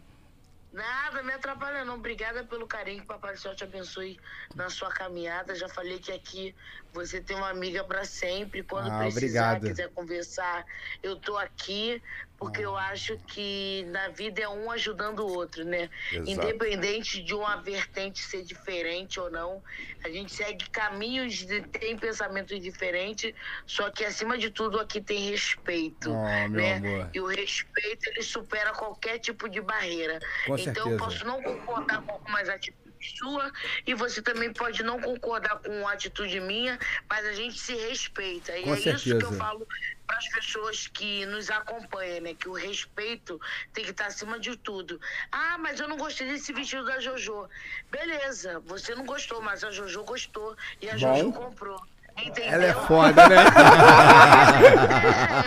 Nada, me atrapalha não. Obrigada pelo carinho. Que Papai do Céu te abençoe na sua caminhada. Já falei que aqui você tem uma amiga pra sempre. Quando Ah, precisar, obrigado. quiser conversar, eu tô aqui. Porque eu Ah. acho que na vida é um ajudando o outro, né? Exato. Independente de uma vertente ser diferente ou não, a gente segue caminhos, de, tem pensamentos diferentes, só que acima de tudo aqui tem respeito, Ah, meu né? amor. E o respeito ele supera qualquer tipo de barreira. Com então certeza. eu posso não concordar com algumas atitudes suas e você também pode não concordar com a atitude minha, mas a gente se respeita. E Com é isso que eu certeza. falo para as pessoas que nos acompanham, né? Que o respeito tem que estar acima de tudo. Ah, mas eu não gostei desse vestido da Jojo. Beleza, você não gostou, mas a Jojo gostou e Bom. a É, Jojo comprou. Entendeu? Ela é foda, né?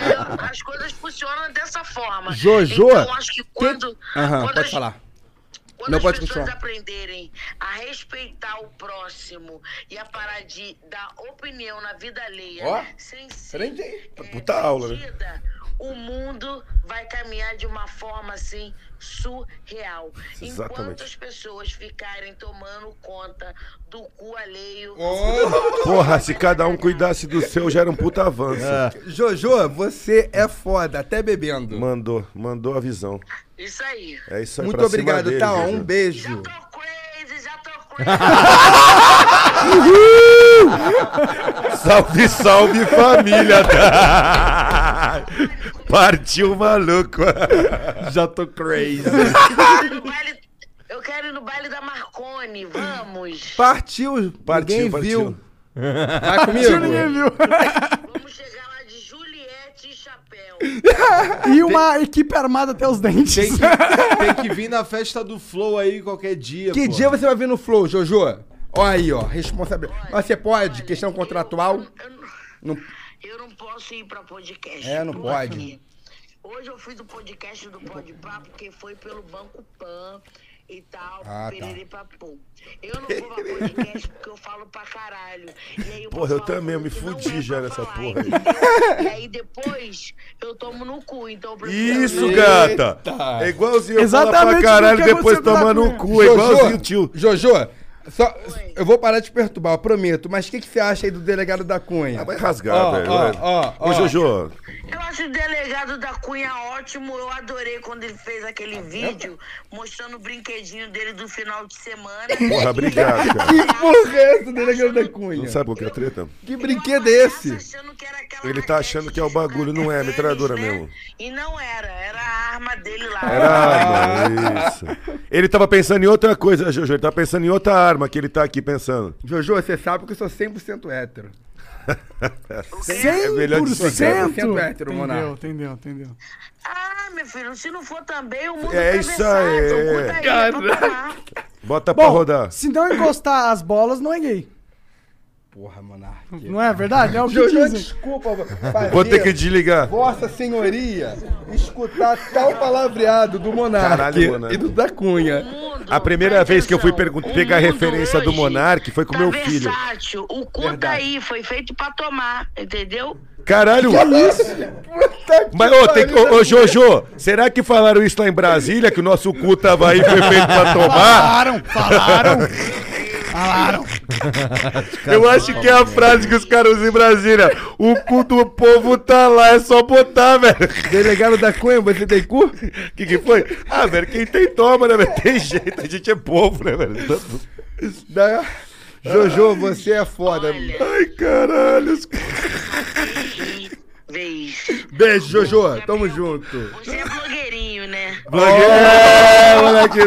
É, As coisas funcionam dessa forma. Jojo, Então, acho que quando, Aham, quando pode as- falar. quando Não as pode pessoas continuar. aprenderem a respeitar o próximo e a parar de dar opinião na vida alheia, Ó, sem prende ser é, Puta aula, né? medida, [LAUGHS] o mundo vai caminhar de uma forma assim surreal. Enquanto Exatamente. as pessoas ficarem tomando conta do cu alheio. Porra, se cada um cuidasse do seu, já era um puta avanço. Jojo, você é foda, até bebendo. Mandou, mandou a visão. Isso aí. É isso aí, Muito pra cima obrigado, dele, tá? Jojo. Um beijo. [LAUGHS] [LAUGHS] Salve, salve família! Partiu maluco! Já tô crazy. Eu quero ir no baile da Marconi, vamos. Partiu, Partiu, ninguém partiu. [LAUGHS] viu. Vai comigo? [LAUGHS] [LAUGHS] E uma equipe armada até os dentes. Tem que, [LAUGHS] tem que vir na festa do Flow aí qualquer dia. Que pô. dia você vai vir no Flow, Jojo? Olha aí, ó, responsabilidade. Mas você pode? Questão contratual? Não... Eu não posso ir pra podcast. É, não Por pode. quê? Hoje eu fui do podcast do Pode Pá, porque foi pelo Banco Pan e tal. Ah, tá. pererepapum. Eu não vou pra podcast porque eu falo pra caralho. E aí o Porra, eu pessoal também, eu me fudi já nessa porra aí. fala, E aí depois eu tomo no cu, então eu prefiro- Isso, gata! É igualzinho eu falar pra Exatamente caralho do que depois você tá tomar no comendo. cu, é Jojo, igualzinho o tio. Jojo, só, eu vou parar de te perturbar, eu prometo. Mas o que, que você acha aí do delegado da Cunha? Ah, vai rasgar, velho. Ó, ó, ó. Ô, Jojo, Eu acho o delegado da Cunha ótimo. Eu adorei quando ele fez aquele vídeo mostrando o brinquedinho dele do final de semana. Porra, obrigado, cara. Que porra é essa, delegado da Cunha? não sabe qual que é a treta? Que brinquedo é tá esse? Ele tá achando que é o bagulho, não é, é metralhadora né? mesmo. E não era, era a arma dele lá. Era arma, é isso. Ele tava pensando em outra coisa, Jojo. Ele tá pensando em outra arma que ele tá aqui pensando. Jojo, você sabe que eu sou 100% hétero. É melhor desligar. 100% hétero, Entendeu, Monarca. entendeu, entendeu. Ah, meu filho, se não for também, o mundo É tá isso versátil, aí. cuida aí, pra Caraca. parar. Bota pra rodar. Se não encostar as bolas, não é gay. Porra, Monarca. Não é verdade? É o que Jojo, dizem. desculpa. Vou fazer ter que desligar. Vossa Senhoria escutar tal palavreado do Monarque Caralho, Monarque. e do da Cunha. A primeira vez que eu fui perguntar, pegar a referência do Monark foi com meu tá filho. Versátil, o cu tá aí, foi feito pra tomar, entendeu? Caralho! é Mas, ô, tem que- ô, tá ô, Jojo, será que falaram isso lá em Brasília? Que o nosso cu [LAUGHS] tava aí, foi feito pra tomar? Falaram, falaram. falaram. [LAUGHS] Eu acho que é a frase que os caras usam em Brasília. O cu do povo tá lá, é só botar, velho. Delegado da Cunha, você tem cu? Que que foi? Ah, velho, quem tem toma, né, velho? Tem jeito, a gente é povo, né, velho? Da- Jojo, você é foda. Ai, caralho. os- vez. Beijo, Jojo. Tamo junto. Você é blogueirinho, né? Blogueiro. É, moleque,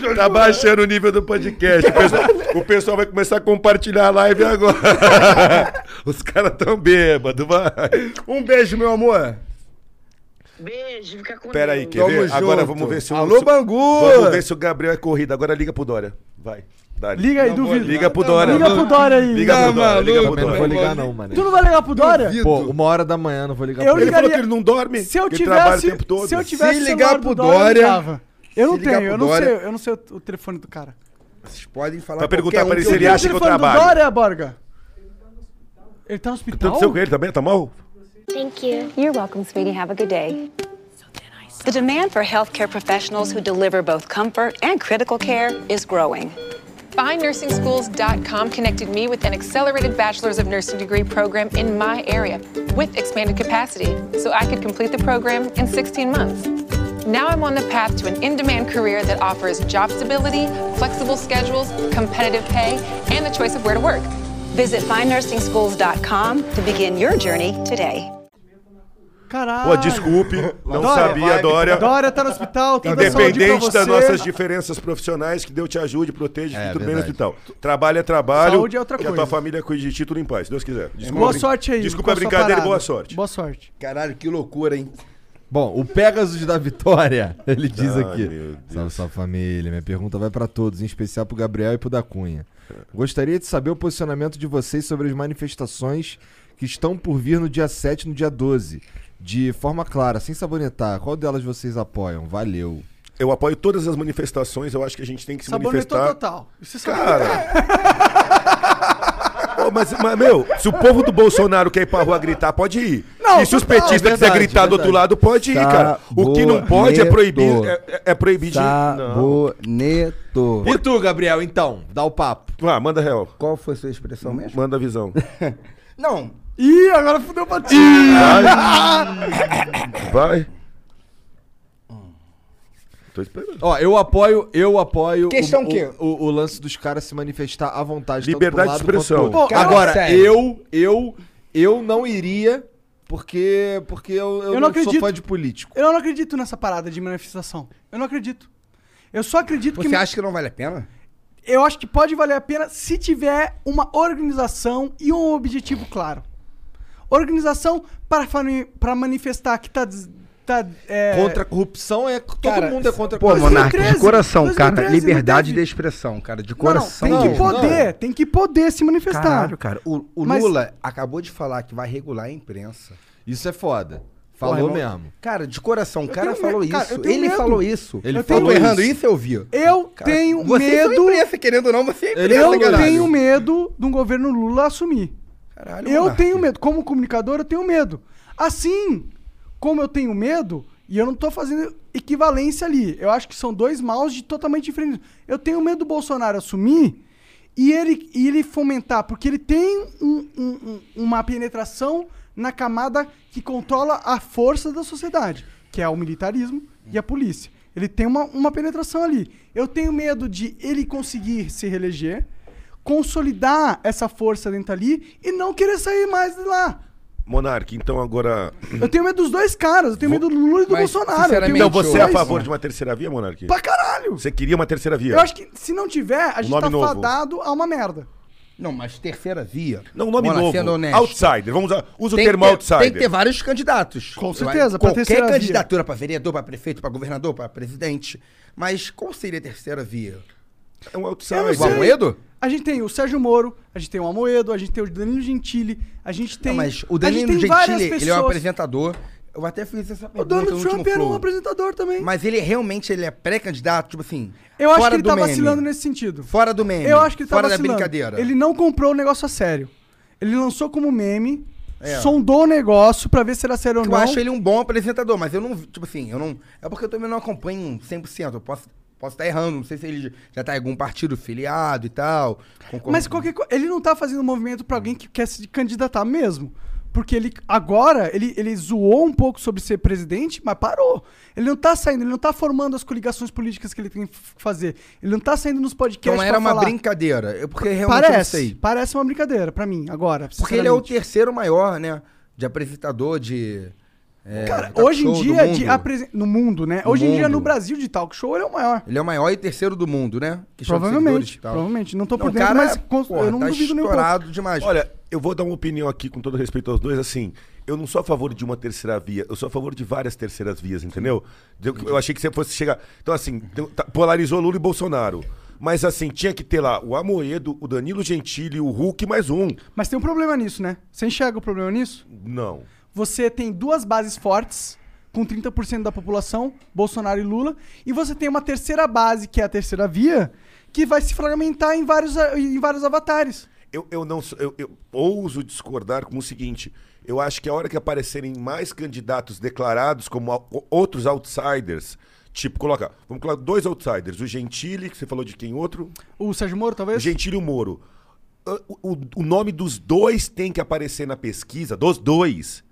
não. tá baixando o nível do podcast. O pessoal, o pessoal vai começar a compartilhar a live agora. [LAUGHS] Os caras tão bêbados, vai. Um beijo, meu amor. Beijo, fica com Pera aí, Deus. quer ver? Agora vamos ver se o... Alô, se- Bangu! Vamos ver se o Gabriel é corrida. Agora liga pro Dória. Vai. Dá-lhe. Liga aí, duvido. Liga pro Dória. Liga pro Dória aí. Liga pro Tá Dória. Liga pro Também não vou Dória. ligar, não, mano. Tu não vai ligar pro Dória? Pô, uma hora da manhã não vou ligar Eu pra ele. ligaria- que ele não dorme, Se eu que ele trabalha o tivesse, tempo todo. se eu Se tivesse o ligar celular pro do Dória, Dória- eu ligava. Eu não ligar tenho, pro eu não Dória- sei, eu não sei o, o telefone do cara. Vocês podem falar Pra perguntar qualquer Tá um pra ele que se ele eu- acha que eu telefone do trabalho. Dória, Borga? Ele tá no O que hospital? aconteceu com ele também? Tá mal? Thank you. You're welcome, sweetie. Have a good day. The demand for healthcare professionals who deliver both comfort and critical care is growing. FindNursingSchools.com connected me with an accelerated Bachelor's of Nursing degree program in my area with expanded capacity, so I could complete the program in 16 months. Now I'm on the path to an in demand career that offers job stability, flexible schedules, competitive pay, and the choice of where to work. Visit findnursingschools.com to begin your journey today. Caralho. Pô, desculpe. Não Ah, Dória, sabia, vai, Dória. Dória tá no hospital, toda a saúde pra Independente você. das nossas diferenças profissionais, que Deus te ajude, proteja, fique tudo bem no hospital. Trabalho é trabalho. Saúde é outra que a tua coisa. família cuide de ti, tudo em paz, se Deus quiser. Boa sorte aí. Desculpa com a sua brincadeira e parada. boa sorte. Boa sorte. Caralho, que loucura, hein? Bom, o Pegasus da Vitória, [LAUGHS] ele diz Ai, aqui. Salve sua família. Minha pergunta vai pra todos, em especial pro Gabriel e pro da Cunha. Gostaria de saber o posicionamento de vocês sobre as manifestações que estão por vir no dia 7 e no dia 12. De forma clara, sem sabonetar, qual delas vocês apoiam? Valeu. Eu apoio todas as manifestações, eu acho que a gente Tá tem que se Sabonetou manifestar. total. Isso é Cara. [LAUGHS] Ô, mas, mas, meu, se o povo do Bolsonaro quer ir pra rua gritar, pode ir. Não, Tá e se os total. petistas É quiser verdade, gritar do outro verdade. lado, pode ir, cara. O que não pode é proibir, é, é- é proibir de. Não. Saboneto. E tu, Gabriel, então? Dá o papo. Ah, manda real. Qual foi sua expressão mesmo? Manda a visão. [LAUGHS] Não. Ih, agora fudeu pra ti. Vai. Hum. Tô esperando. Ó, eu apoio, eu apoio Questão o, quê? o, o- o lance dos caras se manifestar à vontade. tanto Liberdade de pro lado quanto expressão. pro outro. Pô, cara, Agora, sério. eu, eu, eu não iria porque, porque eu, eu, Eu não não sou acredito. fã de político. Eu não acredito nessa parada de manifestação. Eu não acredito. Eu só acredito que. Você acha que não vale a pena? Eu acho que pode valer a pena se tiver uma organização e um objetivo claro. Organização para, fani- para manifestar que tá. des- tá, é, Contra a corrupção é. Todo mundo é contra a Pô, corrupção. Monark, de 2013, coração, cara. 2013, não Liberdade teve. de expressão, cara. De Não, não, coração. tem que mesmo. poder, tem que poder se manifestar. Caralho, cara. O, o Mas- Lula acabou de falar que vai regular a imprensa. Isso é foda. Falou Porra, irmão. mesmo. Cara, de coração, o cara tenho falou medo, cara, isso. eu tenho ele medo. falou isso. Ele eu falou tô errando isso. isso, eu vi. Eu Cara, tenho vocês são medo. imprensa, querendo ou não, você é Ele imprensa, Eu caralho. tenho medo de um governo Lula assumir. Caralho, Eu Monark. tenho medo. Como comunicador, eu tenho medo. Assim como eu tenho medo, e eu não tô fazendo equivalência ali. Eu acho que são dois maus de totalmente diferentes. Eu tenho medo do Bolsonaro assumir e ele, e ele fomentar, porque ele tem um- um- um- uma penetração na camada que controla a força da sociedade, que é o militarismo e a polícia. Ele tem uma, uma penetração ali. Eu tenho medo de ele conseguir se reeleger, consolidar essa força dentro ali e não querer sair mais de lá. Monark, então agora. Eu tenho medo dos dois caras. Eu tenho medo do Lula e do Mas, Bolsonaro. Eu tenho sinceramente, medo Então dos você é a dois. favor de uma terceira via, Monark? Pra caralho! Você queria uma terceira via? Um Eu acho que se não tiver, a gente nome tá novo. fadado a uma merda. Não, mas terceira via. Não, um nome Monark, novo. Sendo honesto. Outsider. Vamos usar. Usa o Tem que termo ter- outsider. Tem que ter vários candidatos. Com certeza, pra Qualquer terceira via. candidatura pra vereador, pra prefeito, pra governador, pra presidente. Mas qual seria a terceira via? É um Eu outsider. não o sei. Amoedo? A gente tem o Sérgio Moro, a gente tem o Amoedo, a gente tem o Danilo Gentili, a gente tem. Não, mas o a gente Danilo tem várias Gentili, ele é um pessoas. apresentador. Eu até fiz essa pergunta O Donald no Trump último era um flow. apresentador também. Mas ele realmente ele é pré-candidato, tipo assim. Eu acho que fora ele do tá meme. vacilando nesse sentido. Fora do meme. Eu acho que ele tá Fora vacilando. da brincadeira. Ele não comprou o negócio a sério. Ele lançou como meme, É. sondou o negócio pra ver se era sério ou Eu não. acho ele um bom apresentador, mas eu não. Tipo assim, eu não. É porque eu também não acompanho 100%. Eu posso posso estar errando. Não sei se ele já tá em algum partido filiado e tal. concordo. Mas qualquer coisa. Ele não tá fazendo movimento pra alguém que quer se candidatar mesmo. Porque ele agora, ele, ele zoou um pouco sobre ser presidente, mas parou. Ele não tá saindo, ele não tá formando as coligações políticas que ele tem que f- fazer. Ele não tá saindo nos podcasts. Então era pra uma falar. brincadeira. Eu, porque realmente eu não Parece, sei. parece uma brincadeira pra mim, agora. Porque ele é o sinceramente. terceiro maior, né? de apresentador de. é, Cara, talk hoje em show do dia, de mundo. apresen- no mundo, né? No hoje em dia, no mundo. Brasil, de talk show, ele é o maior. Ele é o maior e terceiro do mundo, né? Questão de seguidores Provavelmente, e tal. provavelmente. Não tô por o dentro, cara, mas con- é eu não tá duvido nem um estourado pouco. demais. Olha, eu vou dar uma opinião aqui com todo respeito aos dois, assim. Eu não sou a favor de uma terceira via, eu sou a favor de várias terceiras vias, entendeu? Eu, eu achei que você fosse chegar. Então, assim, tem- tá- polarizou Lula e Bolsonaro. Mas, assim, tinha que ter lá o Amoedo, o Danilo Gentili, o Hulk e mais um. Mas tem um problema nisso, né? Você enxerga o problema nisso? Não. Você tem duas bases fortes, com 30% da população, Bolsonaro e Lula, e você tem uma terceira base, que é a terceira via, que vai se fragmentar em vários, a- em vários avatares. Eu, eu não sou- eu, eu ouso discordar com o seguinte: eu acho que a hora que aparecerem mais candidatos declarados como a- o- outros outsiders, tipo, coloca, vamos colocar dois outsiders, o Gentili, que você falou de quem outro? O Sérgio Moro, talvez? Gentili e o Moro. Ah, O, o- o nome dos dois tem que aparecer na pesquisa, dos dois.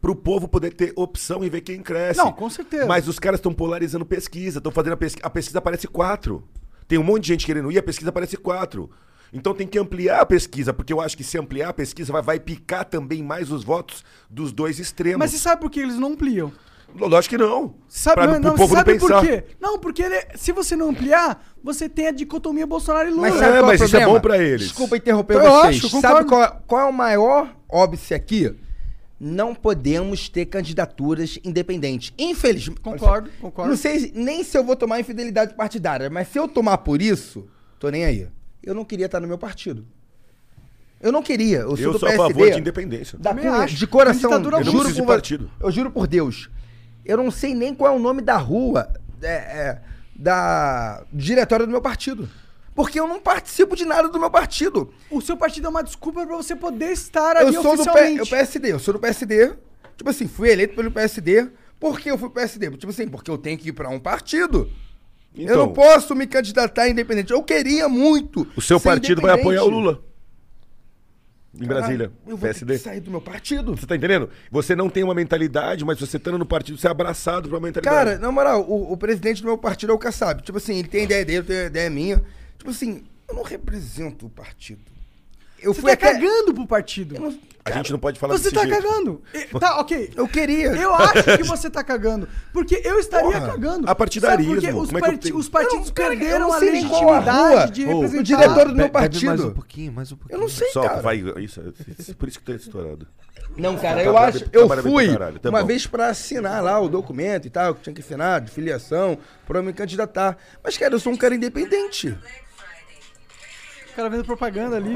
Para o povo poder ter opção e ver quem cresce. Não, com certeza. Mas os caras estão polarizando pesquisa, estão fazendo a pesquisa. A pesquisa aparece quatro. Tem um monte de gente querendo ir, a pesquisa aparece quatro. Então tem que ampliar a pesquisa, porque eu acho que se ampliar a pesquisa vai, vai picar também mais os votos dos dois extremos. Mas você sabe por que eles não ampliam? Lógico que não. Sabe, Pra- não, pro não, povo sabe não pensar. por quê? Não, porque ele- se você não ampliar, você tem a dicotomia Bolsonaro e Lula. É, Mas sabe qual é o problema? Desculpa interromper Então, vocês. sabe qual qual, qual é o maior óbice aqui? Não podemos ter candidaturas independentes. Infelizmente. Concordo, concordo. Não sei nem se eu vou tomar infidelidade partidária, mas se eu tomar por isso, tô nem aí. Eu não queria estar no meu partido. Eu não queria. Eu sou, Eu do sou a PSD, favor de independência. Da Também Cunha, acho. de coração. Ditadura eu não juro precisa por de vo- partido. Eu juro por Deus. Eu não sei nem qual é o nome da rua é, é, da do diretório do meu partido. Porque eu não participo de nada do meu partido. O seu partido é uma desculpa pra você poder estar eu ali sou do P- oficialmente. eu PSD, eu sou do PSD. Tipo assim, fui eleito pelo PSD. Por que eu fui PSD? Tipo assim, porque eu tenho que ir pra um partido. Então. eu não posso me candidatar independente. Eu queria muito. O seu ser partido vai é independente. apoiar o Lula. Em Caralho, Brasília. eu vou ter PSD. que sair do meu partido. Você tá entendendo? Você não tem uma mentalidade, mas você estando no partido, você é abraçado pra mentalidade. Cara, na moral, o, o presidente do meu partido é o Kassab. Tipo assim, ele tem ideia dele, eu tenho ideia minha. Tipo assim, eu não represento o partido. Eu Você fui tá até- cagando pro partido. a gente não pode falar Você desse tá jeito. cagando. E- Tá, ok. Eu queria. Eu acho que você tá cagando. Porque eu estaria Porra, cagando. apartidarismo, Sabe por quê? Os, como é que eu parti- tenho- os partidos Eu não- cara, eu perderam não a sei nem qual a rua, legitimidade de ou- o representar. diretor do meu Be- bebe Mais partido. um pouquinho, mais um pouquinho. Eu não sei, Só, cara. vai, isso, isso- por isso que tá estourado. Não, cara, Tá eu bem- acho. tá Eu bem pra fui caralho, tá uma bom. vez pra assinar lá o documento e tal, que tinha que assinar, de filiação, pra eu me candidatar. Mas, cara, eu sou um cara independente. O cara vendo propaganda ali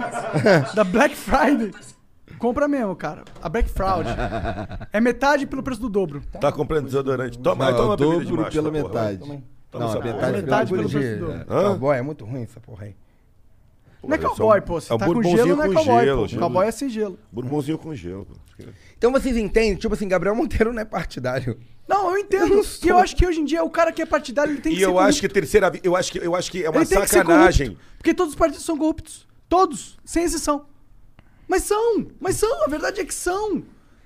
da Black Friday. Compra mesmo, cara. A Black Fraud. É metade pelo preço do dobro. Tá comprando desodorante. Toma, Não, toma uma dobro bebida de macho, pela essa porra, metade. vai. Não, essa a porra. metade tá Metade pelo De, preço do dobro. cowboy, é muito ruim essa porra aí. Não é cowboy, pô. Você é um tá com bourbonzinho gelo, não é com cowboy, gelo, pô. gelo. Cowboy é sem gelo. Bourbonzinho com gelo. pô. Então vocês entendem? Tipo assim, Gabriel Monteiro não é partidário. Não, [LAUGHS] eu entendo. E eu acho que hoje em dia o cara que é partidário ele tem que E ser eu corrupto. acho que terceira vi- eu acho que eu acho que é uma Ele tem que ser sacanagem. corrupto, Porque todos os partidos são corruptos. Todos, sem exceção. Mas são, mas são, a verdade é que são.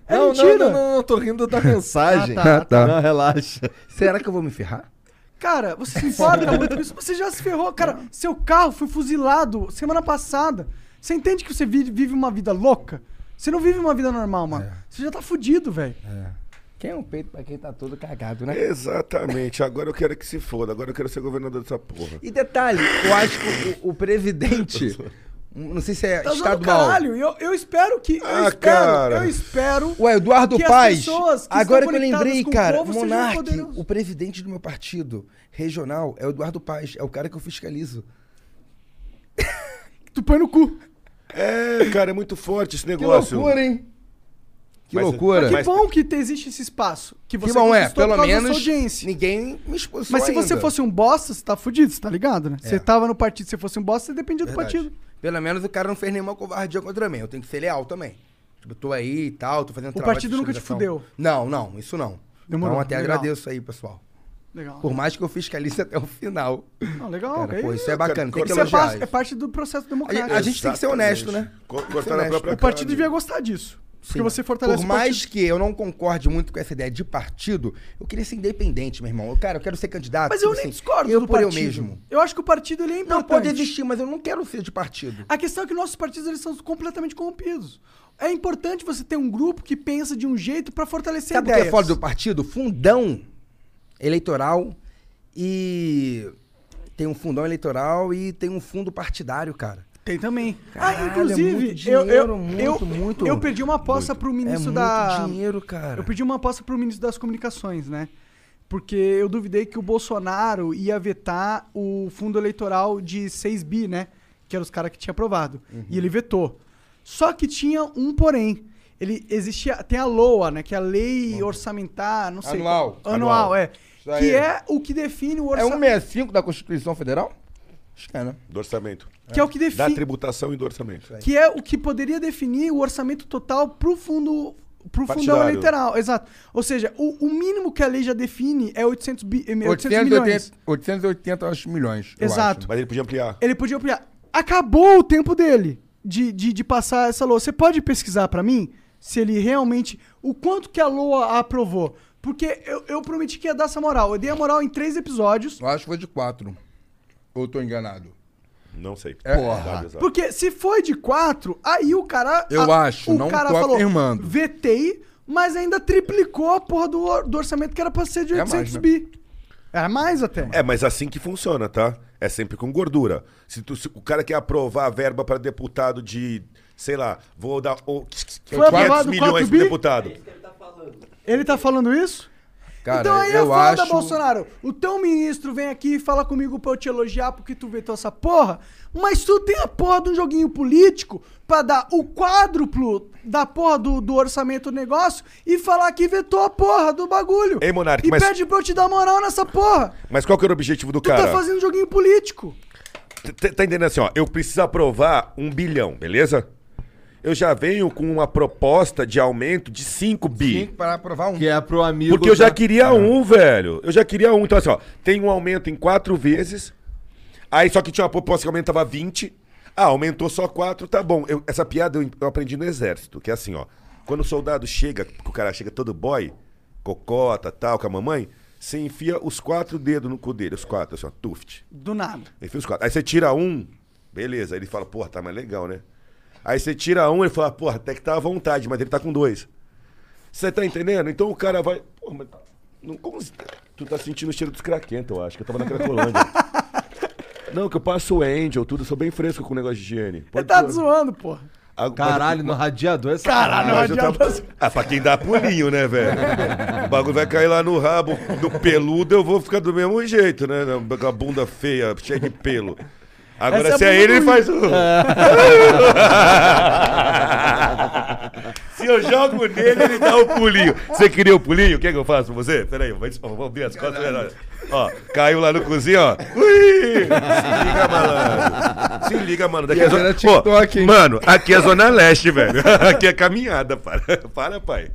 É não, não, mentira. não, não, não, tô rindo da mensagem. [LAUGHS] Ah, tá, ah, tá. Não, relaxa. Será que eu vou me ferrar? Cara, você se importa muito com isso, você já se ferrou. Cara, seu carro foi fuzilado semana passada. Você entende que você vi- vive uma vida louca? Você não vive uma vida normal, mano. Você já tá fudido, velho. Quem é um peito pra quem tá todo cagado, né? Exatamente. Agora eu quero que se foda. Agora eu quero ser governador dessa porra. E detalhe, eu acho que o, o presidente. Não sei se é Tá usando estadual. caralho. E eu, eu espero que. Eu Ah, espero, cara. eu espero. Ué, Eduardo que as Paz. pessoas que agora estão que eu conectadas lembrei, com o cara, povo sejam Monark, poderosas. o presidente do meu partido regional é o Eduardo Paz, é o cara que eu fiscalizo. Tu põe no cu. [LAUGHS] É, cara, é muito forte esse negócio. loucura, hein? Que Mas- loucura. Mas que Mas- bom que te- existe esse espaço. Que você que bom é, conquistou por pelo causa da sua menos audiência. ninguém me expulsou Mas se você ainda. fosse um bosta, você tá fudido, você tá ligado, né? É. Você tava no partido, se você fosse um bosta, você dependia do Verdade. partido. Pelo menos o cara não fez nenhuma covardia contra mim. Eu tenho que ser leal também. Tipo, eu tô aí e tal, tô fazendo O trabalho de partido nunca te fiscalização. fudeu. Não, não, isso não. Demorou, Então até legal. agradeço aí, pessoal. Legal. Por mais que eu fiscalize [LAUGHS] até o final. Não, Ah, legal, Cara, ok. pô, isso é bacana, tem que Isso é elogiar parte, isso. é parte do processo A, democrático. gente- a gente tem que ser honesto, né? Co- Tem que ser cortar na honesto. própria O partido devia gostar disso. Porque você fortalece Por o mais que eu não concorde muito com essa ideia de partido, eu queria ser independente, meu irmão. Eu, cara, eu quero ser né? candidato. Mas eu assim, nem discordo Eu do por eu partido. mesmo. Eu acho que o partido ele é importante. pode existir, mas eu não quero ser de partido. A questão é que nossos partidos eles são completamente corrompidos. É importante você ter um grupo que pensa de um jeito pra fortalecer Sabe o que ideias. é fora do partido? Fundão eleitoral e. Tem um fundão eleitoral e tem um fundo partidário, cara. Tem também. Caralho, ah, é inclusive, muito eu, eu, dinheiro, muito, eu, muito. eu perdi uma aposta pro ministro É da. muito dinheiro, cara. Eu pedi uma aposta pro ministro das comunicações, né? Porque eu duvidei que o Bolsonaro ia vetar o fundo eleitoral de 6 bi, né? Que eram os caras que tinha aprovado. Uhum. E ele vetou. Só que tinha um porém. Ele existia. Tem a LOA, né? Que é a lei orçamentar, não sei. Anual. Anual, Anual. é. Isso aí. Que é o que define o orçamento. 165 da Constituição Federal? Acho que é, né? Do orçamento. Que é o que Da define- tributação e do orçamento. que é o que poderia definir o orçamento total pro fundo pro fundão Partidário. eleitoral, exato. Ou seja, o, o mínimo que a lei já define é 800, bi, eh, 800 milhões. 880, 880 eu acho, milhões. eu Exato. acho. Mas ele podia ampliar. Ele podia ampliar. Acabou o tempo dele de, de, de passar essa LOA. Você pode pesquisar pra mim se ele realmente... O quanto que a LOA aprovou? Porque eu, eu prometi que ia dar essa moral. Eu dei a moral em três episódios. Eu acho que foi de quatro. Ou eu tô enganado? Não sei. É, Exato, exato. Porque se foi de quatro, aí o cara. Eu acho, não tô afirmando. Vetei, mas ainda triplicou a porra do, or- do orçamento que era pra ser de É 800 mais, né? bi. Era mais até. É, mas assim que funciona, tá? É sempre com gordura. Se, tu- se o cara quer aprovar a verba para deputado de, sei lá, vou dar o, Foi aprovado milhões 4 pro bi? deputado. Ele tá falando isso? Cara, então aí é eu foda, acho- Bolsonaro. O teu ministro vem aqui e fala comigo pra eu te elogiar porque tu vetou essa porra, mas tu tem a porra de um joguinho político pra dar o quádruplo da porra do, do orçamento do negócio e falar que vetou a porra do bagulho. Ei, Monark, e mas- pede pra eu te dar moral nessa porra. Mas qual que era o objetivo do Tu cara? tá fazendo joguinho político. Tá- Tá entendendo assim, ó? Eu preciso aprovar um bilhão, beleza? Eu já venho com uma proposta de aumento de 5 bi. Tem que parar pra aprovar um. Que é pro amigo. Porque eu já da- queria um, velho. Eu já queria um. Então, assim, ó, tem um aumento em quatro vezes. Aí só que tinha uma proposta que aumentava 20. Ah, aumentou só quatro, tá bom. Eu- essa piada eu, eu aprendi no exército, que é assim, ó. Quando o soldado chega, que o cara chega todo boy, cocota, tal, com a mamãe, você enfia os quatro dedos no cu dele, os quatro, assim, ó, tuft. Do nada. Enfia os quatro. Aí você tira um, beleza. Aí ele fala, porra, tá mais legal, né? Aí você tira um, ele fala, porra, até que tá à vontade, mas ele tá com dois. Você tá entendendo? Então o cara vai. Pô, mas tá, não, como se- tu tá sentindo o cheiro dos craquentos, eu acho, que eu tava na [LAUGHS] Cracolândia. não, que eu passo o Angel, tudo, eu sou bem fresco com o negócio de higiene. Você tá zoando, porra. Ah, mas- Caralho, no radiador é essa. Caralho, mas eu tava- Ah, pra quem dá pulinho, né, velho? o bagulho vai cair lá no rabo do peludo, eu vou ficar do mesmo jeito, né? Com a bunda feia, cheia de pelo. Agora, Essa é se a é, bunda ele, ele do faz. Will. o- Ah. [LAUGHS] se eu jogo nele, ele dá o pulinho. Você queria o pulinho? O que é que eu faço pra você? Peraí, vamos vamos abrir as costas. olha lá. Ó, caiu lá no cozinho, ó. Ui! Se liga, malandro. Se liga, mano. Daqui E é era zona... TikTok, Pô, hein? Mano, aqui é Zona Leste, velho. [LAUGHS] Aqui é caminhada, para. Para, pai.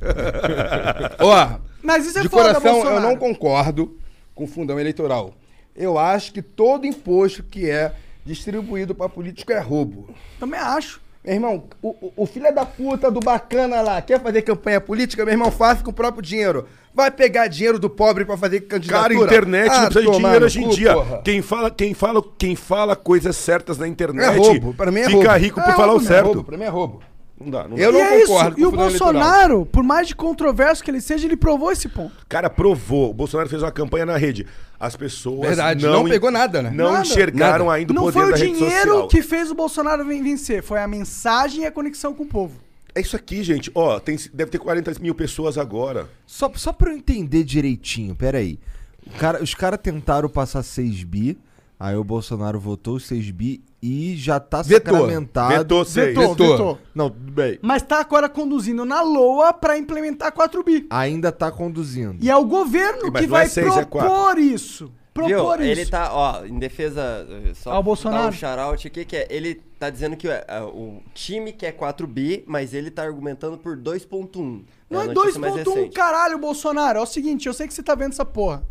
Ó, Mas isso é de foda, coração, eu Bolsonaro. não concordo com o fundão eleitoral. Eu acho que todo imposto que é distribuído pra político é roubo. Também acho. Meu irmão, o, o- o filho da puta do bacana lá quer fazer campanha política, meu irmão, faça com o próprio dinheiro. Vai pegar dinheiro do pobre pra fazer Cara, candidatura. internet Ah, não precisa de tomar dinheiro no hoje em cu, dia. É, porra. Quem fala, quem, fala, quem fala coisas certas na internet É roubo, pra mim é fica roubo. rico É por falar o roubo, né? certo. Roubo, pra mim é roubo. Não dá, não Eu dá. não é concordo com E o o fundão eleitoral. Bolsonaro, por mais de controverso que ele seja, ele provou esse ponto. O cara provou. O Bolsonaro fez uma campanha na rede. As pessoas. Verdade, não pegou nada, né? Não Nada. enxergaram Nada. ainda o Não poder foi o da rede dinheiro social. que fez o Bolsonaro ven- vencer, foi a mensagem e a conexão com o povo. É isso aqui, gente. Ó, tem, deve ter 40 mil pessoas agora. Só, só pra eu entender direitinho, peraí. O cara, os caras tentaram passar 6 bi, aí o Bolsonaro votou os 6 bi e já tá Vetou. sacramentado. Vetou seis. Vetou, vetou. Não, tudo bem. Mas tá agora conduzindo na LOA pra implementar 4 bi. Ainda tá conduzindo. E é o governo Mas que não é vai seis, é quatro. propor isso. Propor Viu? isso. Ele tá, ó, em defesa. eh, Só Ao Bolsonaro. Dar um shout-out aqui, que é, ele tá dizendo que eh, ah, o time quer 4 bi, mas ele tá argumentando por 2.1. Não é a notícia mais 2.1 recente. caralho, Bolsonaro. É o seguinte, eu sei que você tá vendo essa porra.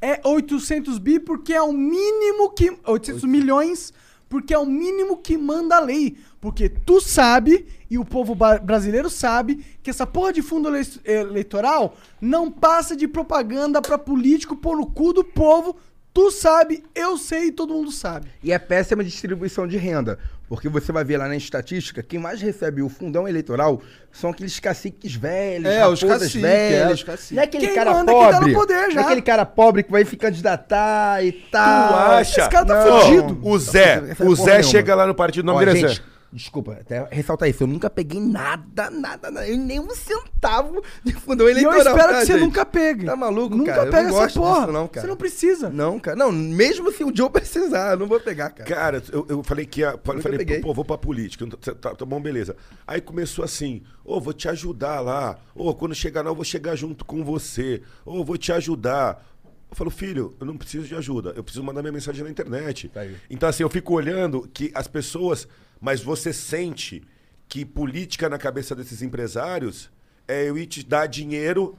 É 800 bi porque é o mínimo que... 800 milhões porque é o mínimo que manda a lei. Porque tu sabe E o povo ba- brasileiro sabe que essa porra de fundo ele- eleitoral não passa de propaganda pra político pôr no cu do povo. Tu sabe, eu sei e todo mundo sabe. E é péssima distribuição de renda, porque você vai ver lá na estatística, quem mais recebe o fundão eleitoral são aqueles caciques velhos, É, os raposas cacique, velhas. é, os cacique. Não é aquele Quem cara manda é quem tá no pobre. poder já. Não é aquele cara pobre que vai se candidatar e tal. Tu acha? Esse cara tá Não. fudido. O Zé, Essa- essa o porra Zé nenhuma. chega lá no partido, o nome Ó, dele é gente, Zé. Desculpa, até ressaltar isso. Eu nunca peguei nada, nada, nada. Eu nem um centavo de fundão E eu eleitoral. espero tá, que você gente? nunca pegue. Tá maluco, Nunca cara? Eu pega não essa gosto porra. disso, não, cara. Você não precisa. Não, cara. Não, mesmo se um dia eu precisar, eu não vou pegar, cara. Cara, eu, eu falei que ia. Falei, peguei. pô, vou pra política. Tá, tá- tá bom, beleza. Aí começou assim: ô, vou te ajudar lá. Ô, quando chegar lá, eu vou chegar junto com você. Ô, vou te ajudar. Eu falo, filho, eu não preciso de ajuda. Eu preciso mandar minha mensagem na internet. Tá Então, assim, eu fico olhando que as pessoas. Mas você sente que política na cabeça desses empresários é eu ir te dar dinheiro.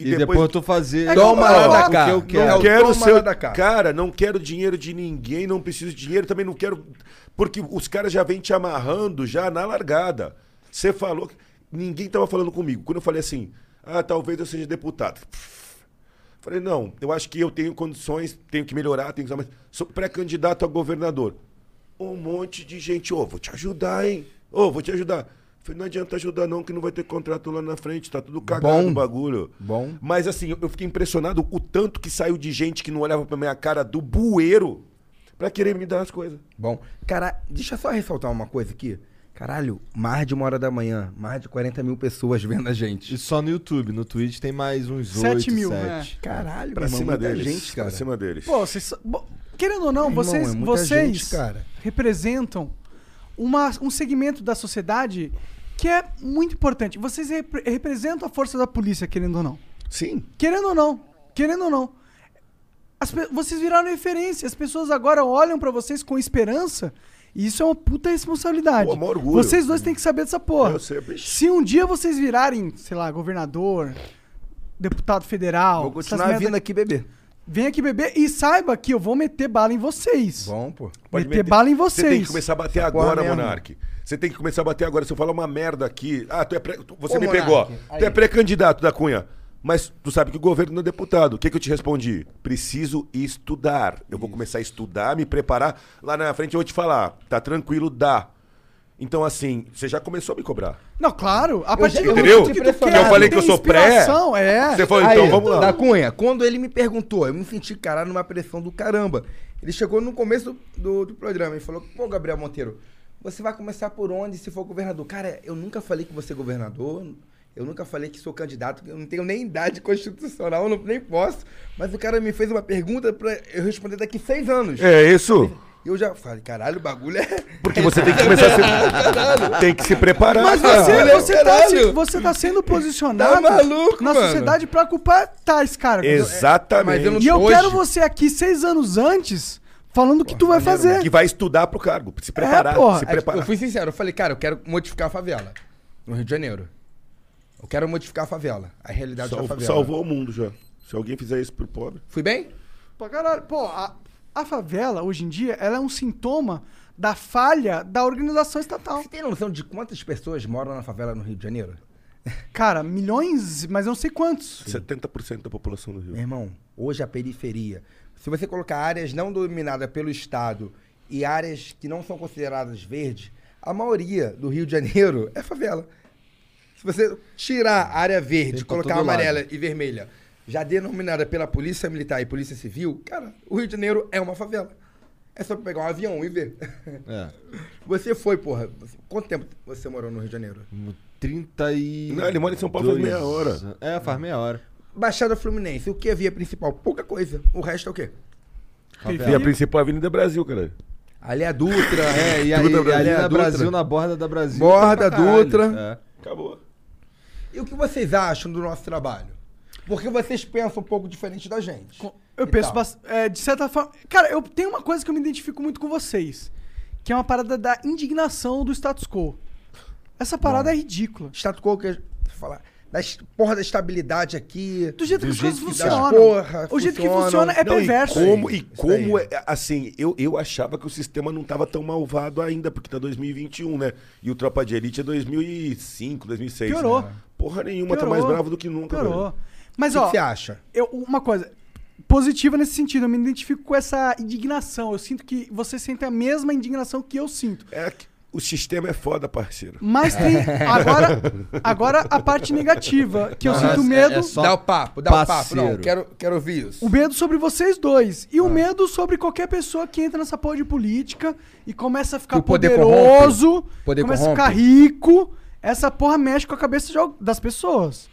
E depois tu fazer- É que Toma eu- lá eu- da eu- cá. eu Não quero. É. quero, Toma o seu lá da cá. Cara, não quero dinheiro de ninguém, não preciso de dinheiro, também não quero. Porque os caras já vêm te amarrando já na largada. Você falou. que- Ninguém tava falando comigo. Quando eu falei assim, ah, talvez eu seja deputado. Falei, não, eu acho que eu tenho condições, tenho que melhorar, tenho que usar mais. Sou pré-candidato a governador. Um monte de gente, ô, vou te ajudar, hein? Ô, vou te ajudar. Falei, não adianta ajudar, não, que não vai ter contrato lá na frente, tá tudo cagado Bom. o bagulho. Bom. Mas assim, eu- eu fiquei impressionado o tanto que saiu de gente que não olhava pra minha cara do bueiro pra querer me dar as coisas. Bom, cara, deixa eu só ressaltar uma coisa aqui. Caralho, mais de uma hora da manhã, mais de 40 mil pessoas vendo a gente. E só no YouTube, no Twitch tem mais uns Tá Sete 8, mil, 7. né? Caralho, meu Pra irmão, cima muita deles. gente, cara. Pra cima deles. Pô, vocês. são- bo- Querendo ou não, Meu irmão, vocês, é muita vocês gente, cara. representam uma, um segmento da sociedade que é muito importante. Vocês repre- representam a força da polícia, querendo ou não. Sim. Querendo ou não. Querendo ou não. As pe- vocês viraram referência. As pessoas agora olham pra vocês com esperança. E isso é uma puta responsabilidade. Pô, maior orgulho. vocês dois têm que saber dessa porra. Eu sei, bicho. Se um dia vocês virarem, sei lá, governador, deputado federal. Vou essas continuar merda- vindo aqui beber. Vem aqui beber e saiba que eu vou meter bala em vocês. Bom, pô. meter, bala em Você tem vocês. Tá que começar Tá a bater Essa porra agora, mesmo. Monark. Você tem que começar a bater agora. Se eu falar uma merda aqui. Ah, tu é pré- tu- você Ô, me Monark, pegou. aí. Tu é pré-candidato da Cunha. Mas tu sabe que o governo não é deputado. O que, que eu te respondi? Preciso estudar. Eu vou começar a estudar, me preparar. Lá na frente eu vou te falar. Tá tranquilo, dá. Então, assim, você já começou a me cobrar. Não, claro. A Eu partir já- do Entendeu? momento que tu Porque quer, eu falei que tem eu sou pré, inspiração, É. você falou, então, vamos lá. Da Cunha, quando ele me perguntou, eu me senti, caralho, numa pressão do caramba. Ele chegou no começo do, do, do programa e falou: Pô, Gabriel Monteiro, você vai começar por onde se for governador? Cara, eu nunca falei que você é governador, eu nunca falei que sou candidato, eu não tenho nem idade constitucional, eu não, nem posso. Mas o cara me fez uma pergunta pra eu responder daqui seis anos. É isso? E eu já falei: caralho, o bagulho é. Porque [LAUGHS] você tem que começar a se. tem que se preparar. Mas cara. você, você, tá, caralho. se- você tá sendo posicionado Tá maluco, na mano. sociedade pra ocupar tais cargos. Exatamente. Mas eu não- E eu hoje- quero você aqui seis anos antes falando o que tu vai fazer. É, Que vai estudar pro cargo, se preparar, porra. se Aí, tipo, preparar. Eu fui sincero, eu falei, cara, eu quero modificar a favela no Rio de Janeiro. Eu quero modificar a favela, a realidade Salvo- da favela. salvou o mundo já. Se alguém fizer isso pro pobre. Fui bem? Pô, caralho, pô, a, a favela, hoje em dia, ela é um sintoma da falha da organização estatal. Você tem noção de quantas pessoas moram na favela no Rio de Janeiro? Cara, milhões, mas eu não sei quantos. 70% da população do Rio. Meu irmão, hoje a periferia. Se você colocar áreas não dominadas pelo Estado e áreas que não são consideradas verdes, a maioria do Rio de Janeiro [LAUGHS] é favela. Se você tirar a área verde, Tem tá pra colocar todo amarela né? lado. e vermelha, já denominada pela Polícia Militar e Polícia Civil, cara, o Rio de Janeiro é uma favela. É só pegar um avião e ver. [LAUGHS] É. Você foi, porra. você- Quanto tempo você morou no Rio de Janeiro? 30 e. Não, ele mora em São Paulo faz dois meia hora. É, faz meia hora. Baixada Fluminense, o que é via principal? Pouca coisa. O resto é o quê? E a principal avenida é Brasil, cara. Ali é a Dutra. É, e aí, Dutra, ali é a na Dutra. Brasil, na borda da Brasil. Borda, [LAUGHS] tem pra caralho. Dutra. É, Acabou. E o que vocês acham do nosso trabalho? Porque vocês pensam um pouco diferente da gente. Eu E penso tal. bas- é, de certa forma. Cara, eu tenho uma coisa que eu me identifico muito com vocês. Que é uma parada da indignação do status quo. Essa parada é ridícula. Status quo que eu falar. da es- porra da estabilidade aqui. Do jeito que as coisas das funcionam. Porra, O jeito que funcionam. funciona é Não, perverso. E como, e Isso como aí. é, assim, eu, eu achava que o sistema não estava tão malvado ainda, porque tá 2021, né? E o Tropa de Elite é 2005, 2006. Piorou. né? Porra nenhuma, Piorou. tá mais bravo do que nunca. Piorou. velho. Mas, O que ó. que você acha? eu- uma coisa. Positiva nesse sentido, eu me identifico com essa indignação. Eu sinto que você sente a mesma indignação que eu sinto. É, o sistema é foda, parceiro. [LAUGHS] Mas tem. Agora, agora a parte negativa, que eu Não, sinto é- medo. é só Dá o papo, dá o papo. Não, quero, quero ouvir isso. O medo sobre vocês dois. Ah. E o medo sobre qualquer pessoa que entra nessa porra de política e começa a ficar Que o poder poderoso, corrompe. O poder começa corrompe. a ficar rico. Essa porra mexe com a cabeça de al- das pessoas.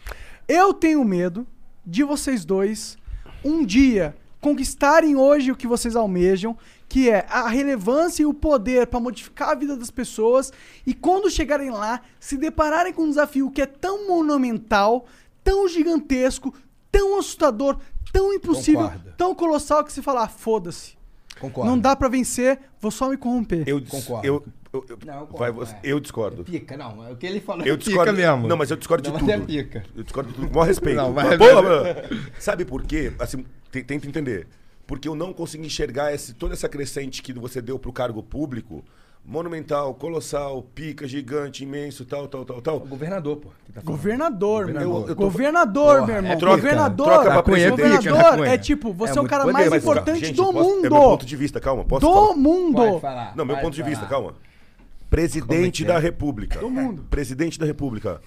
Eu tenho medo de vocês dois um dia conquistarem hoje o que vocês almejam, que é a relevância e o poder para modificar a vida das pessoas e quando chegarem lá, se depararem com um desafio que é tão monumental, tão gigantesco, tão assustador, tão impossível, Concordo. tão colossal que se falar, foda-se. Concordo. Não dá pra vencer, vou só me corromper. Eu, dis- Concordo. Eu, eu, eu- vai você- eu discordo. É Pica, não. O que ele é falou é Eu discordo Não, mas eu discordo de tudo. Eu discordo de tudo. Com o maior respeito. é Mas, é porra, mano, sabe por quê? Assim, te- tenta entender. Porque eu não consigo enxergar esse, toda essa crescente que você deu pro cargo público. Monumental, colossal, pica, gigante, imenso, tal, tal, tal, tal. governador, pô. Governador, meu irmão. Eu- eu tô- Governador, Porra, meu irmão. é troca, governador, troca pra presidente. governador é tipo, você é, o muito cara poder, mais mas, cara, importante gente, do posso- mundo. É meu ponto de vista, calma. Posso Do falar? mundo. Pode falar, Não, meu pode ponto de vista, falar. calma. Presidente Como é que da é? Uhum. República. Do mundo. Presidente da República.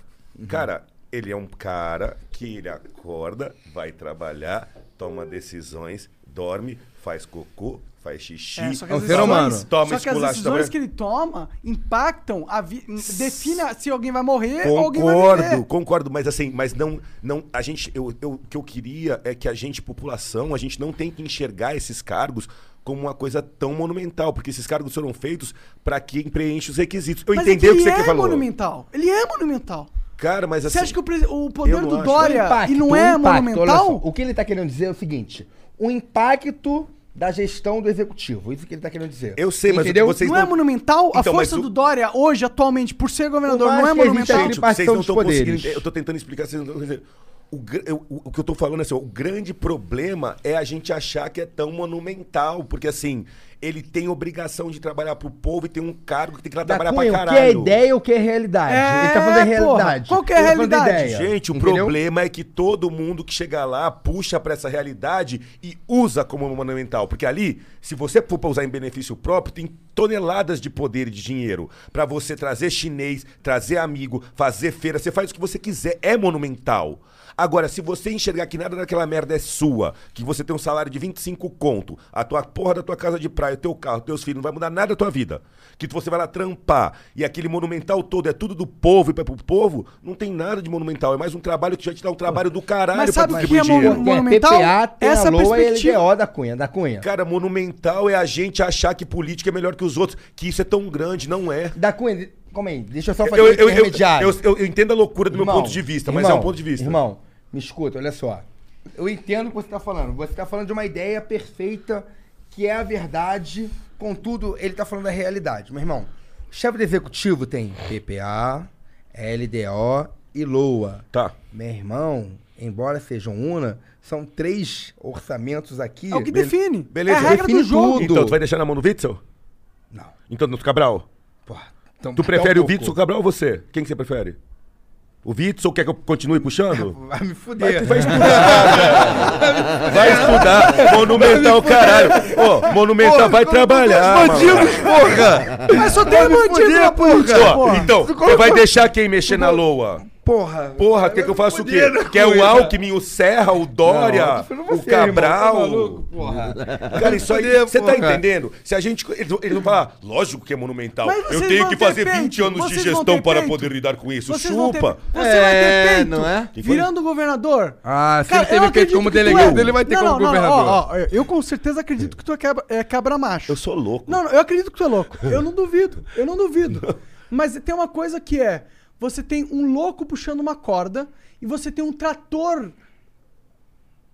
Cara, ele é um cara que ele acorda, vai trabalhar, toma decisões, dorme, faz cocô, faz xixi. É, só que as toma- decisões, Toma só que as esculacho. decisões toma- que ele toma impactam a vi... define a- se É, alguém vai morrer ou alguém vai Concordo, viver. concordo, mas assim, mas não, não, a gente, eu, eu- o que eu queria é que a gente, população, a gente não tem que enxergar esses cargos como uma coisa tão monumental, porque esses cargos foram feitos para quem preenche os requisitos. Eu Mas é entendi o que você ele quer é falou. monumental. Ele é monumental. Cara, mas assim, Você acha que o, presi- o poder eu não do acho. Dória O e não é o impacto, olha só, monumental? o que ele tá querendo dizer é o seguinte: o impacto da gestão do executivo. Isso que ele tá querendo dizer. Eu sei, mas Entendeu? vocês não é monumental? a Então, mas força o- do Dória hoje, atualmente, por ser governador, Por mais não que é exista monumental? aquele Gente, vocês não dos estão poderes. conseguindo. Eu tô tentando explicar, vocês não estão conseguindo. O, gr- eu- o- o que eu tô falando é assim, ó, o grande problema é a gente achar que é tão monumental, porque assim, ele tem obrigação de trabalhar pro povo e tem um cargo que tem que lá Da trabalhar Cunha, pra O que é caralho. ideia e o que é realidade? É, ele tá falando da porra, realidade. qual que é a Ele tá falando da realidade? ideia, Gente, o entendeu? problema é que todo mundo que chega lá puxa pra essa realidade e usa como monumental. Porque ali, se você for pra usar em benefício próprio, tem toneladas de poder e de dinheiro pra você trazer chinês, trazer amigo, fazer feira. Você faz o que você quiser, é monumental. Agora, se você enxergar que nada daquela merda é sua, que você tem um salário de 25 conto, a tua porra da tua casa de praia, o teu carro, teus filhos, não vai mudar nada da tua vida. Que você vai lá trampar e aquele monumental todo é tudo do povo e vai pro povo, não tem nada de monumental. É mais um trabalho que já te dá um trabalho do caralho Mas sabe o que é dinheiro. monu- monumental? Tem a PPA, tem Essa a LOA e é a perspectiva. LDO da Cunha, da Cunha. Cara, monumental é a gente achar que política é melhor que os outros, que isso é tão grande, não é. Da Cunha, de- calma aí, deixa eu só fazer Eu, um eu, eu, intermediário. eu- eu- eu entendo a loucura do meu Irmão, ponto de vista, mas irmão, é um ponto de vista. Irmão, me escuta, olha só. Eu entendo o que você tá falando. Você tá falando de uma ideia perfeita, que é a verdade, contudo, ele tá falando da realidade. Meu irmão, o chefe do executivo tem PPA, LDO e LOA. Tá. Meu irmão, embora sejam una, são três orçamentos aqui. É o que Be- define. Beleza, É a regra define do jogo. tudo. Então, tu vai deixar na mão do Witzel? Não. Então, do Cabral? então, tu até prefere um o Witzel, pouco. o Cabral ou você? Quem que você prefere? O Witzel quer que eu [LAUGHS] continue puxando? Vai me fuder. Vai, tu vai estudar, velho. Vai estudar. Monumental, caralho. Ô, Monumental, vai trabalhar. mano. porra! Mas só tem bandido na política, Ó, porra. então, você vai deixar quem mexer na loa? Porra. Porra, quer que eu faça o quê? fudido, Quer o coisa. Alckmin, o Serra, o Dória, Não, eu tô falando o você, irmão, Cabral? tá maluco, porra. Cara, isso aí, Fuder, você tá porra. entendendo? Se a gente, eles, vão- eles vão falar, lógico que é monumental. Mas Eu vocês tenho vão que ter fazer peito, 20 anos de vocês vão gestão ter para peito. poder lidar com isso. Vocês vão ter- Chupa. Você vai ter peito. não é? Que foi? Virando governador. Ah, Assim Cara, eu acredito que tu é- Não, não, não, ó, ó, eu- eu com certeza acredito que tu é cabra, é cabra macho. Eu sou louco. Não, não, eu acredito que tu é [LAUGHS] louco. Eu não duvido. Eu não duvido. Mas tem uma coisa que é: você tem um louco puxando uma corda e você tem um trator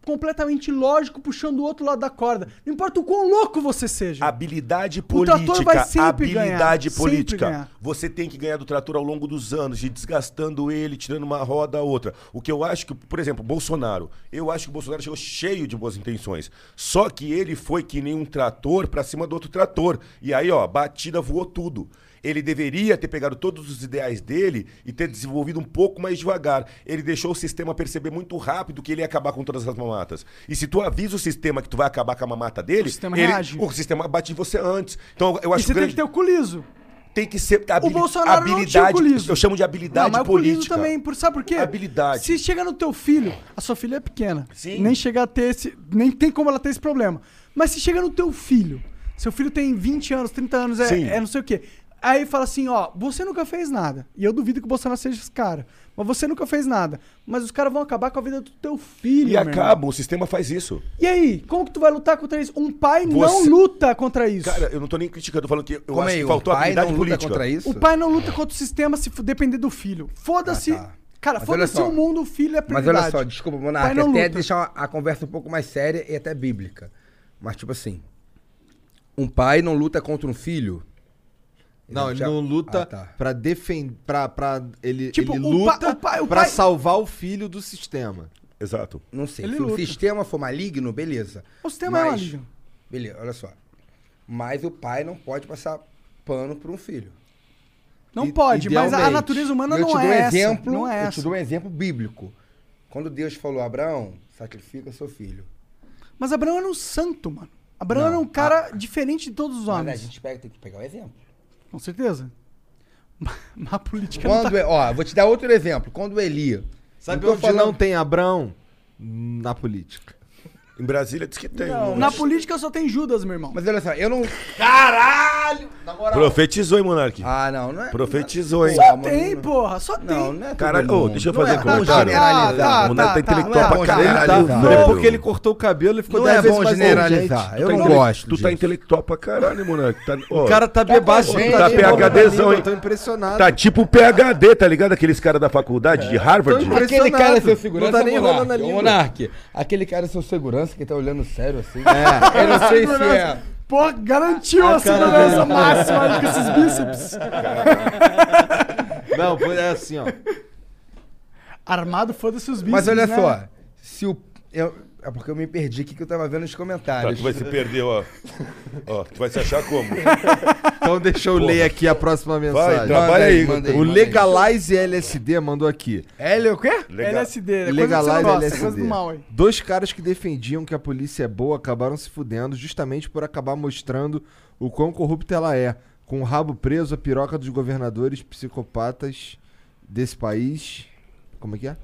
completamente lógico puxando o outro lado da corda. Não importa o quão louco você seja. Habilidade trator política. vai sempre ganhar, habilidade sempre política. ganhar. Você tem que ganhar do trator ao longo dos anos, e desgastando ele, tirando uma roda a outra. O que eu acho que, por exemplo, Bolsonaro. Eu acho que o Bolsonaro chegou cheio de boas intenções. Só que ele foi que nem um trator pra cima do outro trator. E aí, ó, batida voou tudo. Ele deveria ter pegado todos os ideais dele e ter desenvolvido um pouco mais devagar. Ele deixou o sistema perceber muito rápido que ele ia acabar com todas as mamatas. E se tu avisa o sistema que tu vai acabar com a mamata dele, sistema ele- reage. o sistema bate em você antes. Então eu acho e você tem grande- que ter o culiso. tem que ser habili- O Bolsonaro não tinha o habilidade. culiso. eu chamo de habilidade não, mas o culiso política. também, é por, sabe por quê? Habilidade. Se chega no teu filho, a sua filha é pequena. Nem chega a ter esse. Nem tem como ela ter esse problema. Mas se chega no teu filho, seu filho tem 20 anos, 30 anos, Sim. é, é não sei o quê. Aí fala assim, ó, você nunca fez nada. E eu duvido que o Bolsonaro seja esse cara. Mas você nunca fez nada. Mas os caras vão acabar com a vida do teu filho. E meu irmão. acaba, o sistema faz isso. E aí, como que tu vai lutar contra isso? Um pai não Você- luta contra isso. Cara, eu não tô nem criticando, eu tô falando que eu Como acho aí, que o faltou pai habilidade não luta política. contra É isso? O pai não luta contra o sistema se f- depender do filho. Foda-se. Cara, Ah, tá. Mas olha foda-se só. o mundo, o filho é Mas prioridade. olha só, desculpa, Pai Monark, não até luta. deixar a conversa um pouco mais séria e até bíblica. Mas, tipo assim, um pai não luta contra um filho. Não, ele não Ah, luta tá. pra defender. Pra, pra, ele, Tipo, ele o pa- luta o pai- o pra pai- salvar o filho do sistema. Exato. Não sei. Ele Se o luta. sistema for maligno, beleza. O sistema é Mas- maligno. Beleza, olha só. Mas o pai não pode passar pano pra um filho. Não pode, mas a- a Idealmente. natureza humana eu não te dou é, um essa, exemplo, não é Eu te essa. dou um exemplo bíblico. Quando Deus falou, Abraão, sacrifica seu filho. Mas Abraão era um santo, mano. Abraão Não, ah, era um cara diferente de todos os Mas a homens. gente pega- tem que pegar o exemplo. Com certeza. [LAUGHS] Mas a política não Quando, tá- é- ó, vou te dar outro exemplo. Quando Eli. Sabe tô onde não tem Abrão? Na política. Em Brasília diz que tem. Não, na política só tem Judas, meu irmão. Mas olha só, eu não. Caralho! Na moral. Profetizou, hein, Monark? Ah, não, não é. Profetizou, hein? Só tem, porra, só tem. Não, né? Caralho, ô, deixa eu fazer um bom comentário. generalizar. é o Monark tá intelectual pra caralho. Não velho. é porque ele cortou o cabelo, ele ficou Não 10 é vezes bom mais generalizar, inteligente. eu Tu tá não intele- gosto Tu tá intelectual pra caralho, hein, Monark. Tá, ó, O cara tá bebaço. Tá, PHDzão, hein? Tô impressionado. Tá tipo o PHD, tá ligado? Aqueles caras da É. faculdade de Harvard. Aquele cara é seu segurança. Não tá nem Monark. rolando a Ô, língua. Monark, aquele cara é seu segurança que tá olhando sério assim. É. Eu não sei se é. [LAUGHS] Segurança. Porra, garantiu A a cara segurança dele. máxima aí com esses [LAUGHS] bíceps. Não, pois é assim, ó. Armado, foda-se os bíceps. Mas olha né? só, se o. eu- é porque eu me perdi aqui que eu tava vendo os comentários. Tá, tu vai se perder, ó. Ó, tu vai se achar como? Então deixa eu Porra. ler aqui a próxima mensagem. trabalha Manda aí, aí, manda aí, o manda aí. Legalize LSD mandou aqui. L o quê? Legal. LSD, né? Coisa que você Legalize não gosta, coisa LSD. do mal aí. Dois caras que defendiam que a polícia é boa acabaram se fudendo justamente por acabar mostrando o quão corrupta ela é. Com o rabo preso, a piroca dos governadores psicopatas desse país. Como é que é?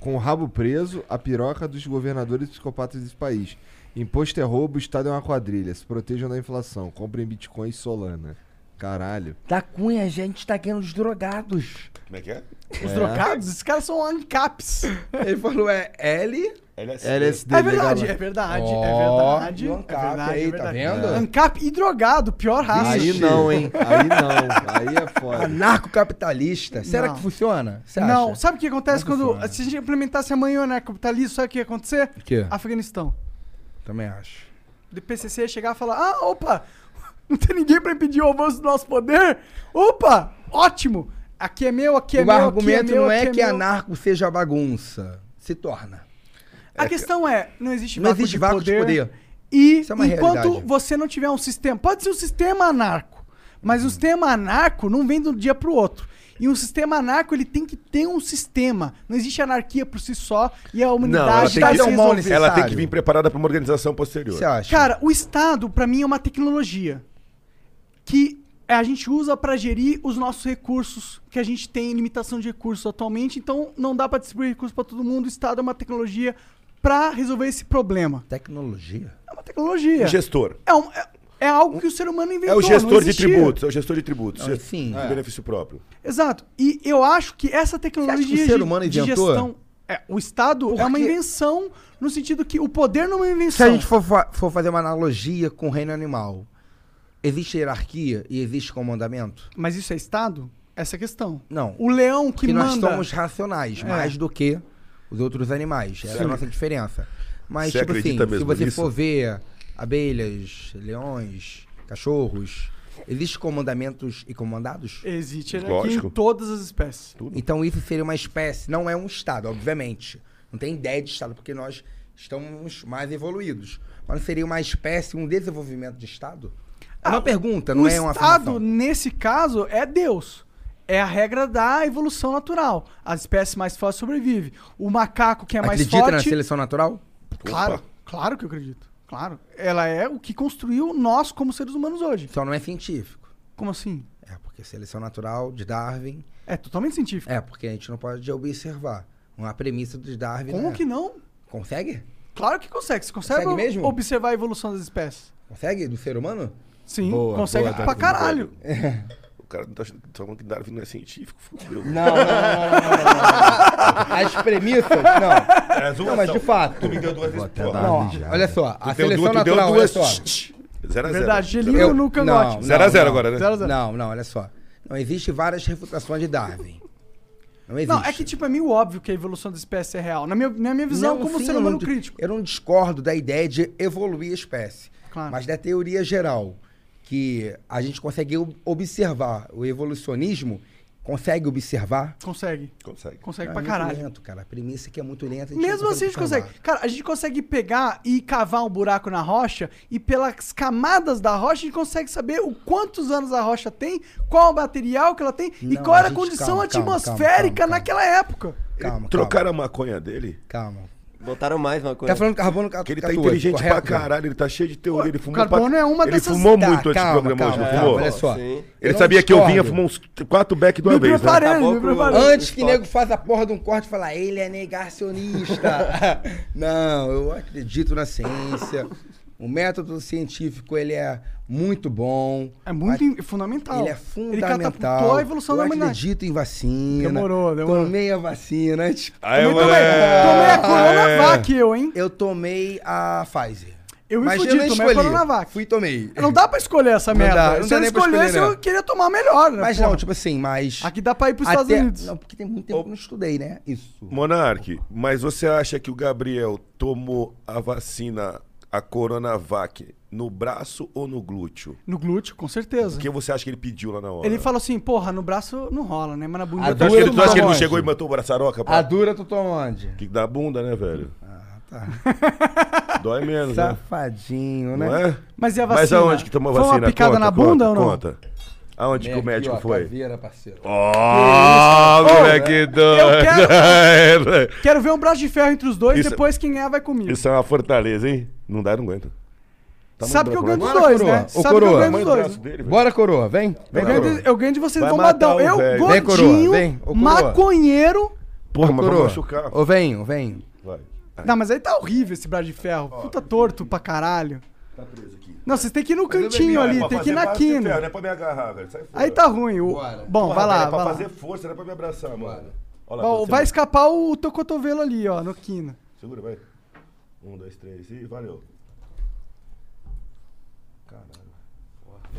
Com o rabo preso, a piroca dos governadores psicopatas desse país. Imposto é roubo, o Estado é uma quadrilha. Se protejam da inflação. Comprem Bitcoin e Solana. Caralho. Da Cunha, a gente tá ganhando os drogados. Como é que é? Os É. drogados? Esses caras são ancaps. [LAUGHS] Ele falou, é L. LSD. LSD. É verdade, legal. é verdade, né? Ó, é verdade. e o é ANCAP verdade, aí, é tá verdade. vendo? ANCAP e drogado, pior Tá raça. Aí não, hein? Aí [LAUGHS] não. Aí é foda. Anarcocapitalista. Será Não. que funciona? Você acha? Não, sabe o que acontece Não é quando. funciona. Se a gente implementasse amanhã, né, capitalismo, sabe o que ia acontecer? O quê? Afeganistão. Também acho. Do PCC ia chegar e falar: ah, opa, [LAUGHS] não tem ninguém pra impedir o avanço do nosso poder? Opa, ótimo! Aqui é meu, aqui é o meu. argumento aqui é meu, não é aqui que meu. anarco seja bagunça. Se torna. A questão é: não existe Não vácuo, existe de, vácuo de poder, poder. E é uma enquanto realidade. você não tiver um sistema, pode ser um sistema anarco, mas o sistema anarco não vem de um dia pro outro. E um sistema anarco, ele tem que ter um sistema. Não existe anarquia por si só e Não, a ela humanidade tem, vai que, se um resolver. ela tem que vir preparada pra uma organização posterior. Cara, o Estado, pra mim, é uma tecnologia que a gente usa pra gerir os nossos recursos, que a gente tem limitação de recursos atualmente, então não dá pra distribuir recursos pra todo mundo. O Estado é uma tecnologia pra resolver esse problema. Tecnologia? É uma tecnologia. Um gestor. É, um- é- é algo que o ser humano É inventou. o não gestor de existia. tributos, é o gestor de tributos. Não, Ge- sim. de É. benefício próprio. Exato. E eu acho que essa tecnologia Você acha que o ser de- humano de inventou? gestão. é, o Estado é uma invenção no sentido que o poder não é uma Se a invenção. gente for, fa- for fazer uma analogia com o reino animal, existe hierarquia e existe comandamento? Mas isso é Estado? Essa é a questão. Não. O leão que Porque manda. nós somos racionais, É. mais do que os outros animais. Essa é Sim. a nossa diferença. Mas, Você tipo assim, acredita se mesmo você nisso? for ver abelhas, leões, cachorros, existem comandamentos e comandados? Existe hierarquia em todas as espécies. Então isso seria uma espécie, não é um estado, obviamente. Não tem ideia de estado, porque nós estamos mais evoluídos. Mas não seria uma espécie, um desenvolvimento de estado? É uma pergunta, não o é uma afirmação. Estado, nesse caso, é Deus. É a regra da evolução natural. A espécie mais forte sobrevive. O macaco que é mais Acredita forte. na seleção natural? Claro, Opa. claro que eu acredito. Claro. Ela é o que construiu nós como seres humanos hoje. Então não é científico. Como assim? É, porque seleção natural de Darwin. É totalmente científico. É, porque a gente não pode observar. Uma premissa de Darwin. Como né? que não? Consegue? Claro que consegue. Você consegue, Consegue mesmo? observar a evolução das espécies? Consegue? Do ser humano? Sim, consegue tá pra caralho. O cara não tá achando tá falando que Darwin não é científico, fudeu. É. Não, não, não, não, não, não, não. As premissas, não. É não, mas de fato. Tu me deu duas vezes. porra. Não, olha só, Tu a deu seleção duas- tu deu natural, duas- olha só. Tch, tch. Zero a zero. Verdade, Zero a gelinho zero. no cangote. Não, Zero a não, zero não. agora, né? Zero a zero. Não, não, olha só. Não existe várias refutações de Darwin. Não existe. Não, é que tipo, é meio óbvio que a evolução das espécies é real. Na minha, na minha visão, Não, como sim, ser eu humano não di- crítico. Eu não discordo da ideia de evoluir a espécie. Claro. Mas da teoria geral, que a gente consegue ob- observar o evolucionismo, consegue observar? Consegue. Consegue. Consegue Ah, pra é muito caralho. Lento, cara. A premissa é que é muito lenta. Mesmo não assim a gente observar. consegue. Cara, a gente consegue pegar e cavar um buraco na rocha e pelas camadas da rocha a gente consegue saber o quantos anos a rocha tem, qual o material que ela tem e Não, qual era a gente, condição calma, calma, atmosférica naquela época. Calma, Trocaram a maconha dele? é Calma. Botaram mais uma coisa. Tá falando carbono 14. Que ele tá inteligente pra caralho, ele tá cheio de teoria. Ele fumou carbono pra... é uma ele dessas- fumou Tá, muito antes calma, do programa hoje, não calma, fumou? calma, olha só. Sim. Eu Ele não sabia que eu vinha discordo. fumar uns quatro back de uma vez, né? Antes que nego faz a porra de um corte e fala, ele é [LAUGHS] negacionista. [LAUGHS] não, eu acredito na ciência. O método científico, ele é muito bom. É muito in- fundamental. Ele é fundamental. Ele catapultou a evolução eu da humanidade. acredito em vacina. Demorou, demorou. Tomei a vacina. antes- Aí, Tomei- moleque. tomei Ah, Coronavac, eu, hein? Eu tomei a Pfizer. Eu me Mas fudi, eu não tomei a escolhi. Coronavac. Fui e tomei. Não dá pra escolher essa Não merda. dá, não Se dá eu nem pra escolhesse, escolher, eu não. queria tomar a melhor, né? Mas porra? não, tipo assim, mas... Aqui dá pra ir pros até- Estados Unidos. Não, porque tem muito tempo que eu não estudei, né? Isso. Monark, mas você acha que o Gabriel tomou a vacina, a Coronavac, no braço ou no glúteo? No glúteo, com certeza. O que você acha que ele pediu lá na hora? Ele falou assim, porra, no braço não rola, né? Mas na bunda... Tu acha que ele- tu acha que ele não chegou e matou o braçaroca? pá? A dura tu toma onde? Que dá bunda, né, velho? Ah, tá. Dói menos, né? Safadinho, Não né? é? Mas e a Mas vacina? aonde que tomou a Foi uma vacina? picada Conta, na bunda conta, ou não? Conta. Aonde que o Aqui, médico ó, foi? Caveira, parceiro. é Ó, Que isso? moleque Eu [LAUGHS] doido. quero... [LAUGHS] quero ver um braço de ferro entre os dois, Isso- depois quem ganhar vai comigo. Isso é uma fortaleza, hein? Não dá, eu não aguento. Tá Sabe que eu ganho dos Bora, dois, coroa. né? Ô, Sabe que eu coroa. ganho dos dois. Bora, coroa, vem. Eu [LAUGHS] ganho, de, eu ganho de vocês Vai matar bombadão. o Eu, velho. Vem, coroa, gordinho, vem. Ô, coroa. maconheiro... Porra, mas vou coroa. machucar. Ô, vem, ô, vem. Vai. Não, mas aí tá horrível esse braço de ferro. Puta torto pra caralho. Tá preso aqui. Não, vocês têm que ir no Um cantinho ali, tem que ir na Não é quina. pra me agarrar, velho. Sai fora. Aí tá ruim. O... Bom, Porra, vai lá, velho, É pra vai lá. fazer força, não é pra me abraçar, mano. Olha Bom, você- vai escapar o teu cotovelo ali, ó, no quina. Segura, vai. Um, dois, três e valeu.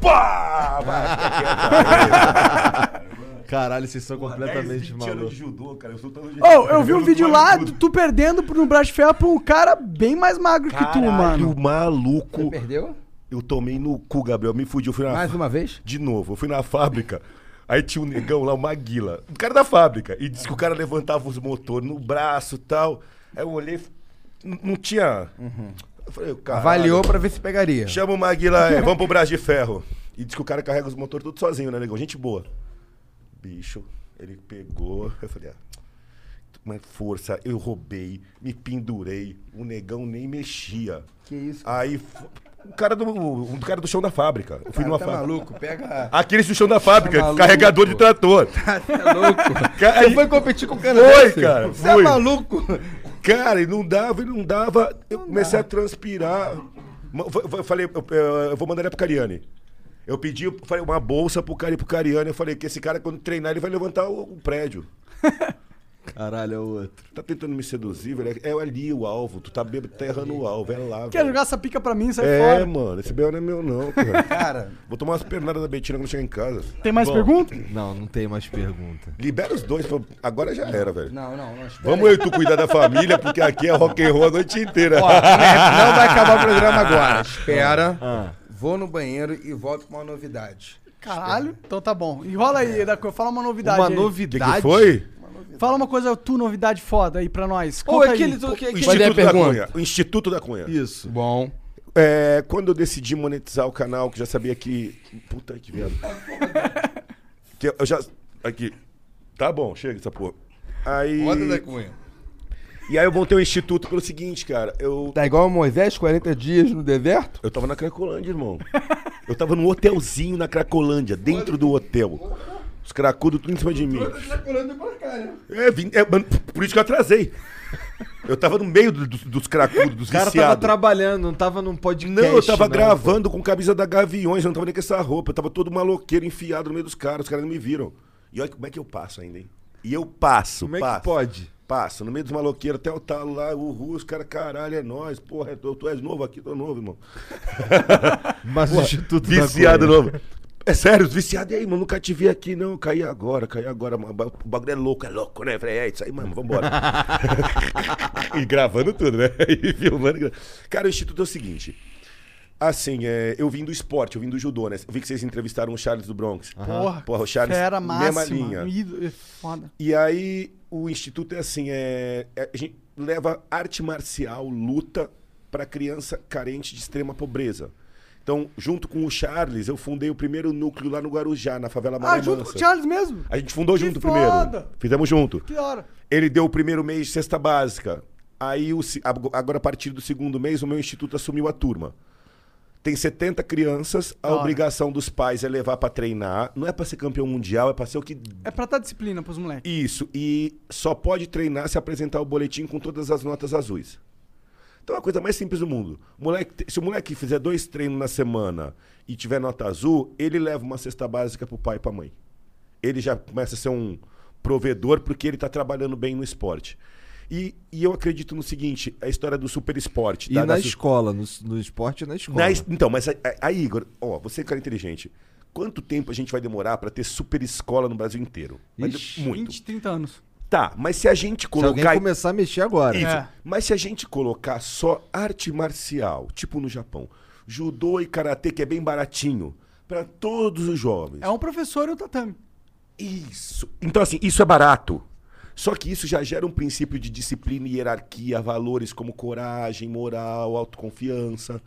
Pá! [LAUGHS] Caralho, vocês são completamente anos malucos. de judô, cara. Eu sou todo de- Ô, eu vi um não vídeo tomo lá, tudo. tu tu perdendo pro- no braço de ferro pra um cara bem mais magro que tu, Caralho, mano. maluco. Você perdeu? Eu tomei no cu, Gabriel. Me fudi. Eu fui na Mais uma vez? De novo. Eu fui na fábrica. Aí tinha um negão lá, uma guila. O cara da fábrica. E disse que o cara levantava os motores no braço e tal. Aí eu olhei. n- Não tinha. Eu falei, caralho. Avaliou pra ver se pegaria. Chama o Maguila aí, vamos pro Brasil de Ferro. E diz que o cara carrega os motores tudo sozinho, né, negão? Gente boa. Bicho, ele pegou. [LAUGHS] Eu falei, ah, mas força, eu roubei, me pendurei, o negão nem mexia. Que isso? Aí, f- o cara do, um cara do chão da fábrica. Eu fui Cara, numa tá fábrica. maluco, pega- Aqueles do chão Ah. da fábrica, Tá maluco. carregador [LAUGHS] de trator. Tá louco? Cara, Você foi competir com o cara Foi, desse? cara. Você é fui. maluco? Cara, e não dava, e não dava. Eu comecei a transpirar. Ma- fa- fa- Falei, eu, eu- eu vou mandar ele pro Cariani. Eu pedi falei, [LAUGHS] uma bolsa pro, Cari, pro Cariani. Eu falei que esse cara, quando treinar, ele vai levantar o, o prédio. Caralho, é o outro. Tá tentando me seduzir, velho. É ali o alvo. Tu tá bêbado, tá errando o alvo. É lá, Quer velho. jogar assim, essa pica pra mim, sai é, fora. mano, esse B.O. não é meu, não, [LAUGHS] cara. Cara. Vou tomar umas pernadas da Betina quando chegar em casa. Tem mais pergunta? Não, não tem mais pergunta. Libera os dois, pô. agora já era, velho. Não, não, não. espera Vamos eu e tu cuidar da família, porque aqui é rock and roll a noite inteira. Ó, não é- não vai acabar o Ah. programa agora. Espera. Vou no banheiro e volto com uma novidade. Caralho, então tá bom. Enrola aí, Daco, fala uma novidade. Uma aí. novidade? Que que foi? Fala uma coisa, tu novidade foda aí pra nós. Ô, Conta aí. aquele do- Pô, é que- O que- Instituto da pergunta? Cunha. O Instituto da Cunha. Isso. Bom. É, quando eu decidi monetizar o canal, que já sabia que. Puta [LAUGHS] que viado. que eu, eu já. Aqui. Tá bom, chega essa porra. Aí. Roda da Cunha. E aí eu montei o instituto pelo seguinte, cara. Eu, Tá igual o Moisés, 40 dias no deserto? eu tava na Cracolândia, irmão. Eu tava num hotelzinho na Cracolândia, dentro do hotel. Os cracudos tudo em cima de mim. É, vim- é, mano, por isso que eu atrasei. Eu tava no meio do- dos- dos cracudos, dos O cara tava viciados. trabalhando, não tava num podcast. Não, eu tava não. gravando com camisa da Gaviões, eu não tava nem com essa roupa. Eu tava todo maloqueiro enfiado no meio dos caras, os caras não me viram. E olha como é que eu passo ainda, hein? E eu passo, Como é que passo. pode? Passo, no meio dos maloqueiros, até o talo lá, o os caras, caralho, é nóis, porra, tu, tu és novo aqui, tô novo, [LAUGHS] irmão. Mas o Porra, Instituto da Viciado Cunha. novo. É sério, os viciados, e aí, mano, nunca te vi aqui, não, eu caí agora, caí agora, mano, o bagulho é louco, é louco, né? Eu Falei, é isso aí, mano, vambora. [LAUGHS] e gravando tudo, né? [LAUGHS] E filmando. e gra- Cara, o Instituto é o seguinte, Assim, é, eu vim do esporte, eu vim do judô, né? Eu vi que vocês entrevistaram o Charles do Bronx. Porra, Porra, o Charles, fera mesma máxima. um linha. ídolo, é Foda. E aí, o Instituto é assim, é, é- a gente leva arte marcial, luta, pra criança carente de extrema pobreza. Então, junto com o Charles, eu fundei o primeiro núcleo lá no Guarujá, na favela Ah, Maria junto com o Charles mesmo? A gente fundou Que junto foda. primeiro. Fizemos junto. Que da hora. Ele deu o primeiro mês de cesta básica. Aí, o se- ag- agora a partir do segundo mês, o meu instituto assumiu a turma. Tem 70 crianças, a Da hora. obrigação dos pais é levar pra treinar. Não é pra ser campeão mundial, é pra ser o que. É pra dar disciplina pros moleques. Isso, e só pode treinar se apresentar o boletim com todas as notas azuis. Então é a coisa mais simples do mundo. O moleque te- se o moleque fizer dois treinos na semana e tiver nota azul, ele leva uma cesta básica pro pai e pra mãe. Ele já começa a ser um provedor porque ele tá trabalhando bem no esporte. E, e eu acredito no seguinte, a história do super esporte. E da- na da su- escola, no, no esporte e na escola. Tá, na es- então, mas a- a- aí, Igor, ó, você é um cara inteligente. Quanto tempo a gente vai demorar pra ter super escola no Brasil inteiro? Vai de- Ixi, muito. 20, 30 anos. Tá, mas se a gente Se alguém colocar. começar a mexer agora. Isso. É. Mas se a gente colocar só arte marcial, tipo no Japão, judô e karatê, que é bem baratinho, pra todos os jovens. É um professor e um tatame. Isso. Então, assim, isso é barato. Só que isso já gera um princípio de disciplina e hierarquia, valores como coragem, moral, autoconfiança.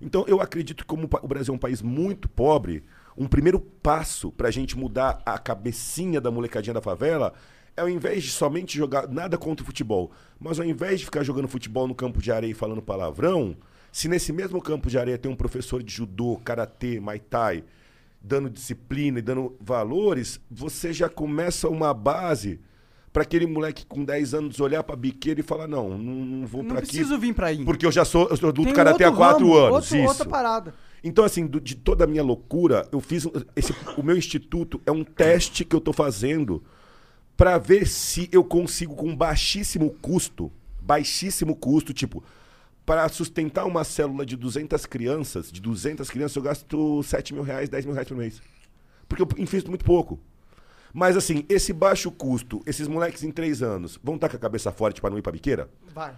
Então, eu acredito que, como o pa- o Brasil é um país muito pobre, um primeiro passo para a gente mudar a cabecinha da molecadinha da favela é, ao invés de somente jogar nada contra o futebol, mas ao invés de ficar jogando futebol no campo de areia e falando palavrão, se nesse mesmo campo de areia tem um professor de judô, karatê, muay thai, dando disciplina e dando valores, você já começa uma base para aquele moleque com 10 anos olhar para biqueira e falar: não, não, não vou Não para aqui. preciso vir pra aí. Porque eu já sou, eu sou adulto Tem um karatê há outro 4 ramo, anos. outro- isso. outra parada. Então, assim, do- de toda a minha loucura, eu fiz. um- esse- o meu instituto é um teste que eu tô fazendo para ver se eu consigo, com baixíssimo custo, baixíssimo custo, tipo, para sustentar uma célula de 200 crianças, de 200 crianças, eu gasto 7 mil reais, 10 mil reais por mês. Porque eu invisto muito pouco. Mas, assim, esse baixo custo, esses moleques em 3 anos, vão estar com a cabeça forte para não ir pra biqueira? Vai.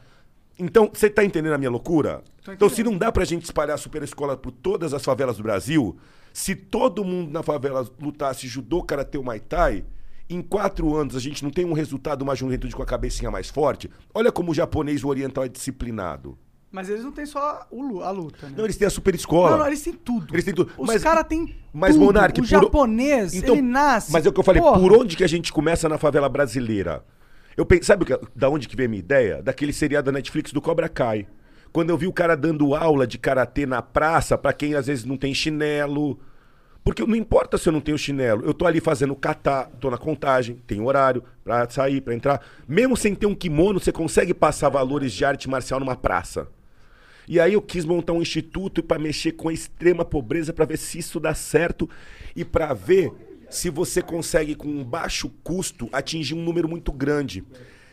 Então, você tá entendendo a minha loucura? Então, se não dá pra gente espalhar a super escola por todas as favelas do Brasil, se todo mundo na favela lutasse judô, karatê ou muay thai, em quatro anos a gente não tem um resultado, uma juventude com a cabecinha mais forte, olha como o japonês o oriental é disciplinado. Mas eles não têm só o lu- a luta, né? Não, eles têm a super escola. Não, não, eles têm tudo. Eles têm tudo. Os Mas- caras têm Mas, tudo. Monark, o por- japonês, ele nasce. Mas é o que eu falei, Porra. por onde que a gente começa na favela brasileira? Eu pensei, sabe o que- da onde que veio a minha ideia? Daquele seriado da Netflix do Cobra Kai. Quando eu vi o cara dando aula de karatê na praça, pra quem às vezes não tem chinelo. Porque não importa se eu não tenho chinelo, eu tô ali fazendo catar, tô na contagem, tem horário pra sair, pra entrar. Mesmo sem ter um kimono, você consegue passar valores de arte marcial numa praça. E aí eu quis montar um instituto para mexer com a extrema pobreza para ver se isso dá certo e para ver se você consegue com um baixo custo atingir um número muito grande.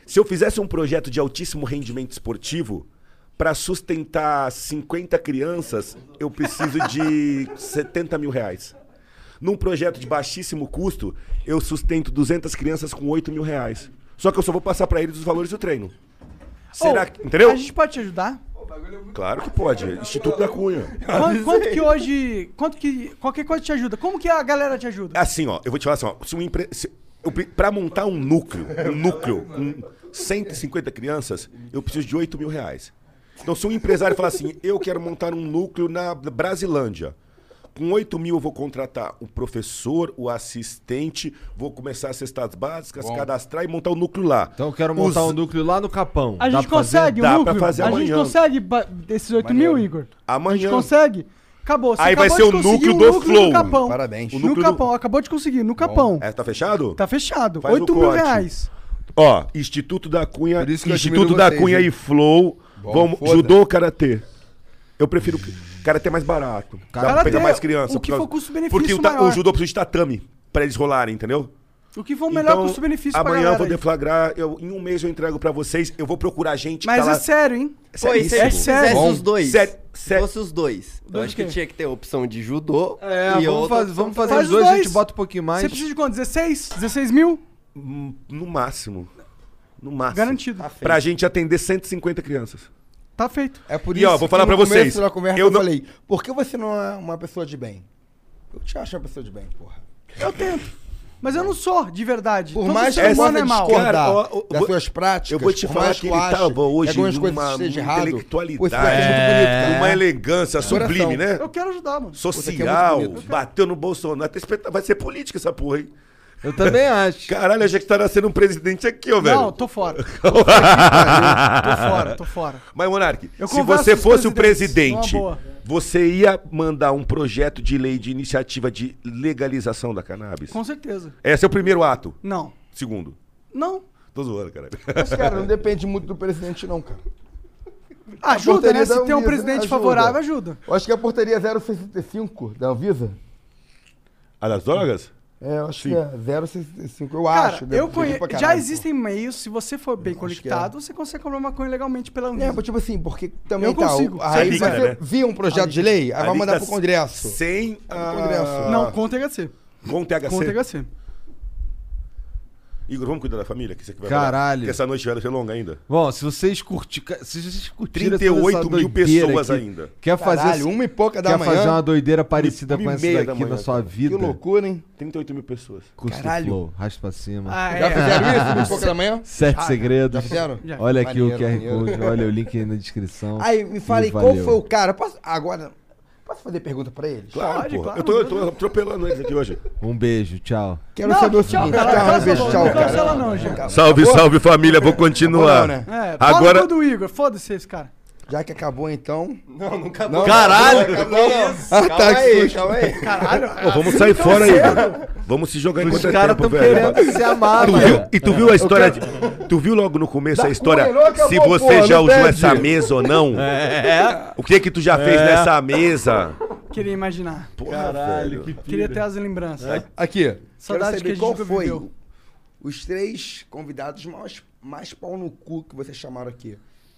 Se eu fizesse um projeto de altíssimo rendimento esportivo, para sustentar 50 crianças, eu preciso de [LAUGHS] 70 mil reais. Num projeto de baixíssimo custo, eu sustento 200 crianças com 8 mil reais. Só que eu só vou passar para eles os valores do treino. Será Ô, que. Entendeu? A gente pode [LAUGHS] te ajudar? Claro que pode. Instituto da Cunha. Quanto, quanto que hoje. Quanto que. Qualquer coisa te ajuda? Como que a galera te ajuda? Assim, ó, eu vou te falar assim, ó. Se um empre... se- eu pre- Pra montar um núcleo, um núcleo com 150 crianças, eu preciso de 8 mil reais. Então, se um empresário falar assim, eu quero montar um núcleo na Brasilândia, com 8 mil eu vou contratar o professor, o assistente, vou começar as cestas básicas, Bom. cadastrar e montar o núcleo lá. Então, eu quero montar um núcleo lá no Capão. A gente consegue, Dá um pra núcleo? fazer A gente amanhã. consegue ba- esses 8 mil, Igor? A gente Amanhã. consegue? Acabou. Você Aí vai acabou ser de o conseguir núcleo um do Flow. Capão. Parabéns. O no núcleo do- Capão, acabou de conseguir, no Capão. É, tá fechado? Tá fechado. Faz 8 o mil corte. reais. Ó, Instituto da Cunha, que eu Instituto admiro da vocês, Cunha hein? e Flow, Bom, vamos, foda. judô ou karatê? Eu prefiro karatê é mais barato. Dá pra Karatê, é pegar mais criança. o que por causa- for custo-benefício Porque o, ta- maior. o judô precisa de tatame pra eles rolarem, entendeu? Então, O que for o melhor Então, custo-benefício pra amanhã galera eu vou aí. deflagrar, eu, em um mês eu entrego pra vocês, eu vou procurar gente Mas que tá é lá- sério, hein? É seríssimo. se fizesse os dois. Sério. Se fosse os dois. Eu Dois acho que quê? tinha que ter a opção de judô. É, e vamos outra fazer- opção vamos também. fazer os dois, a gente bota um pouquinho mais. Você precisa de quanto? 16? 16 mil? Hum, No máximo. No máximo. Garantido. Tá feito. pra gente atender 150 crianças. Tá feito. É por E, isso ó, vou que falar no pra vocês, começo da conversa eu, eu não- falei, por que você não é uma pessoa de bem? Eu te acho uma pessoa de bem, porra. Eu tento. Mas eu não sou, de verdade. Por Todo mais ser que humano você é mau. discordar Cara, ó, ó, das vou- suas práticas, eu vou te por falar mais que tu ele ache tava hoje que algumas numa coisas esteja errado, intelectualidade, É. você acha muito bonito, cara. uma elegância Coração. sublime, né? Eu quero ajudar, mano. Social, muito bonito. bateu no Bolsonaro. Tá espet- Vai ser política essa porra, hein? Eu também acho. Caralho, achei que tá nascendo um presidente aqui, ô, velho. Não, tô [LAUGHS] fora. Tô fora, tô fora. Mas, Monark, Eu se converso você com os fosse o presidentes, presidente, numa boa. você ia mandar um projeto de lei de iniciativa de legalização da cannabis? Com certeza. Esse é o primeiro ato. Não. Segundo. Não. Tô zoando, cara. Mas, cara, [LAUGHS] não depende muito do presidente, não, cara. A Ajuda, portaria né? Se da tem um Anvisa presidente favorável, ajuda. Eu acho que a portaria 065 da Anvisa. A das drogas? É, eu acho Sim. que é 065, eu Cara, acho. né? eu deve- conhe... pra já caralho, existem meios, se você for bem conectado, você consegue comprar uma coisa legalmente pela pô. Anvisa. É, mas tipo assim, porque também Eu tá. consigo. Aí Sabe, você cara, né? via um projeto de lei, aí vai Ali mandar tá pro Congresso. Sem a... Congresso. Ah, Não, com o THC. Com o THC. Com o é THC. Igor, vamos cuidar da família? Que você que vai Caralho. falar? Porque essa noite vai ser longa ainda. Bom, se vocês curtirem. Se vocês curtirem essa 38 mil doideira pessoas aqui, ainda. Quer fazer. Caralho, uma e pouca da quer manhã. fazer uma doideira parecida Uma e com essa meia da daqui na manhã, sua cara. vida? Que loucura, hein? 38 mil pessoas. Curso Caralho. do Flow, raspa pra cima. Ah, Já é. fizeram isso? [LAUGHS] Uma e pouca da manhã? Sete Já, segredos. Ah, já fizeram? Já. É Olha aqui o QR Maneiro, maneiro. Code, olha o link aí na descrição. Aí me fala E aí, qual valeu. foi o cara? Posso- agora, posso fazer pergunta pra eles? Claro, porra. eu, tô, eu tô atropelando eles aqui hoje. Um beijo, tchau. Quero saber o seguinte, cara, um beijo, tchau, cara. Salve, Acabou? salve família, vou Acabou continuar. não, né? É, Agora- Agora... do Igor, foda-se esse cara. Já que acabou, então... Não, não Não, acabou. não, Caralho! não, acabou, não. Ah, tá, calma que aí, susto. calma aí. [LAUGHS] Ô, vamos sair tá fora aí. velho. Vamos [LAUGHS] se jogar enquanto Os é caras tempo, estão velho. querendo se amar, Tu mano. viu- e tu viu a história. de- tu viu logo no começo Da a história? cunha, não acabou, se você porra, já não usou perde. essa mesa ou não? É. O que que tu já fez É. nessa mesa? Queria imaginar. Caralho, que Queria ter as lembranças. Aqui. Saudade Quero que a saber gente qual nunca foi viveu. os três convidados mais, mais pau no cu que vocês chamaram aqui.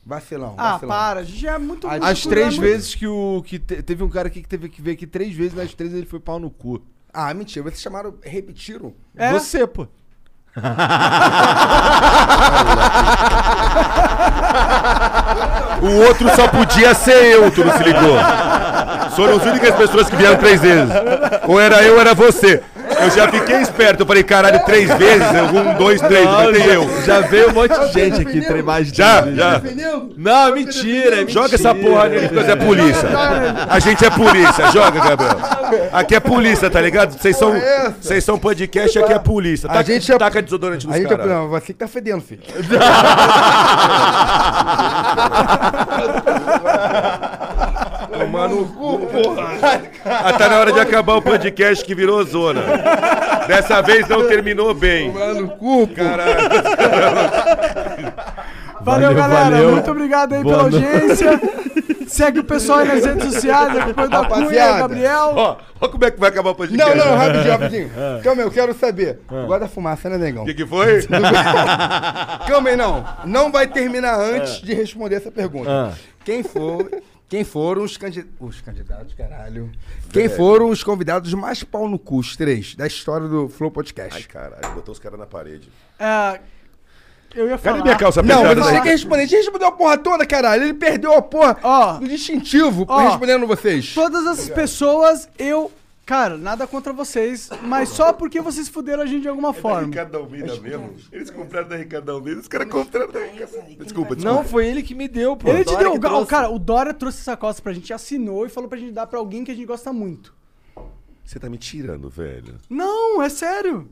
Vacilão, Ah, vacilão. para, a gente já é muito... As muito- três é muito- vezes que o. Que te- teve um cara aqui que teve que ver aqui três vezes, nas três ele foi pau no cu. Ah, mentira, vocês chamaram, [LAUGHS] repetiram? É? Você, [LAUGHS] pô. O outro só podia ser eu, tu não se ligou. Foram as únicas pessoas que vieram três vezes. Ou era eu, ou era você. Eu já fiquei esperto, eu falei, caralho, três vezes? Um, dois, três, vai ter eu. Já veio um monte de gente aqui, três mais de Já, três já. vezes. né? Não, mentira, é Joga mentira. essa porra nele, porque nós é polícia. A gente é polícia, joga, Gabriel. Aqui é polícia, tá ligado? Vocês são, vocês são podcast, aqui é polícia. Taca, A gente é- taca desodorante nos A gente é... caras. Não, você que tá fedendo, [LAUGHS] filho. Tomar no cu, porra. Ah, tá na hora de acabar o podcast que virou zona. Dessa vez não terminou bem. no cu, Caralho. Valeu, Valeu, galera. valeu. Muito obrigado aí Boa pela noite. audiência. Segue o pessoal aí nas redes sociais, né, depois da Cunha, Gabriel. Ó, ó como é que vai acabar o podcast. Não, não, rapidinho, rapidinho. Calma aí, eu quero saber. Guarda a fumaça, né, negão? O Ah. que, que [LAUGHS] foi? [LAUGHS] Calma aí, não. Não vai terminar antes É. de responder essa pergunta. Ah. Quem for... Quem foram os, candid... os candidatos, caralho. É. Quem foram os convidados mais pau no cu, os três, da história do Flow Podcast? Ai, caralho, botou os caras na parede. É, eu ia falar. Cadê minha calça Não, apertada mas você daí? que responder. A gente respondeu a porra toda, caralho. Ele perdeu a porra do distintivo por Ó. respondendo vocês. Todas essas pessoas, eu. Cara, nada contra vocês, mas só porque vocês fuderam a gente de alguma Da forma. um Ricardo Almeida mesmo? Eles compraram da Ricardo Almeida, os caras compraram da Ricardo Almeida. Desculpa, desculpa. Não, foi ele que me deu, pô. Ele te Dória deu que o gal. trouxe. Cara, o Dória trouxe essa costa pra gente, assinou e falou pra gente dar pra alguém que a gente gosta muito. Você tá me tirando, velho. Não, é sério.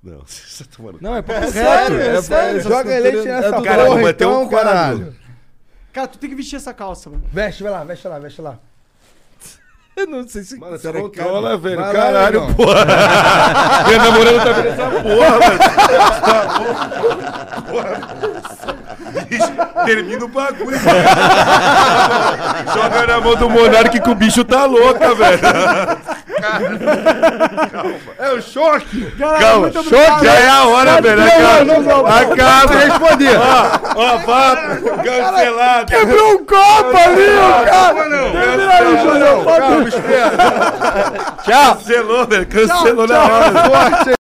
Não, [LAUGHS] você tá tomando. Não, é papo É reto. sério, é é sério. Joga leite nessa porra, é Caralho, bateu então, um caralho. caralho. Cara, tu tem que vestir essa calça, mano. Veste, vai lá, veste lá, veste lá. Eu não sei se. Mano, será que- Cola, velho. Vai lá, Caralho, irmão. [LAUGHS] porra. Minha namorada tá vendo essa porra, velho. Porra. Termina o bagulho. [LAUGHS] Joga na mão do Monark que o bicho tá louca, velho. [LAUGHS] É o choque! Galera, Calma, muito choque. obrigado. Já é a hora, velho. não, não, não. Acaba. Acaba. Vai responder. Ó, ó, vá. Cancelado. Quebrou um copo ali, ó, cara! Não, Aí, José, né? Cancelou, velho. Cancelou na hora. forte